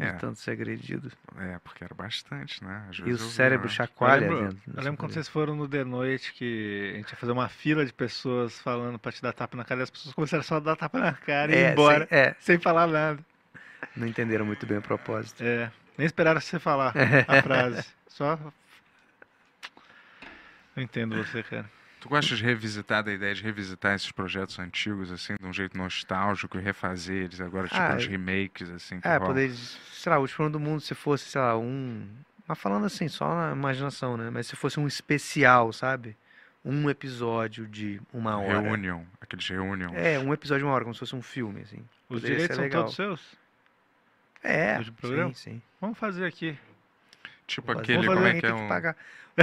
S2: É.
S7: tanto ser agredido.
S2: né? É, porque era bastante, né? Às
S7: e o
S2: vezes eu via,
S7: cérebro
S2: né?
S7: chacoalha.
S3: Eu lembro,
S7: dentro
S3: eu
S7: dessa
S3: lembro quando
S7: coisa.
S3: vocês foram no The Noite que a gente ia fazer uma fila de pessoas falando pra te dar tapa na cara e as pessoas começaram só a dar tapa na cara e
S7: É,
S3: ir embora,
S7: sem- é,
S3: sem falar nada.
S7: não entenderam muito bem o propósito.
S3: É, nem esperaram você falar a frase. Só. Eu entendo você, cara.
S2: Tu gosta de revisitar, da ideia de revisitar esses projetos antigos, assim, de um jeito nostálgico e refazer eles agora, tipo
S7: Ah,
S2: uns
S7: eu-
S2: remakes, assim, que
S7: É,
S2: rolam?
S7: poder, sei lá, o último ano do mundo, se fosse, sei lá, um. Mas falando assim, só na imaginação, né? Mas se fosse um especial, sabe? Um episódio de uma hora.
S2: Reunion, aqueles reunion.
S7: É, um episódio de uma hora, como se fosse um filme, assim.
S3: Os
S7: Poderia ser
S3: direitos são
S7: legal.
S3: todos seus?
S7: É,
S3: Hoje o programa?
S7: sim, sim.
S3: Vamos fazer aqui.
S2: Tipo
S7: Vou fazer-
S2: aquele,
S7: vou fazer,
S2: como é
S7: alguém
S2: que é
S7: tem que
S2: o...
S7: pagar.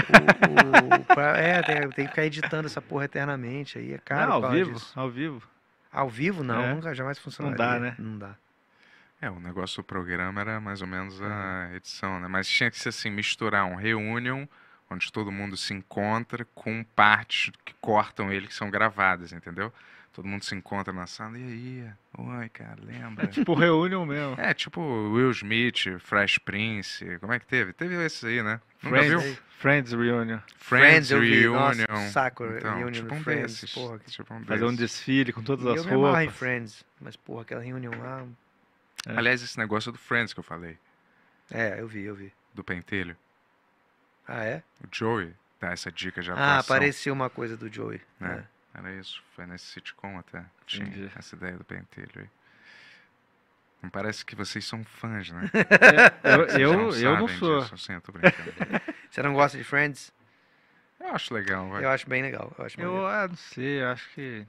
S7: O- o- pra- é, tem, tem que ficar editando essa porra eternamente aí, é caro.
S3: Não,
S7: por
S3: ao
S7: causa
S3: vivo,
S7: disso.
S3: ao vivo.
S7: Ao vivo não,
S3: É.
S7: nunca jamais
S3: dá,
S7: funcionaria.
S3: né?
S7: Não dá.
S2: É, o negócio do programa era mais ou menos
S7: Uhum.
S2: a edição, né? Mas tinha que ser assim, misturar um reunion, onde todo mundo se encontra, com partes que cortam ele, que são gravadas, entendeu? Todo mundo se encontra na sala, e aí? Oi, cara, lembra?
S3: Tipo, reunion mesmo.
S2: É, tipo Will Smith, Fresh Prince, como é que teve? Teve esses aí, né? Nunca viu?
S3: Friends, Friends Reunion.
S2: Friends,
S7: eu vi,
S2: Reunion.
S7: nossa, saco,
S2: Então,
S7: reunion
S2: tipo
S7: do
S2: um
S7: Friends,
S2: desses.
S7: porra, que-
S2: tipo um
S3: Fazer um
S2: desses.
S3: desfile com todas
S7: E
S3: as
S7: eu me amarro em
S3: roupas.
S7: Friends, mas porra, aquela reunião lá. né?
S3: É.
S2: Aliás, esse negócio do Friends que eu falei,
S7: É, eu vi, eu vi.
S2: do pentelho,
S7: Ah, é?
S2: o Joey dá essa dica de
S7: Ah,
S2: atuação.
S7: apareceu uma coisa do Joey.
S2: É.
S7: É.
S2: Era isso, foi nesse sitcom até que tinha
S3: Entendi.
S2: essa ideia do pentelho aí. Não parece que vocês são fãs, né?
S3: Eu,
S2: Vocês não
S3: eu, eu não
S2: sabem
S3: sou.
S2: disso, assim, eu tô brincando.
S7: Você não gosta de Friends?
S2: Eu acho legal, vai.
S7: Eu acho bem legal. Eu acho
S3: Eu
S7: maneiro.
S3: ah, não sei, eu acho que.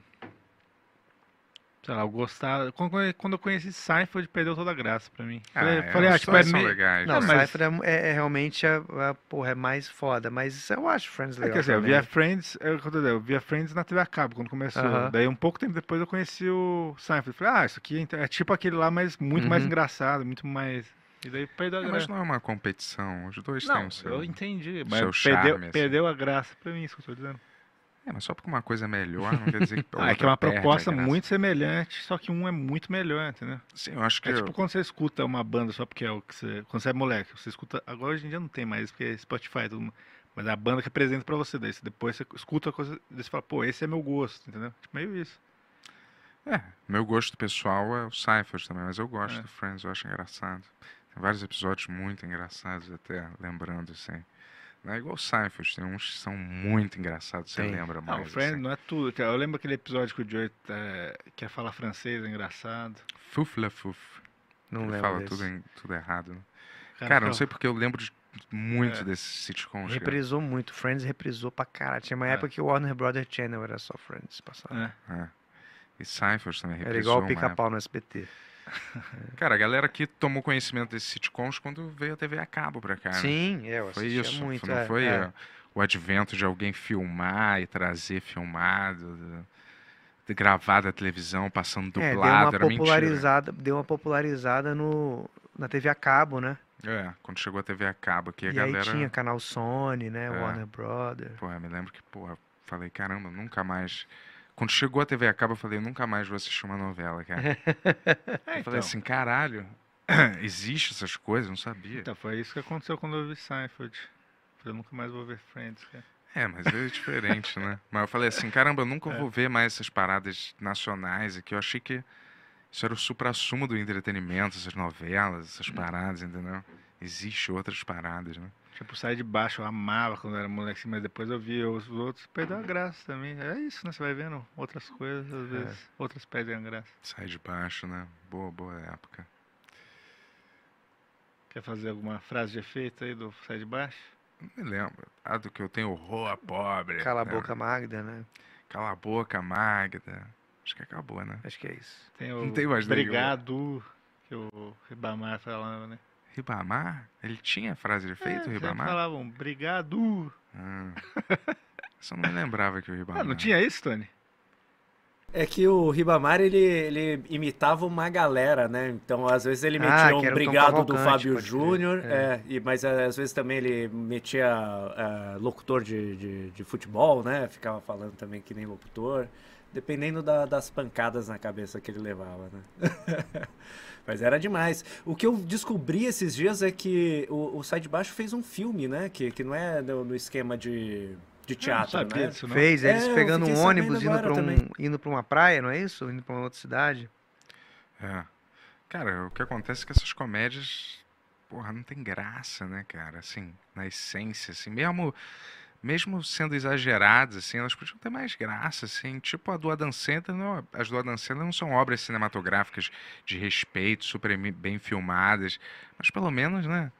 S3: Sei lá, eu gostava. Quando, quando eu conheci Seinfeld, perdeu toda a graça pra mim.
S2: Ah,
S3: falei,
S2: é,
S3: falei, ah,
S2: os
S3: tipo, é
S2: dois são
S3: meio-
S2: legais.
S7: Não,
S3: É,
S2: né?
S3: mas-
S7: Cypher é, é- é realmente a, a- porra, é mais foda, mas eu acho Friends
S3: É,
S7: legal.
S2: assim,
S3: quer dizer, eu
S7: também.
S3: via Friends, é o que eu tô dizendo, eu via Friends na TV a cabo quando começou.
S7: Aham.
S3: Daí um pouco tempo depois eu conheci o Seinfeld. Falei, ah, isso aqui é inte- é tipo aquele lá, mas muito mais
S7: Uhum.
S3: engraçado, muito mais. E daí perdeu a
S2: É, mas
S3: graça.
S2: não é uma competição. Os dois têm
S3: Não,
S2: o seu. É,
S3: eu
S2: seu
S3: entendi, mas
S2: charme,
S3: perdeu,
S2: assim.
S3: perdeu a graça pra mim, isso que eu tô dizendo.
S2: É, mas só porque uma coisa é melhor, não quer dizer que. a
S3: Ah, é que
S2: outra
S3: é uma
S2: perde a
S3: proposta
S2: graça.
S3: muito semelhante, só que um é muito melhor, entendeu?
S2: Sim, eu acho que.
S3: É tipo quando você escuta uma banda só porque é o que você. Quando você é moleque, você escuta. Agora hoje em dia não tem mais, porque é Spotify e tudo mais. Mas é a banda que apresenta pra você. Daí você, depois você escuta a coisa. Daí você fala, pô, esse é meu gosto, entendeu? Tipo, meio isso.
S2: É, meu gosto pessoal é o Seinfeld também, mas eu gosto
S3: É.
S2: do Friends, eu acho engraçado. Tem vários episódios muito engraçados, até lembrando, assim. Não é igual o Seinfeld, tem uns que são muito engraçados, você
S7: Tem.
S2: lembra
S3: Não,
S2: mais.
S3: o Friends
S2: assim.
S3: não é tudo. cara. Eu lembro aquele episódio que o Joey é, quer falar francês, é engraçado.
S2: Fufla assim. Fuf.
S7: Não
S2: Ele
S7: lembro
S2: fala
S7: desse.
S2: tudo, em- tudo errado. né? Cara,
S3: Cara,
S2: não
S3: aquela-
S2: sei porque eu lembro de muito
S3: É.
S2: desses sitcoms. cara.
S7: Reprisou muito, Friends reprisou pra caralho. Tinha uma
S3: É.
S7: época que o Warner Brothers Channel era só Friends passava.
S3: É.
S2: É. E Seinfeld também
S7: Era
S2: reprisou
S7: igual o
S2: uma época.
S7: pica-pau no SBT.
S2: Cara, a galera aqui tomou conhecimento desses sitcoms quando veio a TV a cabo pra cá. né?
S7: Sim, é, eu
S2: Foi
S7: assistia
S2: isso,
S7: muito.
S2: não
S7: é,
S2: foi
S7: é.
S2: ó, o advento de alguém filmar e trazer filmado, de- de gravar da televisão, passando
S7: É, deu
S2: dublado,
S7: uma
S2: era mentira.
S7: popularizada, deu uma popularizada no na TV a cabo, né?
S2: É, quando chegou a TV a cabo aqui,
S7: E,
S2: a
S7: aí
S2: galera...
S7: tinha canal Sony, né,
S2: É.
S7: Warner Brothers.
S2: Porra, me lembro que, porra, falei, caramba, nunca mais... Quando chegou a TV a cabo, eu falei, eu nunca mais vou assistir uma novela, cara.
S3: É,
S2: eu
S3: então,
S2: falei assim, caralho, existe essas coisas? Eu não sabia.
S3: então, foi isso que aconteceu quando eu vi Seinfeld. Eu nunca mais vou ver Friends, cara.
S2: É, mas é diferente, né? Mas eu falei assim, caramba, eu nunca
S3: É.
S2: vou ver mais essas paradas nacionais aqui. Eu achei que isso era o suprassumo do entretenimento, essas novelas,
S3: Uhum.
S2: essas paradas, entendeu? Existem outras paradas, né?
S3: Tipo, sai de baixo, eu amava quando eu era moleque, assim, mas depois eu vi os outros, perdeu a graça também. É isso, né? Você vai vendo outras coisas,
S2: É.
S3: às vezes outras perdem a graça.
S2: Sai de baixo, né? Boa, boa época.
S3: Quer fazer alguma frase de efeito aí do sai de baixo?
S2: Não me lembro. Ah, do que eu tenho horror a pobre.
S7: Cala a
S2: né?
S7: boca Magda, né?
S2: Cala a boca, Magda. Acho que acabou, né?
S7: Acho que é isso.
S3: Tem o
S2: Não tem mais nenhuma.
S3: Obrigado, que o Ribamar falava, né?
S2: Ribamar? Ele tinha frase de
S3: É,
S2: efeito, o
S3: sempre
S2: Ribamar?
S3: falavam, obrigado.
S2: Ah. Só não me lembrava que o Ribamar.
S3: Ah, não tinha isso, Tony?
S4: É que o Ribamar, ele, ele imitava uma galera, né? Então, às vezes ele
S7: Ah,
S4: metia
S7: que
S4: um
S7: era o Tom
S4: brigado do
S7: Cavalcante,
S4: Fábio
S7: pode crer,
S4: Júnior,
S7: é.
S4: é, e, mas é, às vezes também ele metia é, locutor de, de, de futebol, né? Ficava falando também que nem locutor, dependendo da- das pancadas na cabeça que ele levava, né? Mas era demais. O que eu descobri esses dias é que o, o Sai de Baixo fez um filme, né? Que, que não é no, no esquema de, de teatro,
S3: eu não Ah, sabia
S4: né?
S3: disso, não.
S7: Fez
S4: É,
S7: eles
S4: eu
S7: pegando um
S4: fiquei
S7: ônibus
S4: sabendo
S7: indo
S4: agora
S7: pra um,
S4: também.
S7: indo pra uma praia, não é isso? Indo pra uma outra cidade.
S2: É. Cara, o que acontece é que essas comédias, porra, não tem graça, né, cara? Assim, na essência, assim, mesmo, mesmo sendo exageradas, assim, elas podiam ter mais graça, assim. Tipo a do Adam Sandler, não, as do Adam Sandler não são obras cinematográficas de respeito, super emi- bem filmadas, mas pelo menos, né?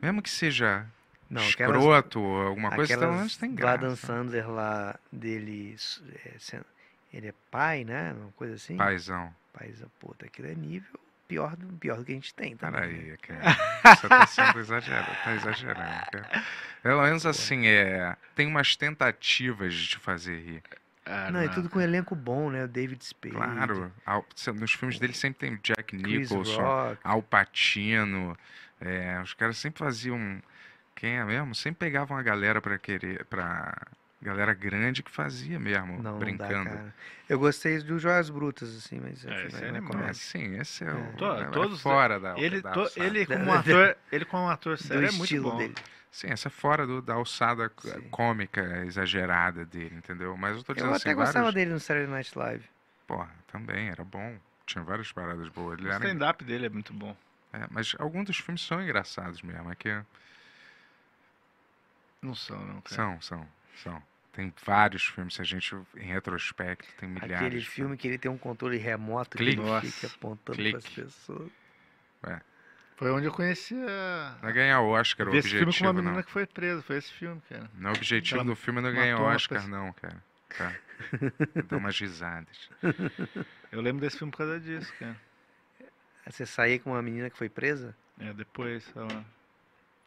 S2: Mesmo que seja
S7: Não, aquelas-
S2: escroto ou alguma coisa, pelo
S7: Aquelas
S2: menos tem
S7: do Adam
S2: graça.
S7: Sandler lá dele. s- é, sen- ele é pai, né? Uma coisa assim.
S2: Paizão.
S7: Paizão, puta, aquilo é nível pior do, pior do que a gente tem, tá?
S2: Peraí, cara. Você tá sendo exagerado, tá exagerando, cara. Pelo menos assim, é, tem umas tentativas de te fazer rir. é
S3: Ah,
S7: Não, é tudo com um elenco bom, né? O David Spade,
S2: Claro, Al- se- nos filmes dele sempre tem Jack
S7: Chris
S2: Nicholson,
S7: Rock.
S2: Al Pacino. é, os caras sempre faziam. Quem é mesmo? Sempre pegavam a galera pra querer. pra galera grande que fazia mesmo,
S7: Não, não dá,
S2: tipo, brincando.
S7: cara. Eu gostei do Joias Brutas, assim, mas
S3: É, esse
S7: não
S3: é
S7: não
S3: animal.
S2: É
S7: comédia.
S2: assim, esse é o.
S7: É.
S3: To-
S2: é
S3: todos-
S2: fora da.
S3: Ele,
S2: da
S3: to-
S2: alçada.
S3: ele como
S7: Da-
S3: ator, ele como ator
S7: Do
S3: sério é muito
S7: estilo
S3: bom.
S7: dele.
S2: Sim, essa é fora do- da alçada c-
S7: Sim.
S2: cômica exagerada dele, entendeu? Mas eu tô dizendo
S7: Eu
S2: assim,
S7: até gostava
S2: vários...
S7: dele no Saturday Night Live.
S2: Porra, também, era bom. Tinha várias paradas boas.
S3: O
S2: Ele era...
S3: stand-up dele é muito bom.
S2: é, mas alguns dos filmes são engraçados mesmo. É que
S3: Não são, não, cara.
S2: são, são, são. Tem vários filmes, se a gente, em retrospecto, tem milhares.
S7: Aquele
S2: de
S7: filme que ele tem um controle remoto que
S2: Clique.
S7: ele
S3: Nossa.
S7: fica apontando pras
S2: Clique.
S7: pessoas.
S3: Foi onde eu conheci a...
S2: Não é ganhar Oscar, o
S3: Vi esse filme com uma
S2: objetivo,
S3: menina
S2: não.
S3: que foi presa, foi esse filme, cara.
S2: Não, o objetivo
S3: ela
S2: do filme é não ganhar
S3: matou uma
S2: Oscar,
S3: pessoa.
S2: não, cara. tá? Dá umas risadas.
S3: Eu lembro desse filme por causa disso, cara.
S7: Você saía com uma menina que foi presa?
S3: É, depois, sei lá.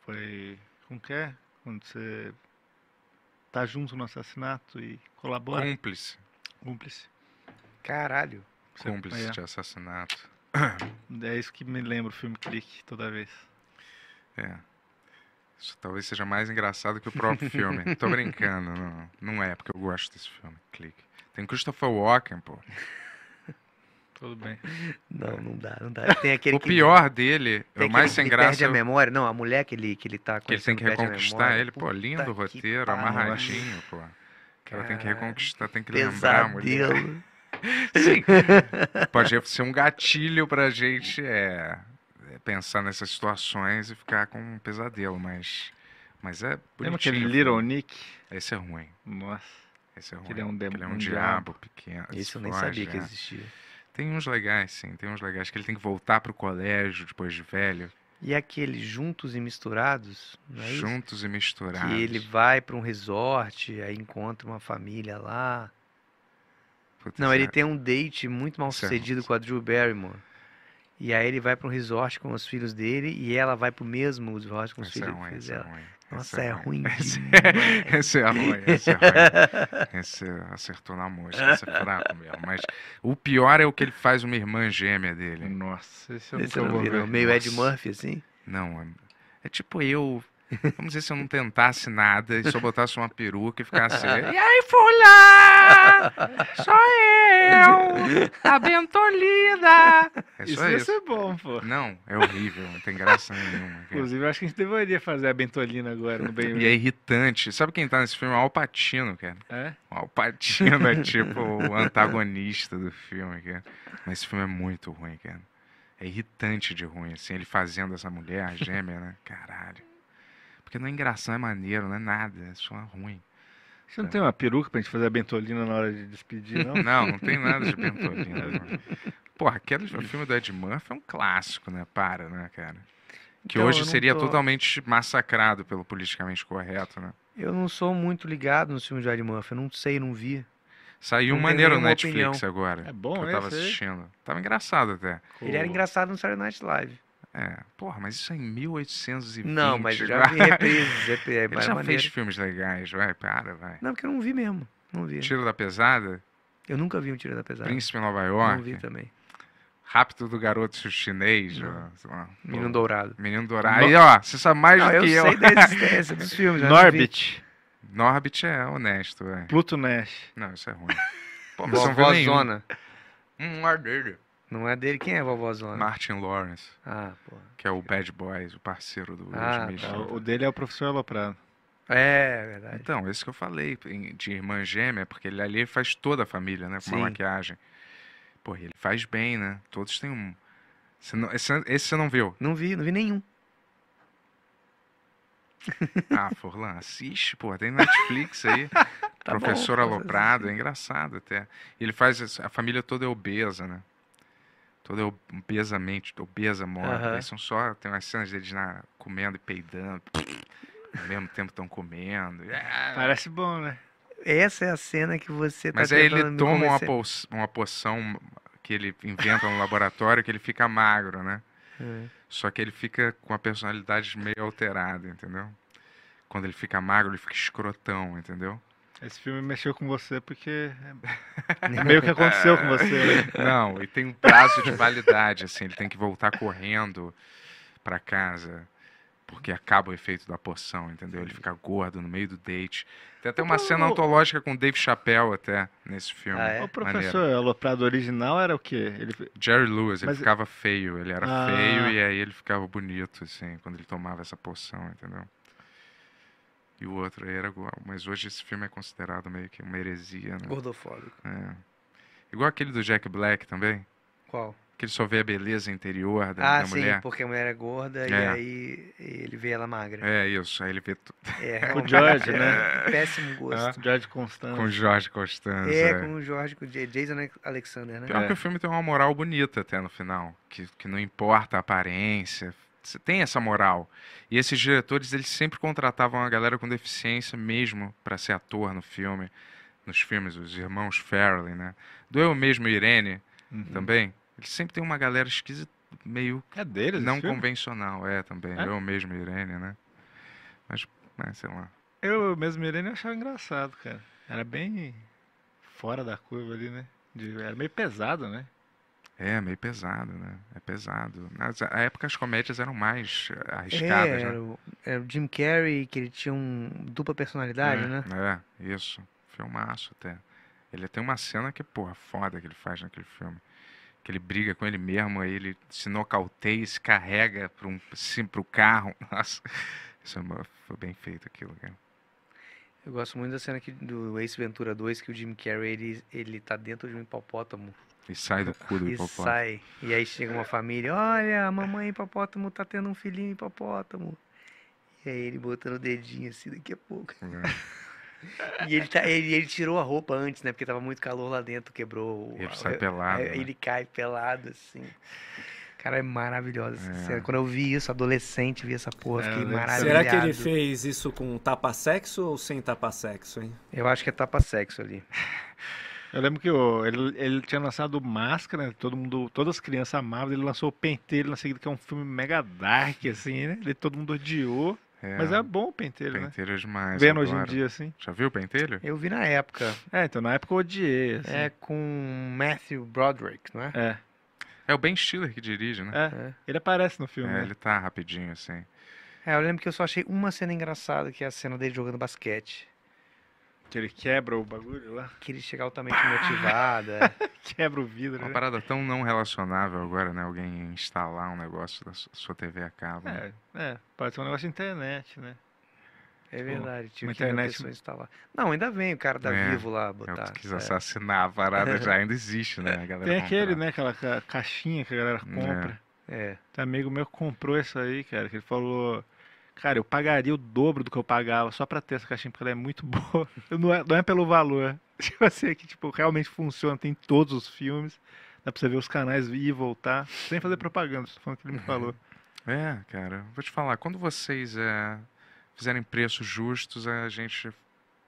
S3: Foi. Como que é? Quando você tá junto no assassinato e colabora,
S2: Cúmplice.
S3: cúmplice.
S7: Caralho.
S3: Você-
S2: Cúmplice
S3: é.
S2: de assassinato.
S3: É isso que me lembra o filme Clique toda vez.
S2: É. Isso talvez seja mais engraçado que o próprio filme. Tô brincando, não, não é, porque eu gosto desse filme. Clique. Tem Christopher Walken, pô.
S3: Tudo bem.
S7: Não, não dá, não dá. Tem
S2: É.
S7: aquele
S2: O
S7: que-
S2: pior dele,
S7: tem
S2: o
S7: aquele
S2: mais
S7: que
S2: sem
S7: perde
S2: graça,
S7: a memória. Não, a mulher que ele, que ele tá
S2: que ele tem
S7: conhecendo
S2: que
S7: perde a
S2: reconquistar
S7: memória.
S2: ele, pô, lindo
S7: que
S2: roteiro,
S7: pariu.
S2: amarradinho, pô. O cara tem que
S7: Cara,
S2: reconquistar,
S7: um
S2: tem que lembrar a mulher.
S7: Pesadelo.
S2: Sim. Pode ser um gatilho pra gente é, é, pensar nessas situações e ficar com um pesadelo, mas. Mas é
S3: Lembra
S2: bonitinho.
S3: aquele
S2: o
S3: Little
S2: filme.
S3: Nick?
S2: Esse é ruim.
S3: Nossa.
S2: Esse é ruim.
S3: Que ele é um dem-
S2: Porque ele é um,
S3: um
S2: diabo pequeno.
S7: Isso eu nem
S2: foge,
S7: sabia que
S2: é.
S7: existia.
S2: Tem uns legais, sim. Tem uns legais que ele tem que voltar pro colégio depois de velho.
S7: E é aquele Juntos e Misturados, não é isso?
S2: juntos e misturados.
S7: Que ele vai pra um resort, aí encontra uma família lá.
S2: Putz,
S7: Não, ele
S2: é-
S7: tem um date muito mal
S2: Isso é ruim,
S7: sucedido
S2: isso
S7: com a Drew Barrymore. E aí ele vai pra um resort com os filhos dele e ela vai pro mesmo resort com os
S2: Esse é
S7: filhos
S2: ruim, esse é
S7: dela.
S2: ruim. esse
S7: Nossa, é ruim
S2: Esse
S7: demais.
S2: é, esse é ruim, esse é ruim. Esse acertou na mosca, esse é fraco mesmo. Mas o pior é o que ele faz uma irmã gêmea dele.
S3: Nossa, esse eu
S7: Esse
S3: nunca
S7: eu não
S3: vou
S7: vi, não.
S3: ver.
S7: Meio Ed
S2: Nossa.
S7: Murphy, assim.
S2: Não, é, é tipo eu. Vamos dizer se eu não tentasse nada e só botasse uma peruca e ficasse. é, E aí, fulano! Sou eu! A Bentolida! É
S3: Isso
S2: só
S3: ia
S2: isso.
S3: ser bom, pô.
S2: Não, é horrível, não tem graça nenhuma. cara.
S3: Inclusive, eu acho que a gente deveria fazer a Bentolina agora no bem
S2: E é irritante. Sabe quem tá nesse filme? É o Alpatino, cara.
S3: É?
S2: O Alpatino é tipo o antagonista do filme, cara. Mas esse filme é muito ruim, cara. É irritante de ruim, assim, ele fazendo essa mulher a gêmea, né? Caralho. Porque não é engraçado, não é maneiro, não é nada, é só ruim.
S3: Você
S2: É.
S3: não tem uma peruca pra gente fazer a Bentolina na hora de despedir, não?
S2: Não, não tem nada de Bentolina. não. Porra, aquele filme do Ed Murphy é um clássico, né? Para, né, cara? Que
S7: Então, eu
S2: hoje
S7: não
S2: seria
S7: tô-
S2: totalmente massacrado pelo politicamente correto, né?
S7: Eu não sou muito ligado nos filmes de Ed Murphy. Eu não sei, não vi.
S2: Saiu
S7: Não tenho
S2: maneiro no
S7: nenhuma
S2: Netflix agora.
S3: É
S2: que
S3: bom,
S2: eu
S3: né?
S2: tava
S3: esse aí?
S2: assistindo. Tava engraçado até.
S7: Ele era
S3: Pô.
S7: engraçado no Saturday Night Live.
S2: É, porra, mas isso é em 1820.
S7: Não, mas eu já
S2: vai.
S7: vi reprises. repri- É
S2: Ele já
S7: maneiro.
S2: fez filmes legais, vai, para, vai.
S7: Não, porque eu não vi mesmo. Não vi.
S2: Tiro da Pesada,
S7: Eu nunca vi um Tiro da Pesada.
S2: Príncipe em Nova
S7: Não vi
S2: York,
S7: também.
S2: Rápido do Garoto Chinês,
S7: Não.
S2: ó, sei lá,
S7: Menino
S2: pô,
S7: Dourado.
S2: Menino Dourado. Aí, ó, você sabe mais
S7: Não,
S2: do
S7: eu
S2: que
S7: sei
S2: eu.
S7: da existência dos filmes. mas não vi.
S3: Norbit,
S2: Norbit é honesto, velho.
S3: Pluto Nash.
S2: Não, isso é ruim. Pô, mas você não viu nenhum.
S7: Vovózona.
S2: Hum, é dele.
S7: Não é dele. Quem é Vovózona?
S2: Martin Lawrence,
S7: Ah, porra.
S2: que é o Bad Boys, o parceiro do Will
S7: Ah,
S2: Smith.
S3: Tá,
S2: né?
S3: O o dele é o professor Aloprado.
S7: É, é verdade.
S2: Então, isso que eu falei em- de irmã gêmea, porque ele ali faz toda a família, né? Com
S7: Sim.
S2: uma maquiagem. Porra, ele faz bem, né? Todos têm um. Você não- esse, esse você não viu.
S7: Não vi, não vi nenhum.
S2: Ah, Forlan, assiste, porra. Tem Netflix aí.
S7: Tá bom,
S2: Professor
S7: vou
S2: Aloprado, é engraçado até. E Ele faz. essa- A família toda é obesa, né? Toda é obesamente, obesa, mórbida.
S7: Aham.
S2: Eles São só. Tem umas cenas deles na, comendo e peidando. Ao mesmo tempo estão comendo. Ah,
S3: Parece bom, né?
S7: Essa é a cena que você tá
S2: Mas aí ele
S7: tentando me
S2: toma uma,
S7: convencer.
S2: poç- uma poção que ele inventa no laboratório que ele fica magro, né?
S7: É.
S2: Só que ele fica com a personalidade meio alterada, entendeu? Quando ele fica magro, ele fica escrotão, entendeu?
S3: Esse filme mexeu com você porque é meio que aconteceu com você. né?
S2: Não, e tem um prazo de validade, assim, ele tem que voltar correndo pra casa. Porque acaba o efeito da poção, entendeu? Ele fica gordo no meio do date. Tem até uma cena antológica com o Dave Chappelle até nesse filme.
S7: Ah, é?
S3: O
S2: Maneiro.
S3: professor Aloprado original era o quê? Ele...
S2: Jerry Lewis, ele
S3: Mas-
S2: ficava feio, ele era
S3: Ah.
S2: feio e aí ele ficava bonito, assim, quando ele tomava essa poção, entendeu? E o outro aí era igual. Mas hoje esse filme é considerado meio que uma heresia, né?
S7: Gordofóbico.
S2: É. Igual aquele do Jack Black também,
S7: Qual?
S2: que ele só vê a beleza interior da,
S7: Ah,
S2: da
S7: sim,
S2: mulher.
S7: porque a mulher é gorda e
S2: É.
S7: aí ele vê ela magra.
S2: É isso, aí ele vê tu-
S7: É,
S3: O
S7: realmente,
S3: George,
S7: é
S3: né?
S7: Péssimo gosto.
S3: George
S2: com o
S3: Constance.
S2: Jorge Costanza.
S7: É,
S2: Ah, é.
S7: com o Jorge, com o J- Jason Alexander, né?
S2: Pior que o filme tem uma moral bonita até no final, que, que não importa a aparência, você tem essa moral. E esses diretores, eles sempre contratavam a galera com deficiência mesmo pra ser ator no filme. nos filmes, os irmãos Farrelly, né? Doeu mesmo Irene
S3: Uhum.
S2: também. Ele sempre tem uma galera esquisita, meio
S3: Cadeiras?
S2: não convencional, é também.
S3: É?
S2: Eu mesmo, Irene, né? Mas, mas sei lá.
S3: Eu mesmo Irene achava engraçado, cara. Era bem fora da curva ali, né? De- era meio pesado, né?
S2: É, meio pesado, né? É pesado. Na época as comédias eram mais eh, arriscadas, né?
S7: É, era, o, era o Jim Carrey, que ele tinha um dupla personalidade, né?
S2: É, isso. Filmaço até. Ele tem uma cena que, porra, foda que ele faz naquele filme. Que ele briga com ele mesmo, aí ele se nocauteia e se carrega pro, um, sim, pro carro. Nossa, isso é uma- foi bem feito aquilo, cara.
S7: Eu gosto muito da cena aqui do Ace Ventura 2, que o Jim Carrey, ele, ele tá dentro de um hipopótamo
S2: E sai do cu do
S7: e
S2: hipopótamo.
S7: sai. E aí chega uma família, olha, a mamãe hipopótamo tá tendo um filhinho hipopótamo. E aí ele botando o dedinho assim daqui a pouco.
S2: né?
S7: E ele, tá, ele, ele tirou a roupa antes, né? Porque tava muito calor lá dentro, quebrou. o-
S2: E ele
S7: a-
S3: é,
S2: sai pelado.
S7: Aí
S2: né?
S7: ele cai pelado, assim. Cara, é maravilhosa essa
S2: É.
S7: cena. Quando eu vi isso, adolescente, vi essa porra,
S3: É,
S7: fiquei
S3: né?
S7: maravilhado.
S4: Será que ele fez isso com tapa-sexo ou sem tapa-sexo, hein?
S7: Eu acho que é tapa-sexo ali.
S3: Eu lembro que o- ele, ele tinha lançado Máscara, né? todo mundo, todas as crianças amavam, ele lançou o Pentelho na seguida, que é um filme mega dark, assim, né? Ele, todo mundo odiou,
S2: É,
S3: mas era bom o Pentelho, né?
S2: pentelho é demais.
S3: Vendo hoje em
S2: adoro.
S3: dia, assim.
S2: Já viu o pentelho?
S7: Eu vi na época.
S3: É, então na época eu odiei, assim.
S7: É com Matthew Broderick, não é?
S3: É,
S2: É o Ben Stiller que dirige, né?
S3: é. Ele aparece no filme,
S2: É,
S3: né?
S2: ele tá rapidinho, assim.
S7: É, eu lembro que eu só achei uma cena engraçada, que é a cena dele jogando basquete.
S3: Que ele quebra o bagulho lá,
S7: Que ele chega altamente motivado. é.
S3: quebra o vidro,
S2: Uma
S3: né?
S2: parada tão não relacionável agora, né? Alguém instalar um negócio da su- sua TV a cabo. né?
S3: É, é, pode ser um negócio de internet, né?
S2: Tipo,
S7: É verdade, tinha
S3: uma
S7: que internet...
S3: internet-
S7: pessoa instalar. Não, ainda bem, o cara tá
S2: É,
S7: vivo lá
S2: Eu
S7: botar. é,
S2: quis
S3: é.
S2: assassinar a parada, já ainda existe, né? A galera
S3: Tem aquele,
S2: comprar.
S3: né? Aquela ca- caixinha que a galera compra.
S7: É, é.
S3: Tem Tá, amigo meu que comprou isso aí, cara, que ele falou. Cara, eu pagaria o dobro do que eu pagava só pra ter essa caixinha, porque ela é muito boa. Eu Não é, não é pelo valor. Tipo assim, é que tipo, realmente funciona, tem todos os filmes. Dá pra você ver os canais ir e voltar. Sem fazer propaganda, só falando o que ele me falou.
S2: É, cara. Vou te falar, quando vocês é, fizerem preços justos, a gente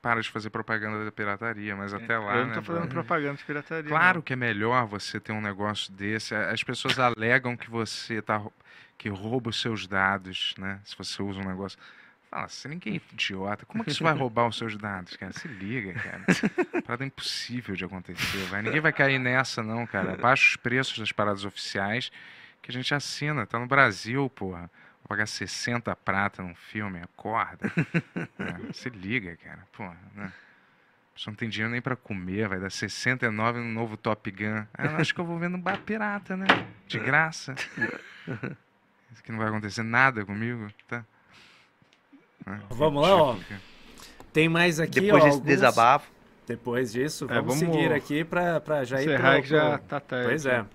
S2: para de fazer propaganda da pirataria, mas até lá,
S3: É, eu não
S2: né,
S3: tô fazendo
S2: brother?
S3: propaganda de pirataria.
S2: Claro que é melhor você ter um negócio desse. A- As pessoas alegam que você tá rou- que rouba os seus dados, né? Se você usa um negócio. Fala, se ninguém é idiota, como é que isso vai roubar os seus dados, cara? Se liga, cara. Parada impossível de acontecer, vai. Ninguém vai cair nessa, não, cara. Baixa os preços das paradas oficiais que a gente assina. Tá no Brasil, porra. Vou pagar 60 prata num filme, acorda. É, se liga, cara. Porra, né? A pessoa não tem dinheiro nem pra comer, vai dar 69 no novo Top Gun. Ah, eu acho que eu vou vendo um bar pirata, né? De graça. Isso que não vai acontecer nada comigo, tá? Né?
S4: Vamos lá, ó.
S2: Tipo,
S4: Tem mais aqui,
S7: Depois
S4: ó,
S7: desse
S4: alguns-
S7: desabafo,
S4: Depois disso,
S3: É,
S4: vamos,
S3: vamos
S4: seguir aqui pra, pra já ir
S3: Encerrar
S4: pro-
S3: que já
S4: pro-
S3: tá tarde.
S4: Pois é.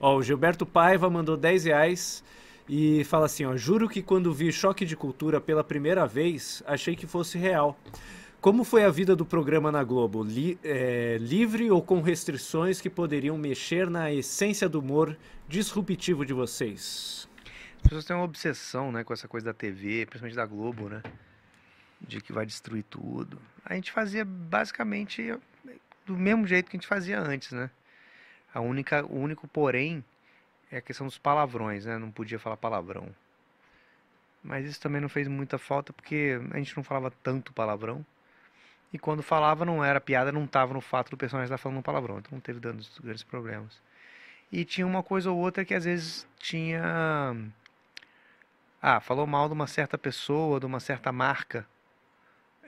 S4: Ó, o Gilberto Paiva mandou 10 reais e fala assim, ó, juro que quando vi Choque de Cultura pela primeira vez, achei que fosse real. Como foi a vida do programa na Globo? Li- é, livre ou com restrições que poderiam mexer na essência do humor disruptivo de vocês?
S7: as pessoas têm uma obsessão, né, com essa coisa da TV, principalmente da Globo, né? De que vai destruir tudo. A gente fazia basicamente do mesmo jeito que a gente fazia antes, né? A única, o único porém é a questão dos palavrões, né? Não podia falar palavrão. Mas isso também não fez muita falta porque a gente não falava tanto palavrão. E quando falava não era piada, não estava no fato do personagem estar falando um palavrão. Então não teve danos, grandes problemas. E tinha uma coisa ou outra que às vezes tinha. Ah, falou mal de uma certa pessoa, de uma certa marca.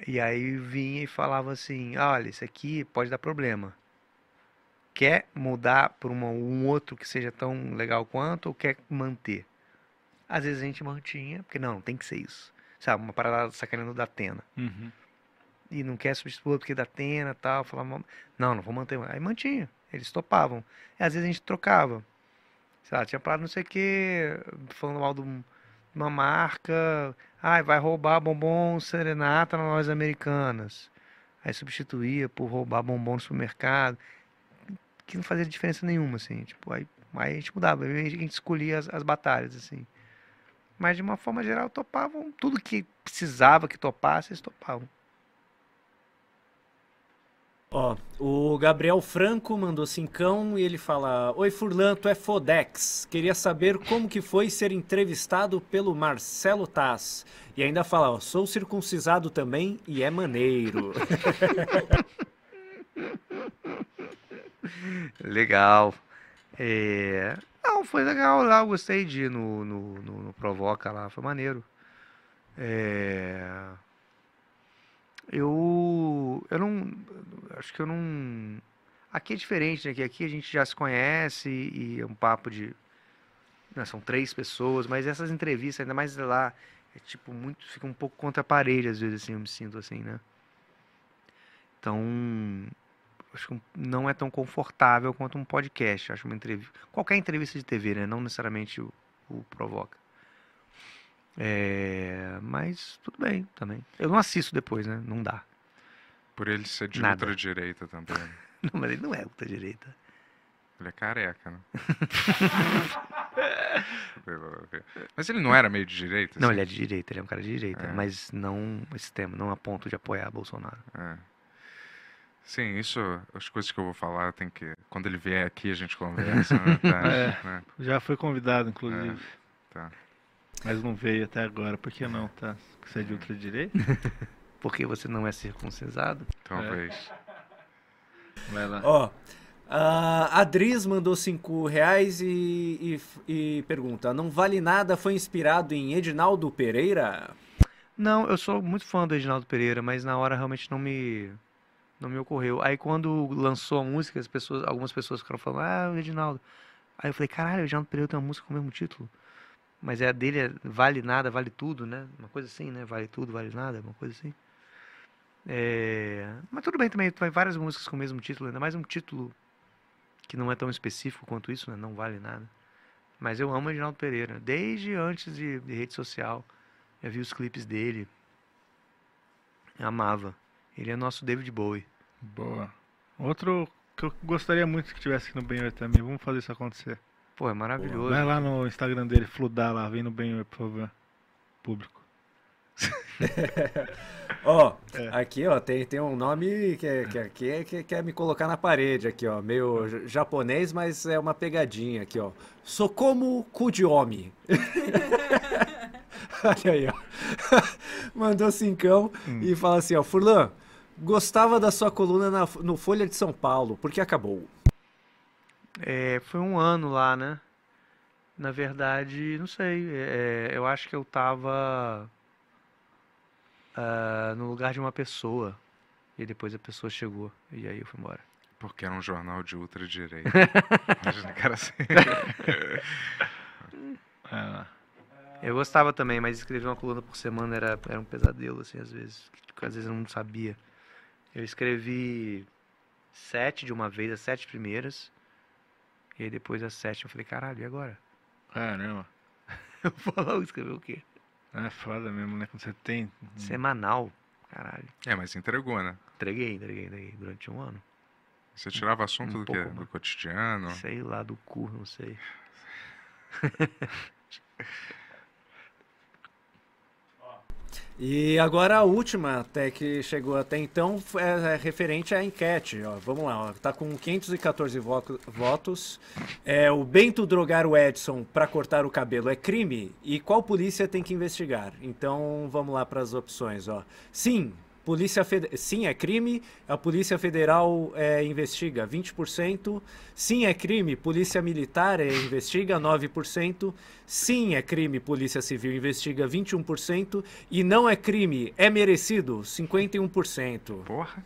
S7: E aí vinha e falava assim: "Ah, olha, isso aqui pode dar problema. Quer mudar para um outro que seja tão legal quanto ou quer manter? Às vezes a gente mantinha, porque não, tem que ser isso. Sabe, uma parada sacaneando da Atena.
S3: Uhum.
S7: E não quer substituir porque é da Atena e tal. Falava, "Não, não, não vou manter. Aí mantinha, eles topavam. E às vezes a gente trocava. Sei lá, tinha parado não sei o quê, falando mal de um- de uma marca. Ai, vai roubar bombom serenata nas lojas americanas. Aí substituía por roubar bombom no supermercado. Que não fazia diferença nenhuma, assim. Tipo, aí, aí a gente mudava, aí a gente escolhia as, as batalhas, assim. Mas de uma forma geral, topavam tudo que precisava que topasse, eles topavam.
S4: Ó, o Gabriel Franco mandou cincão e ele fala: Oi, Furlan, tu é Fodex. Queria saber como que foi ser entrevistado pelo Marcelo Taz. E ainda fala: ó, Sou circuncisado também e é maneiro.
S7: Legal. É... Não, foi legal lá, eu gostei de ir no, no, no- no Provoca lá, foi maneiro. É... Eu, eu não, acho que eu não, aqui é diferente, né, que aqui a gente já se conhece e é um papo de, né, são três pessoas, mas essas entrevistas, ainda mais lá, é tipo muito, fica um pouco contra a parede às vezes, assim, eu me sinto assim, né. Então, acho que não é tão confortável quanto um podcast. Acho uma entrevista, qualquer entrevista de TV, né? Não necessariamente o, o provoca. É, mas tudo bem também. Eu não assisto depois, né? Não dá.
S2: Por ele ser de
S7: Nada.
S2: ultradireita também. né?
S7: Não, mas ele não é ultra direita.
S2: Ele é careca, né? Mas ele não era meio de direita?
S7: Não,
S2: assim?
S7: ele é de direita, ele é um cara de direita,
S2: É.
S7: mas não extremo, não a ponto de apoiar Bolsonaro.
S2: É. Sim, isso, as coisas que eu vou falar, tem que. Quando ele vier aqui, a gente conversa, né? Tá,
S3: É.
S2: né?
S3: Já foi convidado, inclusive.
S4: É,
S2: tá.
S3: Mas não veio até agora. Por que não, tá? Você é de ultradireita?
S7: Porque você não é circuncisado?
S2: Então,
S4: É.
S2: Talvez.
S3: Vai lá.
S4: Ó, a a Dris mandou 5 reais e, e, e pergunta: Não vale nada, foi inspirado em Edinaldo Pereira?
S7: Não, eu sou muito fã do Edinaldo Pereira, mas na hora realmente não me não me ocorreu. Aí quando lançou a música, as pessoas, algumas pessoas ficaram falando: "Ah, o Edinaldo". Aí eu falei: "Caralho, o Edinaldo Pereira tem uma música com o mesmo título". Mas é a dele, é vale nada, vale tudo, né? Uma coisa assim, né? Vale tudo, vale nada, uma coisa assim. É, mas tudo bem também, tem várias músicas com o mesmo título, ainda mais um título que não é tão específico quanto isso, né? Não vale nada. Mas eu amo o Edinaldo Pereira, desde antes de, de rede social. Já vi os clipes dele. Amava. Ele é nosso David Bowie.
S3: Boa. Outro que eu gostaria muito que tivesse aqui no Benhor também. Vamos fazer isso acontecer.
S7: Pô, é maravilhoso.
S3: Vai lá no Instagram dele, fludar lá. Vem no Benhor, por favor. Público.
S4: Ó, aqui ó, tem, tem um nome que, é- que, é- que, é- que quer me colocar na parede aqui, ó. Meio j- japonês, mas é uma pegadinha aqui, ó. Sou como cu de homem. Olha aí, ó. Mandou cincão e fala assim, ó. Furlan, gostava da sua coluna na- no Folha de São Paulo, porque acabou.
S7: É, foi um ano lá, né? Na verdade, não sei. é, eu acho que eu tava ah, no lugar de uma pessoa. E depois a pessoa chegou. E aí eu fui embora.
S2: Porque era um jornal de ultradireita. Imagina o cara assim.
S3: Vai lá.
S7: Eu gostava também, mas escrever uma coluna por semana era, era um pesadelo, assim, às vezes. que Às vezes eu não sabia. Eu escrevi sete de uma vez, as sete primeiras. E aí depois as sete eu falei, caralho, e agora?
S3: Caramba.
S7: Eu vou lá escrever o quê?
S3: É foda mesmo, né? Quando você tem.
S7: Semanal. Caralho.
S2: É, mas entregou, né?
S7: Entreguei, entreguei, entreguei. Durante um ano.
S2: Você tirava assunto
S7: Um
S2: do quê?
S7: pouco,
S4: né?
S2: Do
S7: mano.
S2: cotidiano?
S7: Sei lá do cu, não sei.
S4: E agora a última, até que chegou até então, f- é é referente à enquete. Ó. Vamos lá, ó. tá com 514 voco- votos. É, o Bento drogar o Edson para cortar o cabelo é crime? E qual polícia tem que investigar? Então vamos lá para as opções. Ó. Sim, polícia Fede- sim é crime, a Polícia Federal é, investiga 20%. Sim é crime, Polícia Militar é, investiga 9%. Sim, é crime. Polícia Civil investiga 21%. E não é crime. É merecido 51%.
S2: Porra.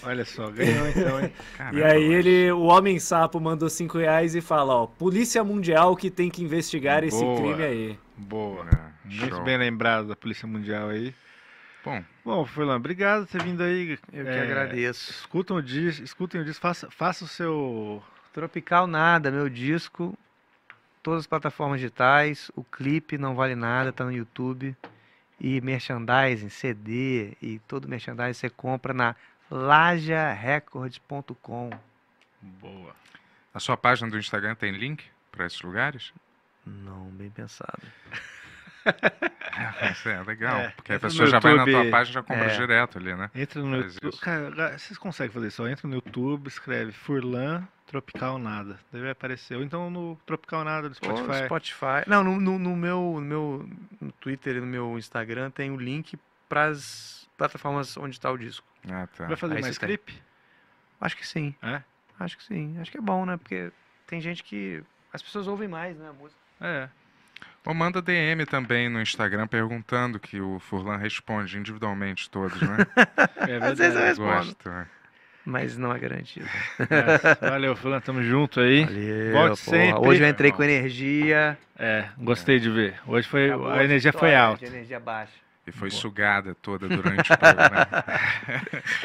S3: Olha só, ganhou então, hein?
S4: e
S2: Caramba,
S4: aí
S2: mano.
S4: ele, o Homem Sapo mandou 5 reais e fala, ó, Polícia Mundial que tem que investigar esse
S3: Boa.
S4: crime aí.
S3: Boa.
S2: É,
S3: Muito
S2: show.
S3: bem lembrado da Polícia Mundial aí.
S2: Bom,
S3: Bom, Furlan, obrigado por ter vindo aí.
S7: Eu que
S3: É,
S7: agradeço.
S3: Escutem o disco, escutem o disco, faça, faça o seu.
S7: Tropical nada, meu disco. Todas as plataformas digitais. O clipe não vale nada, tá no YouTube. E merchandising, CD e todo merchandising você compra na lajarecords.com.
S3: Boa.
S2: a sua página do Instagram tem link pra esses lugares?
S7: Não, bem pensado.
S2: Isso é legal.
S3: É,
S2: porque a
S3: entra no
S2: pessoa já vai na tua
S3: YouTube.
S2: página e já compra
S7: É.
S2: direto ali, né?
S3: Entra no
S2: Faz
S3: YouTube.
S2: isso.
S3: Cara, agora, vocês conseguem fazer isso? ó, Entra no YouTube, escreve Furlan Tropical Nada. Deve aparecer. Ou então no Tropical Nada do
S7: Ou
S3: Spotify.
S7: Spotify. Não, no, no- no meu, no meu no Twitter e no meu Instagram tem o link pras plataformas onde tá o disco.
S2: Ah, tá.
S3: Vai fazer
S7: Aí
S3: mais
S7: você tem.
S3: clipe?
S7: Acho que sim.
S3: É?
S7: Acho que sim. Acho que é bom, né? Porque tem gente que. As pessoas ouvem mais, né? A música.
S3: É.
S2: Ou manda DM também no Instagram perguntando que o Furlan responde individualmente todos, né?
S3: É
S7: Às vezes eu
S3: verdade.
S7: respondo.
S2: Gosto. né?
S7: Mas não é garantido.
S3: Nossa, Valeu, Furlan. Tamo junto aí.
S7: Valeu,
S3: Volte
S7: porra.
S3: sempre.
S7: Hoje eu entrei com energia.
S3: É, gostei de ver. Hoje foi.
S7: Acabou
S3: a energia foi
S7: história de
S3: alta.
S7: energia baixa.
S2: E foi
S3: Boa.
S2: sugada toda durante o programa.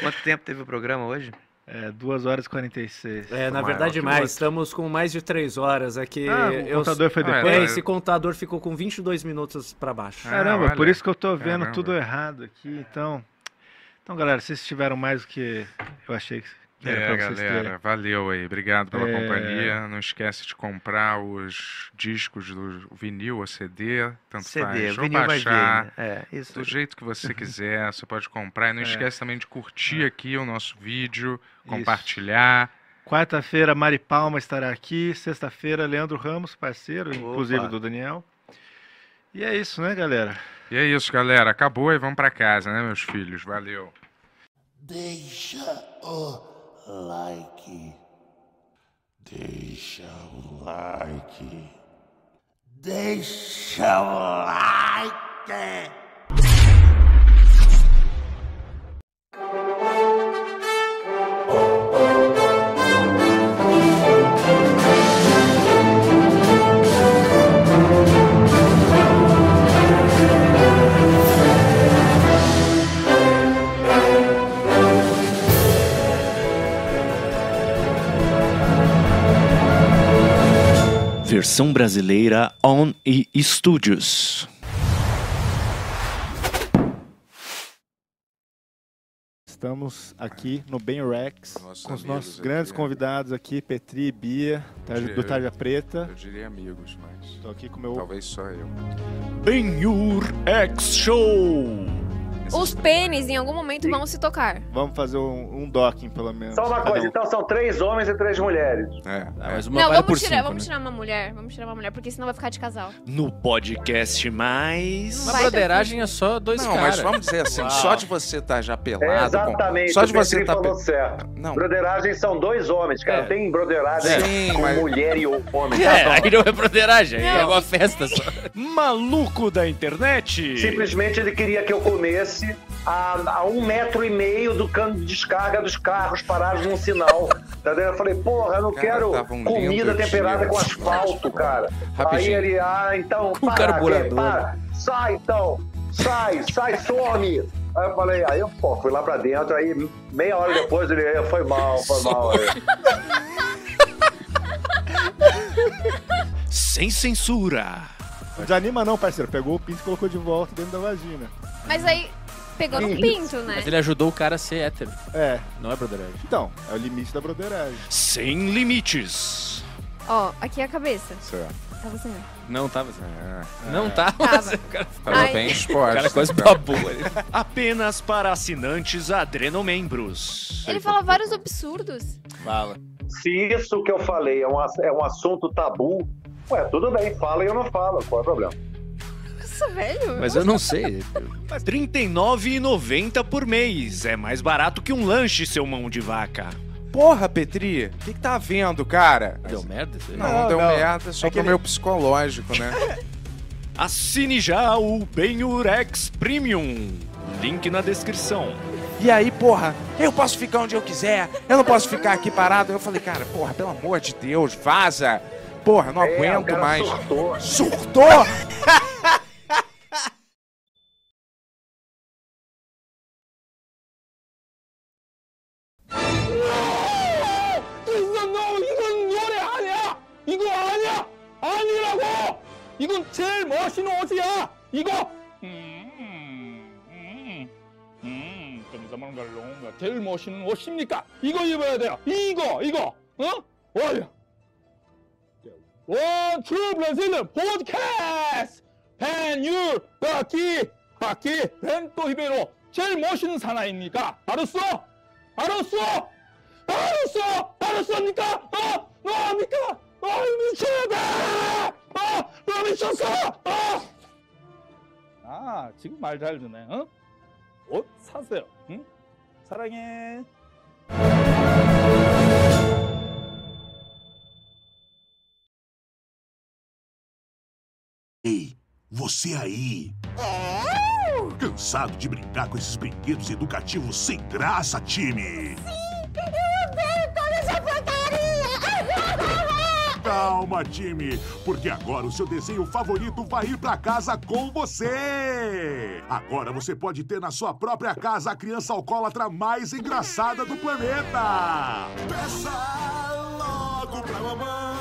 S7: Quanto tempo teve o programa hoje?
S3: É, 2 horas e 46.
S4: É, na
S2: Maior
S4: verdade,
S2: que o
S4: mais.
S7: outro.
S4: Estamos com mais de três horas aqui.
S3: Ah, o
S4: eu...
S3: contador foi
S2: Ah, é,
S3: depois.
S4: É,
S2: né?
S4: esse contador ficou com 22 minutos pra baixo.
S2: É.
S3: Caramba,
S2: Ah,
S3: por
S2: olha.
S3: isso que eu tô vendo
S2: Caramba.
S3: tudo errado aqui, então. Então, galera, vocês tiveram mais do que eu achei que era
S2: É,
S3: pra vocês terem.
S2: galera, valeu aí. Obrigado pela
S3: É.
S2: companhia. Não esquece de comprar os discos do vinil ou CD, tanto
S7: CD,
S2: faz.
S7: o
S2: Ou
S7: vinil vai ver.
S2: baixar.
S7: né? É, isso.
S2: Do jeito que você quiser, você pode comprar. E não
S3: É.
S2: esquece também de curtir aqui o nosso vídeo,
S3: Isso.
S2: compartilhar.
S3: Quarta-feira, Mari Palma estará aqui. Sexta-feira, Leandro Ramos, parceiro, inclusive
S7: Opa.
S3: do Daniel. E é isso, né, galera?
S2: E é isso, galera. Acabou e vamos pra casa, né, meus filhos? Valeu.
S8: Deixa o like. Deixa o like. Deixa o like.
S6: Versão brasileira On e Studios.
S3: Estamos aqui no Ben Rex
S2: Nossos
S3: com os
S2: amigos
S3: nossos grandes
S2: aqui, né?
S3: convidados aqui, Petri e Bia, tarde- do
S2: Direto.
S3: Tarja Preta.
S2: diria amigos, mas
S3: Estou aqui com o meu.
S2: talvez só eu.
S6: Ben-Yur X Show.
S9: Os pênis em algum momento vão se tocar.
S3: Vamos fazer um, um docking, pelo menos.
S10: Só
S11: Ah,
S10: uma
S3: cada
S10: coisa,
S3: um.
S10: então são três homens e três mulheres.
S11: É,
S8: Ah, mas uma
S9: Não,
S8: vale por
S9: vamos tirar,
S8: cinco,
S9: vamos
S8: né?
S9: tirar uma mulher, vamos tirar uma mulher, porque senão vai ficar de casal.
S6: No podcast mais.
S9: Não
S8: Uma
S9: vai ter
S8: broderagem é só dois
S11: Não, mas
S8: caras.
S11: vamos dizer assim,
S3: Uau.
S11: só de você estar já pelado.
S10: é,
S11: com-
S10: exatamente.
S11: Ah, tá Só de
S10: o Petri
S11: você estar
S10: falou
S11: pelado.
S10: certo.
S11: Não.
S10: Broderagem são dois homens, cara.
S8: É.
S10: Tem broderagem
S11: Sim,
S10: com
S11: mas-
S10: mulher e homem.
S8: É, aí não é broderagem, aí é
S9: Não.
S8: uma festa só.
S6: Maluco da internet.
S10: Simplesmente ele queria que eu comesse a, a um metro e meio do cano de descarga dos carros parados num sinal. Tá vendo? Eu falei, porra, eu não
S11: Cara,
S10: quero
S11: tava um
S10: comida
S11: lindo
S10: temperada
S11: dia.
S10: com asfalto, cara. Aí
S11: Rapidinho. Um
S10: ele, ah, então,
S8: Com
S10: para,
S8: carburador.
S10: que- para, sai então, sai, sai, some. Aí eu falei, aí eu pô, fui lá pra dentro, aí meia hora depois ele, "É, foi mal, foi mal. aí.
S6: Sem censura.
S3: Não desanima, não, parceiro. Pegou o pinto e colocou de volta dentro da vagina.
S9: Mas aí pegou no pinto, né?
S8: Mas ele ajudou o cara a ser hétero,
S3: É,
S8: não é broderagem.
S3: então, é o limite da broderagem.
S6: Sem limites.
S9: Ó, aqui é a cabeça. Tá você mesmo.
S8: Não tava.
S3: É.
S8: Não tava. O cara,
S2: Tava
S9: Ai.
S2: bem
S8: o
S2: exposto.
S8: É cara quase babou ali.
S6: Apenas para assinantes adrenomembros.
S9: Ele fala vários absurdos.
S8: Fala.
S10: Se isso que eu falei é um, ass- é um assunto tabu, ué, tudo bem, fala e eu não falo, qual é o problema?
S9: Nossa, velho.
S8: Mas eu não sei.
S6: R$ 39,90 por mês. É mais barato que um lanche, seu mão de vaca.
S11: Porra, Petri, o que, que tá havendo, cara?
S8: Deu merda isso aí?
S11: Não,
S3: Não,
S11: deu
S3: não.
S11: merda, só
S3: É que
S11: pro
S3: ele-
S11: meu psicológico, né?
S6: Assine já o Benurex Premium. Link na descrição.
S11: E aí, porra, eu posso ficar onde eu quiser, eu não posso ficar aqui parado. Eu falei, cara, porra, pelo amor de Deus, vaza. Porra, não
S10: É, o
S11: aguento
S10: cara
S11: mais.
S10: surtou.
S11: Surtou!
S5: 이건 너 이건 노래 아니야 이거 아니야 아니라고 이건 제일 멋있는 옷이야 이거 감사만갈롱가 제일 멋있는 옷입니까 이거 입어야 돼요 이거 이거 어 olha o True Brazilian Podcast 팬유 바퀴 바퀴 벤토 히베로 제일 멋있는 사나이니까 알았어? 알았어? 알았어? 알았습니까? 어? 너 압니까? 어 미쳤다! 어? 너 미쳤어? 어? 아 지금 말 잘 듣네 어? 옷 사세요 응? 사랑해
S12: Ei, você aí! Cansado de brincar com esses brinquedos educativos sem graça, time?
S13: Eu odeio toda essa porcaria!
S12: Calma, time, porque agora o seu desenho favorito vai ir pra casa com você! Agora você pode ter na sua própria casa a criança alcoólatra mais engraçada do planeta! Peça logo pra mamãe!